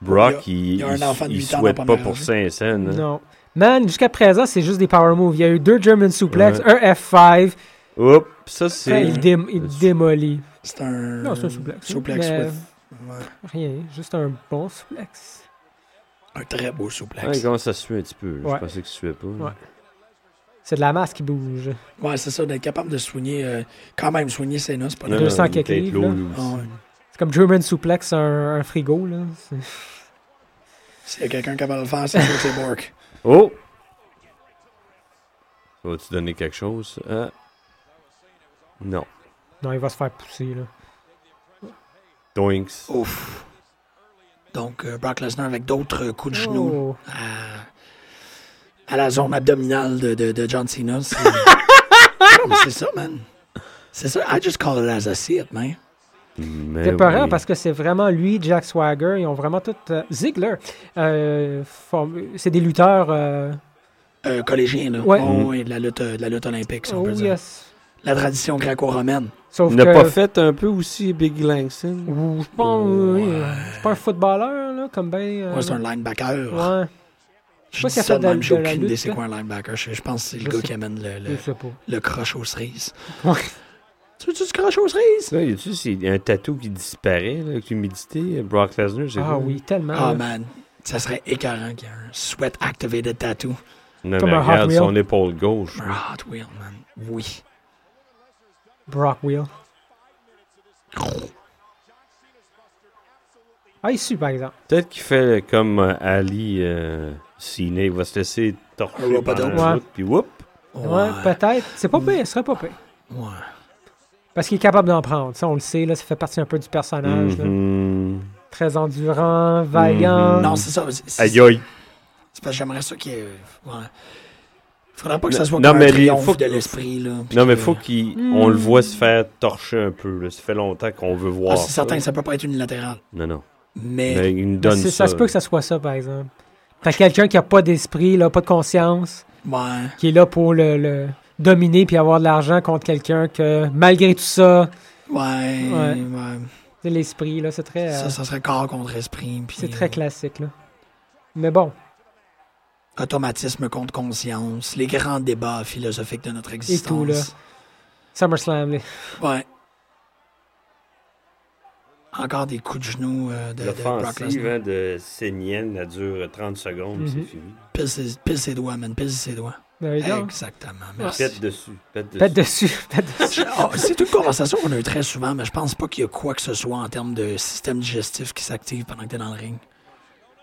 Brock, il, il y a un il- enfant de il huit ans souhaite dans la pas première pour rangée. 500. hein. Non. Man, jusqu'à présent, c'est juste des power moves. Il y a eu deux German suplex, un F5. Oups, ça Après, c'est. il, dé- il démolit. C'est un. Non, c'est un souplex. Souplex Mais- with- ouais. Rien, juste un bon suplex. Un très beau Ah, souplex. il commence à suer un petit peu. là. Ouais. Je pensais que ça suait pas. là. Ouais. C'est de la masse qui bouge. Ouais, c'est ça, d'être capable de soigner, euh, quand même soigner Cena, c'est pas Non, le non, 200 il quelques était livres, lourd, là. lui aussi. Ah ouais. C'est comme German suplex, un, un frigo, là. C'est- S'il y a quelqu'un qui va le faire, c'est sûr que c'est Bork. Oh! Vas-tu donner quelque chose? Ah. Non. Non, il va se faire pousser, là. Doinks. Ouf. Donc, euh, Brock Lesnar avec d'autres coups de genoux Oh. à, Euh, à la zone abdominale de, de, de John Cena. C'est Non, mais c'est ça, man. C'est ça. I just call it as I see it, man. Mais C'est peurant Eh oui. parce que c'est vraiment lui, Jack Swagger, ils ont vraiment tout. euh, Ziggler, euh, form- c'est des lutteurs. euh, Euh, collégien, là. Ouais. Mm. Oh, oui, de la lutte, euh, de la lutte olympique, si on oh peut dire. yes. La tradition gréco-romaine. Sauf Il n'a que. pas fait un peu aussi Big Langston? Ou, je pense, oui, euh, c'est pas un footballeur, là, comme ben. euh, Ouais, c'est un linebacker. ouais, Je Pas dis qu'il a ça fait de de la- même, j'ai de la aucune idée lutte, c'est là. quoi un linebacker. Je, je pense que c'est le Je gars sais- qui amène le, le, je sais pas. le croche aux cerises. Ouais. Tu veux-tu du croche aux cerises? Ça, y a-tu c'est un tatou qui disparaît là, avec l'humidité? Brock Lesnar, j'ai Ah vu. oui, tellement. Ah, là. man. Ça serait écœurant qu'il y ait un sweat activated tattoo. Non, Comme mais un Hot regarde Wheel. son épaule gauche. Un Hot Wheel, man. Oui. Brock Wheel. Ah, il suit, par exemple. Peut-être qu'il fait comme euh, Ali euh, Cena, il va se laisser Un torcher rope pendant dope. Ouais. un bout, puis whoop! Ouais, peut-être. C'est Mm. pas pire, ce serait pas pire. Ouais. Parce qu'il est capable d'en prendre. Ça, on le sait, là, ça fait partie un peu du personnage. là. Mhm. Très endurant, vaillant. Mm-hmm. Non, c'est ça. c'est- C'est Aïe oh. aïe! c'est parce que j'aimerais ça qu'il y ait. Ouais. Faudrait pas que ça soit Non, comme mais un les- triomphe faut que- de l'esprit, là. puis Non, mais que- faut qu'on le voit se faire torcher un peu. Là. Ça fait longtemps qu'on veut voir. Ah, c'est ça. certain, Eh. ça peut pas être unilatéral. Non, non. Mais. Mais il nous donne Ben, C'est- ça. ça se peut que ça soit ça, par exemple. T'as quelqu'un qui a pas d'esprit, là, pas de conscience, Ouais. qui est là pour le, le dominer puis avoir de l'argent contre quelqu'un que, malgré tout ça, Ouais. Ouais. ouais. tu sais, l'esprit, là, c'est très, euh, Ça, ça serait corps contre esprit. puis- c'est très classique, là. Mais bon, euh, automatisme contre conscience, les grands débats philosophiques de notre existence. tout, là. SummerSlam. les- Ouais. Encore des coups de genoux euh, de, de Brock L'offensive Lesnar. hein, de Sénienne, elle dure 30 secondes, Mhm. c'est fini. Pile ses, pile ses doigts, man. Pile ses doigts. There you go. Exactement. Merci. Pète dessus. Pète dessus. Pète dessus. Pète dessus. Ah, c'est une conversation qu'on a eu très souvent, mais je pense pas qu'il y a quoi que ce soit en termes de système digestif qui s'active pendant que t'es dans le ring.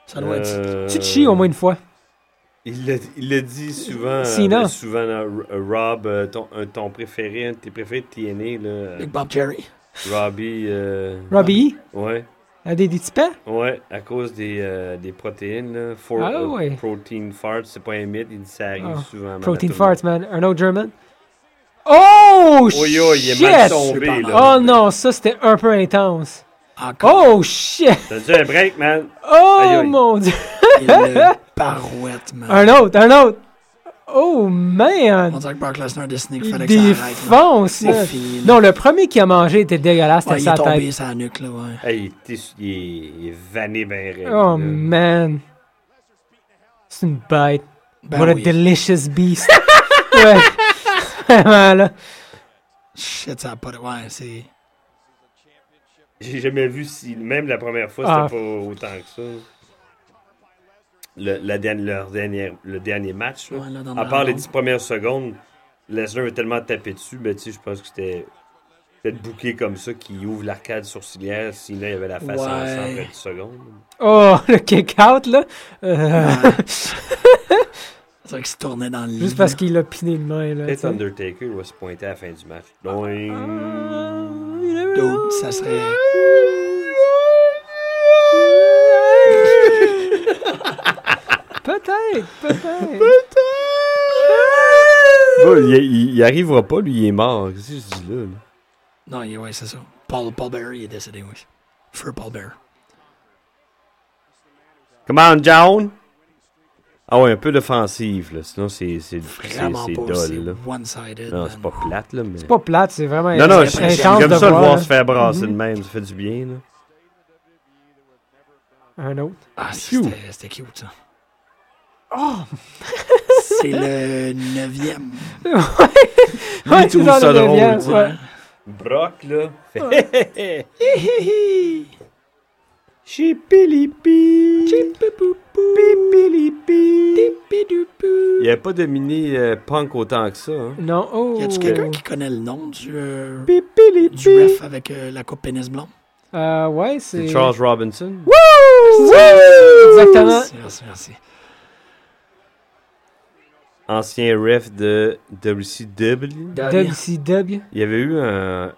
Ça doit être. Euh, Tu te chies au moins une fois. Il l'a il l'a dit souvent. Cena. euh, souvent, euh, R- euh, Rob, euh, ton, un de ton préféré, un de tes préférés de TNA, là, euh, Big Bob Jerry. Robbie. euh, Robbie, E, Ouais, un des des petits pains? ouais, à cause des, euh, des protéines. Là, For- Ah euh, ouais. Protein fart, c'est pas un mythe, il dit ça arrive Ah, souvent. Protein fart. farts, man. Un autre German. Oh, Oh yo, il shit! est mal tombé, Super là. Oh non, ça c'était un peu intense. Encore. Oh shit! T'as dû un break, man. Oh Aïe, aïe. mon dieu! Et le parouette, man. Un autre, un autre! Oh On man! dirait que Brock Lesnar a décidé qu'il Il fallait que ça arrête. là. défonce! C'est là. fini, là. Non, le premier qui a mangé était dégueulasse, Ouais, c'était il est sa tombé tête. sa nuque, là, ouais. Hey, il, était su- il est, il est vanné ben raide, là. Oh man! C'est une bête. Ben What a oui. delicious beast! ouais! Vraiment là! Shit, ça a pas de. Ouais, c'est. J'ai jamais vu si. Même la première fois, Ah. c'était pas autant que ça. Le, la dernière, leur dernière- le dernier match, là, Ouais, là, dans à la part les ronde. 10 premières secondes, Lesnar est tellement tapé dessus, mais tu sais, je pense que c'était peut-être bouqué comme ça qui ouvre l'arcade sourcilière, sinon il y avait la face en Ouais. après 10 secondes. Oh, le kick out là! Euh, Ouais. c'est vrai qu'il se tournait dans le lit. Juste parce là. qu'il a piné de main là. tu hein. Peut-être sais. Undertaker va se pointer à la fin du match. Ah, Doing. Dude, ça serait. Peut-être, peut-être. Bon, il, il- il arrivera pas, lui, il est mort. Qu'est-ce que je dis là? là? Non, il- ouais, c'est ça. Paul, Paul Berry est décédé, oui. Feu Paul Berry. Come on, John! Ah ouais, un peu d'offensive, là. Sinon, c'est c'est- c'est- Vraiment c'est pas. C'est dole, là. one-sided. Non, man. c'est pas plate, là, mais... C'est pas plate, c'est vraiment Non, non, c'est je- intense je- j'aime de ça le voir, voir là. se faire brasser de même. Ça fait du bien, là. Un autre. Ah, Phew. c'était c'était cute, ça. c'est le neuvième. Lui, il trouve ça drôle, bien, tu sais. ouais. Brock, là. fait- Il a pas dominé euh, Punk autant que ça, hein. Non, oh. Y a-tu quelqu'un qui connaît le nom du, euh, Pipili, du ref avec euh, la coupe pénis blanc? Euh, ouais, c'est. C'est Charles Robinson. Wouh! Exactement. Merci, merci, merci. Ancien ref de WCW. WCW. Il y avait eu un,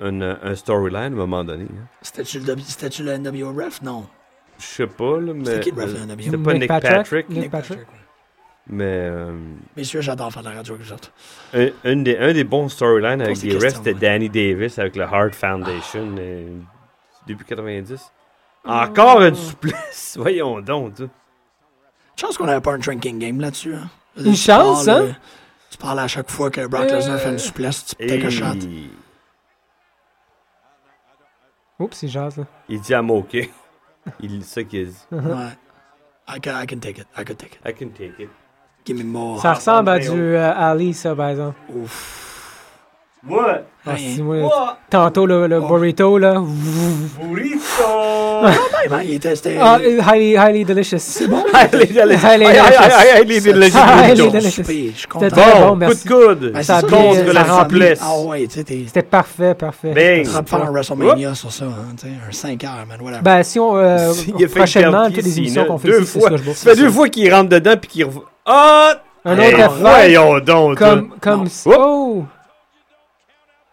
un, un storyline à un moment donné. hein. C'était-tu le, W- c'était-tu le NWO ref? Non. Je sais pas, là, mais. C'était qui le ref hein? de NWO? C'était pas Nick Nick, Patrick. Patrick. Nick Patrick. ouais. Mais euh, Messieurs, j'adore faire de la radio avec vous autres. un, un des, un des bons storylines avec Pose des des refs, questions, c'était ouais. Ah. Danny Davis avec le Hart Foundation euh, depuis 90. Encore une souplesse, voyons donc. tu sais. Chance qu'on n'avait pas un drinking game là-dessus. Hein. Une Tu chance, parles, hein? euh, Tu parles à chaque fois que Brock Euh. Lesnar fait une souplesse, tu Et take un shot. Oups, il jase, là. il dit à moquer. Il c'est ça qu'il a dit. Uh-huh. Ouais. I can, I can take it. I can take it. I can take it. Give me more. Ça ressemble à du euh, Ali, ça, par exemple. What? Ah, Rien. si, moi, tantôt, le, le burrito, là. Burrito! Vraiment, il était. c'était- Ah, highly, highly delicious. C'est bon? Allez, allez, Highly allez, allez, allez, delicious. les délégués de Ah, les Windows. Je délégués. suis payé, je suis C'était content. très bon, Bon, coup merci. de coude. Ben, c'est ça ça, compte euh, que la ça rend- souplesse. Ah ouais, tu sais, t'es. C'était parfait, parfait. Bing. Tu vas te faire un WrestleMania sur ça, hein, tu sais, un 5 heures, man, whatever. Ben, si on. Euh, Si, il a fait prochainement, perdre toutes les Keith émissions Sina qu'on fait deux ici, c'est fois. ce que je bouffe. Ça fait deux fois qu'il rentre dedans puis qu'il revoit. Ah! Un Hey, autre affaire. voyons donc! Comme... Comme. comme Non. si- Oh!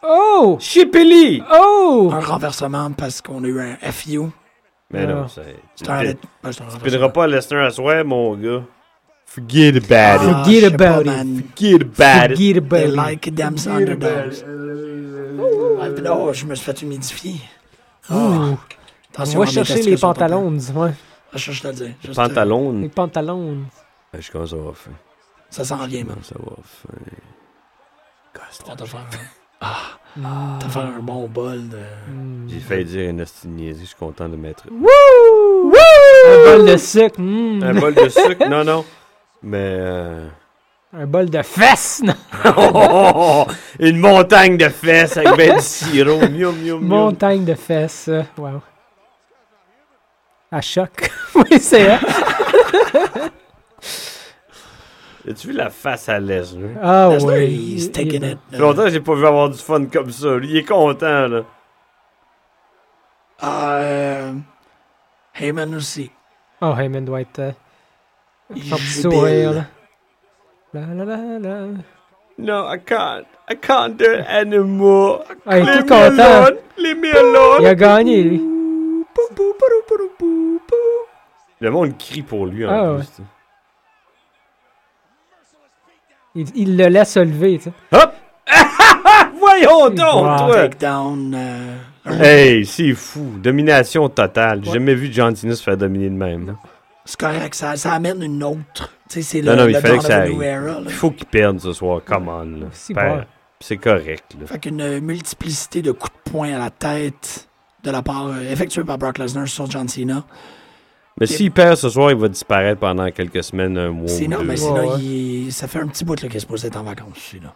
Oh! Chipelli! Oh! Un renversement parce qu'on a eu un FU. Mais Ah. non, c'est... C'est un. Tu ben, c'est un renversement. pinneras pas Lesnar à soir, mon gars. Forget about it. Ah, je sais Forget pas, about it. man. Forget about it. Forget They about it. like them underdogs. Ah, puis là, oh, je me suis fait humidifier. Ouh. On Attention, va mes chercher testicules les sont pas pantalons, ouais. pleins. Ah, Je je te le dis. Juste, Pantalon. Les pantalons. Ben, je commence à avoir faim. euh, Ça s'en Eh, vient, Je man. commence à avoir faim. On va te faire un... Ah, Hmm. te faire un bon bol de... J'ai failli dire une hostie de niaiserie, Je suis content de mettre... Wouh! Un bol de sucre. hmm. Un bol de sucre? Non, non. Mais. euh, Un bol de fesses! non? oh, oh, oh, une montagne de fesses avec ben du sirop. Miam, miam, miam. Montagne de fesses. euh, Wow. À choc. oui, c'est elle. As-tu vu la face à Lesnar? Ah Lesnar, oui. il- he's taking it. Ça fait longtemps que j'ai pas vu avoir du fun comme ça. Lui, il est content, là. Ah, euh, Heyman aussi. Oh, Heyman doit être... euh, Il un petit jubile. sourire, là. La la la la. No, I can't. I can't do it anymore. Ah, il est Leave tout me content. alone. Leave me alone. Il a gagné, lui. Pou, pou, pou, pou, pou, pou. Le monde crie pour lui, en Ah, plus. ouais. tu sais. Il, il le laisse se lever, tu sais. Hop! Voyons donc, Wow. toi! Takedown. euh, Hey, c'est fou. Domination totale. J'ai jamais vu John Cena se faire dominer de même. c'est correct, ça, ça amène une autre. Tu sais, c'est Non, le, non, il le fallait Dawn que ça of a New aille. Era, là. Il faut qu'il perde ce soir. Come on. là. C'est Perd. bon. C'est correct. Là. Fait qu'une euh, multiplicité de coups de poing à la tête de la part euh, effectuée par Brock Lesnar sur John Cena. Oh Mais s'il perd ce soir, il va disparaître pendant quelques semaines, un mois. ou Cena, deux. ben, Cena, Ouais, ouais. il- ça fait un petit bout là, qu'il est supposé être en vacances, celui-là.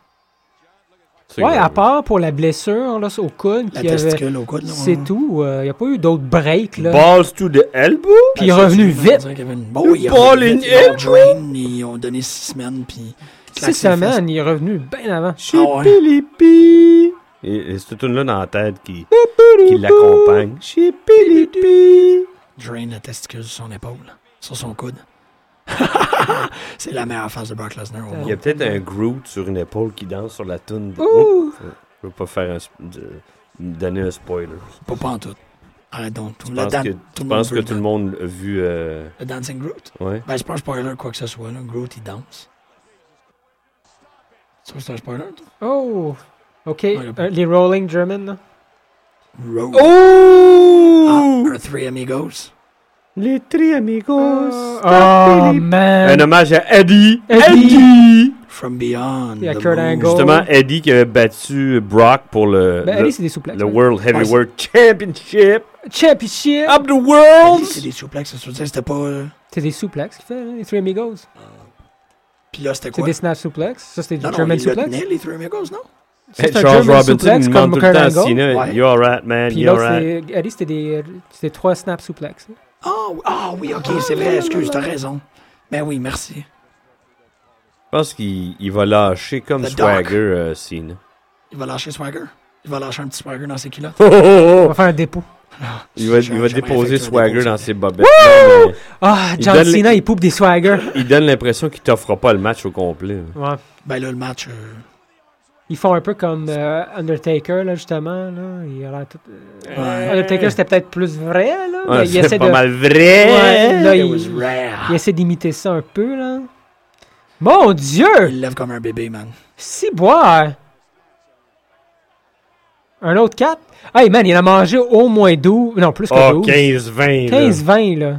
C'est Ouais, grave. à part pour la blessure, là, au coude. La qu'il y avait- testicule au coude, là, C'est ouais. tout. euh, Il n'y a pas eu d'autres breaks, là. Balls to the elbow? Puis il est revenu Ben, On dirait vite. qu'il y avait une- Bon, il est ball revenu in vite, ils l'ont elbow. drain, ils ont donné six semaines, puis... Six semaines, il est revenu bien avant. Ah ouais. Chipilipi! Et, et c'est toute une là dans la tête qui, qui l'accompagne. Chipilipi! Drain la testicule sur son épaule, sur son coude. c'est la meilleure face de Brock Lesnar au Il monde. Il y a peut-être un Groot sur une épaule qui danse sur la toune. De... Ouh! Je veux pas faire un... sp- de- donner un spoiler. Pas, pas en tout. Arrête donc. Tout, Tu le penses dan- que, tout tu le monde penses que veut tout le monde a vu... euh, Le Dancing Groot? Ouais. Ben, c'est pas un spoiler, quoi que ce soit. Là. Groot, il danse. Tu trouves que c'est un spoiler, toi? Oh! OK. il a euh, pas- les Rolling German, là. Road. Oh! Ah, Three Amigos. Les Tres Ah, Amigos. Oh, Un man! hommage à Eddie. Eddie. From Beyond. Il y a The Kurt Moon. Angle. Justement, Eddie qui avait battu Brock pour le, Ben, le, allez, c'est des souplexes. le là. World Heavyweight Championship Championship! of the Eddie, World. C'est des souplexes, ça se dit, c'était pas. euh, C'est des souplexes qu'il fait, là, les Three Amigos. Puis là, c'était C'est quoi? des snap souplex. Ça, c'était du Non, non, German il le suplex. tenait, les Three Amigos, non? Ça, c'est un Charles German Robinson suplex comme il demande tout le temps à Kurt Angle. Cena, Ouais. You're right, man, Puis you're l'autre, right. c'est- Eddie, c'était des, c'était trois snap souplex. Oh. là. Ah oui- ah oui, ok, c'est vrai, excuse, t'as raison. Ben oui, merci. Je pense qu'il il va lâcher comme The Swagger Doc. euh, Cena. Il va lâcher Swagger. Il va lâcher un petit Swagger dans ses culottes. Oh, On va faire un dépôt. Il va, J'aimerais- il va j'aimerais déposer effectuer un Swagger dépôt, dans s'il ses bobettes. Non, mais Ah, Il John donne les- Cena, il poupe des swagger. il donne l'impression qu'il t'offre pas le match au complet. Ouais. Ben là, le match. euh, Ils font un peu comme euh, Undertaker, là, justement. Là. Il a l'air tout- euh, Undertaker, c'était peut-être plus vrai, là. Ouais, mais il Ah, c'est essaie pas de... mal Ouais, vrai. là, It il, was rare. il essaie d'imiter ça un peu, là. Mon Dieu! Il lève comme un bébé, man. Si boire! Un autre 4? Hey, man, il en a mangé au moins 12. Non, plus que oh, 12. 15-20. 15... 15-20, là.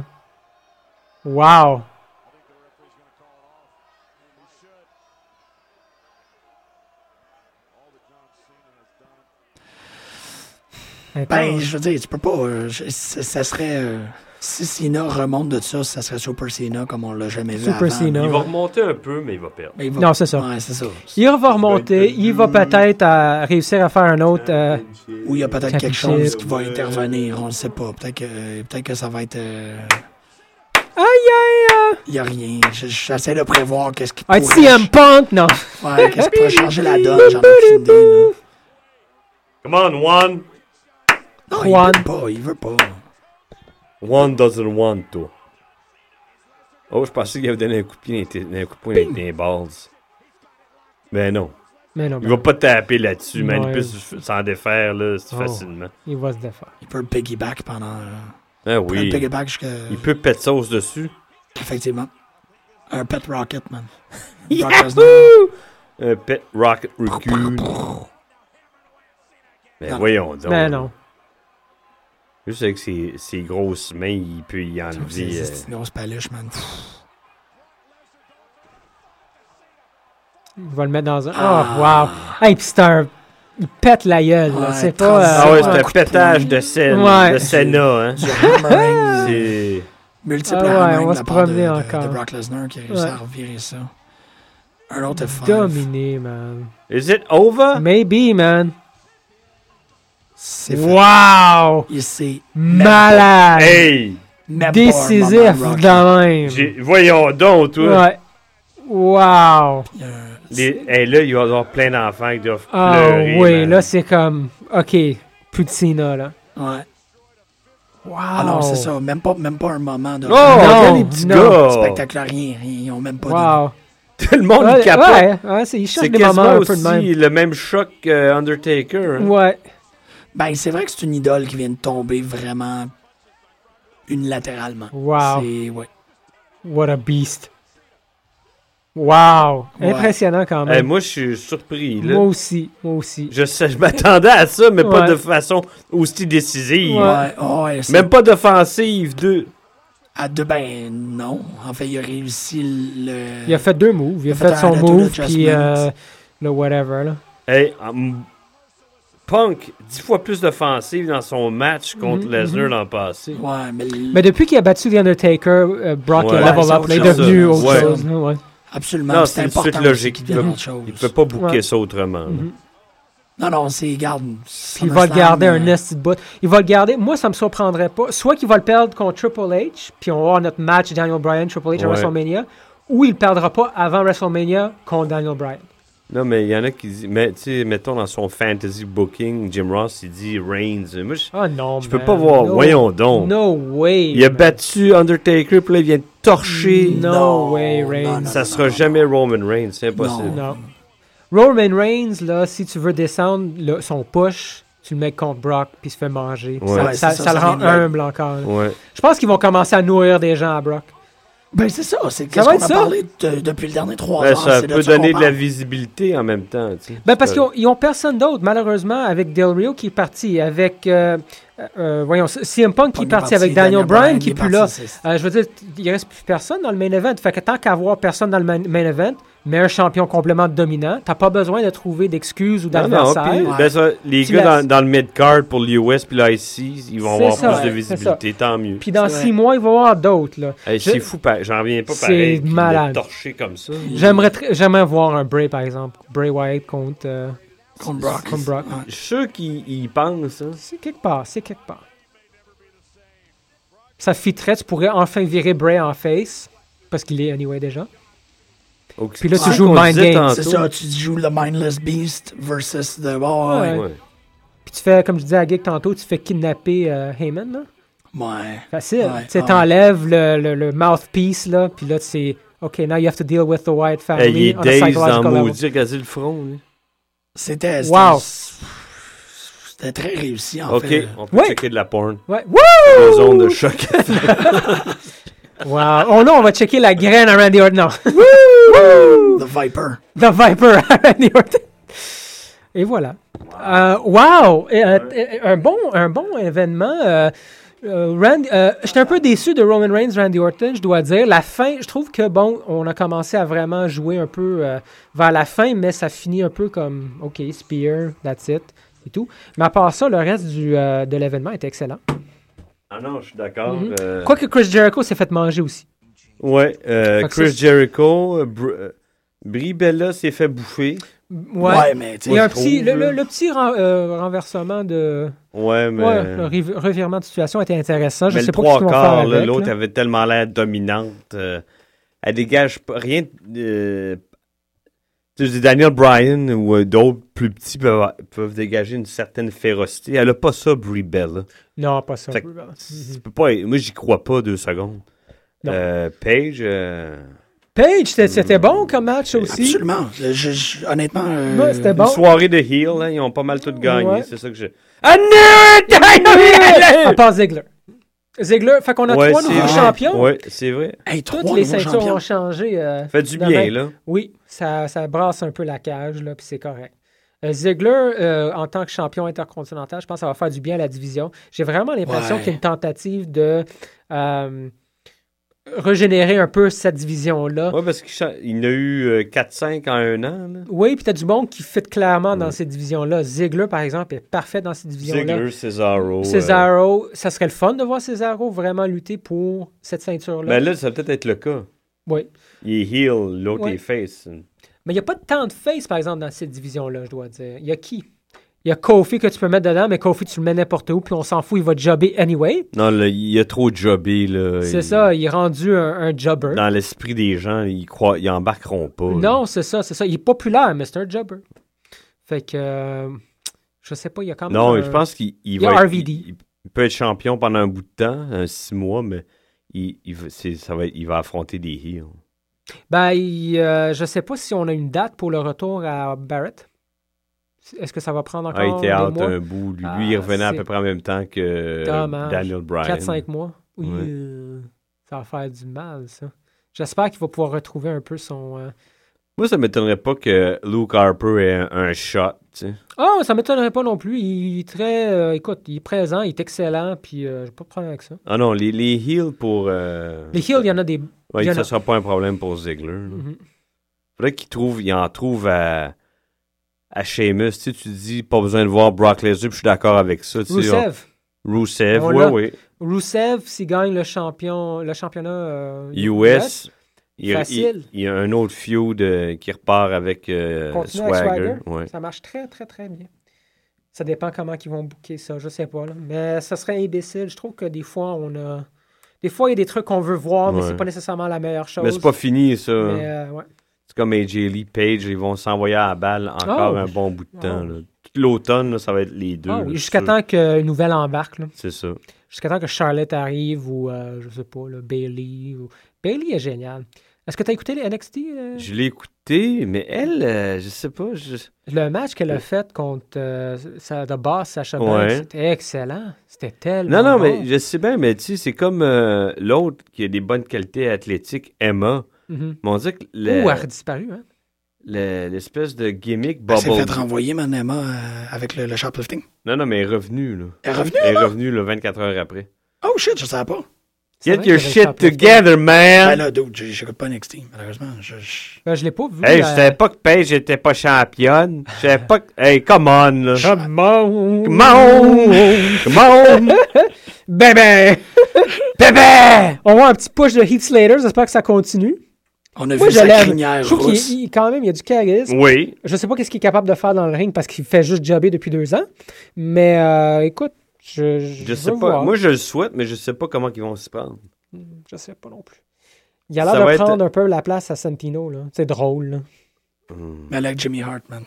Wow! Ben, Intense. je veux dire, tu peux pas. euh, je- ça, ça serait. euh, si Cena remonte de ça, ça serait Super Cena comme on l'a jamais vu. Super avant, Cena. là. Il va remonter un peu, mais il va perdre. Mais il va- Non, c'est ça. Ouais, c'est ça. Il va remonter, il va peut-être euh, réussir à faire un autre. euh, Ou il y a peut-être quelque Championship. chose qui va intervenir, on ne sait pas. Peut-être que, peut que ça va être. euh, Aïe aïe! Il n'y a rien. Je- J'essaie de prévoir qu'est-ce qui aïe. Un pourrait- CM Punk! Non! Ouais, qu'est-ce qui pourrait changer la donne, j'en ai aucune idée. là. Come on, one. Non, Juan. il veut pas, il veut pas. One doesn't want to. Oh, je pensais qu'il avait donné un coup de pied dans les- un coup de poing avec les balls. Ben non. Mais non, ben, Il va pas taper là-dessus, man. Ouais. Il peut se- s'en défaire là, c'est Oh. facilement. il va se défaire. Il peut le piggyback pendant. euh, Ah il peut le oui. piggyback jusqu'à. Il peut pet sauce dessus. Effectivement. Un pet rocket, man. Brock Lesnar. Un pet rocket recul. Ben Non. voyons donc. Mais Ben non. Juste avec ses, ses grosses mains, il peut y enlever. C'est euh, c'est une grosse paluche, man. Il va le mettre dans un. Oh, wow! Hey, puis c'est un. Il pète la gueule, là. Ah. Ouais, C'est pas. trans- Ah ouais, c'est c'est un un coup de pétage poing. de scène. Ah, Ouais. De Senna, hein. Du hammering. C'est. Multiple Ah ouais, hammerings on va de se la part de, promener de- encore. de Brock Lesnar qui réussit Ouais. à revirer ça. Un autre five. Dominé, man. Is it over? Maybe, man. C'est fait. Wow! Il s'est Malade! Hey! même pas un Décisif moment rocky. de même. j'ai- Voyons donc, toi! Ouais. Wow! Il y a un- Les- hey, là, il va y avoir plein d'enfants qui doivent Ah pleurer. oui, man. là c'est comme. Ok, plus de Cena, là. Ouais. Wow! Ah non, c'est ça. Même pas, même pas un moment de Oh, regarde les Non, petits Oh. non. gars! spectaculaire. Rien, rien. Ils ont même pas de- Wow! Tout le monde Ouais, capote. ouais, ouais, c'est- il cherche C'est des moments un quasiment peu aussi de même. le même choc que Undertaker. hein. Ouais. Ben, c'est vrai que c'est une idole qui vient de tomber vraiment unilatéralement. Wow. C'est, ouais. What a beast. Wow! Ouais. Impressionnant quand Hey, même. moi, je suis surpris. là. moi aussi, moi aussi. Je, sais- je m'attendais à ça, mais pas Ouais. de façon aussi décisive. Ouais. Ouais, oh, ouais, c'est- Même pas d'offensive. Deux. À deux, ben non. En fait, il a réussi le. Il a fait deux moves. Il a Il a fait, fait un son Attitude move, Adjustment. puis euh, le whatever, là. Hey, hum, Punk, dix fois plus d'offensive dans son match contre Mhm, Lesnar l'an passé. Ouais, mais, l- Mais depuis qu'il a battu The Undertaker, euh, Brock Ouais. est Ouais, level c'est up. là, Il est autre devenu chose. autre Ouais. chose. là, ouais. absolument. Non, c'est c'est une important. suite logique. Qu'il Il devienne peut- autre chose. Il ne peut pas bouquer Ouais. ça autrement. là. Mhm. Non, non, c'est garde. euh, Puis il va le garder un nest de bout. Il va le garder. Moi, ça me surprendrait pas. Soit qu'il va le perdre contre Triple H, puis on va avoir notre match Daniel Bryan, Triple H à Ouais. WrestleMania, ou il le perdra pas avant WrestleMania contre Daniel Bryan. Non, mais il y en a qui disent, mais tu sais, mettons dans son fantasy booking, Jim Ross, il dit Reigns. Moi, je, Ah non, je peux man. pas voir. No- Voyons donc. No way. Il a man. battu Undertaker, puis là, il vient de torcher. No way, Reigns. Ça sera jamais Roman Reigns, c'est impossible. Non. Roman Reigns, là, si tu veux descendre le- son push, tu le mets contre Brock, puis il se fait manger. Puis Ouais. ça, Ouais, ça- c'est ça, ça le ça rend vient de là. humble encore. là. Ouais. Je pense qu'ils vont commencer à nourrir des gens à Brock. Ben, c'est ça. C'est qu'est-ce va qu'on être a ça. parlé de- depuis le dernier trois Ben, ans. ça c'est peut ça qu'on donner de la parle. visibilité en même temps. tu sais. Ben parce Euh, qu'ils ont- ils ont personne d'autre, malheureusement, avec Del Rio qui est parti, avec, euh, euh, voyons, CM Punk qui est Punk parti, avec Daniel, Bryan qui est plus là. parti, c'est- Euh, je veux dire, t- il reste plus personne dans le main event. Fait que tant qu'à avoir personne dans le main main event, mais un champion complément dominant, t'as pas besoin de trouver d'excuses ou non, non, puis, d'adversaires. ben, ça, les Tu gars laisses. dans, dans le mid-card pour l'US puis l'IC, ils vont C'est avoir ça, plus de ouais, c'est visibilité, tant mieux. Puis dans C'est six vrai. mois, il va y avoir d'autres. là. Hey, je- c'est fou, pa- j'en reviens pas C'est pareil. puis de malade. Torcher comme ça. J'aimerais tr- j'aimerais voir un Bray, par exemple. Bray Wyatt contre, euh, Contre Brock. contre Brock. Ouais. Je suis sûr qu'ils ils pensent. hein. C'est quelque part, c'est quelque part. Ça fitterait, tu pourrais enfin virer Bray en face, parce qu'il est anyway déjà. Au- Puis là, tu c'est ce joues qu'on mind disait game. tantôt. C'est ça, tu joues le Mindless Beast versus the. Oh, ouais. Ouais. Ouais. Puis tu fais, comme je disais à Geek tantôt, tu fais kidnapper euh, Heyman, là. Ouais. Facile. Ouais, tu sais, ah t'enlèves le, le, le mouthpiece, là, puis là, c'est OK, now you have to deal with the Wyatt family. Hey, il est on a daze psychological dans level. maudit, regardez le front. lui. C'était. c'était- Wow. C'était très réussi, en Ok, fait. on peut Ouais. checker de la porn. Ouais. Une Wouh! zone de choc. Wow. Oh non, on va checker la graine à Randy Orton. Non. The Viper. The Viper à Randy Orton. Et voilà. Euh, wow! Et, euh, et- et un, bon, un bon événement. euh, euh, Randy- euh, J'étais un peu déçu de Roman Reigns, Randy Orton, je dois dire. La fin, je trouve que, bon, on a commencé à vraiment jouer un peu euh, vers la fin, mais ça finit un peu comme, OK, Spear, that's it, et tout. Mais à part ça, le reste du, euh, de l'événement était excellent. Ah non, je suis d'accord. Mm-hmm. euh, Quoique Chris Jericho s'est fait manger aussi. Ouais, euh, Fait que Chris ça, Jericho, euh, Br- euh, Brie Bella s'est fait bouffer. Ouais. Ouais, mais tu Il y a sais. un petit, le, trouve, le- là. le petit ren- euh, renversement de, Ouais, mais, Ouais, le riv- revirement de situation était intéressant. Je mais sais le pas ce trois qu'ils vont faire quarts, avec. là, là. l'autre avait tellement l'air dominante. euh, elle dégage pas- rien. euh, tu sais, Daniel Bryan ou euh, d'autres plus petits peuvent, peuvent dégager une certaine férocité. Elle a pas ça, Brie Bella. Non, pas ça. Fait que- Mhm. Ça peut pas être- moi, j'y crois pas deux secondes. Non. Euh, Paige, euh, Page, c'était- c'était Mm. bon comme match aussi. Absolument. Je- je- je- honnêtement. euh, Ouais, c'était une bon. soirée de heel, hein, ils ont pas mal tout gagné. Ouais. C'est ça que je. Ah, I knew it! I knew À it! part Ziggler. Ziggler, fait qu'on a Ouais, trois c'est nouveaux vrai. champions. Ouais, c'est vrai. Hey, trois Toutes les nouveaux ceintures champions. ont changé. euh, Fait du demain. bien, là. Oui, ça, ça brasse un peu la cage, là, puis c'est correct. Euh, Ziggler, euh, en tant que champion intercontinental, je pense que ça va faire du bien à la division. J'ai vraiment l'impression Ouais. qu'il y a une tentative de. euh, régénérer un peu cette division-là. Ouais, parce qu'il cha- il en a eu euh, 4-5 en un an. Là. Oui, puis t'as du monde qui fit clairement dans ces divisions-là. Ziegler, par exemple, est parfait dans ces divisions-là. Ziegler, Cesaro. euh, Cesaro, ça serait le fun de voir Cesaro vraiment lutter pour cette ceinture-là. Ben là, ça va peut-être être le cas. Oui. Il est heel, l'autre Ouais. est face. Mais il n'y a pas tant de face, par exemple, dans cette division-là, je dois dire. Il y a qui? Il y a Kofi que tu peux mettre dedans, mais Kofi, tu le mets n'importe où, puis on s'en fout, il va jobber anyway. Non, là, il a trop jobé. Là. C'est Il- ça, il est rendu un, un jobber. Dans l'esprit des gens, ils, croient, ils embarqueront pas. là. Non, c'est ça, c'est ça. Il est populaire, mais c'est un jobber. Fait que, euh, je sais pas, il y a quand même... Non, un- je pense qu'il il euh, y a va être- RVD. Il, il peut être champion pendant un bout de temps, un six mois, mais il, il va, c'est- ça va, être- il va affronter des heels. Ben, il, euh, je sais pas si on a une date pour le retour à Barrett. Est-ce que ça va prendre encore Ah, il était des out mois? un bout. Lui, Ah, lui, il revenait à c'est peu près en même temps que euh, dommage. Daniel Bryan. 4-5 mois. Oui, Ouais. euh, ça va faire du mal, ça. J'espère qu'il va pouvoir retrouver un peu son... euh, Moi, ça m'étonnerait pas que Luke Harper ait un, un shot. tu sais. Ah, ça m'étonnerait pas non plus. Il est très... euh, écoute, il est présent, il est excellent, puis euh, j'ai pas de problème avec ça. Ah non, les, les heels pour. euh, Les Hills, il y en a des... ouais, il y en ça a. sera pas un problème pour Ziggler. là. Mhm. faudrait qu'il trouve, il en trouve à, à Sheamus. Tu sais, tu dis, pas besoin de voir Brock Lesnar, puis je suis d'accord avec ça. tu sais, Rusev. on- Rusev, On oui, l'a. oui. Rusev, s'il gagne le, champion, le championnat... euh, US, il, Facile. il- il y a un autre feud euh, qui repart avec euh, Continue avec Swagger. Swagger. ouais. Ça marche très, très, très bien. Ça dépend comment ils vont booker ça, je sais pas. là. Mais ça serait imbécile. Je trouve que des fois, on a. Des fois, il y a des trucs qu'on veut voir, mais Ouais. c'est pas nécessairement la meilleure chose. Mais c'est pas hein. fini, ça. Mais, euh, ouais. C'est comme AJ Lee, Page, ils vont s'envoyer à la balle encore Oh. un bon bout de temps. Oh. là. Tout l'automne, là, ça va être les deux. Ah là, oui, c'est Jusqu'à sûr. temps qu'une nouvelle embarque. là. C'est ça. Jusqu'à temps que Charlotte arrive ou, euh, je sais pas, là, Bailey. Ou... Bailey est génial. Est-ce que tu as écouté les NXT euh, Je l'ai écouté, mais elle, euh, je sais pas. je- Le match qu'elle a fait contre euh, sa, The Boss, Sacha Banks, Ouais. c'était excellent. C'était tellement. Non, non, bon. mais je sais bien, mais tu sais, c'est comme euh, l'autre qui a des bonnes qualités athlétiques, Emma. Mhm. Mais on dirait que Ouh, le- elle a disparu, hein? le- l'espèce de gimmick Elle s'est fait bubble. renvoyer, mon Emma, euh, avec le, le shoplifting. Non, non, mais elle est revenue, là. Elle est revenue, Elle est Emma? revenue, là, 24 heures après. Oh shit, je savais Euh. pas. C'est Get vrai your qu'elle avait shit chopé le together, Ben man! là, dude, j'ai- j'écoute pas NXT, malheureusement. Je, je- Ben, je l'ai pas vu. Hey, je la- savais pas que Paige était pas championne. Je savais pas que... Hey, come on, là. Come on! Come on! Come on! Bébé! Bébé! Ben, On voit un petit push de Heath Slater, j'espère que ça continue. On a Moi, vu je sa l'aime. crinière Je trouve qu'il rousse. il- quand même, il y a du charisme. Oui. Je sais pas qu'est-ce qu'il est capable de faire dans le ring parce qu'il fait juste jobber depuis deux ans. Mais euh, écoute, je, je, Je sais veux pas. voir. Moi, je le souhaite, mais je sais pas comment ils vont s'y prendre. Je sais pas non plus. Il a Ça l'air va de être- prendre un peu la place à Santino, là. C'est drôle, là. Mais like Jimmy Hart, man.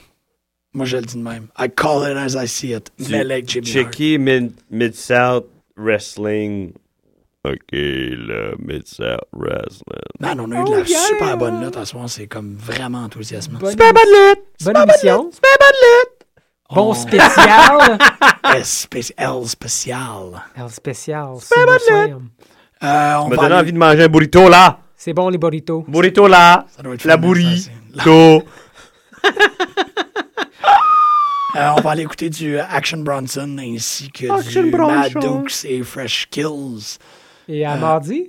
Moi, je le dis de même. I call it as I see it. Mais like Jimmy Hart. Checker Mid- Mid-South Wrestling. OK, le Mid-South Wrestling. Man, on a eu de Oh, la yeah! super bonne lutte en ce moment. C'est comme vraiment enthousiasmant. Bonne, lutte! bonne émission. Bon On- spécial. SPL spécial. Alors, spécial. c'est bon soir. Euh, on Ça me va donne aller- envie de manger un burrito, là! C'est bon, les burritos. Burrito, là! Ça doit être La fun, bourrie! ça, c'est- Go! Euh, on va aller écouter du Action Bronson ainsi que Action du Mad Bronson. Dukes et Fresh Kills. Et Ah. à mardi.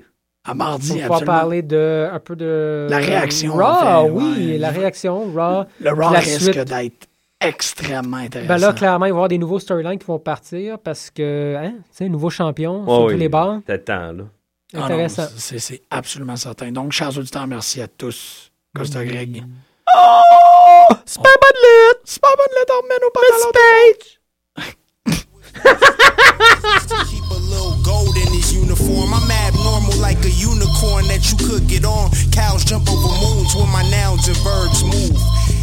À On mardi, va pouvoir absolument. parler de, un peu de... La réaction, Raw, en fait, oui, ouais. la réaction, Raw. Le Raw la risque suite. d'être extrêmement intéressant. Ben là, clairement, il va y avoir des nouveaux storylines qui vont partir parce que, hein, tu sais, nouveau champion sur Oh tous oui, les bars. T'attends, là. Ah non, Intéressant. c'est c'est absolument certain. Donc, chers auditeurs, merci à tous. Costa Greg. Mm. Oh! C'est pas bonne lutte! C'est pas bonne lutte, on remène au pantalon! Page! Keep a little gold in his uniform. I'm abnormal like a unicorn that you could get on. Cows jump over moons when my nouns and verbs move.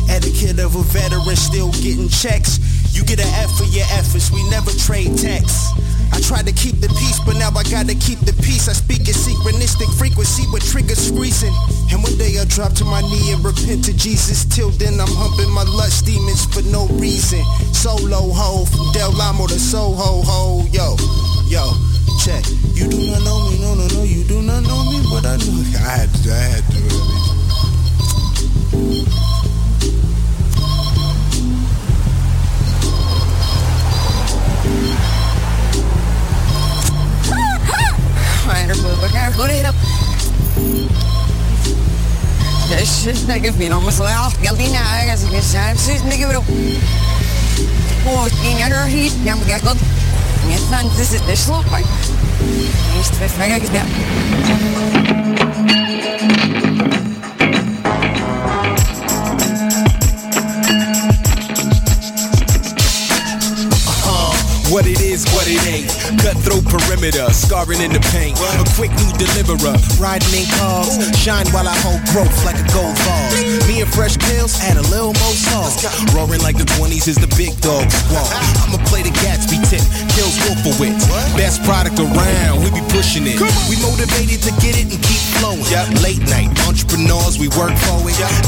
Etiquette of a veteran still getting checks. You get an F for your efforts, we never trade texts. I tried to keep the peace, but now I gotta keep the peace. I speak in synchronistic frequency with triggers freezing. And one day I drop to my knee and repent to Jesus. Till then I'm humping my lust demons for no reason. Solo ho, from Del Amo to Soho ho, yo, yo. Check. You do not know me, no, no, no. You do not know me, but I know. I had to, I had to. Really. Alright, her boob. Her booty up. Jezus, ik vind allemaal slecht. Ik kan niet naar huis. Ik zelf zitten. Ik bedoel... Oh, het ging er hier. Ja, maar kijk wat. Ja, dan is het de slot. Eerst weer vergeten. What it is, what it ain't. Cutthroat perimeter, scarring in the paint. A quick new deliverer, riding in cars. Shine while I hold growth like a gold vase. Me and fresh pills, add a little more sauce. Roaring like the 20s is the big dog squad. I'ma play the Gatsby tip, kills Wolfowitz. Best product around, we be pushing it. We motivated to get it and keep flowing. Late night entrepreneurs, we work for it. Out